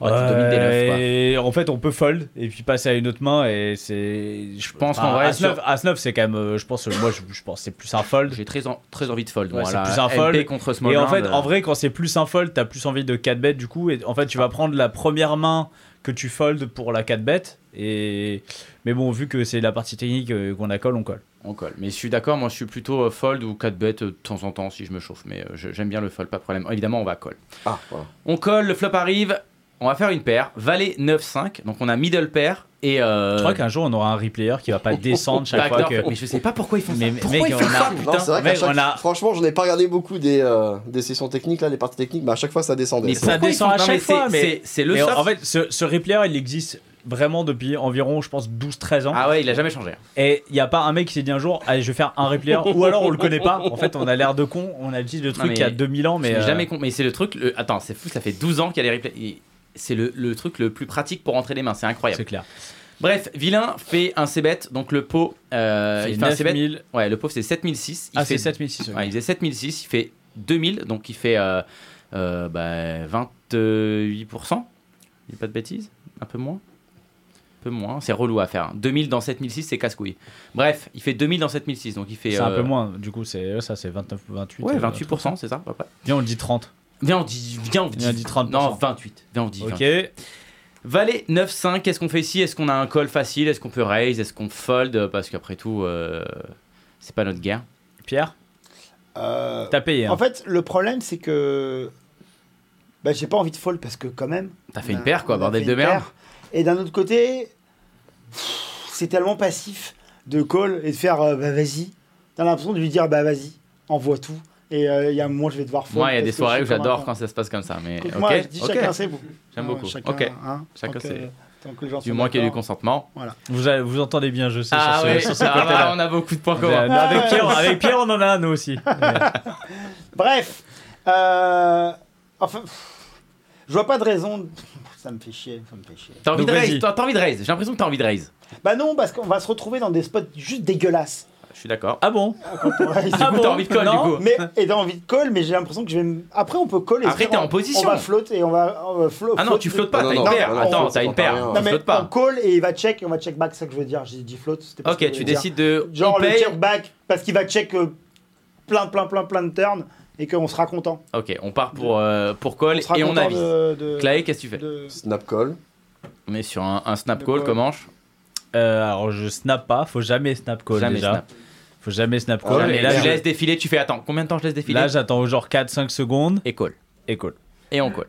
A: Ouais,
B: Ouais,
A: tu domines des 9, quoi.
B: et en fait, on peut fold et puis passer à une autre main et c'est. Je
A: pense qu'en vrai,
B: As 9,
A: sur-
B: c'est quand même. euh, Je pense, euh, moi, je, je pense que c'est plus un fold.
A: J'ai très, en- très envie de fold.
B: Ouais,
A: moi,
B: c'est
A: là.
B: plus un
A: LP
B: fold.
A: contre euh, Small
B: Et en fait,
A: Blind,
B: en vrai, quand c'est plus un fold, t'as plus envie de 4 bet du coup. Et en fait, tu vas prendre la première main que tu fold pour la 4 bet. Et... Mais bon, vu que c'est la partie technique euh, qu'on a colle, on colle.
A: On colle. Mais je suis d'accord, moi je suis plutôt euh, fold ou 4 bêtes de temps en temps si je me chauffe. Mais euh, je- j'aime bien le fold, pas de problème. Évidemment, on va colle.
D: Ah, voilà.
A: On colle, le flop arrive. On va faire une paire. Valet 9-5. Donc on a middle pair. Et. euh,
B: Je crois qu'un jour, on aura un replayer qui
A: *laughs*
B: va pas descendre chaque fois
A: backdoor.
B: que.
A: Mais je sais pas pourquoi ils font
B: Mais-
A: ça.
B: mais-
A: Pourquoi
B: mec,
A: ils font
B: on a-
A: ça,
D: Non,
A: putain
D: c'est vrai qu'à
B: mec,
D: chaque-
B: on a-
D: Franchement, j'en ai pas regardé beaucoup des, euh, des sessions techniques, là, les parties techniques, mais à chaque fois ça descendait.
A: Mais
D: C'est-
B: ça
A: pourquoi ils
B: descend
A: font-
B: à
A: non,
B: chaque
A: mais c'est-
B: fois, mais-
A: c'est- C'est le
B: Et en
A: soft.
B: fait, ce, ce replayer, il existe vraiment depuis environ, je pense, 12-13 ans.
A: Ah ouais, il a jamais changé.
B: Et il n'y a pas un mec qui s'est dit un jour, allez, je vais faire un replayer. ou alors, on le connaît pas. En fait, on a l'air de con. On a dit le truc
A: mais-
B: il y a 2000 ans, mais.
A: Mais
B: euh,
A: jamais con- Mais c'est le truc. le- Attends, c'est fou, ça fait 12 ans qu'il y a les replays. Et C'est le, le truc le plus pratique pour rentrer les mains, c'est incroyable.
B: C'est clair.
A: Bref, Vilain fait un c-bet, donc le pot, euh,
B: C'est
A: il fait un c-bet.
B: 9000.
A: Ouais, le pauvre c'est 7006. Il
B: Ah,
A: fait...
B: c'est 7600.
A: Ouais, il faisait 7006, il fait 2000, donc il fait euh, euh, bah, 28%. Il pas de bêtises Un peu moins Un peu moins, c'est relou à faire. hein. 2000 dans 7006, c'est casse-couille. Bref, il fait 2000 dans 7006, donc il fait.
B: C'est un
A: euh,
B: peu moins, du coup, c'est ça, c'est 29 28.
A: Ouais,
B: euh,
A: 28%, c'est ça, à peu près.
B: Viens, on le dit 30.
A: Viens, on dit, viens, on dit,
B: Viens, on dit 30%.
A: Non, 28. Viens, on dit 28.
B: Ok.
A: Valet 9-5, qu'est-ce qu'on fait ici Est-ce qu'on a un call facile Est-ce qu'on peut raise Est-ce qu'on fold Parce qu'après tout, euh, c'est pas notre guerre.
B: Pierre,
C: Euh,
B: t'as payé. hein.
C: En fait, le problème, c'est que bah, j'ai pas envie de fold parce que quand même.
A: T'as fait
C: on a-
A: une paire, quoi,
C: Bah, on a
A: bordel
C: fait
A: de
C: une
A: merde.
C: paire. Et d'un autre côté, pff, c'est tellement passif de call et de faire euh, bah vas-y. T'as l'impression de lui dire bah vas-y, envoie tout. Et euh, il y a un moment, je vais devoir fold.
A: Moi, il y a
C: parce
A: des
C: que
A: soirées
C: je
A: où
C: suis
A: j'adore
C: convaincant.
A: quand ça se passe comme ça. Mais
C: Écoute,
A: ok,
C: moi, je dis
A: ok.
C: chacun c'est bon.
A: J'aime
C: Ouais,
A: beaucoup.
C: Chacun,
A: Ok.
C: hein,
A: Chacun
C: tant que-
A: ses-
C: tant que les gens
A: Du
C: sont
A: moins qu'il y ait du
C: d'accord.
A: consentement.
B: Vous, avez- vous entendez bien, je sais.
A: Ah
B: sur ce-
A: ouais,
B: sur ce
A: ah,
B: côté-là.
A: on a beaucoup de points
B: Mais, euh,
A: communs.
B: non, avec,
C: Ouais.
B: Pierre,
A: *laughs*
B: on- avec Pierre, on en a un, nous aussi.
C: Bref, euh, enfin, pff, je vois pas de *laughs* raison. Ça me fait chier, ça me fait chier.
A: T'as envie,
B: Donc,
A: de raise
B: vas-y.
A: T'as t'as envie de raise J'ai l'impression que t'as envie de raise.
C: Bah non, parce qu'on va se retrouver dans des spots
A: *laughs*
C: juste dégueulasses.
A: Je suis d'accord.
B: Ah bon
C: *laughs*
A: Du coup,
B: bon
A: t'as envie de call
B: Non.
A: du coup.
C: Mais et t'as envie de call, mais j'ai l'impression que je vais. me- Après, on peut call. et se
A: Après,
C: dire,
A: t'es en
C: on-
A: position.
C: On va flotte et on va. on va flo-
A: Ah non,
C: flotte
A: tu
C: et-
A: flottes pas,
D: Non,
A: t'as
D: non,
A: une
C: non,
A: paire.
C: non,
A: Attends,
C: on-
A: t'as
D: on
A: une paire.
D: parle
C: Non
A: Tu
C: mais
A: flottes
C: on
A: pas.
C: call et il va check et on va check back. C'est ça que je veux dire. J'ai dit flotte. c'était pas ce que
A: Ok,
C: je
A: tu
C: voulais dire.
A: décides de.
C: Genre
A: on
C: le
A: paye.
C: check back parce qu'il va check euh, plein, plein, plein, plein de turns et qu'on sera content.
A: Ok, on part pour euh, pour call
C: sera
A: et on
C: content
A: avise.
C: de- de-
A: Clay, qu'est-ce que tu fais
C: de-
D: Snap call.
A: On est sur un un snap
C: De
A: call,
C: call.
A: comment
B: Euh, Alors, je snap pas. Faut jamais snap call
A: Jamais
B: déjà.
A: snap.
B: Faut jamais snap call.
A: Jamais.
B: et là,
A: Tu
B: je-
A: laisses défiler, tu fais attends, combien de temps je laisse défiler
B: là, j'attends genre 4-5 secondes
A: Et call.
B: et call.
A: Et on call.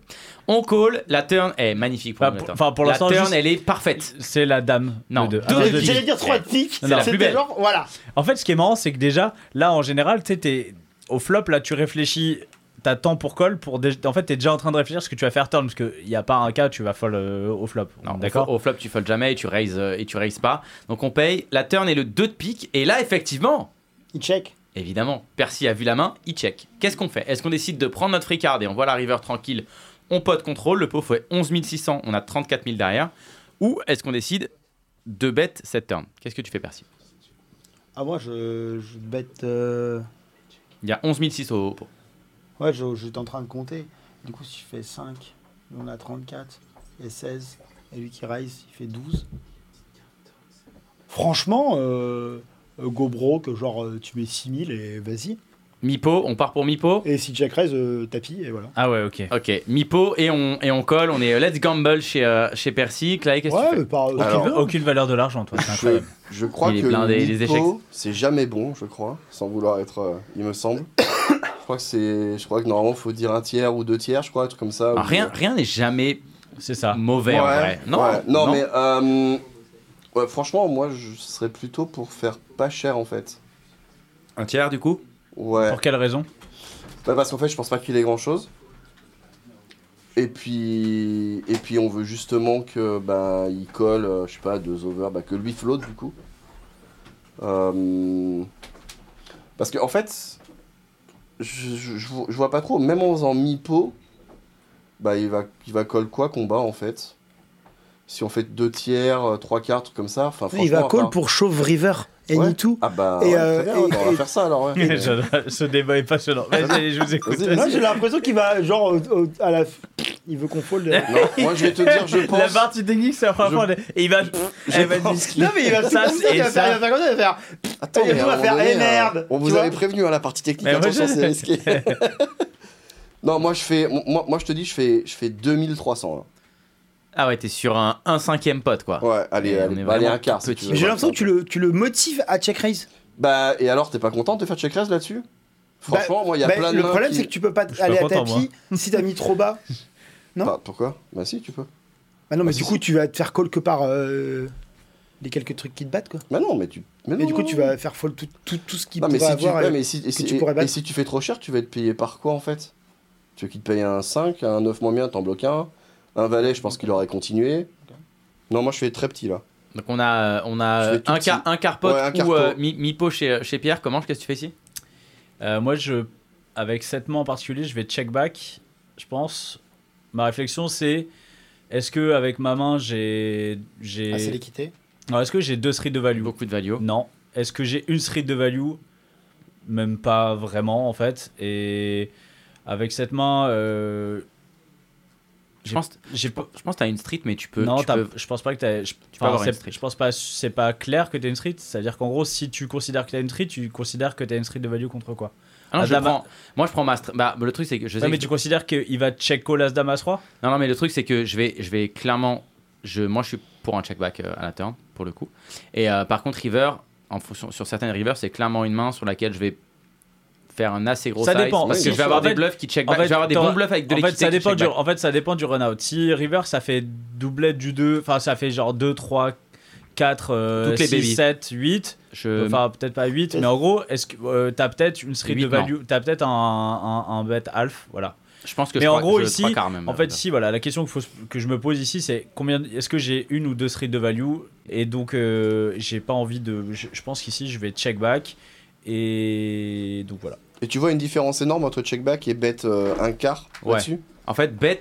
A: On call, la turn est magnifique pour
B: Bah,
A: nous,
B: pour-
A: attends.
B: enfin, pour
A: La
B: l'instant,
A: turn,
B: juste-
A: elle est parfaite.
B: C'est la dame.
A: Non,
B: de deux.
A: deux
B: Ah,
A: de
B: deux de
C: J'allais
B: pique.
C: dire trois de pique.
A: la plus
C: C'était
A: belle.
C: genre voilà.
B: En fait, ce qui est marrant, c'est que déjà, là, en général, tu sais, t'es- au flop, là, tu réfléchis, t'as temps pour call, pour dé- en fait, t'es déjà en train de réfléchir ce que tu vas faire turn, parce qu'il n'y a pas un cas où tu vas fold euh, au flop.
A: Non,
B: D'accord
A: Au, au flop, tu fold jamais et tu raises euh, et tu raises pas. Donc on paye. La turn est le 2 de pique. Et là, effectivement,
C: Il check.
A: évidemment, Percy a vu la main, il check. Qu'est-ce qu'on fait Est-ce qu'on décide de prendre notre free card et on voit la river tranquille On pote contrôle, le pot fait 11 600, on a 34 000 derrière. Ou est-ce qu'on décide de bet cette turn Qu'est-ce que tu fais, Percy
C: Ah moi je, je bête. euh,
A: Il y a 11 600 au pot.
C: Ouais, je- j'étais en train de compter. Du coup, si je fais 5, nous on a 34 et 16. Et lui qui raise, il fait 12. Franchement, euh, euh, GoBro, que genre euh, tu mets 6000 et vas-y.
A: Mipo, on part pour Mipo.
C: Et si Jack raise, euh, tapis et voilà.
B: Ah ouais, ok.
A: Ok, Mipo et on, et on colle. On est euh, let's gamble chez, euh, chez Percy. Clay, qu'est-ce que tu
C: Ouais,
A: fais
C: mais euh, par.
B: Aucune,
D: Alors-
B: aucune valeur de l'argent, toi, c'est
D: Je, *laughs*
B: incroyable.
D: je crois
A: Il est
D: que
A: blindé, il
D: Nico,
A: les échecs.
D: c'est jamais bon, je crois, sans vouloir être, euh, il me semble. *coughs* je crois que c'est, je crois que normalement faut dire un tiers ou deux tiers, je crois, un truc comme ça.
A: Ah,
D: ou-
A: Rien rien n'est jamais
B: C'est ça.
A: mauvais
D: Ouais,
A: en vrai. Non,
D: ouais. non, mais euh, ouais, franchement, moi, je serais plutôt pour faire pas cher en fait.
A: Un tiers du coup
D: Ouais.
B: Pour quelle raison
D: Bah, parce qu'en fait, je pense pas qu'il ait grand chose. Et puis, et puis, on veut justement que bah il colle, euh, je sais pas, deux over, bah, que lui flotte du coup. Euh, parce que en fait, je, je, je vois- je vois pas trop. Même en faisant mi-pot, bah, il va, il va call quoi combat en fait Si on fait deux tiers, euh, trois quarts, truc comme ça. Enfin,
C: Oui, il va
D: franchement, à
C: call
D: part-
C: pour Chauve River et
D: Ouais.
C: Nitu.
D: Ah bah,
C: Et,
D: ouais,
C: euh,
D: très bien, ouais,
C: et-
D: bah, on va
C: et-
D: faire ça alors. *laughs*
B: *laughs*
D: ouais.
B: J'adore- Ce débat est passionnant. Vas-y, allez, je vous écoute.
D: Vas-y,
C: Moi,
D: vas-y.
C: Ah, j'ai l'impression qu'il va, genre, au- au- à la. Il veut qu'on fold. *laughs*
D: Non, moi je vais te dire, je
B: La
D: pense.
B: partie technique, c'est vraiment. Et il va.
D: je
C: Eh,
B: elle va
D: pense
B: dire-
D: qu'il-
C: mais il va
B: Ça,
C: tout comme ça, il va
B: c'est- ça.
C: faire- il va faire comme ça, il va faire.
D: Attends,
C: Et
D: mais
C: nous,
D: à
C: on va
D: un
C: faire,
D: moment
C: eh
D: donné,
C: merde,
D: euh, On
C: tu
D: vous
C: vois
D: avait prévenu à la partie technique,
B: Mais moi,
D: attention,
B: je-
D: c'est risqué.
C: *laughs*
D: non, moi je fais, moi, moi je te dis, je fais, je fais 2300.
A: Ah ouais, t'es sur un, un cinquième pote, quoi.
D: Là. Ouais, allez,
A: Et on
D: allez,
A: est
D: bah, allez,
A: vraiment
D: un quart. si
A: petit.
D: tu veux.
C: Mais j'ai l'impression que tu le, tu le motives à check raise.
D: Bah, et alors, t'es pas content de te faire check raise là-dessus Franchement, moi, il y a
C: Bah,
D: plein de.
C: le
D: mains
C: problème,
D: qui-
C: c'est que tu peux pas
B: suis
C: aller
B: pas
C: à
B: content,
C: tapis *laughs* si t'as mis trop bas. non
D: Bah, pourquoi Bah, si, tu peux.
C: Bah non, mais
D: Ah,
C: du
D: si,
C: coup,
D: si.
C: tu vas te faire call que par euh, les quelques trucs qui te battent, quoi.
D: Bah, non, mais tu.
C: Mais
D: non,
C: du coup,
D: non,
C: tu
D: non.
C: vas faire fold tout, tout, tout ce qui
D: Non, mais
C: pourrait
D: si tu,
C: avoir.
D: ouais,
C: euh,
D: mais si, et si-
C: tu
D: et-
C: pourrais
D: et
C: battre.
D: si tu fais trop cher, tu vas être payé par quoi en fait Tu veux qu'il te paye un 5, un 9 moins bien, t'en bloques un. Un valet, je pense qu'il aurait continué. Non, moi je fais très petit là.
A: Donc on a, euh, on
D: Je
A: a
D: vais
A: euh,
D: tout
A: un,
D: petit.
A: quart, un quart pote
D: Ouais, un quart
A: ou euh,
D: pot.
A: mi- mi-pot chez, chez Pierre. Comment Qu'est-ce que tu fais ici
B: Euh, moi, je, avec cette main en particulier, je vais check back. Je pense. Ma réflexion, c'est est-ce que avec ma main, j'ai, j'ai.
C: Ah, c'est l'équité.
B: Non, est-ce que j'ai deux streets de value
A: Beaucoup de value.
B: Non. Est-ce que j'ai une street de value Même pas vraiment, en fait. Et avec cette main, euh,
A: Je pense,
B: j'ai pas.
A: je pense que t'as une street, mais tu peux.
B: non,
A: tu
B: t'as-
A: peux-
B: je pense pas que t'as. Je,
A: peux avoir
B: enfin,
A: une
B: c'est-
A: street.
B: je pense pas. C'est pas clair que t'as une street. C'est-à-dire qu'en gros, si tu considères que t'as une street, tu considères que t'as une street de value contre quoi
A: Ah non,
B: Ah,
A: je
B: dama-
A: prends- Moi, je prends ma street. Bah, le truc, c'est que je sais.
B: Ouais, mais
A: que-
B: tu considères qu'il va check call as dame as roi
A: Non, non, mais le truc, c'est que je vais, je vais clairement. Je, moi, je suis pour un checkback euh, à la turn, pour le coup. Et euh, par contre, River, en fonction, sur certaines River, c'est clairement une main sur laquelle je vais faire un assez gros
B: Ça
A: size,
B: dépend,
A: Parce
D: oui.
A: que je vais avoir
B: En
A: des
B: fait-
A: bluffs qui checkback.
B: en fait,
A: je vais avoir des
B: t'auras-
A: bons bluffs avec de
B: en fait,
A: l'équité.
B: ça
A: qui
B: dépend du,
A: checkback.
B: en fait, ça dépend du run out. Si river, ça fait doublet du 2, enfin, ça fait genre 2, 3, 4, euh,
A: Toutes les
B: 6,
A: babies.
B: 7, 8.
A: Je-
B: Enfin, peut-être pas 8, mais en gros, est-ce que euh, t'as peut-être une street
A: Huit,
B: de value, t'as peut-être un, un, un bet half, voilà.
A: Je pense que
B: Mais
A: je
B: en
A: crois-
B: gros,
A: je
B: ici,
A: crois quand même,
B: En
A: euh,
B: fait, si, voilà, la question qu'il faut se- que je me pose ici, c'est combien, est-ce que j'ai une ou deux streets de value Et donc, euh, j'ai pas envie de. Je, je pense qu'ici, je vais check back. Et donc voilà.
D: Et tu vois une différence énorme entre check back et bet euh, un quart
A: Ouais.
D: là-dessus
A: En fait, bet,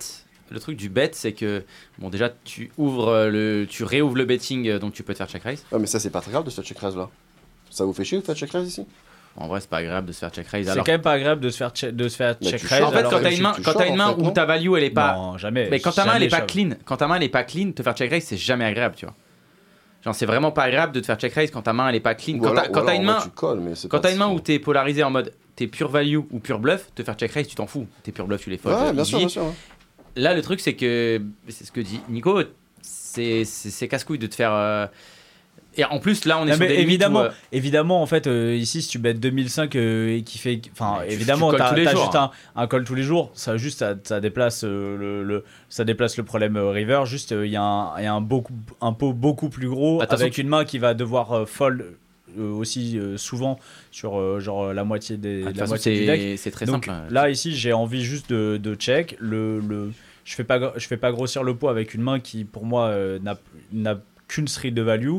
A: le truc du bet, c'est que, bon, déjà, tu ouvres euh, le, tu réouvres le betting, euh, donc tu peux te faire check raise.
D: Ouais, Ah, mais ça c'est pas très grave de se faire check raise là. Ça vous fait chier de faire check raise ici
A: En vrai, c'est pas agréable de se faire check raise.
B: C'est
A: Alors,
B: quand même pas agréable de se faire, che- de se faire
D: Bah,
B: check
D: tu
B: raise.
D: sors,
A: en fait,
B: alors
A: quand
D: que
A: t'as
D: tu-
A: une main,
D: tu
A: quand
D: sors,
A: t'as une
D: en
A: main
D: fait,
A: où
D: non
A: ta value, elle est pas.
B: Non, jamais.
A: Mais quand ta main elle est
B: Eh, Jamais,
A: pas
B: jamais.
A: clean, quand ta main elle est pas clean, te faire check raise c'est jamais agréable, tu vois. Genre c'est vraiment pas agréable de te faire check raise quand ta main elle est pas clean.
D: Ou
A: quand
D: alors-
A: t'as-
D: ou
A: quand t'as
D: alors,
A: une
D: moi,
A: main,
D: tu colles, mais c'est
A: quand
D: pas-
A: t'as une main où t'es polarisé en mode t'es pure value ou pure bluff, te faire check raise tu t'en fous. T'es pure bluff tu les folles.
D: Ouais, bien sûr, bien sûr. ouais.
A: Là le truc c'est que c'est ce que dit Nico, c'est c'est c'est casse couille de te faire. euh, Et en plus là on est
B: Non,
A: sur
B: mais
A: des limites
B: évidemment,
A: où, euh,
B: évidemment, en fait, euh, ici, si tu bêtes 2005 euh, et qui fait. Enfin,
A: Mais tu-
B: évidemment,
A: tu colles
B: t'as
A: tous les
B: t'as
A: jours, hein.
B: juste un, un call tous les jours. Ça, juste, ça, ça déplace, euh, le, le- ça déplace le problème euh, river. Juste, euh, il y a, un, il y a un, beaucoup, un pot beaucoup plus gros
A: Bah, de toute
B: avec
A: façon,
B: une main qui va devoir euh, fold euh, aussi euh, souvent sur euh, genre euh, la moitié, des,
A: Ah, de toute
B: la
A: façon,
B: moitié du deck.
A: c'est c'est très
B: Donc,
A: simple. hein.
B: Là, ici, j'ai envie juste de, de check. Le, le, je fais pas, gr- je fais pas grossir le pot avec une main qui, pour moi, euh, n'a- n'a qu'une street de value.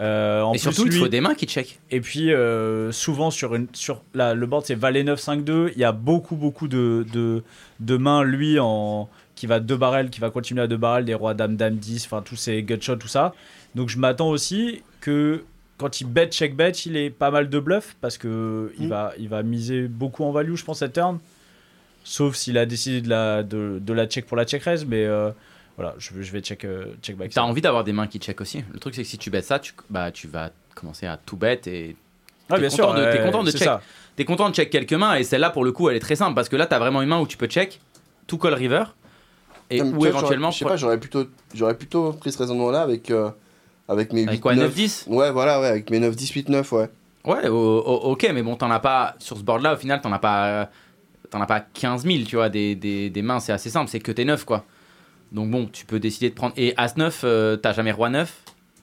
B: Euh, en
A: Et
B: plus,
A: surtout il
B: lui-
A: faut des mains qui check.
B: Et puis, euh, souvent, sur, une, sur la- le board, c'est valet 9-5-2. Il y a beaucoup, beaucoup de, de, de mains, lui, en, qui va deux barrels, qui va continuer à deux barrels, des rois, dame, dame, 10, enfin, tous ces gutshots, tout ça. Donc, je m'attends aussi que quand il bet, check, bet, il ait pas mal de bluff parce que il,
C: Mm.
B: va, il va miser beaucoup en value, je pense, cette turn. Sauf s'il a décidé de la, de, de la check pour la check raise, mais euh, voilà, je, je vais check, euh, check back.
A: T'as envie d'avoir des mains qui check aussi. Le truc c'est que si tu bêtes ça, tu, bah, tu vas commencer à tout bet et
B: Ouais,
A: t'es
B: bien
A: content
B: sûr,
A: de- t'es
B: ouais,
A: content de
B: c'est
A: check.
B: ça.
A: T'es content de check quelques mains et celle-là pour le coup elle est très simple parce que là t'as vraiment une main où tu peux check tout call river et
D: Non, mais tu
A: ou
D: vois,
A: éventuellement
D: j'aurais- Je sais pas, j'aurais plutôt, j'aurais plutôt pris ce raisonnement-là avec, euh, avec mes
A: avec
D: 8,
A: quoi 9
D: 9.
A: 10
D: Ouais, voilà, ouais, avec mes 9, 10, 8, 9, ouais.
A: Ouais, o- o- OK mais bon t'en as pas sur ce board là au final t'en as pas euh, t'en as pas 15 000 tu vois des, des, des mains c'est assez simple c'est que t'es 9 quoi. Donc bon, tu peux décider de prendre et as 9 t'as jamais roi 9,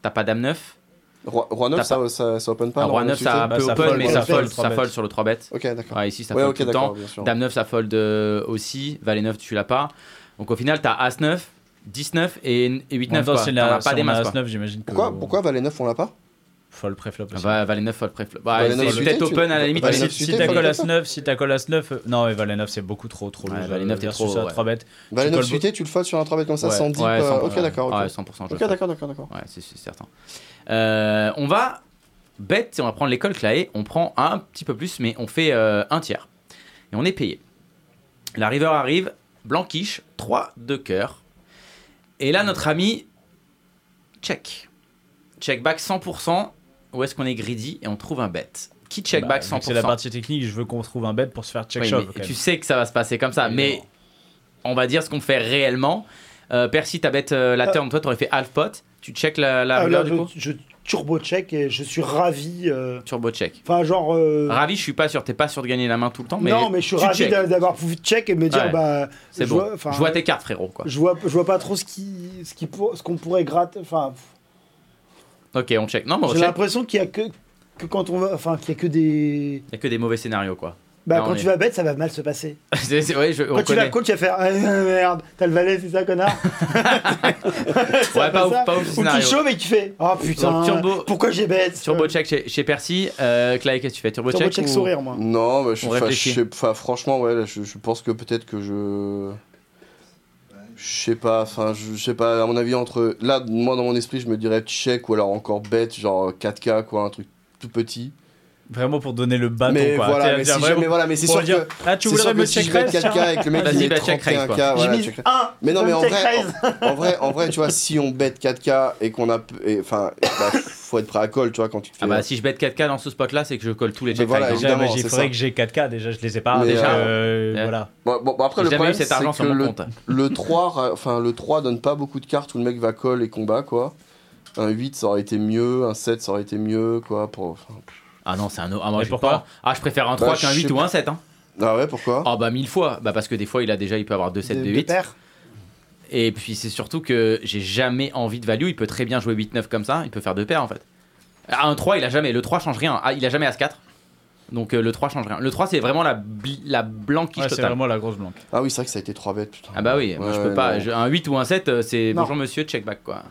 A: t'as pas dame 9.
D: Roi, roi
A: T'as
D: 9, ça, ça, ça open pas
A: Ah,
D: non,
A: roi
D: le
A: 9 ça a un
D: succès
A: peu
B: Bah, ça
A: open
B: fold,
A: mais
C: ouais,
A: ça
C: ça fold,
A: fold,
B: trois
A: ça
B: bets.
A: fold sur le 3 bet.
D: Ok, d'accord.
A: Ouais, ici ça
D: ouais,
A: fold
D: ok,
A: tout le temps.
D: d'accord, bien sûr.
A: Dame 9, ça fold euh, aussi. Valet 9, tu l'as pas. Donc au final, t'as As 9, 19 et, et 8
B: En même
A: 9.
B: temps,
A: quoi.
B: si
A: T'en
B: on a-
A: as pas
B: si on
A: des
B: a
A: masses.
B: As
A: quoi.
B: 9, j'imagine que-
D: Pourquoi, pourquoi Valet 9, on l'a pas
B: Fold préflop
D: Ah
B: aussi.
D: bah,
A: Va, Valet 9, fold préflop. Bah,
D: Valet
A: c'est
D: neuf suité,
A: peut-être
D: tu-
A: open à la limite.
D: Valet
A: mais-
D: neuf
B: si
D: suité,
B: t'as
D: Valet
B: colas
D: neuf.
B: 9, si t'as colas 9, euh, non, mais Valet 9 c'est beaucoup trop, trop
A: Ouais,
B: lourd.
A: Valet neuf, t'es
B: versus
A: trop,
B: à
A: ouais.
B: 3 bêtes.
D: Valet
B: Tu
D: 9
B: colles-
D: suité, tu le folles sur un 3 bêtes comme ça,
B: Ouais.
D: sans dip.
A: Ouais,
D: euh,
A: sans-
D: Ok,
A: ouais.
D: d'accord. ok.
A: Ouais, 100% je le
D: Ok,
A: fais.
D: d'accord, d'accord, d'accord.
A: Ouais, c'est c'est certain. Euh, on va bête, on va prendre l'école Clay, on prend un petit peu plus, mais on fait euh, un tiers. Et on est payé. La river arrive, blanquiche, 3 de cœur. Et là, notre ami, check. Check back 100%, où est-ce qu'on est greedy et on trouve un bet. Qui check
B: Bah,
A: back
B: vu
A: 100%
B: que C'est la partie technique, je veux qu'on trouve un bet pour se faire check
A: Oui,
B: shove.
A: mais
B: quand même.
A: Tu sais que ça va se passer comme ça, mais
B: Évidemment.
A: on va dire ce qu'on fait réellement. Euh, Percy, ta bête euh, la
C: Ah.
A: turn, toi t'aurais fait half pot. Tu check la, la
C: Ah,
A: river
C: là,
A: du
C: je,
A: coup
C: je turbo-check et je suis ravi. euh,
A: Turbo check.
C: Enfin, genre. euh,
A: Ravi, je suis pas sûr, t'es pas sûr de gagner la main tout le temps, mais.
C: non, mais je suis
A: tu
C: ravi
A: check.
C: d'a- d'avoir pu check et me dire,
A: Ouais.
C: bah.
A: C'est
C: je
A: bon.
C: vois- enfin, euh,
A: je vois tes cartes, frérot, quoi.
C: Je vois, je vois pas trop ce qui, ce qui pour- ce qu'on pourrait gratter. Enfin,
A: Ok, on check. Non, mais on
C: j'ai
A: check.
C: l'impression qu'il y a que, que quand on va, enfin, qu'il y a que des.
A: Y a que des mauvais scénarios, quoi. *laughs*
C: Bah,
A: Non,
C: quand
A: mais-
C: tu vas bête, ça va mal se passer.
A: c'est, c'est- ouais, je, on
C: quand tu vas
A: connaît.
C: coach, tu vas faire ah, merde, t'as le valet, c'est
A: *laughs*
C: ça, connard. Ça
A: Ouais,
C: fait
A: pas ouf,
C: ça.
A: pas ouf,
C: Ou tu
A: scénario.
C: chaud, mais tu fais oh putain,
A: Donc, turbo-
C: pourquoi j'ai bête
A: Turbo
C: Euh,
A: check chez, chez Percy. Euh, Clay, qu'est-ce que tu fais Turbo,
C: turbo
A: check,
C: check
A: ou-
C: sourire, moi.
D: Non, mais je,
A: On
D: enfin,
A: réfléchit.
D: je sais- enfin, franchement, ouais, là, je, je pense que peut-être que je. Je sais pas, enfin, je je sais pas, à mon avis, entre. Là, moi, dans mon esprit, je me dirais check ou alors encore bête, genre 4K, quoi, un truc tout petit.
B: Vraiment pour donner le bâton.
D: mais,
B: quoi.
D: voilà,
B: C'est-à-dire
D: mais, si
B: vraiment
D: je- mais voilà, mais c'est
B: pour
D: sûr
B: dire,
D: que.
B: Ah, tu
D: C'est sûr
B: voudrais
D: que
B: me
D: si
B: check
D: je mets
B: raise,
D: 4K et que le mec
A: Vas-y,
D: il met
A: bah, check raise,
D: 31K,
C: J'ai
D: voilà,
C: mis
D: Ah check raise.
C: un.
D: Mais non,
C: je
D: mais
C: me
D: en
C: check
D: vrai,
C: raise.
D: En vrai, en vrai, tu vois, si on bet 4K et qu'on a. et, Enfin, bah, faut être prêt à call, tu vois, quand tu te fais.
A: Ah bah, si je bête 4K dans ce spot-là, c'est que je colle tous les
D: Mais
A: check
D: Bah voilà,
A: raise, hein.
B: Déjà,
D: évidemment,
B: mais il
D: c'est
B: faudrait
D: ça.
B: que j'ai 4K. Déjà, je les ai pas.
D: Mais,
B: déjà,
A: euh,
B: euh,
A: ouais.
B: voilà.
D: Bon, bon, bon, après,
A: J'ai
D: le
A: jamais
D: problème,
A: eu cet
D: c'est
A: argent
D: que
A: sur mon
D: le,
A: compte.
D: le 3, ra- enfin, le 3 donne pas beaucoup de cartes où le mec va call et combat, quoi. Un 8, ça aurait été mieux. Un 7, ça aurait été mieux, quoi. Pour... enfin,
A: Ah non, c'est un. Ah, moi,
B: Mais
A: j'ai
B: pourquoi
A: pas- Ah, je préfère un 3
D: Bah,
A: qu'un
D: je
A: 8
D: sais
A: ou un 7. Hein.
D: Ah ouais, pourquoi
A: Ah bah, mille fois. Bah, parce que des fois, il a déjà, il peut avoir 2, 7,
C: De-
A: 2,
C: de
A: 8.
C: paire.
A: Et puis c'est surtout que j'ai jamais envie de value. Il peut très bien jouer 8-9 comme ça. Il peut faire deux paires en fait. Ah, un 3, il a jamais. Le 3 change rien. Ah, il a jamais As-4. Donc euh, le 3 change rien. Le 3, c'est vraiment la, bli- la blanquiche
B: Ouais, c'est
A: totale.
B: vraiment la grosse blanque.
D: Ah oui, c'est vrai que ça a été 3 bêtes, putain.
A: Ah bah oui, moi
D: Ouais,
A: je peux pas.
D: non.
A: Je- un 8 ou un 7, euh, c'est
C: Non.
A: bonjour monsieur, check back quoi.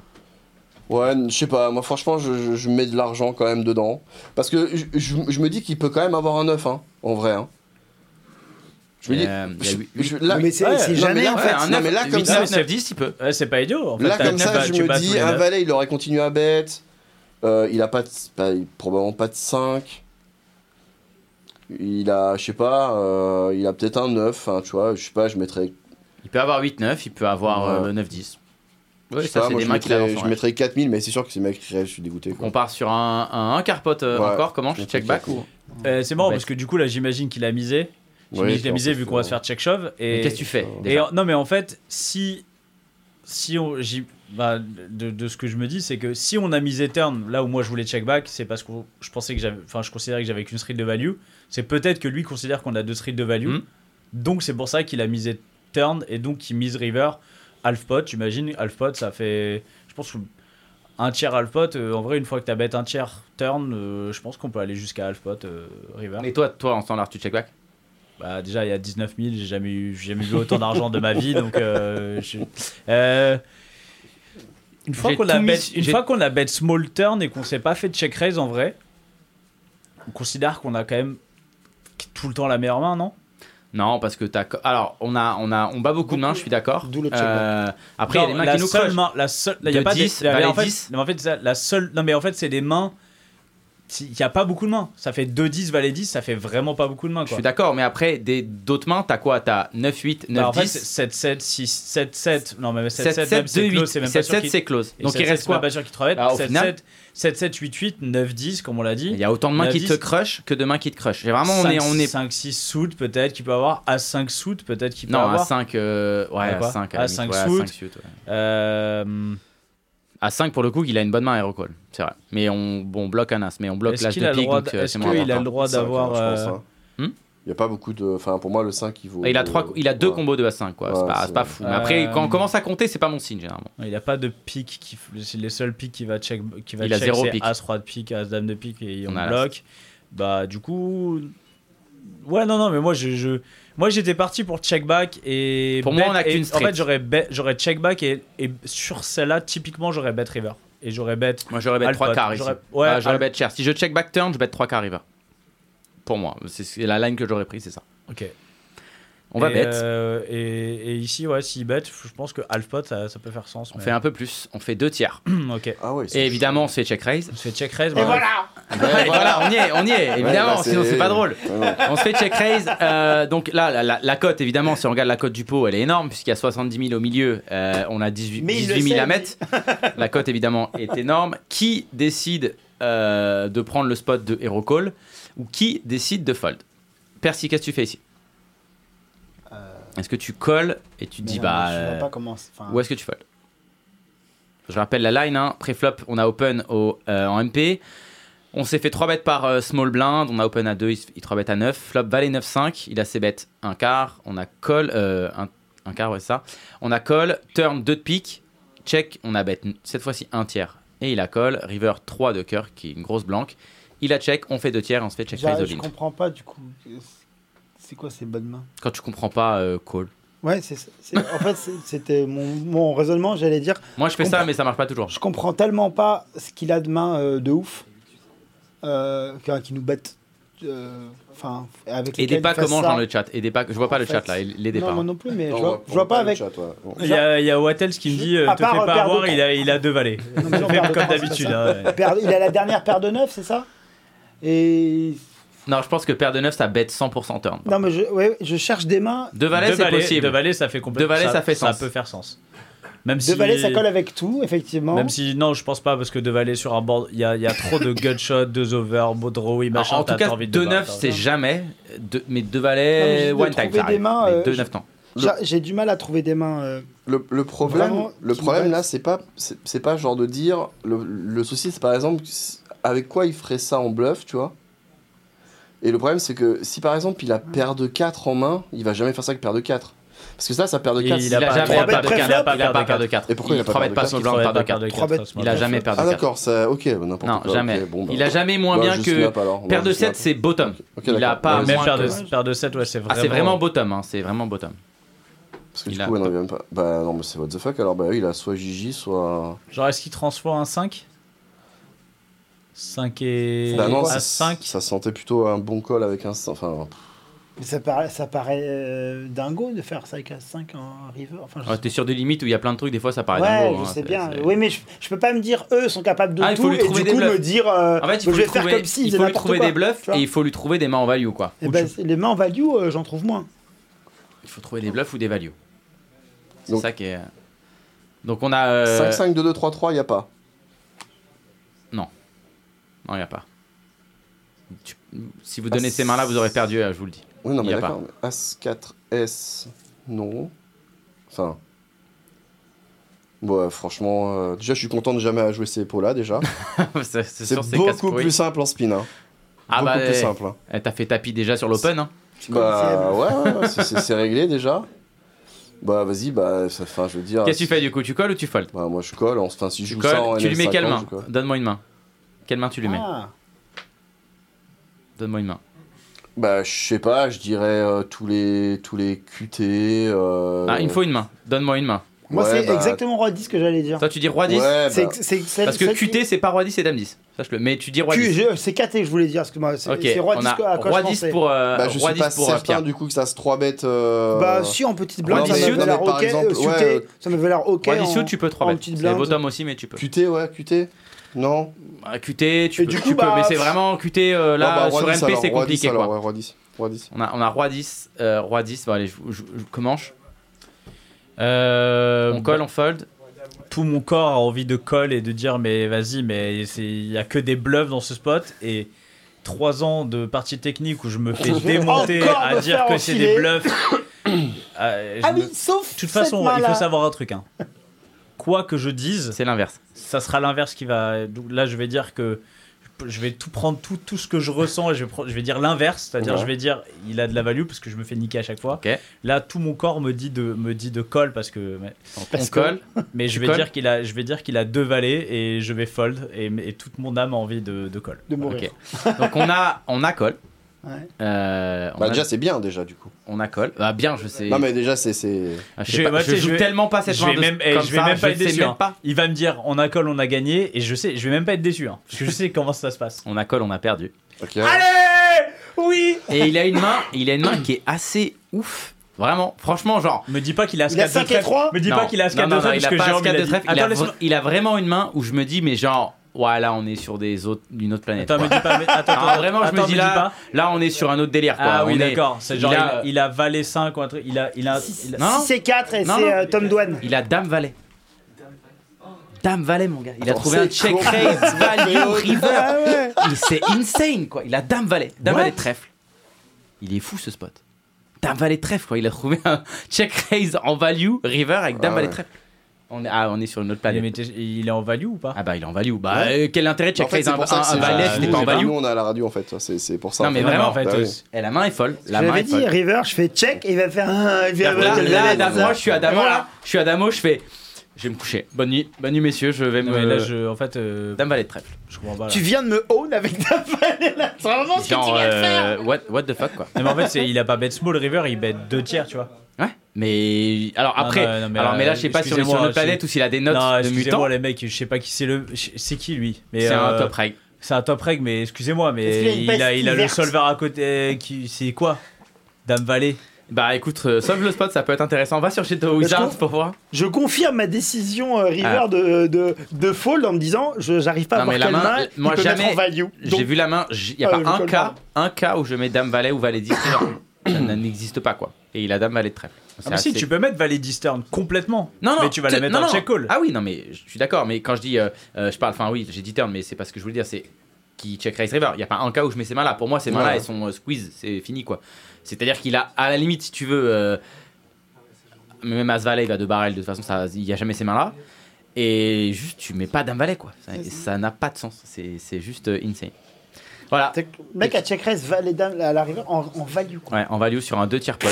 D: Ouais, je sais pas. Moi, franchement, je, je- je mets de l'argent quand même dedans. Parce que je, je- je me dis qu'il peut quand même avoir un 9, hein, en vrai. hein. Je me dis.
A: Euh, il y a
D: je-
A: huit-
D: je- là,
C: mais c'est
B: ouais,
C: c'est
D: non,
C: jamais
D: mais
C: en
D: là,
A: Ouais,
C: fait.
A: un
D: non, mais là, comme
A: 8,
D: ça,
A: 9,
B: c'est-
A: 10, il peut.
B: Ouais, c'est pas idiot. En fait,
D: Là,
B: t'as-
D: comme
B: tu
D: ça,
B: bats-
D: je
B: tu
D: me
B: bats tous
D: dis, ah
B: les
D: un
B: neufs.
D: valet, il aurait continué à bête. Euh, il a pas, de- bah, il- probablement pas de 5. Il a, je sais pas, euh, il a peut-être un 9, hein, tu vois. Je sais pas, je mettrais.
A: Il peut avoir 8-9, il peut avoir
D: Ouais.
A: 9-10.
D: je
A: Ouais,
D: sais
A: ça
D: pas,
A: c'est
D: moi,
A: des
D: je
A: mains qu'il a dans
D: mettrais,
A: son
D: je
A: rack.
D: mettrais 4000, mais c'est sûr que ces mecs rient, je suis dégoûté.
A: On
D: Quoi.
A: part sur un, un, un carpote euh,
D: Ouais.
A: encore, comment je
D: Je
A: check
D: check
A: back
D: back.
A: ou.
B: Euh, C'est marrant
A: Bête.
B: parce que du coup, là, j'imagine qu'il a misé.
D: bah- Ouais,
B: J'imagine qu'il a
D: en
B: misé
D: fait,
B: vu qu'on va se faire check shove.
A: Mais
B: Et
A: Qu'est-ce que tu fais
B: Et
A: déjà
B: en- non, mais en fait, si, si on, j'y- bah, de, de ce que je me dis, c'est que si on a misé turn là où moi je voulais check back, c'est parce que je pensais que j'avais, enfin, je considérais que j'avais qu'une street de value. C'est peut-être que lui considère qu'on a deux streets de value.
A: Mhm.
B: Donc c'est pour ça qu'il a misé turn et donc qu'il mise river half pot. J'imagine half pot, ça fait, je pense. que Un tiers half pot, euh, en vrai, une fois que t'as bête un tiers turn, euh, je pense qu'on peut aller jusqu'à half pot euh, river.
A: Et toi, toi en standard, tu check back
B: Bah déjà il y a 19 000, j'ai jamais eu, j'ai jamais vu autant d'argent de ma vie donc euh, je- euh, une fois
A: J'ai
B: qu'on a
A: tout mis-
B: bet, une
A: j'ai-
B: fois qu'on a bet small turn et qu'on s'est pas fait de check raise en vrai, on considère qu'on a quand même tout le temps la meilleure main non
A: Non, parce que t'as. Alors, on a, on a, on bat beaucoup de mains, je suis d'accord.
C: D'où le check
A: Euh, Après, il y a
B: Non,
A: des mains
B: la
A: qui nous
B: seule
A: crushent.
B: main, la seule, là, y a
A: De
B: pas des-
A: 10,
B: mais en
A: valet
B: fait,
A: 10.
B: mais en fait, ça, la seule, non mais en fait c'est des mains, il y a pas beaucoup de mains, ça fait 2 10 valet 10, ça fait vraiment pas beaucoup de mains
A: Je
B: quoi.
A: suis d'accord, mais après, des d'autres mains, t'as quoi T'as 9-8, 9-10.
B: Bah, en fait, 7 7 6 7 7 non mais 7 7 même
A: 7-7,
B: c'est close, c'est
A: 2-8.
B: même pas sûr qu'il-
A: 7-7, c'est close.
B: Et
A: Donc il
B: 7-7,
A: reste
B: c'est
A: quoi
B: pas sûr qu'il te remette.
A: Bah, au
B: 7-7,
A: final-
B: 7-7, 8-8, 9-10, comme on l'a
A: Il
B: dit.
A: y a autant de mains
B: La
A: qui te
B: 10.
A: crush que de mains qui te crush. Et Vraiment, on est. On est...
B: 5-6 soutes, peut-être, qu'il peut avoir. À 5 soutes, peut-être, qu'il peut
A: Non, à
B: avoir.
A: 5. euh, Ouais,
B: À
A: à
B: quoi
A: 5.
B: À
A: À 5
B: cinq
A: ouais.
B: suit. Euh,
A: À 5, pour le coup, il a une bonne main à Hero Call. C'est vrai. Mais on, bon, on bloque un as, mais on bloque
B: Est-ce
A: l'as
B: qu'il
A: de
B: a le
A: pique,
B: droit
A: donc
B: de-
A: euh, c'est
B: est-ce
A: moins
B: qu'il a
A: important.
B: le droit
D: Cinq, hein,
B: d'avoir.
D: je pense,
B: euh,
D: hein.
A: Hmm
D: Il y a pas beaucoup de. Enfin, pour moi, le 5, il vaut. euh,
A: Il a, trois, il a deux combos de à 5, quoi. c'est
D: Ouais,
A: pas,
D: c'est-
A: c'est pas fou. Mais après,
B: Euh,
A: quand on commence à compter, c'est pas mon signe, généralement.
B: Il a pas de pique. Qui... c'est Les seuls piques qu'il va check, qui va
A: Il a
B: check,
A: zéro
B: c'est
A: pique.
B: As-Roi de pique, As-Dame de pique, et on,
A: On a l'as.
B: bloque. Bah, du coup. Ouais, non, non, mais moi, je. je- Moi, j'étais parti pour check back et.
A: Pour moi,
B: bet-
A: on a
B: et-
A: qu'une
B: En
A: straight.
B: fait, j'aurais bet- j'aurais check back et, et sur celle-là, typiquement, j'aurais bet river. et j'aurais bête.
A: Moi, j'aurais bet
B: Alpha,
A: 3 k ici.
B: j'aurais- ouais,
A: Ouais, j'aurais
B: Alpha.
A: bet cher. Si je check back turn, je bet 3 k river. Pour moi, c'est c'est la line que j'aurais pris, c'est ça.
B: Ok.
A: On va
B: et,
A: bet.
B: euh, et, et ici, ouais, s'il bet, je pense que half pot, ça, ça peut faire sens.
A: On
B: mais-
A: fait un peu plus, on fait
B: *laughs*
A: deux tiers.
B: *clears throat* ok.
D: Ah ouais, c'est
A: Et évidemment, on se fait check raise.
B: On se fait check raise.
F: Et
B: bah,
F: voilà
A: Ouais, voilà, on y est, on y est,
D: chaud.
A: évidemment,
D: Ouais, bah,
A: sinon c'est pas drôle.
D: Ouais, ouais.
A: On se fait check raise. euh, donc là, la, la- la cote, évidemment, si on regarde la cote du pot, elle est énorme, puisqu'il y a 70 000 au milieu. euh, on a 18,
F: Mais il le
A: 18 000
F: sait,
A: à
F: lui.
A: mettre. La cote, évidemment, est énorme. Qui décide euh, de prendre le spot de Hero Call Ou qui décide de fold Percy, qu'est-ce que tu fais ici Est-ce que tu colles et tu te dis,
F: Mais,
A: bah.
F: euh, Je
A: euh,
F: vois pas comment. c'est-
C: Ah.
F: enfin,
A: Où est-ce que tu fold Je rappelle la line, hein. pré-flop, on a open au, euh, en MP. On s'est fait 3 bêtes par euh, small blind, on a open à 2, il se- il 3 bêtes à 9. Flop valet 9-5, il a ses bêtes un quart, on a call, euh, un, un quart, ouais, c'est ça. On a call, turn 2 de pique, check, on a bet cette fois-ci un tiers. Et il a call, river 3 de cœur, qui est une grosse blanque. Il a check, on fait 2 tiers, on se fait check raise
C: J'a-
A: all
C: Je
A: in.
C: comprends pas du coup. C'est quoi ces bonnes mains
A: Quand tu comprends pas, euh, call.
C: Ouais, c'est, c'est- en fait, c'est- c'était mon, mon raisonnement. J'allais dire,
A: Moi je fais ça,
C: comprends.
A: mais ça marche pas toujours.
C: je comprends tellement pas ce qu'il a de main euh, de ouf euh, qu'un qui nous bête. euh, Enfin, avec
A: Aidez
C: lesquels
A: pas
C: il fasse
A: comment
C: ça.
A: dans le chat, aidez pas, je vois pas
C: En
A: le
C: fait,
A: chat là, l'aidez pas. hein.
C: Non, moi non plus, mais je
D: On
C: vois,
D: va-
C: je vois
D: on
C: pas
D: va le
C: avec.
D: chat, ouais. Bon.
B: Il y a, il y a Wattels qui me dit euh,
C: À
B: Te
C: part,
B: fais
C: euh,
B: pas
C: perdre
B: avoir,
C: au-
B: il a, il a deux
C: *laughs*
B: valets.
C: Non, mais non,
B: Fais
C: perdre au
B: comme
C: temps, c'est pas
B: d'habitude.
C: ça.
B: hein, ouais.
C: Perdre- Il a la dernière paire de neuf, c'est ça Et
A: Non, je pense que paire de neuf, ça bête 100% turn.
C: non, mais je, ouais, je cherche des mains.
A: Deux valets,
B: Deux
A: c'est
B: valets-
A: possible.
B: Deux valets, ça fait complètement
A: Deux valets, ça fait sens.
B: peut faire sens. Même
C: De
B: si,
C: valet, ça colle avec tout, effectivement.
B: Même si, non, je pense pas, parce que deux valets sur un board, il y a, il y a trop de gut shots, deux over, beau drawy,
A: Non,
B: machin.
A: en tout
B: t'as-
A: cas,
B: t'as envie de hein.
A: 2-9,
B: voir,
A: c'est
B: t'as-
A: jamais. Deux- mais 2
C: Non, mais j'ai
A: valets,
C: dit de
A: one time,
C: trouver
A: ça
C: des
A: arrive.
C: mains,
A: Mais
C: euh,
A: 2-9 temps.
C: J'a- J'ai du mal à trouver des mains. euh,
D: Le, le problème,
C: Vraiment,
D: le
C: qui
D: problème
C: me
D: là, c'est pas, c'est c'est pas genre de dire. Le, le souci, c'est par exemple c'est- avec quoi il ferait ça en bluff, tu vois. Et le problème, c'est que si par exemple il a paire de 4 en main, il va jamais faire ça avec paire de 4. Parce que ça, sa paire de
B: Il-
D: 4.
B: il
A: Il
B: a
A: a
B: pas-
A: jamais
C: trois bêtes
A: perdu de
C: pré-flop,
A: quatre.
B: il a
A: Il a
B: pas
A: pas perdu
B: perdu
A: de 4.
D: Et pourquoi il a pas perdu de
A: pas
D: quatre
A: son
B: Il
A: blanc
B: faudrait
A: par de
B: pas
A: 4.
B: perdre de
C: Trois
B: quatre,
C: bêtes.
B: ça se
A: Il
B: marche.
A: a jamais perdu
D: Ah
A: de 4.
D: d'accord, ça. Ok, bah, n'importe
A: Non,
D: quoi,
A: jamais.
D: ok, bon, bah,
A: Il a jamais moins
D: bah,
A: bien
D: je
A: que.
D: snap, alors,
A: Paire
D: moi,
A: de
D: je snap.
A: 7, c'est bottom.
D: Ok,
A: Il a
D: d'accord.
A: pas
D: Ouais,
B: Même
A: moins
B: paire
A: que-
B: de, paire de 7, ouais, c'est
A: Ah,
B: vraiment.
A: c'est vraiment bottom, hein, c'est vraiment bottom.
D: Parce que
A: il
D: du
A: a-
D: coup, ouais, non, il y a même pas. Bah non, mais c'est what the fuck alors. Bah oui, il a soit Gigi, soit.
B: Genre, est-ce qu'il transforme un 5 5 et.
D: Bah non,
B: à
D: ça,
B: 5
D: ça sentait plutôt un bon call avec un. Enfin,
C: Mais ça paraît, ça paraît euh, dingo de faire ça avec 5 en river. Enfin, je
A: Ouais,
C: sais
A: T'es sur des limites où il y a plein de trucs, des fois ça
C: pas.
A: paraît
C: Ouais,
A: Ah, dingo,
C: je
A: hein,
C: sais
A: c'est-
C: bien.
A: c'est-
C: Oui, mais je, je peux pas me dire eux sont capables de
A: Ah, il
C: tout
A: faut lui
C: et
A: trouver
C: du
A: des
C: coup me
A: bluffs.
C: dire euh,
A: En fait, il
C: je
A: faut
C: vais
A: lui
C: faire
A: trouver-
C: comme si
A: il faut lui trouver des bluffs et il faut lui trouver des mains en value, quoi.
C: Et ben, c'est- les mains en value, euh, j'en trouve moins.
A: Il faut trouver des bluffs ou des values. C'est
D: Donc-
A: ça qui est. euh, Donc on a. euh,
D: 5-5, 2-2, 3-3, il a pas.
A: Non, il n'y a pas. Tu- Si
D: Bah,
A: vous donnez ces mains-là, vous aurez perdu, euh, je vous le dis. *laughs*
D: Oui, non,
A: Il
D: mais
A: y a
D: d'accord. mais As 4 S, non. Enfin. Bon, euh, franchement, euh, déjà, je suis content de jamais jouer ces pots-là, déjà.
A: *laughs* c'est c'est
D: C'est
A: sûr, c'est
D: beaucoup
A: casse-couille.
D: plus simple en spin. Hein.
A: Ah
D: beaucoup
A: bah,
D: plus
A: eh,
D: simple. hein.
A: eh, t'as fait tapis déjà sur l'open. Hein.
C: euh,
D: Bah, ouais, ouais,
C: *laughs*
D: ouais, c'est- c'est c'est réglé déjà. Bah, vas-y, bah, ça- enfin, je veux dire.
A: Qu'est-ce que tu fais du coup Tu colles ou tu fold
D: Bah, moi, je colle. Enfin, si je
A: Tu
D: joue ça en
A: colles, tu lui mets quelle
D: NL50,
A: main
D: je colle.
A: Donne-moi une main. Quelle main tu lui mets
C: Ah,
A: Donne-moi une main.
D: Bah, je sais pas, je dirais euh, tous les tous les QT. euh,
A: Ah, il me faut une main. Donne-moi une main.
C: moi,
D: Ouais,
C: c'est
D: bah,
C: exactement roi 10 que j'allais dire.
A: Toi, tu dis roi 10
D: Ouais,
C: C'est-
D: bah,
C: c'est- c'est-
A: Parce que
C: c'est-
A: QT, c'est pas roi 10, c'est dame 10. Sache-le. Mais tu dis roi
C: Q-
A: 10.
C: je- C'est KT que je voulais dire, excuse-moi. C'est
A: Ok,
C: c'est roi
A: on
C: 10
A: a
C: que- à quoi
A: roi
C: je
A: 10
C: pensais.
A: pour, euh,
D: bah, je
A: roi
D: suis pas
A: 10 pour euh,
D: certain
A: Pierre.
D: du coup que ça se 3 bête. euh,
C: Bah, si, en petite
A: Roi
C: blinde, ça
A: dix suit,
C: m'avait l'air
D: non, mais
C: ok.
D: par exemple,
C: euh, suité,
D: ouais, euh,
C: Ça m'avait l'air ok.
A: Roi
C: en-
A: 10 sous, tu peux 3
C: en
A: bêtes.
C: petite
A: C'est
C: blinde.
A: bottom aussi, mais tu peux.
D: QT, ouais, QT Non
A: Ah, QT, tu
C: Et
A: peux.
C: du coup,
A: tu peux,
C: bah,
A: mais c'est vraiment QT euh, là
D: Non, bah,
A: sur
D: roi 10,
A: MP,
D: alors,
A: c'est
D: roi
A: compliqué
D: 10,
A: quoi.
D: Alors, ouais, roi 10. Roi 10.
A: On a, on a roi 10, euh, roi 10, bon allez, je, je- je commence.
B: Euh,
A: On colle, on fold.
B: tout mon corps a envie de colle et de dire mais vas-y mais c'est- il y a que des bluffs dans ce spot et trois ans de partie technique où je me fais démonter
C: Encore
B: à
C: me
B: dire
C: faire
B: que c'est
C: enfiler.
B: des bluffs. *coughs* Euh, je
C: Ah
B: me-
C: oui,
B: De
C: sauf.
B: toute
C: cette
B: façon, il
C: main-là.
B: faut savoir un truc. hein. Quoi que je dise,
A: C'est l'inverse.
B: ça sera l'inverse qui va. donc là, je vais dire que je vais tout prendre tout tout ce que je ressens et je vais, pre- je vais dire l'inverse, c'est-à-dire
D: Ouais.
B: je vais dire il a de la value parce que je me fais niquer à chaque fois.
A: Ok.
B: Là, tout mon corps me dit de me dit de colle parce que mais-
A: On,
C: Parce
A: on
C: que-
A: colle.
B: mais je vais
A: colles
B: dire qu'il a, je vais dire qu'il a deux valets et je vais fold et, et toute mon âme a envie de, de call.
C: De mourir.
A: Ok. Donc on a, on a colle. Euh, on
D: Bah,
A: a-
D: déjà, c'est bien, déjà, du coup.
A: on accole. Ah bien, je sais.
D: Non, mais déjà, c'est- c'est.
A: Ah, je
B: Je
A: sais
B: vais-
A: pas,
B: bah,
A: je
B: tu sais,
A: joue
B: je vais-
A: tellement pas cette
B: je vais
A: 22,
B: même- eh,
A: comme
B: je vais
A: ça,
B: même pas être
A: sais
B: déçu,
A: même
B: hein.
A: pas.
B: Il va me dire on accole, on a gagné, et je sais, je vais même pas être déçu, hein, parce que je sais comment ça se passe.
A: On accole, on a perdu.
D: Ok.
B: Allez Oui
A: Et il a une main, il a une main qui est assez ouf. Vraiment, franchement, genre.
B: Me dis pas qu'il a
C: Il a
B: As-4 de
C: 5 et
B: trèfle.
C: 3
B: Me dis
A: non,
B: pas qu'il a
A: non,
B: As-4
A: non,
B: de
A: non,
B: trèfle,
A: il
B: parce
A: a
B: que
A: pas
B: j'ai
A: As-4
B: envie
A: de
B: de
A: trèfle, il, a
B: Attends,
A: vra-
B: laisse-moi.
A: il a vraiment une main où je me dis, mais genre, ouais, là, on est sur des autres, une autre planète.
B: Attends, me
A: quoi.
B: dis pas. mais- Attends,
A: *laughs* Non,
B: attends,
A: vraiment, je me
B: attends,
A: dis
B: pas.
A: là, là, on est sur un autre délire. Quoi.
B: Ah oui,
A: On est-
B: d'accord. C'est genre,
A: il
B: il
A: a-
B: a, il a Valet 5 ou un truc. Il a. Il a, il a-
A: Non, non.
C: Si c'est 4 et
A: Non,
C: c'est
A: non.
C: euh, Tom Douane.
A: Il a Dame Valet. Dame Valet, mon gars. Il
B: Oh,
A: a
D: Attends,
A: trouvé
D: c'est
A: un check
B: *laughs*
D: con.
A: raise value river.
E: Ah ouais.
A: Il- C'est insane, quoi. Il a Dame Valet. Dame Valet trèfle. Il est fou, ce spot. Dame Valet trèfle, quoi. Il a *laughs* trouvé un check raise en value river avec Dame
D: Ah
A: Valet
D: ouais.
A: trèfle. On est, ah, on est sur une autre
B: Mais-
A: planète.
B: mais t'es- il est en value ou pas
A: Ah bah, il est en value. Bah,
D: Ouais.
A: euh, quel intérêt de check
D: En fait,
A: raise
D: c'est
A: un,
D: pour ça
A: un-
D: que
A: un
D: c'est-
A: Valet
B: Ah,
A: si t'es
B: oui,
A: pas en
B: j'ai
A: value
D: Nous, on est à la radio, en fait. ça, C'est c'est pour ça.
A: Non, mais
B: Non, mais
A: vraiment.
B: en fait,
D: Bah
B: euh,
D: oui.
A: Et la main est folle. La main
C: J'avais
A: est
C: dit
A: folle.
C: River, je fais check et il va faire un. il va-
A: Là, là,
C: il va- il va-
A: Adamo, moi, je suis Adamo,
C: Voilà.
A: là. Je suis Adamo, je fais. Je vais me coucher. Bonne nuit, bonne nuit, messieurs. Je vais me.
B: Non, mais là, je. En fait, euh,
A: Ah, Dame Valet de trèfle.
B: je comprends pas. là.
C: Tu viens de me own avec ta valise là. C'est vraiment ce que tu
A: Genre,
C: viens de faire.
A: euh, what, what the fuck, quoi.
B: Non, mais en fait, c'est- il a pas bet small river, il bet 2 tiers, tu vois.
A: Ouais. Mais. Alors,
B: Non,
A: après.
B: non, non, mais,
A: alors, mais là,
B: euh,
A: je sais pas si on est sur
B: excusez-moi,
A: notre planète
B: c'est-
A: ou s'il a des notes
B: Non,
A: de
B: excusez-moi,
A: mutants.
B: les mecs, je sais pas qui c'est le. je- C'est qui lui Mais,
A: C'est un
B: euh,
A: top reg.
B: C'est un top reg, mais excusez-moi,
C: Est-ce qu'il a
B: mais
C: une
B: il a, il a le
C: veste
B: solver à côté. euh, qui C'est quoi Dame Ah, Valet
A: Bah, écoute, euh, sauve le spot, ça peut être intéressant. Va sur chez The Wizards
C: qu'on-
A: pour voir.
C: Je confirme ma décision euh, River
A: Ah.
C: de, de, de fold en me disant je j'arrive pas à
A: Non, mais
C: voir
A: la
C: quelle
A: main,
C: main,
A: euh,
C: il
A: moi,
C: peut
A: jamais-
C: mettre en value.
A: J'ai
C: Donc,
A: vu la main. Il y a
C: Ah,
A: pas
C: je
A: un
C: colle
A: cas,
C: pas.
A: un cas où je mets Dame Valet ou Valet 10. Ça n'existe pas, quoi. Et il a Dame Valet de trèfle.
B: Ah,
A: C'est
B: mais si,
A: assez-
B: tu peux mettre Valet Distern complètement.
A: Non, non,
B: Mais tu vas la
A: t-
B: mettre
A: non,
B: en
A: non.
B: check call.
A: Ah oui, non, mais je suis d'accord, mais quand je dis. euh, euh, je parle, enfin oui, j'ai dit turn, mais c'est parce que je voulais dire, c'est qui check raise river. Il n'y a pas un cas où je mets ces mains-là. Pour moi, ces mains-là,
D: Ouais.
A: elles sont euh, squeeze, c'est fini quoi. C'est-à-dire qu'il a, à la limite, si tu veux. euh, même As Valet, il va de barrel, de toute façon, ça- il n'y a jamais ces mains-là. Et juste, tu mets pas Dame Valet quoi. Ça- Ça n'a pas de sens. C'est c'est juste euh, insane. Voilà.
C: t'es- le mec a check raise valet dame à la River en, en value. Quoi.
A: Ouais, en value sur un 2 tiers pot.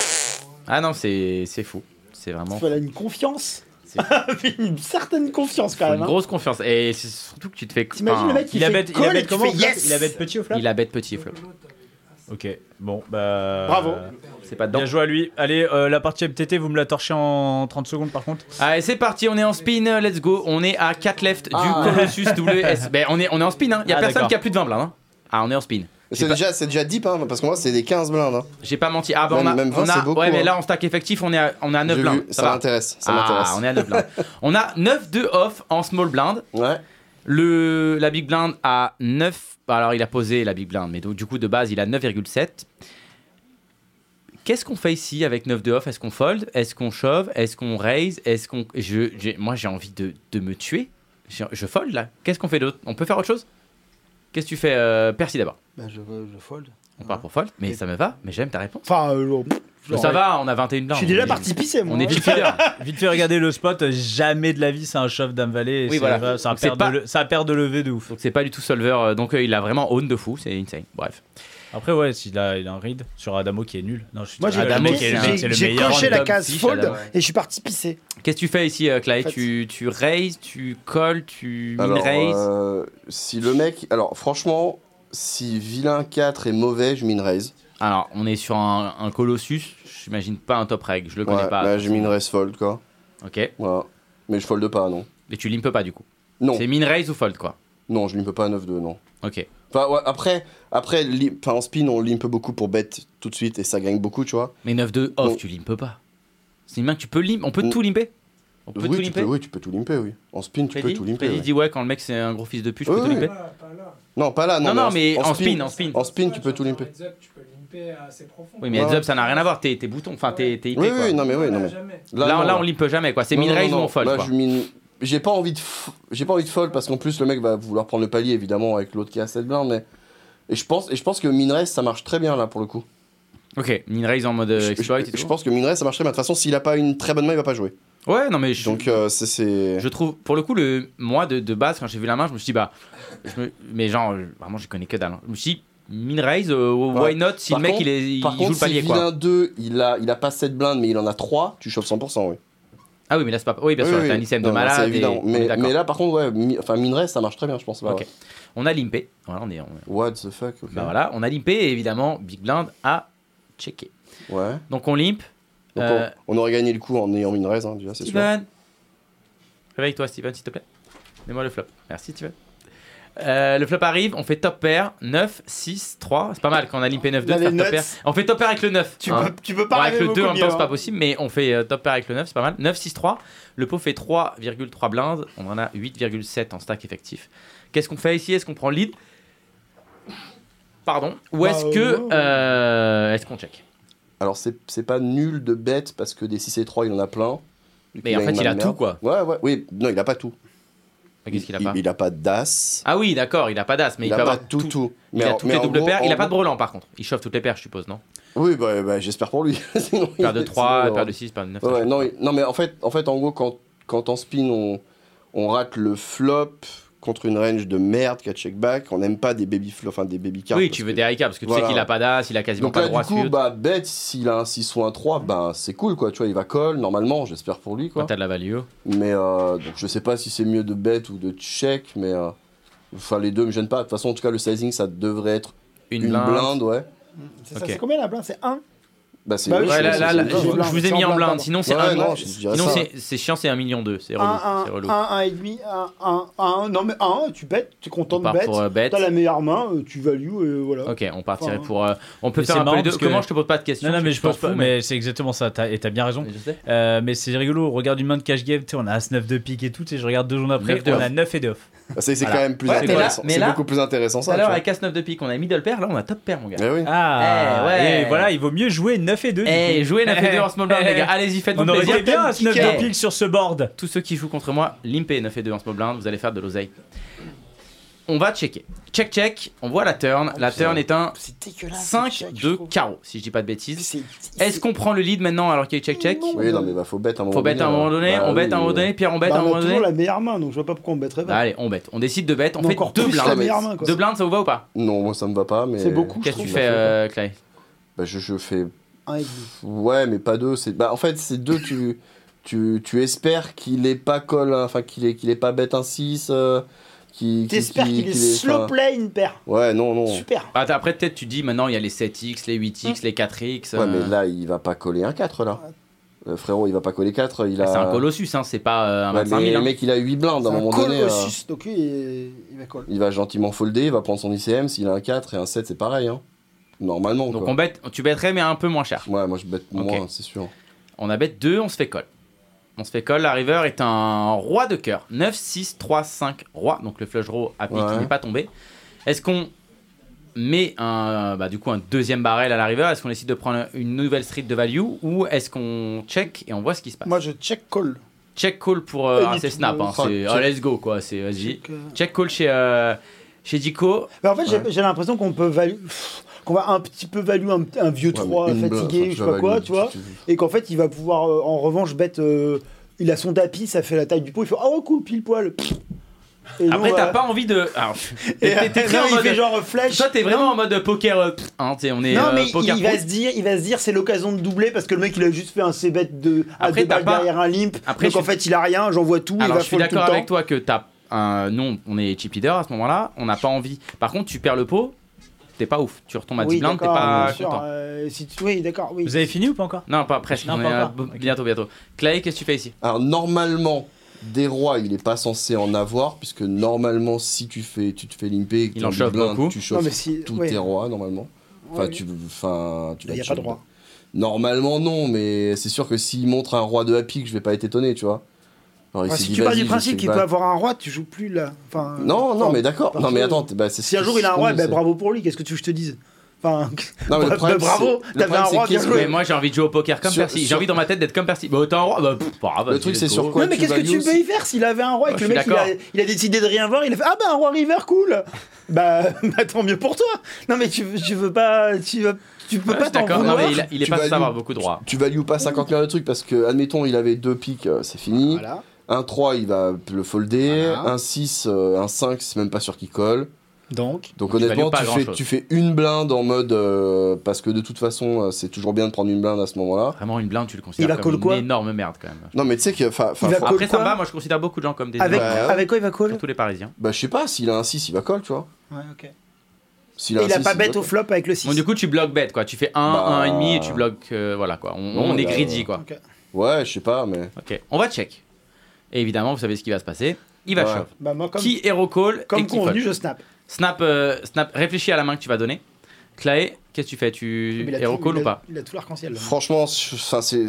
A: Ah non, c'est c'est fou. C'est vraiment.
C: Voilà une confiance,
A: c'est-
C: *laughs* une certaine confiance quand
A: faut
C: même.
A: une
C: hein.
A: grosse Ah. confiance. Et c'est surtout que tu te fais.
C: T'imagines le
A: enfin,
C: mec qui
B: Il a bet,
C: fait
B: il a
C: call
B: bet
C: et qui
B: comment
C: fait
B: au flop
C: yes.
B: Il a bet petit au flop
A: Il a bête petit flop.
B: Ok, bon, bah.
C: Bravo.
A: C'est pas dedans.
B: Bien joué à lui. Allez, euh, la partie MTT, vous me la torchez en 30 secondes par contre.
A: Allez, c'est parti, on est en spin, let's go. On est à 4 left
D: Ah.
A: du Colossus
C: *laughs*
A: WS. Ben, on, est, on est en spin, hein. Y a
B: Ah,
A: personne
B: d'accord.
A: qui a plus de 20 blindes. Hein. Ah, on est en spin.
D: C'est déjà, c'est déjà deep, hein, parce que moi, c'est des 15 blindes. hein.
A: J'ai pas menti. Ah, ben,
D: Même-
A: on a.
D: même 20,
A: on a-
D: c'est beaucoup,
A: ouais, mais
D: hein.
A: là, en stack effectif, on est à, on est à 9
D: J'ai
A: blindes.
D: vu, Ça
A: va.
D: m'intéresse. Ça
A: Ah, on
D: m'intéresse.
A: est à 9 blindes. on a 9 de off en small blind.
D: Ouais.
A: Le, la big blind à 9. bah, Alors, il a posé la big blind, mais donc, du coup, de base, il a 9,7. Qu'est-ce qu'on fait ici avec 9 de off Est-ce qu'on fold Est-ce qu'on shove Est-ce qu'on raise Est-ce qu'on. Je, j'ai- moi, j'ai envie de, de me tuer. Je, je fold là. Qu'est-ce qu'on fait d'autre On peut faire autre chose Qu'est-ce que tu fais, euh, Percy d'abord
C: Bah,
E: Ben, je, je fold.
A: On part pour fold, mais ça me va, mais j'aime ta réponse.
C: Enfin, euh, Hein? genre,
A: ça va, on a 21 blindes.
C: Je suis
A: on
C: déjà
A: est-
C: parti pisser moi.
A: On est
C: *laughs* hein.
A: vite leader.
B: Vite fait regarder le spot, euh, jamais de la vie c'est un shove Dame Valet. et
A: Oui,
B: c'est
A: voilà.
B: vrai, C'est un
A: Donc, c'est
B: paire
A: pas-
B: de le- c'est un paire de levée de ouf.
A: Donc, c'est pas du tout solver. euh, Donc, euh, il a vraiment own de fou. C'est insane. Bref.
B: Après, ouais, s'il a, il a un read sur Adamo qui est nul. Non, je suis
C: Moi j'ai
B: Adamo
A: Adamo,
B: qui est le
A: c'est-
B: mec, c'est
C: j'ai-
B: le
C: j'ai
B: meilleur.
C: coché la
A: random
C: case
A: fish,
C: fold
A: Adamo.
C: et je suis parti pisser.
A: Qu'est-ce que tu fais ici, euh, Clay
C: En fait-
A: tu, tu raises, tu colles, tu min
D: Alors,
A: raises
D: euh, si le mec. Alors, franchement, si vilain 4 est mauvais, je mine raise.
A: Alors, on est sur un, un Colossus, j'imagine pas un top reg, je le connais
D: Ouais,
A: pas.
D: bah, je mine raise fold, quoi.
A: Ok,
D: Voilà. Mais je folde pas, non.
A: mais tu limpes pas du coup.
D: Non,
A: C'est min raise ou fold quoi.
D: non, je limpe pas à 9-2, non.
A: Ok,
D: Enfin, ouais, après, après li- enfin, en spin, on limpe beaucoup pour bet tout de suite et ça gagne beaucoup, tu vois.
A: mais 9-2 off,
D: Bon.
A: tu limpes pas. C'est une main que tu peux limper, on peut
D: Mm.
A: tout limper. On peut
D: oui,
A: tout
D: tu
A: limper.
D: peux, oui, tu peux tout limper, oui. En spin, tu
A: Freddy
D: peux tout limper.
A: Freddy
D: ouais.
A: dit ouais, quand le mec c'est un gros fils de pute, je
D: Oui,
A: peux tout
D: oui.
A: limper.
D: Non, pas là, non.
A: Non, non, mais en spin, en spin.
D: En spin, tu peux tout limper.
G: Tu peux limper assez profond.
A: Oui, mais
D: Ouais.
A: heads up, ça n'a rien à voir, t'es t'es bouton, enfin t'es t'es IP
D: Oui,
A: quoi.
D: oui, non, mais oui, non, mais.
G: Jamais.
A: là,
D: non,
A: là, on limpe jamais quoi, c'est
D: Non,
A: min
D: non,
A: raise ou
D: non,
A: on fold
D: là,
A: quoi.
D: je mine- J'ai pas envie de f- j'ai pas envie de fold parce qu'en plus le mec va vouloir prendre le palier évidemment avec l'autre qui a 7 blindes mais et je pense et je pense que min raise ça marche très bien là pour le coup.
A: Ok, min raise en mode
D: je,
A: euh, exploit et
D: je- je
A: tout.
D: pense que min raise ça marche très bien. De toute façon, s'il a pas une très bonne main, il va pas jouer.
A: Ouais, non mais je
D: Donc euh, c'est c'est
A: Je trouve, pour le coup, le, moi de, de base, quand j'ai vu la main, je me suis dit, bah, je me- mais genre, euh, vraiment, je connais que dalle. hein. Je me suis dit, min raise, euh, why
D: Ouais.
A: not si
D: Par
A: le mec
D: contre-
A: il, est, il
D: par
A: joue
D: contre
A: le palier
D: si
A: quoi.
D: vilain 2, il a il a pas 7 blindes mais il en a 3, tu chauffes 100% oui.
A: Ah oui, mais là, c'est pas. Oui, bien sûr, t'as un ICM de malade.
D: C'est
A: et-
D: évident.
A: on est
D: Mais,
A: d'accord.
D: mais là, par contre, ouais, mi- enfin, minerai, ça marche très bien, je pense. là,
A: Ok.
D: ouais.
A: On a limpé. Voilà, on est. on-
D: What the fuck ok.
A: Bah voilà, on a limpé et évidemment, Big Blind a checké.
D: Ouais.
A: Donc on limpe.
D: Donc,
A: Euh, Bah.
D: on, on aurait gagné le coup en ayant minerai, hein, déjà, c'est sûr.
A: Steven Réveille-toi, Steven, s'il te plaît. Mets-moi le flop. Merci, Steven. Euh, le flop arrive, on fait top pair 9, 6, 3. C'est pas mal quand on a limpé 9, 2.
C: Là, les
A: faire top
C: nuts.
A: pair. On fait top pair avec le 9.
C: Tu,
A: hein.
C: peux, tu peux
A: Bon,
C: pas
A: avec
C: arriver
A: le 2 en
C: beaucoup
A: même temps,
C: mieux,
A: c'est
C: hein.
A: pas possible, mais on fait euh, top pair avec le 9, c'est pas mal. 9, 6, 3. Le pot fait 3,3 blindes. On en a 8,7 en stack effectif. Qu'est-ce qu'on fait ici Est-ce qu'on prend le lead Pardon. Ou
C: Bah,
A: est-ce
C: euh,
A: que.
C: ouais.
A: euh, est-ce qu'on check
D: Alors, c'est c'est pas nul de bête parce que des 6 et 3, il en a plein. Du coup,
A: Mais en fait,
D: une
A: il a
D: main de
A: tout
D: merde.
A: quoi.
D: Ouais, ouais, oui, non, il a pas tout.
A: Mais Qu'est-ce qu'il a pas
D: Il, il a pas d'as.
A: Ah oui, d'accord, il a pas d'as, mais il,
D: il a
A: peut
D: pas
A: avoir
D: tout, tout.
A: Il a
D: en-
A: toutes les
D: en
A: doubles
D: gros,
A: paires, il
D: en
A: a pas de
D: gros-
A: brelan par contre. Il chauffe toutes les paires, je suppose, non
D: Oui, bah, bah, j'espère pour lui. Sinon, il-
A: Paire de 3,
D: sinon,
A: paire de 6, paire de 9.
D: Ouais, ouais, non, il- non, mais en fait, en fait, en gros, quand, quand en spin, on, on rate le flop contre une range de merde qui a check back, on n'aime pas des baby flops, enfin des baby cards.
A: Oui,
D: parce
A: tu
D: que-
A: veux des high cards, parce que tu
D: Voilà,
A: sais qu'il a pas d'as, il a quasiment
D: Donc
A: pas
D: là,
A: de droit
D: du
A: à
D: coup,
A: suivre.
D: bah, bête, s'il a un 6 ou un 3, bah, c'est cool, quoi. Tu vois, il va call, normalement, j'espère pour lui,
A: Quand
D: quoi.
A: t'as de la value.
D: Mais euh, donc, je sais pas si c'est mieux de bête ou de check, mais. euh, Enfin, les deux me gênent pas. De toute façon, en tout cas, le sizing, ça devrait être
A: Une,
D: une, blinde.
A: blinde.
D: ouais.
C: C'est ça,
A: Ok.
C: c'est combien la blinde C'est 1
D: Bah, c'est
C: Bah oui,
D: une-
A: Ouais,
D: c'est-
A: là,
D: c'est
A: là,
D: une
A: là,
D: blinde.
A: je, je vous ai mis en blinde, sinon c'est
D: Ouais,
A: un.
D: non, je dirais
A: Sinon
D: ça.
A: c'est- c'est chiant, c'est un million deux, c'est
C: 1,
A: relou. C'est
C: 1,
A: relou.
C: 1, 1,5, 1, 1, 1. Non, mais 1, tu bêtes, tu es content
A: On
C: de
A: part
C: bête.
A: pour euh, bet.
C: T'as la meilleure main, euh, tu values, et voilà.
A: Ok, on partirait
C: Enfin,
A: pour. euh, on peut
B: mais
A: faire
B: c'est
A: un peu
B: marrant
A: les deux.
B: parce que-
A: Comment je te pose pas de questions
B: Non, non,
A: tu-
B: mais
A: tu
B: je
A: t'en
B: pense pas.
A: fous,
B: Mais c'est exactement ça. t'as- et t'as bien raison.
A: mais je sais.
B: Euh, mais c'est rigolo, on regarde une main de cash game, tu sais, on a As-9 de pique et tout, tu sais, je regarde deux jours après,
A: Neuf de
B: on
A: off.
B: a 9 et de off.
D: Bah, c'est c'est
A: Voilà.
D: quand même plus
A: Ouais, mais là-
D: intéressant.
A: mais
D: C'est
A: là-
D: beaucoup plus intéressant,
A: Tout
D: ça.
A: à
D: tu
A: l'heure,
D: vois.
A: avec As-9 de pique, on a middle pair, là on a top pair, mon gars.
D: Eh oui.
B: Ah,
A: Eh, ouais.
B: et voilà, il vaut mieux jouer 9 et 2. du
A: Eh,
B: coup.
A: jouez 9 et 2 en small blind,
B: Eh, *laughs*
A: les gars. Allez-y, faites-vous
B: On aurait
A: plaisir.
B: été bien As-9
A: Eh.
B: de pique sur ce board.
A: Tous ceux qui jouent contre moi, limpez 9 et 2 en small blind, vous allez faire de l'oseille. On va checker. Check, check, on voit la turn. La turn est un
C: C'est dégueulasse. ce check,
A: 5
C: je
A: de
C: trouve.
A: carreau, si je dis pas de bêtises.
C: C'est-
A: Est-ce qu'on prend le lead maintenant alors qu'il y a eu check, check
D: Oui, non, mais bah, faut bête à un moment
A: Faut bet à un moment donné,
D: Bah
A: on bet à un
D: oui,
A: moment donné, Pierre, on bet à
C: Bah,
A: un
C: on
A: moment
C: a
A: donné.
C: toujours la meilleure main, donc je vois pas pourquoi on bêterait
A: Bah,
C: pas.
A: allez, on bet. On décide de bet, on
C: On a
A: fait
C: encore
A: deux
C: plus la
A: blindes.
C: meilleure main, quoi.
A: Deux blindes, ça vous va ou pas
D: euh, Non, moi ça me va pas, mais.
C: C'est beaucoup.
A: Qu'est-ce que
C: trouve
A: tu
C: ça
A: fais,
C: fait
A: euh, Clay
D: Bah, je, je fais.
C: Un et demi.
D: Ouais, mais pas deux. C'est... Bah, en fait, c'est deux, tu. Tu, tu espères qu'il est pas call, hein, enfin qu'il est, qu'il est pas bête un 6. Euh, qui, qui-
C: T'espères
D: qui-
C: qu'il est
D: qu'il est-
C: slow
D: enfin,
C: play une paire.
D: Ouais, non, non.
C: Super.
A: Ah, t'as- Après, peut-être tu dis maintenant il y a les 7x, les
C: Hum.
A: 8x, les 4x.
D: Ouais, mais
A: euh,
D: là, il va pas coller un 4 là. Euh, frérot, il va pas coller 4. Il a...
A: C'est un colossus, hein, c'est pas euh, un
D: Ouais,
A: 25
D: mais
A: 000.
D: le
A: hein.
D: mec, il a 8 blindes à un
C: C'est
D: moment donné.
C: au
D: euh,
C: 6, donc lui, il il va call.
D: il va gentiment folder, il va prendre son ICM. S'il a un 4 et un 7, c'est pareil. Hein. Normalement.
A: Donc
D: quoi.
A: on bête, tu bêterais mais un peu moins cher.
D: Ouais, moi je bête moins, c'est sûr.
A: On a bête 2, on se fait call. On se fait call, la river est un roi de cœur. 9, 6, 3, 5, roi. Donc le flush draw à pique
D: Ouais.
A: il n'est pas tombé. Est-ce qu'on met un, bah, du coup un deuxième barrel à la river Est-ce qu'on décide de prendre une nouvelle street de value Ou est-ce qu'on check et on voit ce qui se passe
C: Moi, je check call.
A: Check call pour... euh,
C: Et
A: ah,
C: du
A: c'est
C: coup,
A: snap, hein,
D: oh,
A: c'est-
D: check.
A: ah, let's go quoi, c'est vas-y.
C: Donc, euh,
A: Check call chez, euh, chez Dico.
C: Mais en fait, j'ai-
D: Ouais.
C: j'ai l'impression qu'on peut value- pff, qu'on va un petit peu value un, un vieux
D: Ouais, mais
C: 3
D: une blinde,
C: fatigué,
D: enfin,
C: je sais pas quoi,
D: vas-
C: tu vois. Et qu'en fait, il va pouvoir, euh, en revanche, bête. euh, il a son tapis, ça fait la taille du pot. Il fait Oh, cool, pile poil. Et
A: Après
C: nous,
A: t'as
C: euh,
A: pas envie de... alors,
C: *laughs* Et
A: t'es- t'es- t'es
C: non,
A: très en
C: il
A: mode-
C: fait genre euh, flèche.
A: Toi t'es vraiment en mode poker... euh, pff, hein, t'sais, on est
C: non,
A: euh,
C: mais
A: poker
C: il va
A: pro.
C: se dire, il va se dire, c'est l'occasion de doubler parce que le mec il a juste fait un c de à
A: Après,
C: deux
A: t'as
C: balles
A: pas-
C: derrière un limp.
A: Après,
C: donc
A: je
C: en
A: suis-
C: fait, il a rien, j'envoie tout. il
A: Alors
C: va
A: je suis
C: fold bah, tout
A: d'accord
C: le
A: avec
C: temps.
A: toi que t'as un non, on est chip leader à ce moment-là, on n'a pas envie. Par contre, tu perds le pot, t'es pas ouf, tu retombes à 10
C: Oui,
A: blindes, t'es
C: d'accord,
A: pas
C: bien sûr,
A: content.
C: euh, si tu- Oui, d'accord, oui.
B: Vous avez fini ou pas encore
A: Non, pas presque,
B: Non,
A: on
B: pas
A: est à-
B: encore. Ok.
A: bientôt bientôt. Clay, qu'est-ce que tu fais ici
D: Alors normalement, des rois, il est pas censé en avoir, puisque normalement, si tu fais, tu te fais limper, et que
A: Il
D: t'as
A: en
D: du
A: chauffe
D: blind,
A: beaucoup.
D: tu
C: Non,
D: chauffes
C: mais si.
D: tous
C: ouais,
D: tes rois normalement. Enfin,
C: ouais.
D: tu, enfin, tu
C: Il n'y a
D: te
C: pas de
D: chauffer.
C: droit.
D: Normalement non, mais c'est sûr que s'il montre un roi de happy, que je vais pas être étonné, tu vois. Alors, il
C: Enfin,
D: s'est
C: si
D: dit,
C: tu pars
D: vas-y,
C: du
D: je
C: principe
D: sais
C: qu'il
D: pas.
C: peut avoir un roi, tu joues plus là. Enfin, euh,
D: Non, non,
C: enfin,
D: mais d'accord.
C: parce
D: Non, mais
C: que-
D: attends, t- bah, c'est
C: Si un jour il a un
D: c'est-
C: roi, ben
D: c'est-
C: bravo pour lui, qu'est-ce que tu veux que je te dise Enfin,
D: Non, mais le
C: Bah,
D: problème,
C: bravo,
D: c'est- le
C: t'avais
D: problème,
C: un roi,
D: c'est
C: Ah, bien
D: qu'est-ce
C: joué.
D: que-
A: Mais moi j'ai envie de jouer au poker comme
D: Sur-
A: Percy, j'ai
D: sur-
A: envie dans ma tête d'être comme Percy. Bah autant roi, bah pff, bah, vas-y,
D: Le truc,
A: let's
D: c'est
A: go.
D: sur
C: *laughs*
D: quoi
C: non, mais
D: tu
C: qu'est-ce que tu
D: values,
C: peux y faire S'il avait un roi et
A: Bah,
C: que
A: je suis
C: le mec il a,
A: d'accord.
C: il a décidé de rien voir, il a fait Ah bah un roi river, cool bah, *laughs* bah, tant mieux pour toi Non, mais tu, tu veux pas. Tu, veux- tu peux
A: Ouais, je
C: pas
A: suis
C: t'en
A: d'accord.
C: vouloir.
A: Non, mais il, il est
D: Tu
A: pas
D: vas
A: censé
D: nous-
A: avoir beaucoup de droits.
D: Tu values pas 50 millions de trucs parce que, admettons, il avait deux piques, euh, c'est fini.
C: Voilà.
D: Un 3, il va le folder.
C: Voilà.
D: Un 6, euh, un 5, c'est même pas sûr qu'il colle.
H: Donc,
A: Donc,
D: Donc
A: il valait
D: honnêtement,
A: pas
D: tu fais,
A: grand-chose.
D: tu fais une blinde en mode. euh, parce que de toute façon, euh, c'est toujours bien de prendre une blinde à ce moment-là.
A: Vraiment une blinde, tu le considères
C: Il va
A: comme
C: call
A: une
C: quoi
A: énorme merde quand même.
D: Non, mais tu sais que. enfin, enfin,
C: Il va
D: faut-
C: Call
A: Après ça
C: quoi
A: va, moi je considère beaucoup de gens comme des
C: Avec,
A: énormes,
D: Bah,
C: avec quoi il va call
A: surtout les Parisiens.
D: Bah, je sais pas, s'il a un 6, il va colle, tu vois.
C: Ouais, ok.
D: S'il
C: Et il a
D: six,
C: pas
D: va
C: bête au
D: call.
C: flop avec le 6.
A: Bon, du coup, tu bloques bête quoi. Tu fais 1,
D: Bah,
A: 1,5 et tu bloques. euh, voilà quoi. On,
D: Non,
A: on est
D: bah,
A: greedy quoi.
D: Ouais, je sais pas, mais.
A: Ok, on va check. Et évidemment, vous savez ce qui va se passer. Il va
D: Ouais.
A: shove.
C: bah, moi, comme,
A: Qui hero call et
C: comme
A: qui fold.
C: convenu, je snap.
A: Snap, euh, snap, réfléchis à la main que tu vas donner. Clay, qu'est-ce que tu fais Tu
C: Mais il a
A: hero
C: tout-
A: call
C: il
A: ou
C: a-
A: pas
C: Il a tout l'arc-en-ciel. là.
D: Franchement, je- enfin, c'est.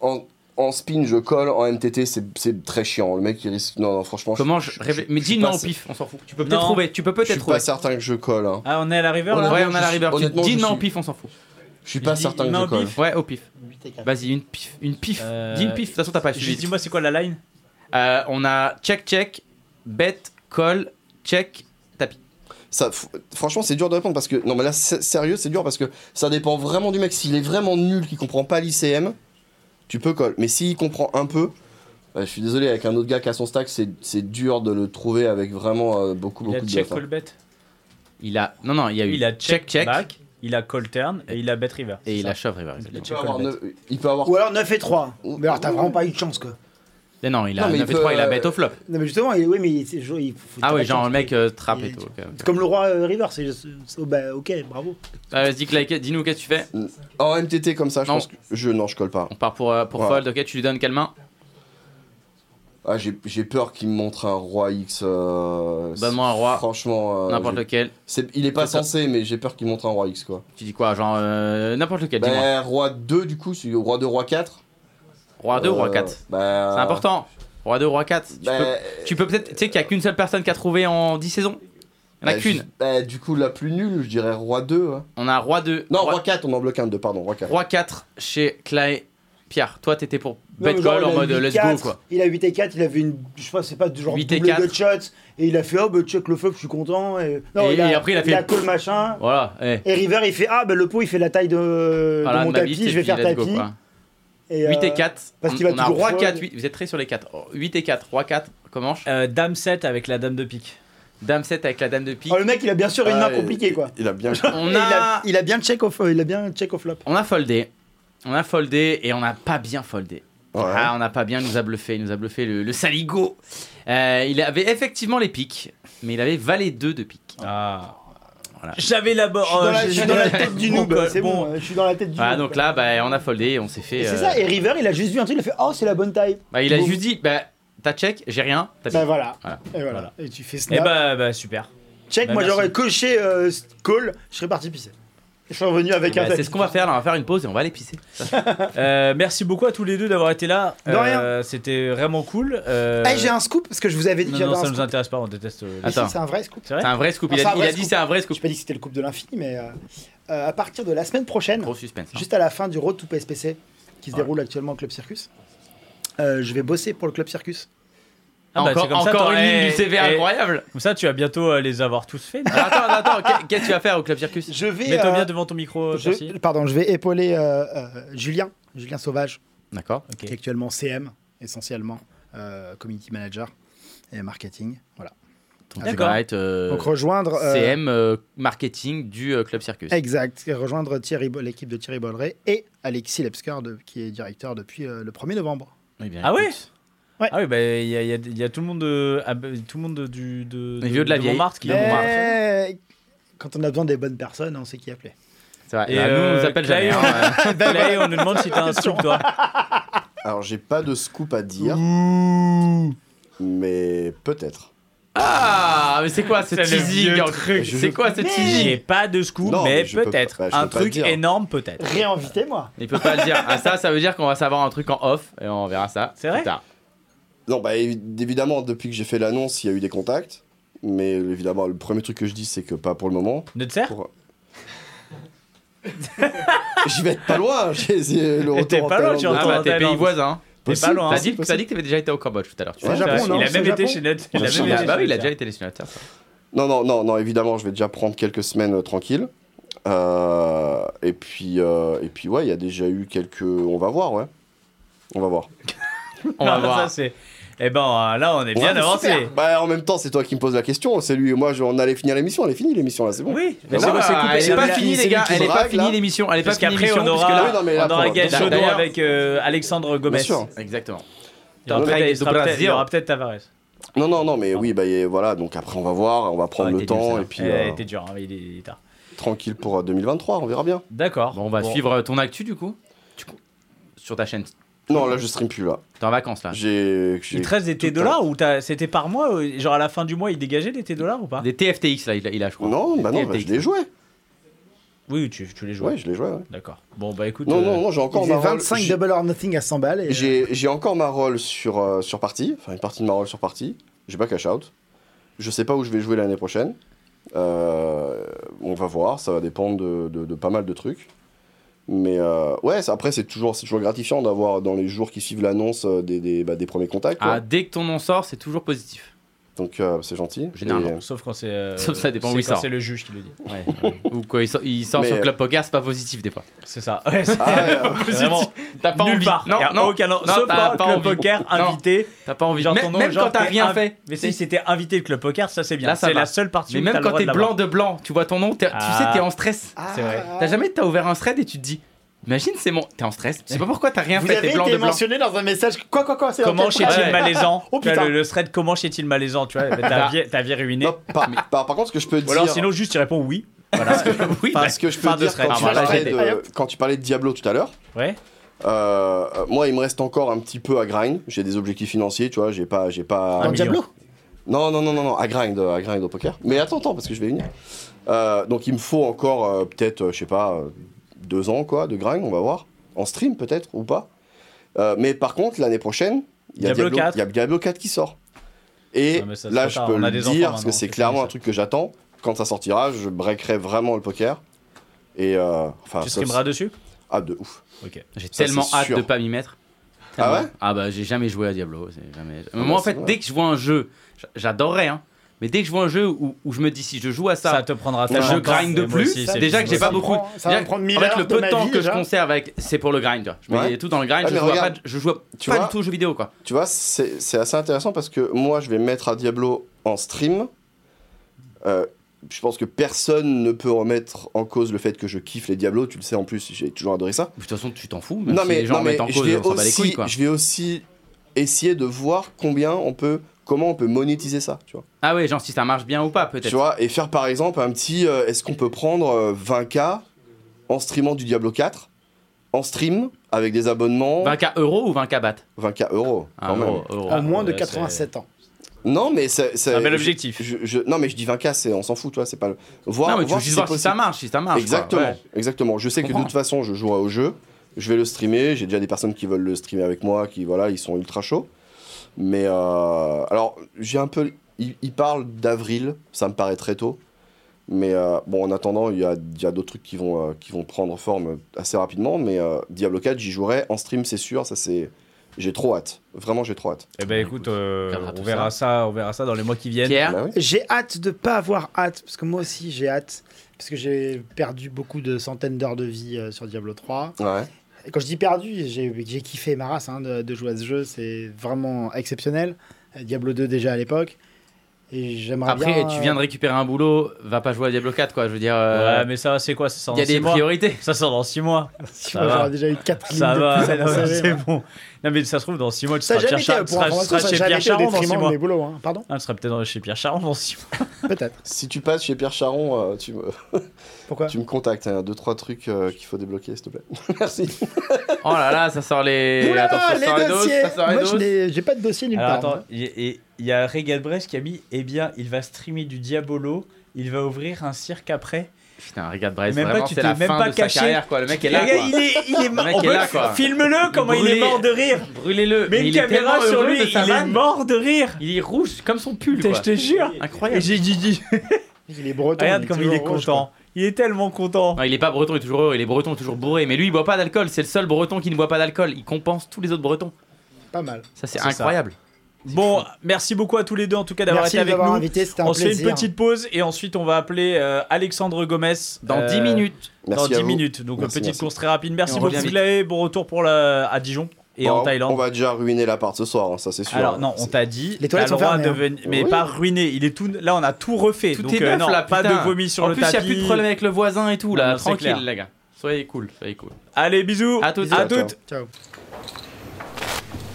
D: En, en spin, je colle. En MTT, c'est- c'est très chiant. Le mec, il risque. Non, non, franchement.
A: Comment je,
D: je-
A: réfl-
D: je-
A: Mais
D: je
A: dis
D: suis
A: non
D: pas
A: au
D: cer-
A: pif, on s'en fout. Tu peux
B: Non.
A: peut-être trouver, tu peux
D: Je
A: peut-être
D: suis pas
A: trouver.
D: certain que je colle. hein.
B: Ah, on est à la river là
A: Ouais, on a
D: je
A: la
D: suis-
A: river. Tu
D: honnêtement,
A: dis
D: je
A: non au
D: suis-
A: pif, on s'en fout.
D: Je suis pas
B: Dis-
D: certain que
B: non,
D: je colle.
B: bif.
A: Ouais, au pif.
C: 8 et 4.
A: Vas-y, une pif. Une pif.
B: Euh,
A: Dis une pif, de toute façon, t'as pas
B: J'ai dit,
A: suivi.
B: moi, c'est quoi la line
A: Euh, on a check, check, bet, call, check, tapis.
D: Ça, f- franchement, c'est dur de répondre parce que. Non, mais là, c'est- sérieux, c'est dur parce que ça dépend vraiment du mec. S'il est vraiment nul, qui comprend pas l'ICM, tu peux coller. Mais s'il comprend un peu, euh, je suis désolé, avec un autre gars qui a son stack, c'est c'est dur de le trouver avec vraiment euh, beaucoup,
B: Il a
D: beaucoup de
B: check
D: bluff, hein.
B: call bet.
C: Ah
A: Il a. Non, non, il y a eu.
B: Il a
A: check, check.
B: back, il a call turn et il a bet river.
A: et il
B: C'est
A: a
B: ça.
A: shove river.
B: Il a
A: exactement.
D: Il peut
B: check
D: avoir
B: call bet.
D: neuf- Il peut avoir.
C: Ou alors 9 et 3.
D: Ou-
C: Mais alors, t'as
D: ou-
C: vraiment pas eu de chance, quoi.
A: Mais non, il a
D: Non, mais il
A: 9 et 3,
D: peut,
A: il a
D: euh,
A: bet au flop.
C: Non, mais justement, il- oui, mais il, c'est- il faut.
A: Ah
C: t'as
A: ouais,
C: pas de
A: genre
C: chance.
A: le mec euh, trappe et
C: il-
A: tout. ok, ok.
C: C'est comme le roi euh, River, c'est. c'est- c'est- bah, ok, bravo.
A: Ah, Vas-y, Clay, que- dis-nous qu'est-ce que tu fais
D: En MTT comme ça, je
A: Non.
D: pense que je non, je colle pas.
A: On part pour, euh, pour
D: Ouais.
A: fold, ok, tu lui donnes quelle main
D: Ah, j'ai j'ai peur qu'il me montre un roi X. euh,
A: Donne-moi un roi.
D: Franchement, euh,
A: N'importe
D: j'ai-
A: lequel.
D: c'est- il est pas
A: C'est ça.
D: censé, mais j'ai peur qu'il montre un roi X quoi.
A: Tu dis quoi Genre euh, n'importe lequel, dis-moi.
C: Ben,
D: Bah, roi 2 du coup, c'est roi 2, roi 4.
A: Roi 2 ou
C: euh,
A: roi 4 C'est
D: Bah,
A: important. Roi 2, roi 4. Tu
D: bah,
C: ben,
A: peux, tu peux peut-être. Tu sais qu'il n'y a qu'une seule personne qui a trouvé en 10 saisons Il n'y en a
D: bah,
A: qu'une.
D: je- bah, du coup, la plus nulle, je dirais roi 2. hein.
A: On a roi 2.
D: Non, roi 4, on en bloque un de deux, pardon, roi 4.
A: roi 4 chez Clay. Pierre, toi t'étais pour
C: Non, mais
A: bet
C: genre,
A: call
C: il
A: en
C: a
A: mode
C: 8 et
A: let's go
C: 4,
A: quoi.
C: Il a 8 et 4, il avait une. Je sais pas, c'est pas du genre
A: 8
C: 8
A: et
C: et double
A: 4.
C: gut shots. Et il a fait, oh, bah, check le flop, je suis content. Et,
A: Et- et après, il a fait-
C: Il a call machin.
A: Voilà, eh.
C: Et River, il fait, ah, bah, le pot, il fait la taille de,
A: Voilà,
C: de mon
A: de ma bite,
C: tapis, je
A: et
C: vais
A: puis
C: faire
A: let's go,
C: tapis.
A: quoi.
C: Et,
A: 8 et
C: euh,
A: 4.
C: parce
A: on,
C: qu'il va
A: on a
C: toujours
A: roi
C: fold.
A: 4, 8, vous êtes très sur les 4. 8 et 4, roi 4, comment je-
B: Euh, dame 7 avec la dame de pique.
A: Dame 7 avec la dame de pique.
C: oh, le mec, il a bien sûr une
D: Ah,
C: main
D: et-
C: compliquée, quoi.
D: Il a bien.
A: On
C: Et il,
A: a,
C: a, il a bien check off, il a bien check off flop.
A: on a foldé. On a foldé et on n'a pas bien foldé.
D: Ouais.
A: Ah, on n'a pas bien, il nous a bluffé. Il nous a bluffé le, le saligo. Euh, il avait effectivement les piques, mais il avait valet 2 de pique.
B: Ah.
A: Voilà.
B: J'avais la oh, bonne.
C: Je suis
A: Oh,
C: dans la- je suis dans
A: *laughs*
C: la tête du noob,
B: Bon,
C: c'est bon,
B: bon.
C: euh, je suis dans la tête du
A: Voilà,
C: noob,
A: donc
C: quoi.
A: là, bah, on a foldé et on s'est fait.
C: Et c'est
A: euh,
C: ça, et River, il a juste vu un truc, il a fait Oh, c'est la bonne taille.
A: bah, il a
C: Boum.
A: juste dit bah, t'as check, j'ai rien. T'as
C: Bah
A: pique.
C: voilà.
A: Voilà.
C: Et voilà.
B: Voilà.
C: Et tu fais
B: Eh
C: snap.
B: bah, bah, super.
C: Check,
B: bah,
C: moi
B: merci.
C: j'aurais coché euh, call, je serais parti pisser. Je suis revenu avec
A: Bah,
C: un
A: c'est
C: tapis.
A: ce qu'on va faire là, on va faire une pause et on va aller pisser.
B: Euh, merci beaucoup à tous les deux d'avoir été là.
C: De
B: Euh, C'était vraiment cool. Euh,
C: Eh, j'ai un scoop parce que je vous avais dit
B: Non,
C: que j'avais
B: non,
C: un Ah.
B: ça
C: scoop.
B: nous intéresse pas, on déteste. euh,
C: Mais si,
A: Attends.
C: C'est un vrai scoop.
B: C'est vrai
A: C'est un vrai scoop.
C: Ah,
A: Il
C: c'est
A: a,
C: un
A: il
C: vrai
A: a dit
C: scoop.
A: c'est un vrai
C: Je
A: scoop.
C: pas dit que c'était le coupe de l'infini, mais euh, euh, à partir de la semaine prochaine,
A: Gros suspense. hein.
C: juste à la fin du Road to PSPC qui se
A: Ouais.
C: déroule actuellement au Club Circus, euh, je vais bosser pour le Club Circus.
B: Ah, bah,
A: encore
B: c'est comme ça,
A: encore
B: t'aurais-
A: une ligne du CV
B: eh,
A: incroyable.
B: Comme ça, tu vas bientôt euh, les avoir tous faits.
A: Alors, attends, attends, attends, qu'est-ce que tu vas faire au club circus
C: Je vais.
B: Mets-toi
C: Ah, euh,
B: bien devant ton micro,
C: je-
B: merci.
C: pardon, je vais épauler euh, euh, Julien, Julien Sauvage,
A: D'accord.
C: qui est actuellement CM, essentiellement, euh, community manager et marketing. Voilà.
A: Donc, tu
B: D'accord.
A: vas être euh,
C: Donc rejoindre. euh,
A: CM euh, marketing du euh, club
B: Eh,
A: circus.
C: Exact. Et rejoindre Thierry Bo- l'équipe de Thierry Bolleret et Alexis Lepsker, de- qui est directeur depuis euh, le 1er novembre.
A: Eh bien,
B: Ah ouais
A: écoute,
B: Ah oui, bah, il y, a- il y a- il y a tout le monde, de, ah, bah, tout le monde de- du, de,
A: Les vieux de la vieille.
B: Montmartre qui
A: De
B: vont
A: Montmartre.
C: Mais Eh, Quand on a besoin des bonnes personnes, on sait qui appeler.
A: C'est vrai.
B: Et
A: Bah, nous, on nous
B: euh,
A: appelle
B: Clay,
A: jamais. hein.
B: on- Clay, on nous demande si t'as un scoop, toi.
D: *laughs* Alors, j'ai pas de scoop à dire, mais peut-être.
A: Ah, mais c'est quoi ce
B: C'est le
A: teasing
B: vieux
A: en-
B: truc.
A: C'est quoi ce
B: J'ai
A: teasing
B: pas de scoop,
D: Non,
B: mais,
D: mais je peux
B: peut-être.
D: pas- bah, je
B: un
D: peux pas
B: truc
D: dire.
B: énorme, peut-être.
C: Réinvitez-moi.
A: Il peut pas le dire. Ah, ça, ça veut dire qu'on va savoir un truc en off et on verra ça.
B: C'est
A: plus
B: vrai
A: tard.
D: Non, bah évi- évidemment, depuis que j'ai fait l'annonce, il y a eu des contacts. Mais évidemment, le premier truc que je dis, c'est que pas pour le moment.
B: Ne te sers
A: *laughs*
D: Pour- J'y vais être pas loin. j'ai- c'est le
B: Et t'es
D: retour en
B: pas loin, tu
D: Thaïlande.
A: Ah, bah, t'es
B: Thaïlande.
A: pays voisin.
B: T'es pas
D: Possible,
B: loin.
A: T'as
D: possible,
A: dit, t'as dit que t'avais déjà été au Cambodge tout à l'heure. tu vois.
D: Ouais,
C: C'est Japon,
B: C'est vrai,
C: non
B: il a
C: C'est
B: même été
C: Japon
B: chez Net.
D: Ouais,
B: Il a
D: c'est
B: même
D: Japon.
B: été
A: Ah,
B: chez
A: bah oui, il a
B: Net.
A: déjà été destinateur. ça.
D: Non, non, non, non, évidemment, je vais déjà prendre quelques semaines euh, tranquilles. Euh, et, puis, euh, et puis, ouais, il y a déjà eu quelques. On va voir, ouais. On va voir.
A: On va
B: Non, Ah, ça,
A: voir.
B: c'est- Eh ben là, on est bien avancé.
D: Bah, en même temps, c'est toi qui me poses la question. C'est lui et moi, je- on allait finir l'émission. Elle est finie l'émission là, c'est bon.
B: Oui,
D: Mais
B: mais c'est
D: non,
B: c'est coupé.
A: elle est
B: C'est
A: pas
B: la-
A: finie,
D: c'est
A: les gars.
D: lui qui
A: Elle est pas
D: drague, là.
A: finie l'émission. Elle est pas
B: Parce
A: finie
B: qu'après,
A: l'émission.
B: on aura,
D: puisque là- Oui, non, mais là,
B: on aura
D: pour-
B: Galchaudon
A: d'ailleurs-
B: avec euh, Alexandre Gomez.
D: Bien sûr.
A: Exactement.
B: Et après,
A: Après,
B: il sera
A: il
B: peut-être- il y aura
A: Brazil.
B: peut-être Tavares.
D: Non, non, non, mais oui, bah et voilà. Donc après, on va voir, on va prendre
A: Ah,
D: le
A: t'es
D: temps
A: dur,
D: et puis
B: Eh,
D: euh,
B: t'es dur, hein, il est- il est tard.
D: tranquille pour euh, 2023, on verra bien.
B: D'accord.
A: Bon, on va suivre ton actu du coup. Du coup, Sur ta chaîne.
D: Non, là, je stream plus là.
A: T'es en vacances là.
D: J'ai. j'ai-
B: Il te reste des
D: tout le
B: T-Dollars ou t'as- c'était par mois euh, Genre à la fin du mois, il dégageait des T-Dollars ou pas
A: Ah. Des TFTX là, il a, il a, je crois.
D: Non, bah non,
A: Des
D: bah, je
A: TFTX.
D: les jouais.
B: Oui, tu, tu les jouais.
D: Ouais, je les jouais. ouais.
B: D'accord. Bon, bah écoute.
D: Non,
B: euh,
D: non, non, j'ai encore
C: Il faisait
D: ma rôle-
C: 25
D: j'ai-
C: double or nothing à 100 balles. Et, euh,
D: J'ai j'ai encore ma rôle sur, euh, sur partie, enfin une partie de ma rôle sur partie. J'ai pas cash out. Je sais pas où je vais jouer l'année prochaine. Euh, on va voir, ça va dépendre de, de- de pas mal de trucs. Mais euh, ouais, ça- après, c'est toujours, c'est toujours gratifiant d'avoir dans les jours qui suivent l'annonce euh, des, des, bah, des premiers contacts. quoi.
A: Ah, dès que ton nom sort, c'est toujours
D: *laughs*
A: positif.
D: Donc euh, c'est gentil.
A: Généralement.
D: Et-
B: Sauf quand c'est. euh,
A: Sauf *laughs* ça dépend
B: c'est
A: où il
B: quand
A: sort.
B: C'est le juge qui le dit.
A: *laughs* Ouais. Ou quoi, il sort, il sort
D: Mais,
A: sur
D: euh,
A: Club Poker, c'est pas positif des fois.
B: C'est ça. Ouais, c'est
A: *laughs*
D: Ah,
B: *laughs*
D: ouais, ouais.
B: c'est vraiment
A: T'as pas
B: nulle
A: envie.
B: part.
A: Non,
B: Y a
A: non,
B: aucun-
A: non,
B: sauf
A: t'as
B: pas
A: pas
B: club
A: envie.
B: poker
A: Non.
B: invité.
A: t'as pas envie.
B: Genre
A: Même-
B: ton nom,
A: même
B: genre,
A: quand t'as
B: t'es
A: rien
B: invi-
A: fait.
B: Mais si c'était invité le club poker, ça c'est bien.
A: Là, ça
B: C'est
A: va.
B: la seule partie
A: Mais
B: où t'as
A: même
B: le
A: quand
B: droit
A: t'es
B: de
A: blanc
B: l'avoir.
A: de blanc, tu vois ton nom, t'es- tu sais,
B: Ah.
A: t'es en stress.
C: euh,
B: C'est vrai.
C: Ah.
A: T'as jamais t'as ouvert un thread et tu te dis, imagine c'est mon, t'es en stress. Je sais pas pourquoi t'as rien
C: Vous
A: fait,
C: avez
A: t'es blanc
C: été
A: de blanc.
C: mentionné dans un message. Quoi, quoi, quoi c'est dans
B: Comment
C: quel
B: chez
C: programme
B: il
A: Ouais.
B: malaisant
C: Oh,
B: Tu vois,
C: putain.
B: le, le thread comment chez il malaisant tu vois
A: *laughs*
B: ta vie, ta vie ruinée
D: Non, par, par- par contre, ce que je peux
B: ou alors
D: dire.
B: sinon juste tu réponds oui voilà
A: Oui,
B: Enfin,
D: ce que je peux
B: fin de
D: dire
B: thread.
D: quand
B: Ah,
D: tu,
B: voilà,
D: parlais
B: j'ai
D: de-
C: été. Allez,
D: quand tu parlais de Diablo tout à l'heure,
B: ouais
D: euh, euh, moi il me reste encore un petit peu à grind. J'ai des objectifs financiers, tu vois, j'ai pas, j'ai pas.
C: Dans
B: Un million.
C: Diablo
D: Non, non, non, non, non, à grind, euh, à grind au poker. Mais attends, attends, parce que je vais y venir. Euh, donc il me faut encore euh, peut-être, euh, je sais pas, euh, deux ans quoi, de grind, on va voir. En stream peut-être ou pas. Euh, mais par contre, l'année prochaine, il y a
B: Diablo
D: Diablo,
B: 4.
D: il y a Diablo 4 qui sort. Et
B: Ouais, mais ça, c'est
D: là,
B: trop
D: je
B: tard,
D: peux
B: on a
D: le
B: des enfants
D: dire, parce
B: maintenant,
D: que c'est
B: c'est
D: clairement
B: fini,
D: un truc que j'attends. Quand ça sortira, je breakerai vraiment le poker. Et euh, enfin,
B: tu
D: ça,
B: streameras dessus
D: c'est- ah, de ouf.
B: ok
A: J'ai
D: Ça,
A: tellement
D: c'est
A: hâte
D: sûr.
A: de pas m'y mettre.
D: Ah
A: Tellement.
D: ouais
A: Ah bah j'ai jamais joué à Diablo. c'est Jamais...
D: Ah
A: Moi
D: bah,
A: en fait,
D: c'est
A: dès que je vois un jeu, j- j'adorerais, hein. Mais dès que je vois un jeu où, où je me dis si je joue à
B: ça,
A: ça,
B: te prendra
D: Je
B: tellement de temps.
A: grind de
B: Et moi
A: plus,
B: aussi, c'est
A: déjà
B: plus
A: que j'ai
B: possible.
A: pas beaucoup.
C: Ça va me prendre
A: en
C: 1000
A: fait,
C: heures
A: le
C: de
A: peu de
C: ma
A: temps
C: vie
A: que je
C: déjà.
A: conserve avec, c'est pour le grind. tu vois. Je mets
D: Ouais.
A: tout dans le grind.
D: Ah,
A: je,
D: mais
A: joue à
D: regarde.
A: pas, je joue à
D: Tu
A: pas
D: vois
A: du tout aux jeux vidéo quoi.
D: Tu vois, c'est c'est assez intéressant parce que moi, je vais me mettre à Diablo en stream. Euh, je pense que personne ne peut remettre en cause le fait que je kiffe les Diablo. Tu le sais en plus, j'ai toujours adoré ça.
A: De toute façon, tu t'en fous. Même
D: non
A: si
D: mais,
A: les gens
D: non, mais
A: mettent en
D: je,
A: cause,
D: vais
A: on s'en bat les couilles
D: aussi,
A: quoi.
D: je vais aussi essayer de voir combien on peut, comment on peut monétiser ça. Tu vois.
A: Ah ouais, genre si ça marche bien ou pas
D: Tu
A: peut-être.
D: vois, et faire par exemple un petit, euh, est-ce qu'on peut prendre euh, 20K en streamant du Diablo 4 en stream avec des abonnements
A: 20k euros ou 20k bat
D: 20K euros
A: Ah,
D: quand même.
A: euros, euros.
C: En moins de
B: ouais,
C: 87 ans.
D: Non, mais c'est. c'est-
A: Ah,
B: Un bel
D: je-
B: objectif.
D: je- je- non, mais je dis 20K, c'est- on s'en fout, toi, c'est pas le. Voir,
A: Non, mais tu veux
D: voir
A: juste
D: si
A: voir
D: c'est
A: si ça
D: possible.
A: marche, si ça marche. quoi.
D: Exactement,
A: Ouais.
D: exactement. Je sais que de
A: comprends.
D: toute façon, je jouerai au jeu, je vais le streamer. J'ai déjà des personnes qui veulent le streamer avec moi, qui, voilà, ils sont ultra chauds. Mais. euh, alors, j'ai un peu. Ils il parlent d'avril, ça me paraît très tôt. Mais euh, bon, en attendant, il y a, il y a d'autres trucs qui vont, euh, qui vont prendre forme assez rapidement. Mais euh, Diablo 4, j'y jouerai en stream, c'est sûr. Ça, c'est. J'ai trop hâte. Vraiment, j'ai trop hâte.
B: eh ben écoute euh,
A: regardera
B: on
A: tout
B: verra ça on verra ça dans les mois qui viennent
A: Pierre,
D: Bah oui.
C: J'ai hâte de pas avoir hâte, parce que moi aussi j'ai hâte, parce que j'ai perdu beaucoup de centaines d'heures de vie euh, sur Diablo 3.
D: Ouais.
C: Et quand je dis perdu, j'ai j'ai kiffé ma race hein, de, de jouer à ce jeu, c'est vraiment exceptionnel. Euh, Diablo 2 déjà à l'époque. Et j'aimerais bien.
A: après, tu viens
C: euh,
A: de récupérer un boulot, va pas jouer à Diablo 4 quoi. Je veux dire. euh,
B: ouais mais ça c'est quoi ça sort dans
A: Il y a des
B: 6 mois
A: priorités.
B: ça sort dans 6 mois
C: si
B: ça
C: moi,
B: va.
C: J'aurais déjà eu 4 lignes
B: ça
C: de
B: va
C: plus à
B: non,
C: conserver,
B: c'est
C: moi.
B: bon non mais ça se trouve dans 6 mois tu
C: Ça
B: seras
C: a
B: Pierre
C: jamais
B: Char- tu
C: été, pour
B: seras- tu
C: information,
B: seras
C: ça a
B: chez
C: jamais
B: Pierre
C: été au
B: Charon dans 6
C: détriment de
B: mois
C: mes boulots. hein. Pardon
B: ah, tu seras peut-être chez Pierre Charon dans 6 mois
C: Peut-être.
D: Si tu passes chez Pierre Charon, euh, tu me.
C: Pourquoi
D: Tu me contactes, hein, deux, trois trucs euh, qu'il faut débloquer, s'il te plaît. *laughs* Merci.
A: Oh là là, ça sort les.
C: Oula,
A: Attends, ça
C: les
A: sort les doses,
C: dossiers
A: ça sort les
C: Moi, je
A: doses.
C: n'ai- j'ai pas de dossier nulle
B: alors
C: part. hein.
B: attends il y a- et- il y a Regal Brest qui a mis eh bien il va streamer du Diabolo il va ouvrir un cirque après
A: Putain, regarde Bryce,
B: Même pas,
A: vraiment,
B: tu
A: c'est
B: t'es
A: la
B: même
A: fin
B: pas
A: de
B: caché.
A: sa carrière, quoi. Le mec est là,
B: Le gars,
A: quoi.
B: il est, il est, ma-
A: mec
B: on
A: est
B: peut-
A: là, quoi.
B: Filme-le comment il est
A: Brûlé.
B: mort de rire.
A: Brûlez-le.
B: Mets
A: Mais
B: une
A: il est
B: caméra
A: tellement
B: sur
A: heureux
B: lui,
A: de
B: il
A: sa
B: est
A: vanne.
B: mort de rire.
A: Il est rouge comme son pull,
B: Putain,
A: quoi.
B: je te jure. Et
A: Incroyable.
B: j'ai dit, dit-
C: Il est breton.
B: regarde comme il est
C: toujours rouge,
B: content. il est tellement content.
A: Non, il est pas breton, il est toujours heureux. Il est breton, toujours bourré. Mais lui, il boit pas d'alcool. C'est le seul breton qui ne boit pas d'alcool. Il compense tous les autres bretons.
C: quoi. Pas mal.
A: Ça, c'est
B: C'est ça.
A: incroyable.
B: Bon, merci beaucoup à tous les deux en tout cas d'avoir
C: Merci
B: été
C: de
B: avec
C: m'avoir
B: nous.
C: invité, c'était un
B: On se fait une
C: plaisir.
B: petite pause et ensuite on va appeler euh, Alexandre Gomez
A: Dans
B: euh,
A: 10 minutes.
D: Merci
B: dans
D: à
B: 10
D: vous.
B: minutes. Donc
D: Merci,
B: petite
D: merci.
B: course très rapide. Merci
A: on
B: beaucoup
A: revient vite.
B: Clay. Bon retour pour la- à Dijon. et
D: Bon,
B: en Thaïlande.
D: On va déjà ruiner l'appart ce soir, hein, ça c'est sûr.
B: Alors
D: hein.
B: non, on t'a dit.
C: Les toilettes
B: t'as le
C: sont
B: droit
C: fermées,
B: de
C: hein.
B: venir- mais
D: Oui.
B: pas ruiné. Il est tout, là on a tout refait.
A: Tout
B: donc
A: est
B: euh,
A: neuf
B: non,
A: là,
B: pas
A: putain.
B: de vomi sur
A: en
B: le
A: plus,
B: tapis.
A: il n'y a plus de problème avec le voisin et tout,
B: Non,
A: là.
B: non, c'est
A: Tranquille,
B: clair.
A: les gars. Soyez cool, soyez cool.
B: Allez, bisous.
A: À toutes.
B: À
D: Ciao, ciao.
B: toutes.
C: Ciao.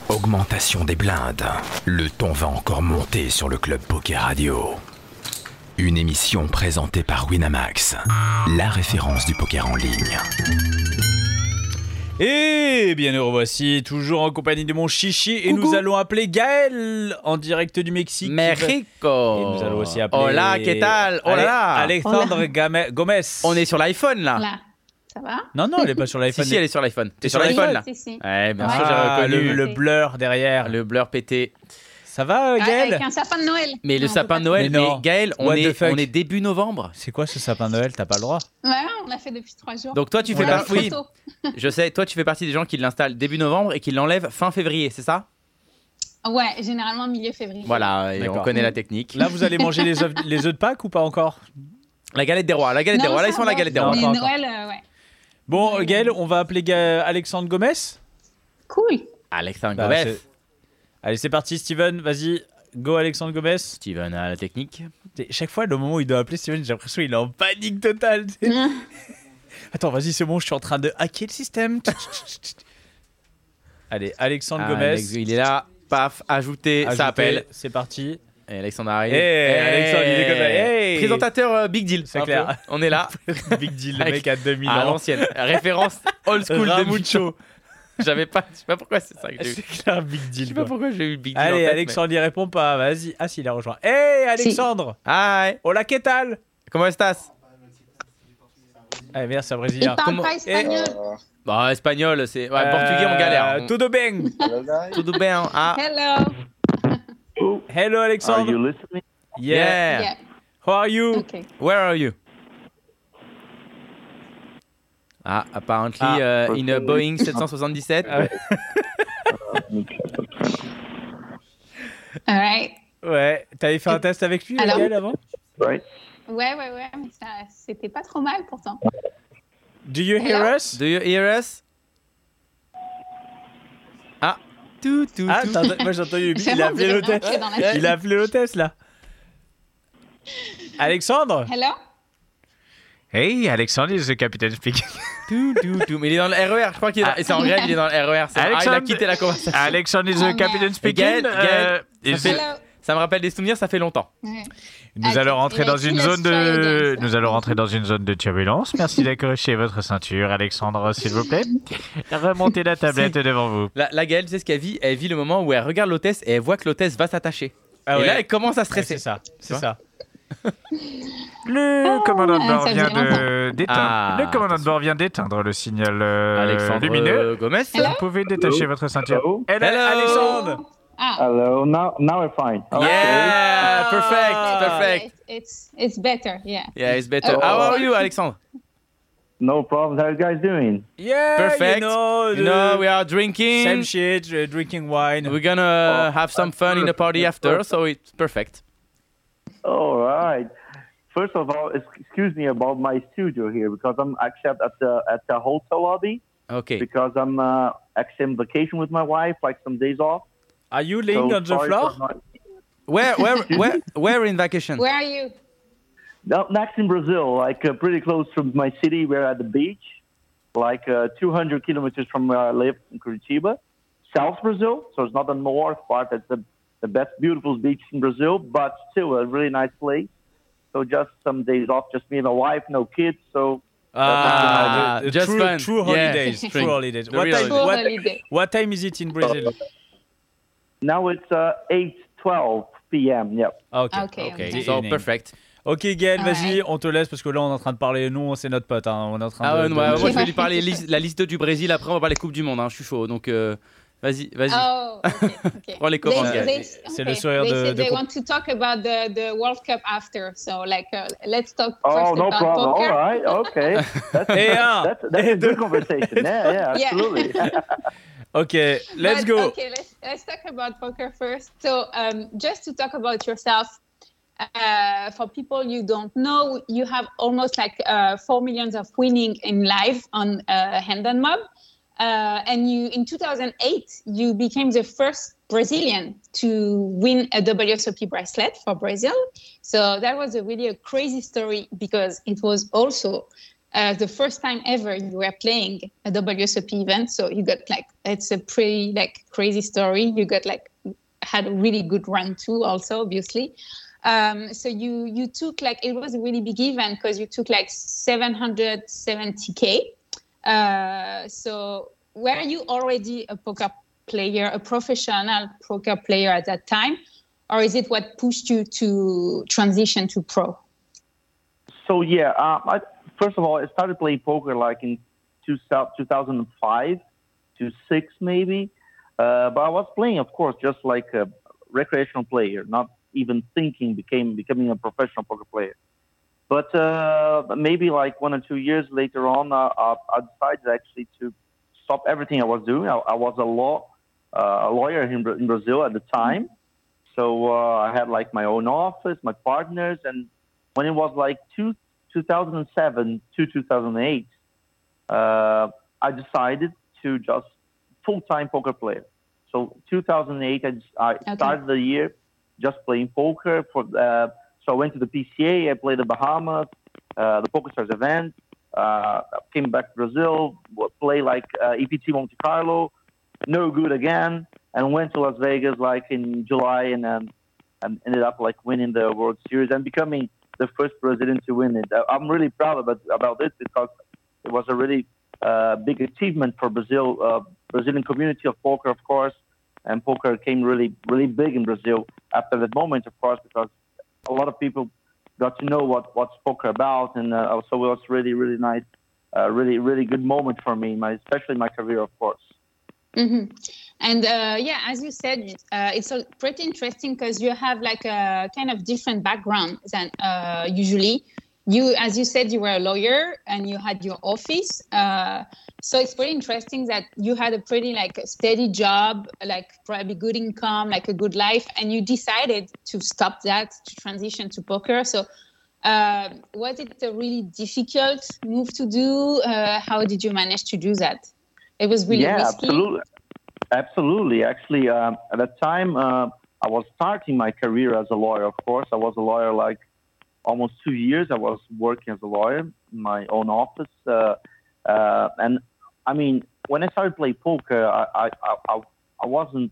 I: Augmentation des blindes. Le ton va encore monter sur le Club Poker Radio. Une émission présentée par Winamax, la référence du poker en ligne.
B: Et Eh bien nous revoici toujours en compagnie de mon chichi et nous allons appeler Gaël en direct du Mexique. Et
A: Mexico.
B: nous allons aussi appeler.
A: Oh. Hola, ¿qué tal? Hola. là.
B: Alexandre
J: Hola.
B: Game- Gomez.
A: On est sur l'iPhone là.
J: Là, ça va
B: Non non, elle est pas sur
A: *laughs* Si,
B: l'iPhone.
A: si, elle est sur l'iPhone. T'es sur
B: sur
A: l'iPhone
B: l'iPhone,
A: là
J: Si, si.
A: Ouais, bien
J: Ouais.
A: sûr,
B: Ah,
A: j'ai reconnu
B: le, le blur derrière.
A: le blur pété.
B: Ça va,
J: Ah,
B: Gaël
J: avec un sapin de Noël.
A: Mais le
J: Non, on
A: sapin
J: peut
A: de Noël,
B: Mais
A: mais,
B: non.
A: Gaël, on
B: What the
A: est,
B: fuck
A: on est début novembre.
B: C'est quoi ce sapin de Noël T'as pas le droit.
J: pas. Ouais, on l'a fait depuis trois jours.
A: Donc toi, tu fais
B: Voilà.
A: partie. oui, *laughs* je sais, toi, tu fais partie des gens qui l'installent début novembre et qui l'enlèvent fin février, c'est ça
J: Ouais, généralement milieu février.
A: Voilà, et on
B: D'accord.
A: connaît la technique.
B: Là, vous allez manger les œufs les œufs de Pâques ou pas encore
A: La galette des rois, la galette des rois. Là, ils sont à la galette des
B: non,
A: rois.
J: Mais
B: pas encore.
J: Noël, euh, ouais.
B: Bon, Gaël, on va appeler Ga- Alexandre Gomez.
J: Cool.
A: Alexandre
B: Bah,
A: Gobet,
B: c'est- Allez, c'est parti, Steven. Vas-y, go, Alexandre Gomez.
A: Steven à Ah, la technique.
B: T'sais, Chaque fois, le moment où il doit appeler Steven, j'ai l'impression qu'il est en panique totale. *laughs*
J: Hum.
B: Attends, vas-y, c'est bon, je suis en train de hacker le système. Allez, Alexandre
A: Ah, Alex-
B: Gomez.
A: il est là. Paf, ajouté,
B: Ajouter,
A: ça appelle.
B: C'est
A: *laughs*
B: parti.
A: Et Alexandre arrive.
B: Hey, Alexandre, Eh, il est comme ça. Hey.
A: Présentateur euh, Big Deal,
B: C'est
A: un
B: clair.
A: peu. On
B: *laughs*
A: est là.
B: Big deal, le
A: Avec-
B: mec à 2000
A: à
B: ans.
A: l'ancienne. Référence old school de
B: Ramucho.
A: *laughs* J'avais pas, je sais pas pourquoi c'est ça que j'ai eu.
B: *laughs* C'est clair, big
A: Je sais
B: deal.
A: pas
B: quoi.
A: pourquoi j'ai eu Big Deal.
B: Allez,
A: en tête,
B: Alexandre, il répond pas. Vas-y. Ah, si, il a rejoint. Hey, Alexandre
A: mais- Hi,
B: Hola, ¿qué tal
A: comment estás
B: Ah, merde, c'est un
J: Il
B: brésilien.
J: parle
A: comment- Eh.
J: pas espagnol.
A: Bah, espagnol, c'est. ouais, portugais, on galère. hein.
B: Euh,
A: On-
B: Tudo bem Euh,
A: Tudo bien.
B: hein.
A: *laughs* Ah,
J: Hello.
B: Hello, Alexandre. Yeah.
A: yeah.
J: Yeah.
B: How are you
J: Ok.
A: Where are you Ah, apparently
B: Ah.
A: euh, in
B: *laughs*
A: a Boeing 777.
B: Ah ouais.
J: All right.
B: Ouais. T'avais fait un test avec lui,
J: Alors
B: Gaël, avant
J: Ouais, ouais, ouais, mais ça, c'était pas trop mal pourtant.
B: Do you hear
J: Hello
B: us
A: Do you hear us Ah, tout, tout,
B: Ah,
A: tout.
B: t'as- moi j'ai entendu le bip, il
J: J'avoue,
B: a appelé
J: j'ai
B: le
J: vraiment
B: test.
J: fait dans la
B: Il a appelé le test, là. Alexandre
J: Hello.
B: Hey, Alexandre, il est le capitaine Speak.
A: Tout, tout, tout. Mais il est dans le RER, je crois qu'il est dans...
B: Ah.
A: C'est en grève, il est dans le RER. c'est- Ah, il a
B: Alexandre-
A: quitté
B: *laughs*
A: la conversation.
B: Alexandre is
J: the Oh, captain merde.
A: speaking.
I: euh,
A: Gaël, Gaël,
B: nous
A: fait-
J: Hello.
A: Ça me rappelle des souvenirs, ça fait longtemps.
J: Ouais. Attends,
I: allons rentrer
J: il a
I: dans
J: dit
I: une
J: let's
I: zone
J: try
I: de,
J: again.
I: nous allons rentrer dans une zone de turbulence. Merci d'accrocher votre ceinture, Alexandre, s'il vous plaît. Remontez la tablette devant vous.
A: La, la Gaëlle, tu sais ce qu'elle vit Elle vit le moment où elle regarde l'hôtesse et elle voit que l'hôtesse va s'attacher.
B: Ah
A: Et
B: ouais.
A: là, elle commence à
B: Ouais, c'est
A: stresser.
B: ça,
A: Tu
B: c'est
A: vois
B: ça.
I: Le
J: Oh,
I: commandant de
J: ça
I: bord
J: faisait
I: vient de-
J: longtemps.
I: d'éteindre.
A: Ah,
I: le commandant de
A: attention.
I: bord vient d'éteindre le signal euh,
A: Alexandre
I: lumineux.
A: euh, Gomez
J: Hello
I: Vous pouvez détacher votre ceinture. Hello,
A: Hello.
B: Alexandre
J: Ah.
K: Hello. Now, now we're fine.
A: Yeah, perfect,
J: Yeah,
A: perfect.
J: Ah, it's it's better. Yeah.
A: Yeah, it's better.
J: Oh.
A: How are you, Alexandre
K: No problems. How you guys doing?
B: Yeah,
A: Perfect.
B: You know,
A: You know,
B: the-
A: we are
B: Same
A: drinking.
B: shit, uh, drinking wine.
A: We're gonna have some fun in the party after, so it's perfect.
K: All right. First of all, ex- excuse me about my studio here because I'm actually at the at the hotel lobby
A: Okay.
K: because I'm uh, actually on vacation with my wife, like some days off.
B: Are you
K: So
B: laying on the
K: sorry
B: floor?
K: for not-
A: Where,
K: *laughs*
A: where, where, where in vacation?
J: Where are you?
K: No, next in Brazil, like uh, pretty close from my city. We're at the beach, like uh, 200 kilometers from where I live in Curitiba, South Brazil. So it's not the north part. It's the, the best, beautiful beach in Brazil, but still a really nice place. So just some days off, just me and my wife, no kids. So
B: Ah,
A: Ah,
B: the- the
A: just
B: true,
A: fun.
B: true
A: Yeah.
B: holidays. True
A: Drink.
B: holidays.
A: The
B: What
A: real
B: time,
A: holidays.
J: Pour
B: what,
J: l'idée.
B: what time is it in Brazil?
K: now it's uh, 8, 12 p.m. Yep.
B: Ok.
J: Ah, ok.
A: Okay,
J: ok.
A: so perfect.
B: Ok, Gaël, vas-y,
J: Ouais.
B: on te laisse parce que là, on est en train de parler. Nous, c'est notre pote. hein, on est en train
A: Ah ouais,
B: de.
A: non, ouais,
B: de-
A: moi je vais lui parler lis- la liste du Brésil, après on va parler Coupe du Monde, hein, je suis chaud, donc euh, vas-y, vas-y.
J: Oh, okay, okay.
A: Prends les commandes, guys.
J: They- they-
B: C'est le
J: okay.
B: sourire
J: they
B: de-
J: said
B: de
J: They
B: coupe.
J: want to talk about the, the World Cup after. So, like, uh, let's talk
K: Oh,
J: first
K: no
J: about
K: problem.
J: poker.
K: All right. Okay. That's,
B: Et un
K: that's, that's
B: et
K: a
B: deux.
K: good
I: *laughs*
K: conversation. Yeah, yeah,
J: Yeah.
K: absolutely.
B: Ok, let's
J: But,
B: go.
J: Okay, let's, let's talk about poker first. So, um, just to talk about yourself, uh, for people you don't know, you have almost like uh, four millions of winning in live on uh, Hand and Mob. Uh, and you, in 2008, you became the first Brazilian to win a WSOP bracelet for Brazil. So that was a really a crazy story because it was also uh, the first time ever you were playing a WSOP event. So you got like it's a pretty like crazy story. You got like had a really good run too, also obviously. Um, so you you took like it was a really big event because you took like 770k. Uh, so were you already a poker player, a professional poker player at that time, or is it what pushed you to transition to pro?
A: So yeah, um, I, first of all, I started playing poker like in two, 2005 to six maybe, uh, but I was playing, of course, just like a recreational player, not even thinking became becoming a professional poker player. But uh, maybe like one or two years later on, uh, I, I decided actually to stop everything I was doing. I, I was a law uh, a lawyer in, Bra- in Brazil at the time, so uh, I had like my own office, my partners, and when it was like two, 2007 to 2008, uh, I decided to just full time poker player. So 2008, I, just, I
J: Okay.
A: started the year just playing poker. For uh, so I went to the PCA, I played the Bahamas, uh, the PokerStars event. Uh, came back to Brazil, w- play like uh, EPT Monte Carlo, no good again, and went to Las Vegas like in July and um, and ended up like winning the World Series and becoming the first Brazilian to win it. I- I'm really proud about about it because it was a really uh, big achievement for Brazil, uh, Brazilian community of poker, of course, and poker came really really big in Brazil after that moment, of course, because a lot of people got to know what what's poker about, and uh, so it was really really nice, uh, really really good moment for me, my especially my career, of course.
J: hmm And uh, yeah, as you said, uh, it's all pretty interesting because you have like a kind of different background than uh, usually. You, as you said, you were a lawyer and you had your office. Uh, so it's pretty interesting that you had a pretty like steady job, like probably good income, like a good life, and you decided to stop that to transition to poker. So. Uh, was it a really difficult move to do? Uh, how did you manage to do that? It was really
A: yeah,
J: risky.
A: absolutely, absolutely. Actually, um, at that time, uh, I was starting my career as a lawyer. Of course, I was a lawyer like almost two years. I was working as a lawyer in my own office, uh, uh, and I mean, when I started playing poker, I I, I, I, I wasn't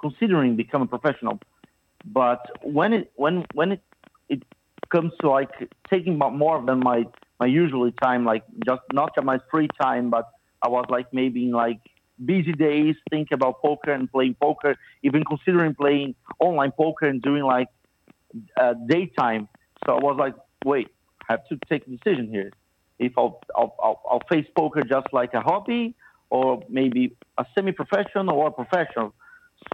A: considering becoming a professional. But when it when when it it comes to like taking up more than my my usual time, like just not my free time, but I was like maybe in like busy days thinking about poker and playing poker, even considering playing online poker and doing like uh, daytime. So I was like, wait, I have to take a decision here. If I'll, I'll, I'll, I'll face poker just like a hobby or maybe a semi-professional or a professional.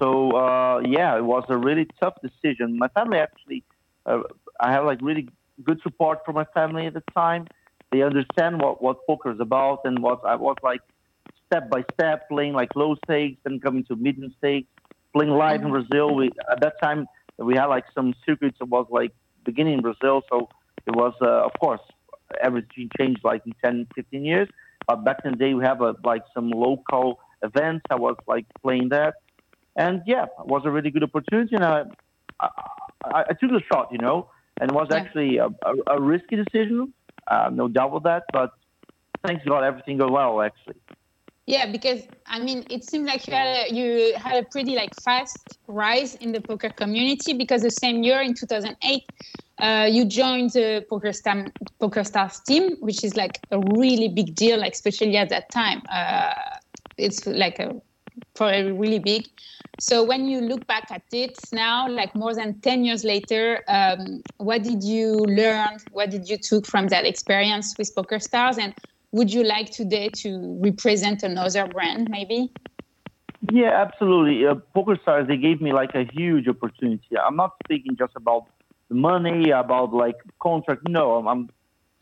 A: So uh, yeah, it was a really tough decision. My family actually, uh, I have like really good support from my family at the time. They understand what, what poker is about and what I was like step by step, playing like low stakes, then coming to medium stakes, playing live in
J: Um,
A: Brazil. We, at that time, we had like some circuits that was like beginning in Brazil. So it was, uh, of course, everything changed like in 10, 15 years. But back in the day, we have uh, like some local events. I was like playing that. And yeah, it was a really good opportunity. And I, I, I I took the shot, you know, and it was
J: Yeah.
A: actually a, a, a risky decision. Uh, no doubt with that. But thanks God, everything go well, actually.
J: Yeah, because I mean, it seemed like you had a, you had a pretty like fast rise in the poker community because the same year in 2008, uh, you joined the poker star poker stars team, which is like a really big deal, like especially at that time. Uh, it's like a probably really big. So when you look back at it now, like more than 10 years later, um, what did you learn? What did you took from that experience with Poker Stars? And would you like today to represent another brand maybe
A: Yeah, absolutely. Uh, PokerStars, they gave me like a huge opportunity. I'm not speaking just about the money, about like contract. No, I'm I'm,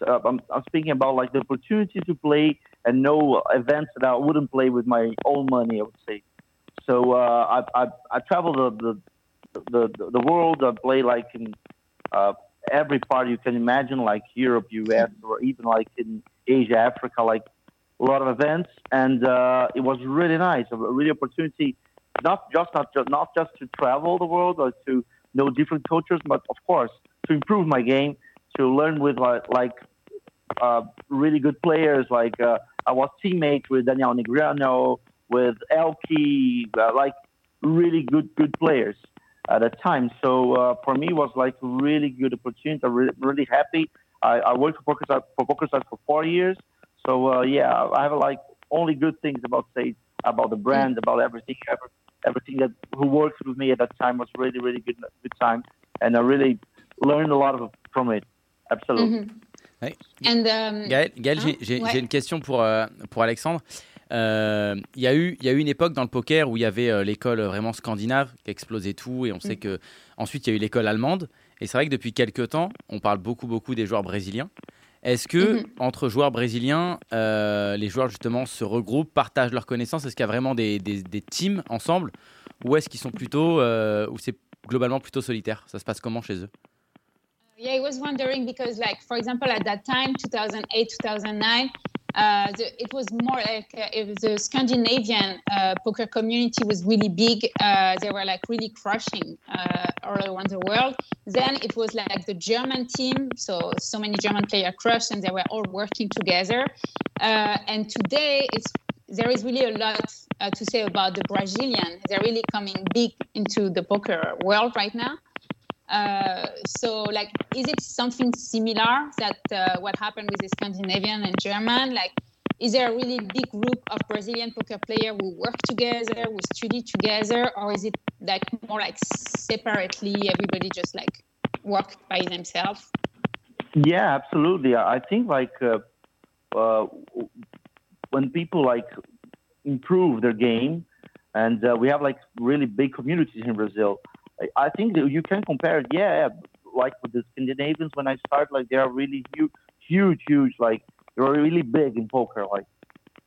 A: uh, I'm, I'm speaking about like the opportunity to play and know events that I wouldn't play with my own money. I would say. So uh, I, I I travel the the, the the the world. I play like in uh, every part you can imagine, like Europe, U.S., or even like in Asia, Africa, like
K: a lot of events, and uh, it was really nice, a really opportunity, not just not just not just to travel the world or to know different cultures, but of course to improve my game, to learn with like, like uh, really good players. Like uh, I was teammate with Daniel Negreanu, with Elke, uh, like really good good players at that time. So uh, for me, it was like really good opportunity. I'm really, really happy. I, I worked for PokerStars for, PokerStars for four years. So uh, yeah, I have like only good things about Sage, about the brand, about everything, ever, everything that who worked with me at that time was really really good good time, and I really learned a lot of, from it. Absolutely.
J: Mm-hmm. And um,
A: Gaël, Gaël,
J: hein,
A: j'ai- j'ai
J: ouais.
A: j'ai une question pour, euh, pour Alexandre. Euh, Il y, a eu- il y a eu une époque dans le poker où il y avait euh, l'école euh, vraiment scandinave qui explosait tout et on
J: Mm.
A: sait que ensuite il y a eu l'école allemande et c'est vrai que depuis quelques temps on parle beaucoup beaucoup des joueurs brésiliens. Est-ce que
J: Mhm.
A: entre joueurs brésiliens euh, les joueurs justement se regroupent, partagent leurs connaissances Est-ce qu'il y a vraiment des, des- des teams ensemble ou est-ce qu'ils sont plutôt euh, ou c'est globalement plutôt solitaire Ça se passe comment chez eux
J: Yeah, I was wondering because, like, for example, at that time, 2008, 2009, uh, the, it was more like uh, it was the Scandinavian uh, poker community was really big. Uh, they were like really crushing uh, all around the world. Then it was like the German team, so so many German player crushed, and they were all working together. Uh, and today, it's there is really a lot uh, to say about the Brazilian. They're really coming big into the poker world right now. Uh, so like is it something similar that uh, what happened with the scandinavian and german like is there a really big group of brazilian poker players who work together who study together or is it like more like separately everybody just like work by themselves
K: Yeah, absolutely. I I think like uh, uh, when people like improve their game, and uh, we have like really big communities in Brazil. I- I think that you can compare it. Yeah, yeah, like with the Scandinavians when I start, like they are really huge, huge, huge. Like they are really big in poker. Like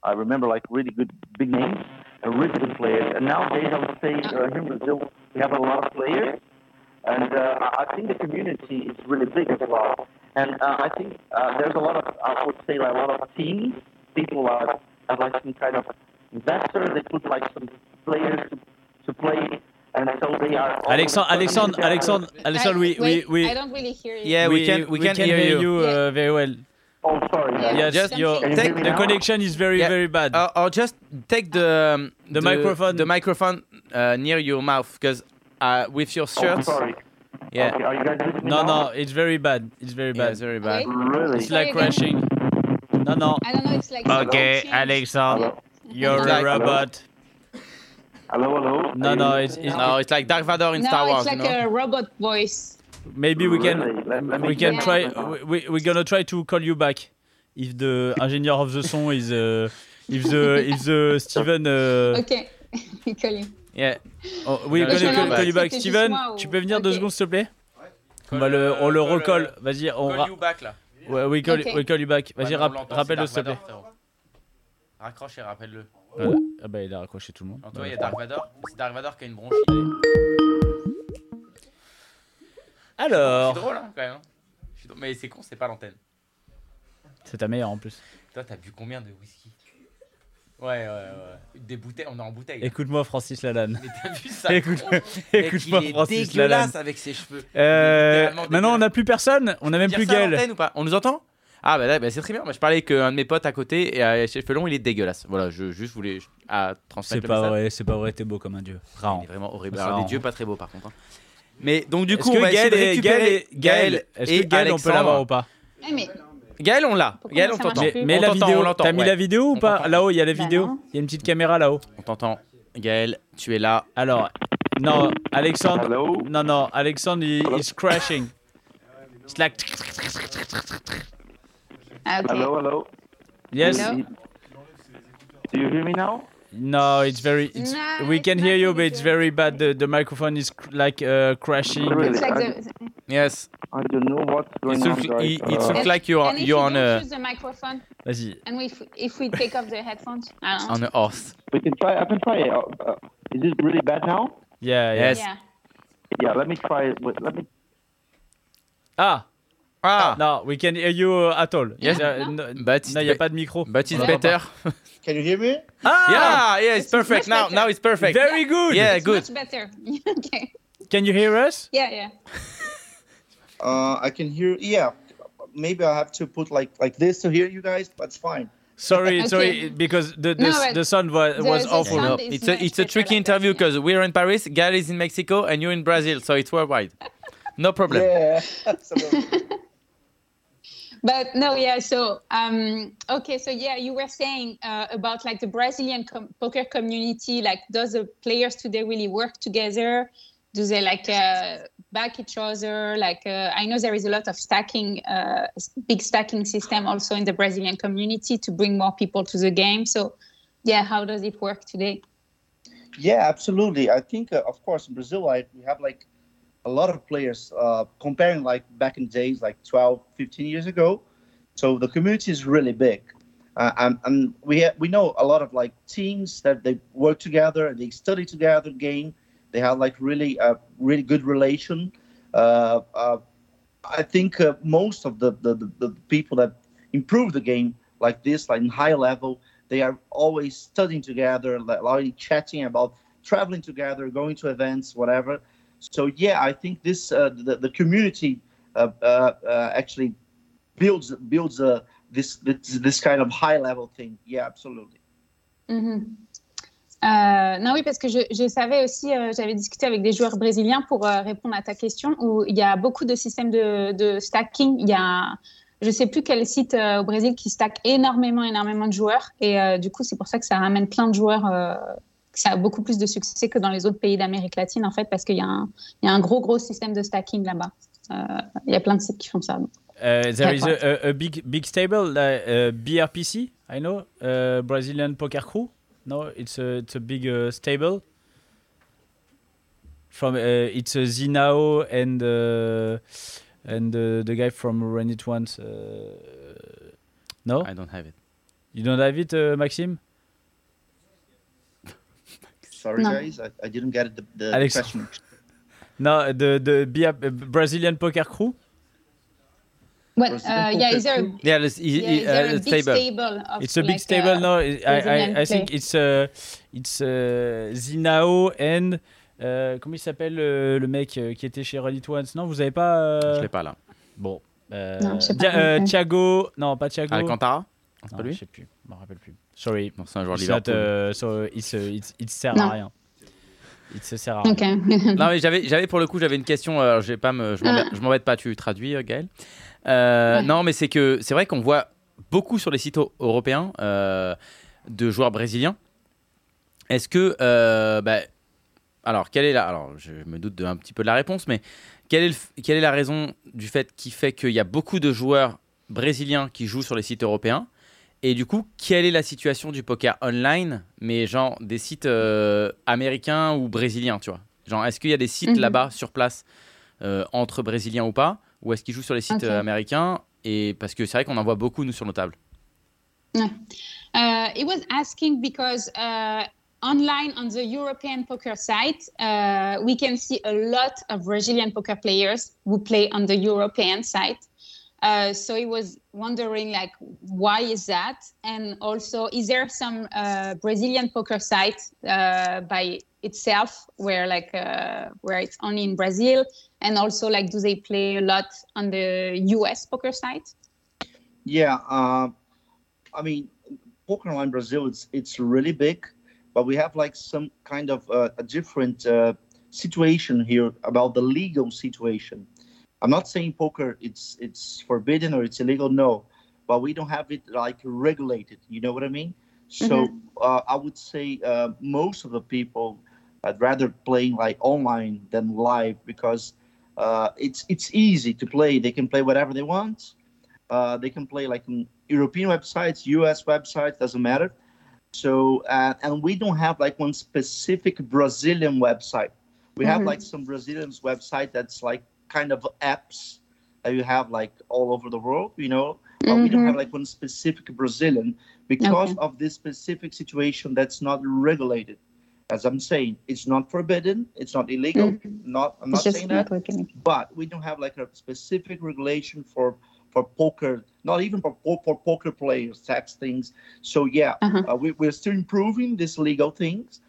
K: I remember like really good big names and really good players. And nowadays, I would say uh, here in Brazil we have a lot of players. And uh, I I think the community is really big as well. And uh, I think uh, there's a lot of, I would say, like, a lot of teams. People are, are like some kind of investors. They put like some players to, to play. And so they are. all-
B: Alexandre, Alexandre, Alexandre, Alexandre,
J: I,
B: oui, oui,
J: wait,
B: oui.
J: i don't really hear you
A: Yeah, we can- we can hear you.
B: uh, very well.
K: Oh, sorry.
J: Yeah.
B: Yes,
A: Just
B: your-
J: something-
A: take
B: the connection is very
A: Yeah. Oh.
B: very bad.
A: or, or just take the um,
B: The microphone.
A: the microphone uh, near your mouth because uh, with your
K: Oh,
A: shirts
K: sorry.
A: yeah
K: Okay, are you guys listening
B: no,
K: now?
B: no, it's very bad. It's very
A: yeah,
B: bad.
A: it's very bad
J: Wait,
K: Really?
B: It's like crashing. Non, non.
J: i don't know it's like
B: Okay,
J: something changed.
B: Alexandre, you're a
A: Like-
B: robot.
K: Hello, hello.
B: No,
K: Are
B: no,
K: you
B: it's, it's
A: no it's like Dark Vador in
J: no,
A: Star Wars
J: it's like
A: you know
J: a robot voice.
B: maybe we
K: Really? Let-
B: can
K: let me
B: we can
J: check.
B: try. We, we we're gonna try to call you back if the engineer of the song is uh, if the if the Steven. Uh,
J: Okay, *laughs* call you.
A: yeah
B: oh, we're
A: Okay,
B: gonna
A: call
B: call,
A: back.
B: call you back.
J: C'était juste
B: Steven,
J: moi ou-
B: tu peux venir deux
J: Ok.
B: secondes s'il te plaît. On, va le, on le recolle. Vas-y, on ra-
A: back là
B: ouais, we call,
J: Ok.
B: we call you back. Vas-y, rap- rappelle-le s'il te plaît.
A: raccroche et rappelle-le
B: Voilà. Ah bah il a raccroché tout le monde.
A: en toi il y a
B: Voilà.
A: Dark Vador c'est Dark Vador qui a une bronchite c'est
B: Alors,
A: drôle hein, quand même hein. Je suis drôle, mais c'est con c'est pas l'antenne
B: c'est ta meilleure en plus.
A: toi t'as bu combien de whisky ouais ouais ouais des bouteilles on est en bouteille là.
B: Écoute-moi Francis Lalanne.
A: mais t'as vu ça
B: *laughs* Écoute-
A: Mec,
B: Écoute-moi
A: il est
B: Francis Lalanne.
A: dégueulasse avec ses cheveux
B: Euh,
A: Littéralement
B: maintenant, on
A: dégueulasse.
B: n'a plus personne, on n'a même
A: Dire
B: plus
A: ça à
B: Gaël.
A: l'antenne ou pas On nous entend Ah bah, là, bah, c'est très bien. Moi, je parlais avec euh, un de mes potes à côté et euh, chez Felon, il est dégueulasse. Voilà, je juste voulais je- à
B: C'est
A: transmettre le
B: pas
A: message.
B: vrai, c'est pas vrai, t'es beau comme un dieu.
A: Il est vraiment horrible.
B: Ça
A: Alors,
B: rend.
A: des dieux pas très beaux par contre. hein. Mais donc
B: Du
A: du coup,
B: coup,
A: on va
B: Gaël,
A: essayer de
B: et, Gaël,
A: récupérer
B: et, Gaël, est-ce que Gaël,
A: et
B: on peut
A: Alexandre.
B: l'avoir ou pas
J: Eh, mais,
A: Gaël, on l'a.
J: Pourquoi
A: Gaël, on
J: ça marche
A: t'entend.
B: Mais,
J: plus.
B: mais
A: On
B: la
A: t'entend,
B: vidéo,
A: on l'entend,
B: t'as mis
A: ouais.
B: la vidéo ou
A: On
B: pas
A: t'entend.
B: Là-haut, il y a la
J: Bah
B: vidéo.
J: non.
B: Il y a une petite caméra là-haut.
A: On t'entend. Gaël, tu es là.
B: Alors, non, Alexandre,
K: Hello.
B: non, non, Alexandre, il is crashing. It's like,
J: ah, okay.
K: Hello, hello.
B: yes,
J: Hello.
K: Do you hear me now?
B: no, it's very, it's,
J: No,
B: we
J: it's
B: can
J: not
B: hear you, but
J: really
B: it's
J: good.
B: very bad. The, the microphone is cr- like uh, crashing.
K: Really?
J: It's like the,
A: Yes.
K: I don't know what's
A: It
K: going
A: looks,
K: on. guys.
A: it, it
K: Uh,
A: looks like you're,
J: and if you
A: you're on,
J: don't
A: a,
J: use the microphone,
B: Vas-y,
J: and we, if, if we take off the headphones, I don't know.
A: on a horse.
K: we can try. I can try it. Uh, uh, is this really bad now?
B: yeah, yeah.
A: Yes.
J: Yeah.
K: Yeah, let me try it. Wait, Let me.
B: Ah,
A: Ah,
B: No, we can hear you uh, at all.
A: Yes.
B: There- no,
A: but it's
B: il n'y a
A: be-
B: pas de micro.
A: but it's
B: On entend
A: better.
E: Can you hear me?
B: Ah,
A: *laughs* Yeah, yeah, it's
J: It's much
A: perfect. Now,
J: better.
A: now it's perfect.
B: Very good.
A: Yeah,
J: It's
A: good.
J: Much better. *laughs* okay.
B: Can you hear us?
J: Yeah, yeah.
K: Uh, I can hear. Yeah, maybe I have to put like like this to hear you guys. That's fine.
B: Sorry,
J: *laughs* Okay.
B: sorry, because the the,
J: No,
B: s-
J: but
B: the sound was,
J: the-
B: was
J: the
B: awful.
J: sound-
A: No,
J: is
A: it's a
J: much
A: it's a
J: better
A: tricky
J: like
A: interview
J: that, yeah.
A: because we're in Paris, Gal is in Mexico, and you're in Brazil, so it's worldwide. No problem.
K: Yeah. absolutely.
J: But no, yeah. So um, okay, so yeah, you were saying uh, about like the Brazilian com- poker community. Like, does the players today really work together? Do they like uh, back each other? Like, uh, I know there is a lot of stacking, uh, s- big stacking system also in the Brazilian community to bring more people to the game. So, yeah, how does it work today?
K: Yeah, absolutely. I think, uh, of course, in Brazil, I, we have like a lot of players uh, comparing like back in days, like 12, 15 years ago. So the community is really big. Uh, and, and we ha- we know a lot of like teams that they work together and they study together game. They have like really uh, really good relation. Uh, uh, I think uh, most of the, the, the, the people that improve the game like this, like in high level, they are always studying together, like already chatting about traveling together, going to events, whatever. So yeah, I think this uh, the, the community uh, uh, uh, actually builds builds uh, this, this this kind of high level thing. Yeah, absolutely.
J: Mhm. Euh, non, oui, parce que je, je savais aussi, euh, j'avais discuté avec des joueurs brésiliens pour euh, répondre à ta question, où il y a beaucoup de systèmes de, de stacking. Il y a, je ne sais plus quel site euh, au Brésil qui stack énormément, énormément de joueurs. Et euh, du coup, c'est pour ça que ça ramène plein de joueurs, euh, que ça a beaucoup plus de succès que dans les autres pays d'Amérique latine, en fait, parce qu'il y, a un- il y a un gros, gros système de stacking là-bas. Euh, Il y a plein de sites qui font ça.
B: Uh, there is
J: D'accord.
B: a, a, a big big stable, like, uh, BRPC. I know, uh, Brazilian Poker Crew. No, it's a it's a big uh, stable. From uh, it's uh, Zinao and uh, and uh, the guy from Run It Once. Uh, no,
A: I don't have it.
B: you don't have it, uh, Maxime.
K: Sorry
J: No.
K: guys, I, I didn't get the, the
B: Alex-
K: question.
B: *laughs* No, the the BR, uh, Brazilian Poker Crew.
J: Well,
K: Brazilian
J: uh, yeah,
K: poker
J: is there a,
A: Yeah, let's, e-
J: yeah,
A: e-
J: is there
A: uh,
J: a
A: let's
J: big
A: table.
J: stable? of,
B: It's a big
J: like,
B: stable.
J: uh,
B: no, I, I,
J: Brazilian
B: I think
J: play.
B: it's uh, it's uh, Zinao and euh, comment il s'appelle euh, le mec euh, qui était chez Run It Once Non, vous avez pas. euh,
A: Je l'ai pas là.
B: Bon. euh,
J: Non, je sais pas
B: Dia- euh,
J: non plus.
B: Thiago, non pas Thiago.
A: Alcantara Non,
B: Non,
A: C'est Ah, pas
B: je
A: lui
B: sais plus, je m'en rappelle plus. Sorry.
A: Non, c'est un joueur de
B: It's not,
A: Liverpool.
B: euh, so it's, uh, it's- it sert à
J: Non.
B: rien. Il se sert à rien.
J: Ok. *laughs*
A: Non, mais j'avais, j'avais pour le coup, j'avais une question. euh, je vais pas me, je m'embête, je m'embête pas, tu traduis, euh, Gaël. Euh,
J: Ah. Ouais.
A: Non, mais c'est que c'est vrai qu'on voit beaucoup sur les sites au- européens euh, de joueurs brésiliens. Est-ce que, euh, bah, alors, quelle est la, alors, je me doute de, un petit peu de la réponse, mais quelle est, le f- quelle est la raison du fait qui fait qu'il y a beaucoup de joueurs brésiliens qui jouent sur les sites européens? Et du coup, quelle est la situation du poker online, mais genre des sites euh, américains ou brésiliens, tu vois Genre, est-ce qu'il y a des sites
J: Mhm.
A: là-bas sur place euh, entre brésiliens ou pas, ou est-ce qu'ils jouent sur les sites
J: Ok.
A: euh, américains Et parce que c'est vrai qu'on en voit beaucoup nous sur nos tables.
J: Uh, it was asking because uh, online on the European poker site, uh, we can see a lot of Brazilian poker players who play on the European site. Uh, so he was wondering, like, why is that? And also, is there some uh, Brazilian poker site uh, by itself where, like, uh, where it's only in Brazil? And also, like, do they play a lot on the U.S. poker site?
K: Yeah, uh, I mean, poker online Brazil, it's it's really big, but we have like some kind of uh, a different uh, situation here about the legal situation. I'm not saying poker it's it's forbidden or it's illegal, no, but we don't have it like regulated. You know what I mean? So uh, I would say uh, most of the people I'd rather playing like online than live because uh, it's it's easy to play. They can play whatever they want. Uh, they can play like in European websites, US websites, doesn't matter. So, uh, and we don't have like one specific Brazilian website. We have
J: Mhm.
K: like some Brazilians website that's like kind of apps that you have like all over the world, you know, but we don't
J: Mhm.
K: have like one specific Brazilian because of this specific situation that's not regulated.
A: As I'm saying, it's not forbidden, it's not illegal. Not I'm
J: It's
A: not
J: just
A: saying that
J: not working.
A: but we don't have like a specific regulation for for poker not even for, po- for poker players tax things so yeah
J: Uh-huh.
A: uh, we, we're still improving these legal things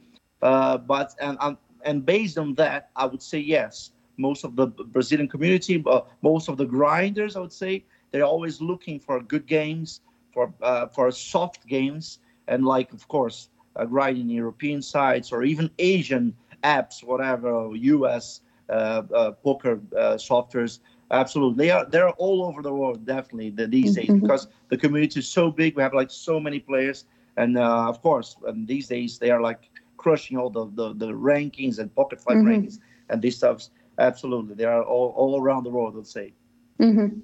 A: uh, but and, and and based on that i would say yes most of the brazilian community uh, most of the grinders i would say they're always looking for good games for uh, for soft games and like of course uh, grinding european sites or even asian apps whatever us uh, uh, poker uh, softwares. Absolutely, they are. They're all over the world, definitely the, these days
J: Mhm.
A: because the community is so big. We have like so many players, and uh, of course, and these days they are like crushing all the the, the rankings and pocket five
J: Mhm.
A: rankings and these stuffs. Absolutely, they are all, all around the world. Let's say.
J: Mhm.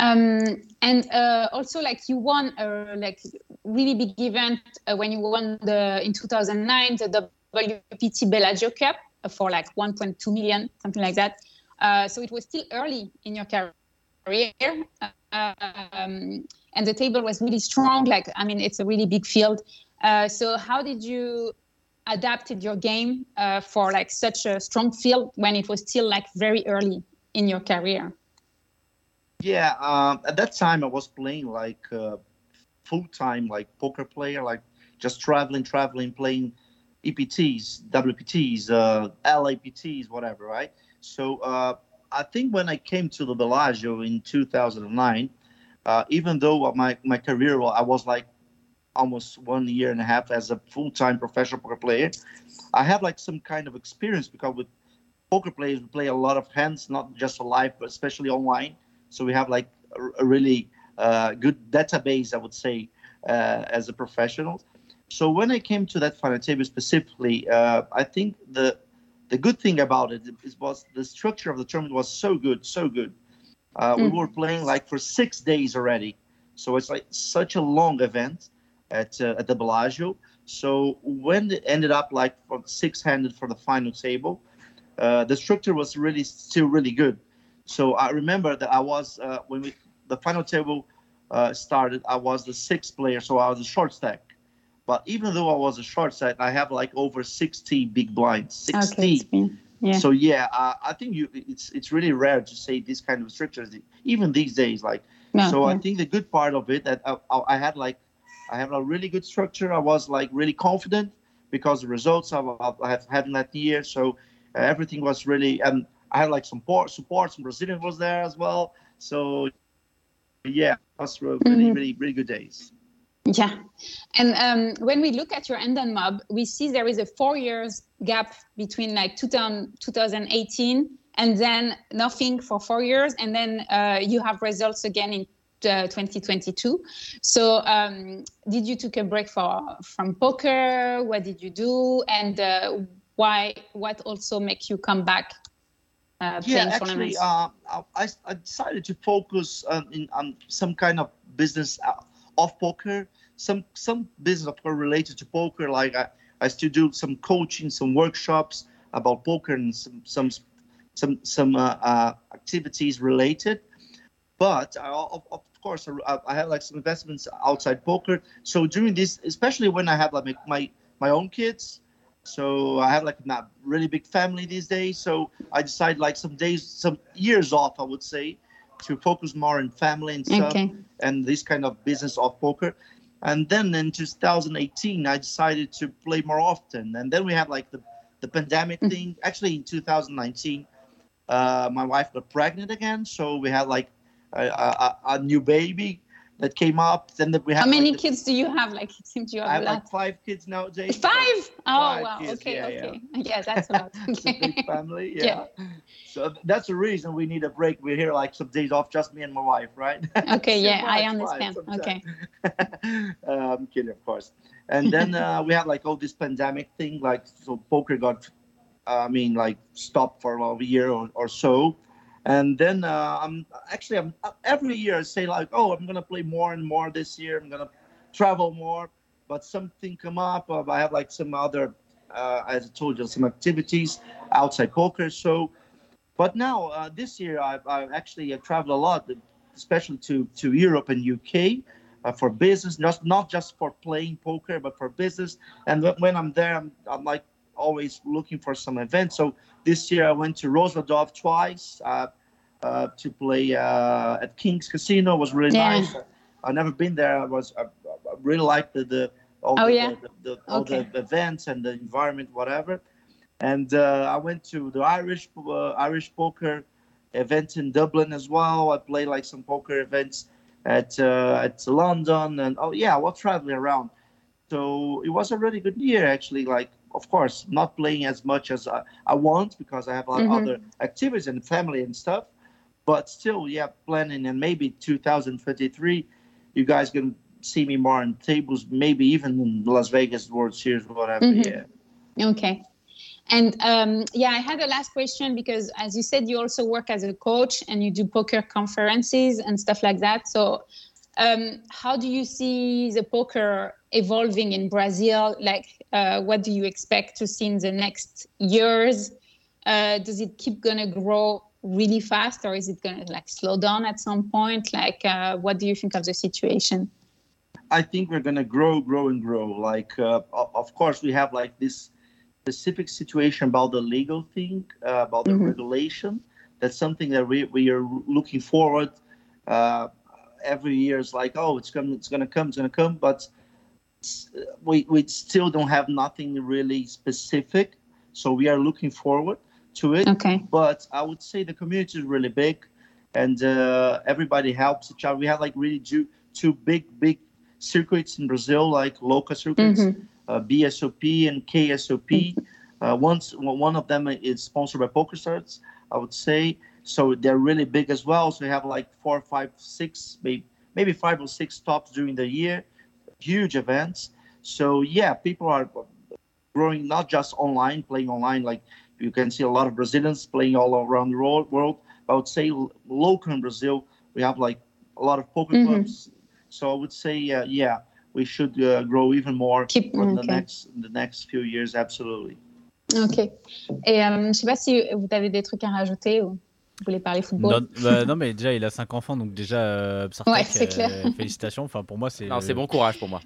J: Um, and uh, also, like you won a like really big event uh, when you won the in 2009 the WPT Bellagio Cup for like 1.2 million, something like that. Uh, so it was still early in your car- career, um, and the table was really strong. Like I mean, it's a really big field. Uh, so how did you adapted your game uh, for like such a strong field when it was still like very early in your career?
A: Yeah, um, at that time I was playing like uh, full time, like poker player, like just traveling, traveling, playing EPTs, WPTs, uh, LAPTs, whatever, right? So uh, I think when I came to the Bellagio in 2009, uh, even though uh, my, my career, well, I was like almost one year and a half as a full time professional poker player, I had like some kind of experience because with poker players, we play a lot of hands, not just live, but especially online so we have like a, a really uh, good database i would say uh, as a professional so when i came to that final table specifically uh, i think the the good thing about it is was the structure of the tournament was so good so good uh, we
J: Mm.
A: were playing like for six days already so it's like such a long event at, uh, at the bellagio so when it ended up like for six-handed for the final table uh, the structure was really still really good so I remember that I was uh, when we the final table uh, started. I was the sixth player, so I was a short stack. But even though I was a short stack, I have like over sixty big blinds. Sixty.
J: Okay, it's been- yeah.
A: So yeah, I, I think you it's it's really rare to say this kind of structures even these days. Like
J: No,
A: so, I
J: yeah.
A: think the good part of it that I, I, I had like I have a really good structure. I was like really confident because the results I, I have had in that year. So uh, everything was really and I had like some support support. Some Brazilian was there as well. So yeah, it was really
J: Mhm.
A: really really good days.
J: Yeah. And um, when we look at your Endon mob, we see there is a four years gap between like 2000, 2018 and then nothing for four years. And then uh, you have results again in uh, 2022. So um, did you took a break for, from poker? What did you do? And uh, why, what also make you come back uh, playing
A: yeah, actually,
J: tournaments?
A: uh, I, I I decided to focus on, in, on some kind of business uh, off poker, some some business of course related to poker. Like I, I still do some coaching, some workshops about poker and some some some some uh, uh, activities related. But I, of, of course, I, I had like some investments outside poker. So during this, especially when I have like my my, my own kids, so I have like a really big family these days. So I decided like some days, some years off, I would say, to focus more on family and stuff
J: okay.
A: and this kind of business of poker. And then in 2018, I decided to play more often. And then we had like the, the pandemic
J: Mm.
A: thing. Actually, in 2019, uh, my wife got pregnant again. So we had like a, a, a- a new baby that came up. Then we had
J: How many
A: like, the-
J: kids do you have? Like, it seems you
A: I
J: have
A: have
J: a lot.
A: like five kids nowadays.
J: Five? Oh,
A: Five
J: wow.
A: kids,
J: okay,
A: yeah,
J: okay. *laughs* Yeah. that's a lot.
A: *laughs* it's a big
J: Okay. *laughs*
A: family.
J: Yeah.
A: Yeah. So that's the reason we need a break. We're here like some days off, just me and my wife, right? *laughs*
J: Okay, yeah, I
A: It's fine,
J: understand.
A: sometimes.
J: Okay.
A: Uh, I'm kidding, of course. And then uh, we had like all this pandemic thing, like so poker got, I mean, like stopped for about a year or, or so. And then uh, I'm actually I'm every year I say like, oh, I'm gonna play more and more this year. I'm gonna travel more, but something come up. Uh, I have like some other, uh, as I told you, some activities outside poker. So, but now uh, this year I, I actually I traveled a lot, especially to to Europe and UK uh, for business, not not just for playing poker, but for business. And wh- when I'm there, I'm, I'm like
C: always looking for some events. So this year I went to Rosendorf twice uh, uh, to play uh, at King's Casino. It was really
J: Yeah.
C: nice. I've never been there. I was I, I really liked the, the all,
J: Oh,
C: the,
J: yeah?
C: the, the, all
J: Okay.
C: the events and the environment, whatever. And uh, I went to the Irish uh, Irish poker event in Dublin as well. I played like some poker events at uh, at London and oh yeah, I was traveling around. So it was a really good year actually. Like of course, not playing as much as I, I want because I have like
J: Mhm.
C: other activities and family and stuff. But still, yeah, planning and maybe 2023, you guys can see me more on tables, maybe even in Las Vegas World Series, whatever.
J: Mhm.
C: Yeah.
J: Okay. And um, yeah, I had a last question because, as you said, you also work as a coach and you do poker conferences and stuff like that. So, um, how do you see the poker evolving in Brazil? Like, uh, what do you expect to see in the next years? Uh, does it keep gonna grow really fast, or is it gonna like slow down at some point? Like, uh, what do you think of the situation?
C: I think we're gonna grow, grow, and grow. Like, uh, o- of course, we have like this specific situation about the legal thing, uh, about the
J: Mhm.
C: regulation. That's something that we, we are looking forward. Uh, every year is like, oh, it's coming, it's gonna come, it's gonna come, but it's, uh, we we still don't have nothing really specific. So we are looking forward to it
J: Okay.
C: but I would say the community is really big, and uh, everybody helps each other. We have like really two, two big, big circuits in Brazil, like local circuits,
J: Mhm.
C: uh, BSOP and KSOP.
A: Mm-hmm.
C: Uh, once one one of them is sponsored by PokerStars, I would say. So they're really big as well. So we have like four, five, six, maybe maybe five or six stops during the year, huge events. So yeah, people are growing not just online, playing online like you can see a lot of Brazilians playing all around the ro- world. I would say l- local in Brazil, we have like a lot of poker
J: Mhm.
C: clubs. So I would say, uh, yeah, we should uh, grow even more
J: Keep-
C: in the
J: okay.
C: next the next few years. Absolutely.
J: Ok. Et euh, je ne sais pas si vous avez des trucs à rajouter ou vous voulez parler football.
B: Non, bah, non, mais déjà, il a 5 enfants, donc déjà, euh, Psartek,
J: Ouais, c'est clair.
B: félicitations. Enfin, pour moi, c'est.
A: Non, c'est bon courage pour moi.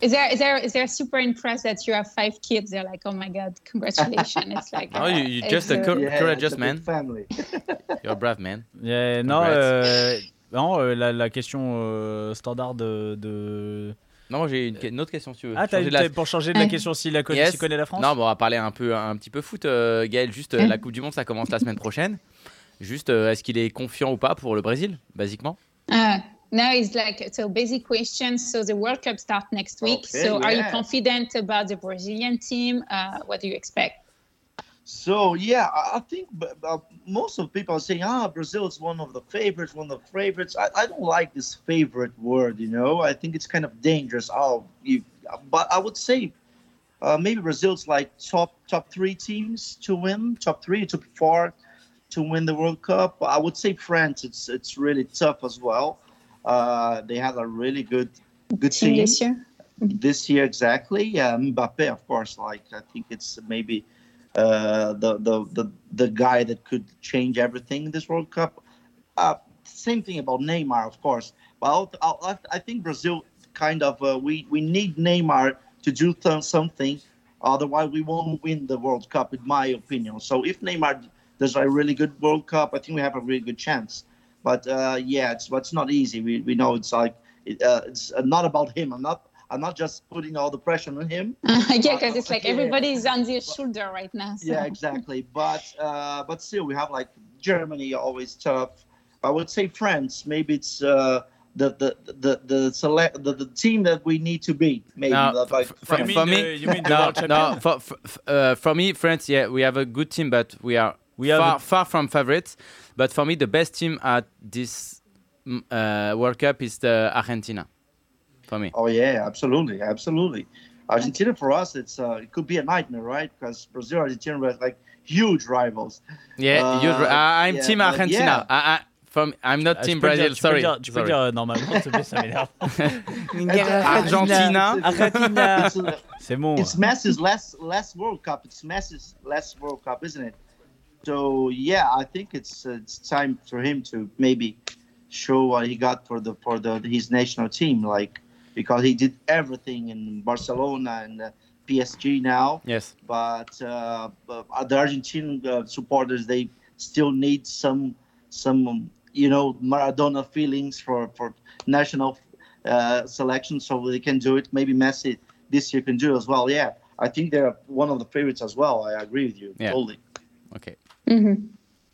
J: They're, they're, they're super impressed that you have five kids. They're like, oh my God, congratulations. It's
A: *laughs*
J: like,
A: No, you- you
J: it's,
A: just a
J: uh,
A: cur-
C: Yeah,
A: courageous
C: it's a
A: man.
C: big Family.
A: *laughs* You're a brave man.
B: Yeah, non,
A: Congrats.
B: euh, non, euh, la, la question euh, standard de. de-
A: Non, moi j'ai une, que- une autre question si tu veux.
B: Ah, t'as
A: Changer
B: une
A: de la-
B: thé- pour changer de la
J: Ouais.
B: question s'il la connaît,
A: Yes.
B: s'il connaît la France
A: Non, bon, on va parler un peu, un petit peu foot, euh, Gaël. Juste euh,
J: Hein
A: la Coupe du Monde, ça commence la semaine prochaine. Juste, euh, est-ce qu'il est confiant ou pas pour le Brésil, basiquement
J: Uh, now it's like, so basic question. So the World Cup starts next week.
C: Okay,
J: so are you
C: yeah.
J: confident about the Brazilian team? Uh, what do you expect?
C: So yeah, I I think b- b- most of people are saying, ah, Brazil is one of the favorites, one of the favorites. I, I don't like this favorite word, you know. I think it's kind of dangerous. Oh, you, but I would say uh, maybe Brazil's like top top three teams to win, top three, top four to win the World Cup. I would say France. It's it's really tough as well. Uh, they have a really good good
J: Team
C: team
J: this year? *laughs*
C: this year exactly. Uh, Mbappe, of course, like I think it's maybe uh, the, the the the guy that could change everything in this World Cup. Uh, same thing about Neymar, of course. But I'll, I'll, I think Brazil kind of uh, we we need Neymar to do th- something, otherwise we won't win the World Cup, in my opinion. So if Neymar does a really good World Cup, I think we have a really good chance. But uh, yeah, it's but it's not easy. We, we know it's like it, uh, it's not about him. I'm not I'm not just putting all the pressure on him.
J: yeah, because it's like
C: Uh, Yeah.
J: everybody's on their shoulder right now. So.
C: Yeah, exactly. But uh, but still, we have like Germany always tough. I would say France. Maybe it's uh, the the the the select the, the team that we need to beat. Maybe
A: No,
C: like
A: f-
C: France.
A: f- for me,
L: you mean the
A: no,
L: world champion?
A: no. For, for, uh, for me, France, yeah, we have a good team, but we are
B: We have
A: far, far from favorites. But for me, the best team at this mm, uh, World Cup is the Argentina. For me,
C: Oh yeah, absolutely, absolutely. Argentina for us, it's uh, it could be a nightmare, right? Because Brazil, Argentina were like huge rivals.
A: yeah,
C: Uh,
A: you're, I- I'm
C: yeah,
A: team
C: but
A: Argentina. I, I, from, I'm not
B: Ah, tu
A: team
B: peux le
A: Brazil.
B: dire, tu peux le
A: sorry,
B: dire- tu peux le
A: sorry.
B: dire euh, normalement, s'il te plaît, ça
A: *laughs*
B: m'énerve.
A: Argentina.
B: Argentina.
C: It's, uh,
B: C'est bon.
C: it's Messi's last last World Cup. It's Messi's last World Cup, isn't it? So yeah, I think it's it's time for him to maybe show what he got for the for the his national team, like because he did everything in Barcelona and uh, PSG now,
A: Yes.
C: but uh, but the Argentine uh, supporters they still need some some you know Maradona feelings for for national uh, selection, so they can do it. Maybe Messi this year can do it as well. Yeah, I think they're one of the favorites as well. I agree with you
A: Yeah.
C: totally.
A: Ok.
J: Mhm.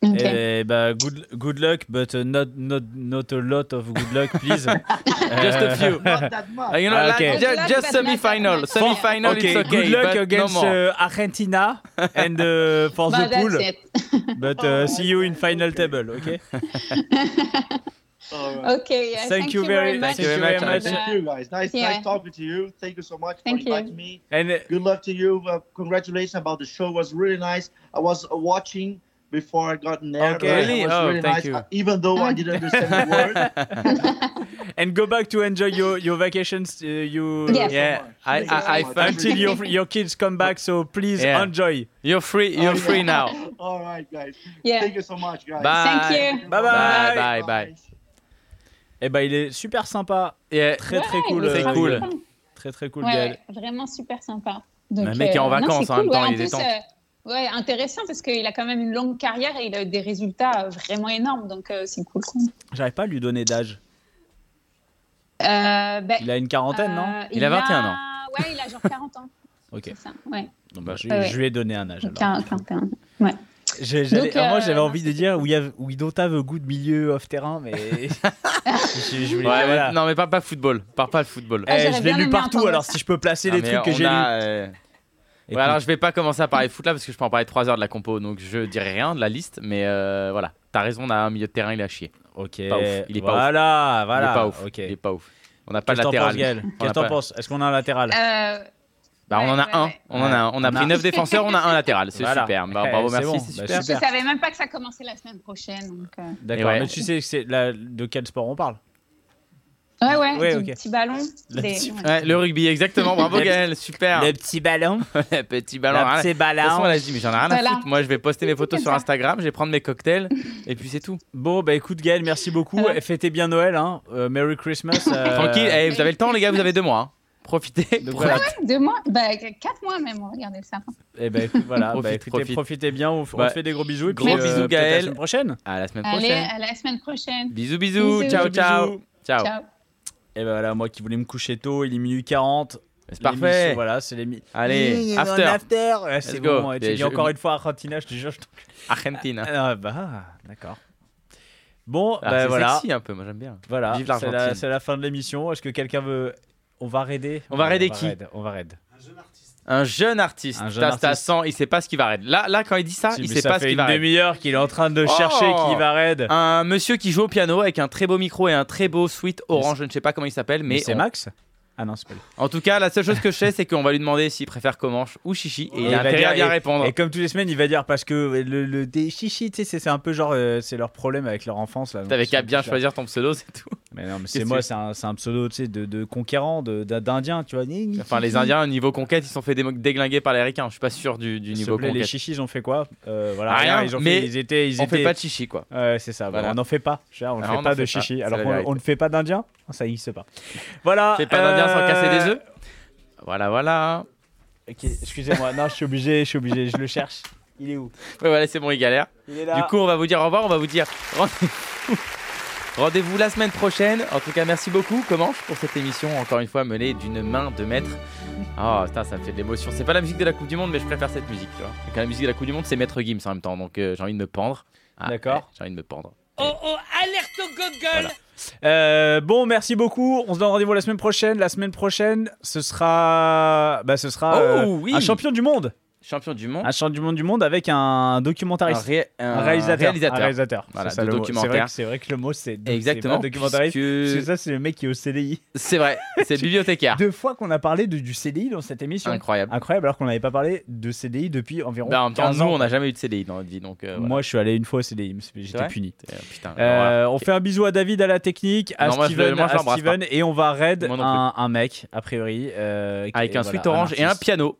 J: Okay.
B: Eh bah, good, good luck, but uh, not, not, not a lot of good luck,
A: *laughs*
B: please.
A: *laughs* Just a *laughs* few.
C: Not that much.
A: Ah, you know,
B: Ah,
A: like,
B: ok.
A: ju- just,
J: Good luck, but
A: semi-final.
J: not that
A: Semi-final,
B: Ok,
A: it's okay.
B: good luck
A: but
B: against
A: no more.
B: uh, Argentina and uh, for the
J: But Bah, that's
B: pool,
J: it. *laughs*
B: but uh, see you in final table, ok
C: All right.
J: okay. Yeah.
B: Thank you very-
J: much.
B: thank you very
J: for
B: much.
J: the-
C: Thank you guys. Nice,
J: Yeah.
C: nice talking to you. Thank you so much
J: Thank
C: for
J: you.
C: inviting me.
B: And uh,
C: Good luck to you. Uh, congratulations about the show. It was really nice. I was uh, watching before I got in there.
B: Okay.
C: but
A: Really?
C: It was
A: Oh,
C: really
A: thank
C: nice.
A: you.
C: uh, even though I didn't understand the
B: *laughs*
C: word.
B: and go back to enjoy your, your vacations. Uh, you
J: Yes.
A: Yeah, I,
C: Thank you so
A: I, I
C: much.
A: found
B: until
J: *laughs*
B: your your kids come back. So please
A: Yeah.
B: enjoy.
A: You're free. You're free now.
C: All right, guys.
J: Yeah.
C: Thank you so much, guys.
A: Bye.
J: Thank
B: Ah,
J: you.
B: Bye-bye.
A: Bye, bye, bye.
B: Eh ben, il est super sympa,
A: Yeah.
B: très très
J: Ouais,
B: cool,
J: il est
A: Très
B: euh,
A: cool.
J: sympa.
B: très très cool.
J: Ouais,
B: Gaël.
J: ouais, vraiment super sympa. Donc, euh,
A: Le mec est en vacances,
J: c'est
A: en même temps,
J: ouais,
A: il est
J: plus,
A: détente.
J: euh, ouais, intéressant parce qu'il a quand même une longue carrière et il a eu des résultats euh, vraiment énormes, donc euh, c'est cool. quoi.
B: J'arrive pas à lui donner d'âge.
J: Euh, ben,
B: Il a une quarantaine, non
J: euh,
A: Il a 21 ans.
J: *laughs* Ouais, il a genre 40 ans.
B: Ok.
J: C'est ça, ouais.
B: Non, bah, je,
J: Ouais.
B: je lui ai donné un âge. alors.
J: 40, 41.
B: *laughs* J'ai- j'allais-
J: Donc,
B: ah, moi,
J: euh,
B: j'avais
J: non,
B: envie de dire we, have, we don't have a good milieu off terrain, mais
J: *laughs*
B: *laughs* je, je voulais-
A: Ouais, ouais,
B: voilà.
A: Non, mais pas, pas football. Parle pas le football.
J: Ah,
B: Eh,
J: j'aurais
B: je l'ai
J: bien
B: lu
J: aimé
B: partout.
J: entendre
B: Alors
J: ça.
B: si je peux placer
A: Non,
B: les
A: mais
B: trucs que
A: on
B: j'ai lus.
A: a, euh,
B: Écoute,
A: Voilà, alors je vais pas commencer à parler foot là parce que je peux en parler 3 heures de la compo donc je dirai rien de la liste mais euh, voilà, t'as raison, on a un milieu de terrain, il est à chier.
B: ok.
A: pas ouf, il est pas ouf.
B: voilà, voilà.
A: Il est pas ouf.
B: Ok.
A: Il est pas ouf. On n'a pas
B: Qu'est-ce
A: de
B: t'en penses,
A: latéral.
B: Gaël
A: On
B: Qu'est-ce
A: n'a
B: t'en
A: pas-
B: penses Est-ce qu'on a un latéral
J: Euh,
A: Bah, on en a
J: Ouais, ouais,
A: un.
J: ouais.
A: On en a un. On a
B: On a-
A: pris 9 défenseurs, on a un latéral. C'est
B: Voilà.
A: super. Bah,
B: Eh,
A: bravo,
B: *laughs* c'est
A: merci.
B: bon.
A: c'est
B: Bah,
A: super.
B: super.
J: je savais même pas que ça commençait la semaine prochaine. Donc, euh,
B: D'accord.
A: ouais.
B: Mais tu sais que c'est la- de quel sport on parle
J: Ouais, ouais,
B: Ouais,
J: des
B: ok.
J: petits ballons.
B: Le
J: des-
B: petit-
J: ouais.
A: Ouais, le rugby,
B: *laughs*
A: exactement. Bravo,
B: Le-
A: Gaël. Super.
B: Le petit ballon.
A: Le *laughs* petit ballon.
B: Le
A: Rien-
B: petit
A: De toute façon,
B: ballon.
A: elle a dit, mais j'en ai rien à
J: Voilà.
A: foutre. Moi, je vais poster mes photos
J: comme
A: sur
J: ça.
A: Instagram, je vais prendre mes cocktails et puis c'est tout.
B: Bon, bah écoute, Gaël, merci beaucoup.
J: Ouais.
B: Fêtez bien Noël. Hein. Euh, Merry Christmas. euh,
A: Tranquille. Eh,
J: mais-
A: vous avez le temps, les gars, vous avez deux mois. hein. Profitez.
B: Donc
A: Profitez.
B: voilà,
J: Deux mois, bah, quatre mois même, regardez ça.
B: Eh ben, écoute, voilà,
A: *laughs* Profite,
B: bah, écoutez,
A: profite.
B: profitez bien, on, on
A: Ouais.
B: te fait des gros bisous. Et
A: Gros
B: puis, euh,
A: bisous,
B: peut-être à la
A: Gaël.
B: semaine prochaine.
A: *laughs* À la semaine
J: Allez,
A: prochaine.
J: à la semaine prochaine.
A: Bisous, bisous.
J: Bisous.
A: Ciao,
B: Bisous,
A: ciao.
B: bisous.
A: Ciao.
J: Ciao.
B: Et ben voilà, moi qui voulais me coucher tôt, il est minuit 40.
A: C'est
B: L'émission,
A: parfait.
B: Voilà, c'est les mi- Mmh,
A: Allez,
B: on
A: after.
B: after. Ouais, c'est
A: Let's go.
B: bon,
A: Et
B: j'ai dit
A: je-
B: encore une fois Argentina, je te jure. je t'en-
A: Argentine.
B: Ah bah, d'accord. Bon,
A: Ah,
B: bah
A: c'est
B: voilà,
A: sexy un peu, moi j'aime bien.
B: voilà
A: Vive
B: c'est la,
A: l'Argentine.
B: c'est la fin de l'émission. Est-ce que quelqu'un veut... On va raider
A: On va raider qui
B: On va raider.
A: Un jeune artiste.
B: Un
A: Un
B: jeune
A: jeune
B: artiste.
A: il sait pas ce qu'il va raid. Là, là, quand il dit ça, Ah, il sait
B: ça
A: pas ce
B: fait
A: qu'il
B: une
A: va raid.
B: demi-heure qu'il est en train de chercher
A: Oh
B: qui va raid.
A: Un monsieur qui joue au piano avec un très beau micro et un très beau suite orange, je ne sais pas comment il s'appelle, mais
B: c'est
A: on-
B: Max Ah non, c'est pas lui.
A: en tout cas, la seule chose que je sais, c'est qu'on va lui demander s'il préfère Comanche ou Chichi, et
B: Et
A: il a
B: va
A: intérêt
B: dire-
A: à bien
B: et-
A: répondre.
B: Et comme toutes les semaines, il va dire parce que le, le des chichis, tu sais, c'est- c'est un peu genre, euh, c'est leur problème avec leur enfance. là. Donc,
A: T'avais
B: ils
A: qu'à
B: sont
A: bien
B: tous là.
A: choisir ton pseudo, c'est
B: *laughs*
A: tout.
B: Mais non, mais
A: Qu'est-ce
B: c'est
A: que
B: moi,
A: tu-
B: c'est un, c'est un pseudo, tu sais, de, de conquérant, de- d'un- d'indien, tu vois.
A: Enfin, les Indiens, au niveau conquête, ils se sont fait dé- déglinguer par les Ricains. Je suis pas sûr du, du
B: S'il
A: niveau
B: vous plaît, les
A: conquête.
B: chichis, ils ont fait quoi Euh, voilà,
A: Ah, rien,
B: ils ont
A: mais
B: fait, ils étaient, ils
A: On
B: étaient-
A: fait pas de Chichi, quoi.
B: Ouais, c'est ça, voilà,
A: Voilà.
B: on n'en fait pas. Je veux dire, on ne
A: Ah,
B: fait
A: on
B: pas
A: en
B: de
A: fait pas,
B: chichis.
A: c'est
B: Alors
A: la
B: qu'on
A: vérité.
B: on ne fait pas d'indien Ça n'existe pas. Voilà.
A: Fais pas d'Indien sans
B: euh,
A: casser des œufs. Voilà, voilà.
B: ok, Excusez-moi, non, je suis obligé, je suis obligé, je le cherche. Il est où
A: Ouais, voilà, c'est bon, il galère.
B: Il est là.
A: Du coup, on va vous dire au revoir, on va vous dire rendez-vous. *laughs* Rendez-vous la semaine prochaine. En tout cas, merci beaucoup, Comanche, pour cette émission, encore une fois, menée d'une main de maître. Ah, putain, ça me fait de l'émotion. C'est pas la musique de la Coupe du Monde, mais je préfère cette musique, tu vois. Quand la musique de la Coupe du Monde, c'est Maître Gims en même temps, donc euh, j'ai envie de me pendre. Ah,
B: D'accord.
A: ouais, j'ai envie de me pendre.
B: Euh, bon, merci beaucoup. On se donne rendez-vous la semaine prochaine. La semaine prochaine, ce sera, bah, ce sera
A: Oh,
B: euh,
A: oui.
B: un champion du monde,
A: Champion du monde.
B: un champion du monde du monde avec un
A: Un,
B: documentariste,
A: ré-
B: un,
A: un
B: réalisateur,
A: réalisateur.
B: un réalisateur.
A: Voilà,
B: C'est ça,
A: de
B: le mot.
A: documentaire.
B: C'est vrai, que- c'est vrai que le mot c'est c'est
A: Exactement.
B: pas documentariste. Parce que
A: puisque-
B: ça, c'est le mec qui est au CDI.
A: C'est vrai,
B: *laughs*
A: c'est le bibliothécaire.
B: Deux fois qu'on a parlé de, du CDI dans cette émission.
A: Incroyable.
B: Ah. Incroyable, alors qu'on n'avait pas parlé de CDI depuis environ
A: Bah, en même temps,
B: 15
A: nous,
B: ans.
A: on n'a jamais eu de CDI dans notre vie, donc. euh, voilà.
B: Moi, je suis allé une fois au CDI, mais j'étais
A: vrai
B: puni.
A: Euh, putain. voilà.
B: Euh, on fait un bisou à David à la technique, à
A: Non, moi, je
B: Steven,
A: le- moi, je
B: à
A: l'embrasse
B: Steven, et on va raid
A: Moi non
B: un, un mec, a priori. euh, qui-
A: Avec un
B: voilà,
A: sweat orange et un
B: artiste.
A: piano.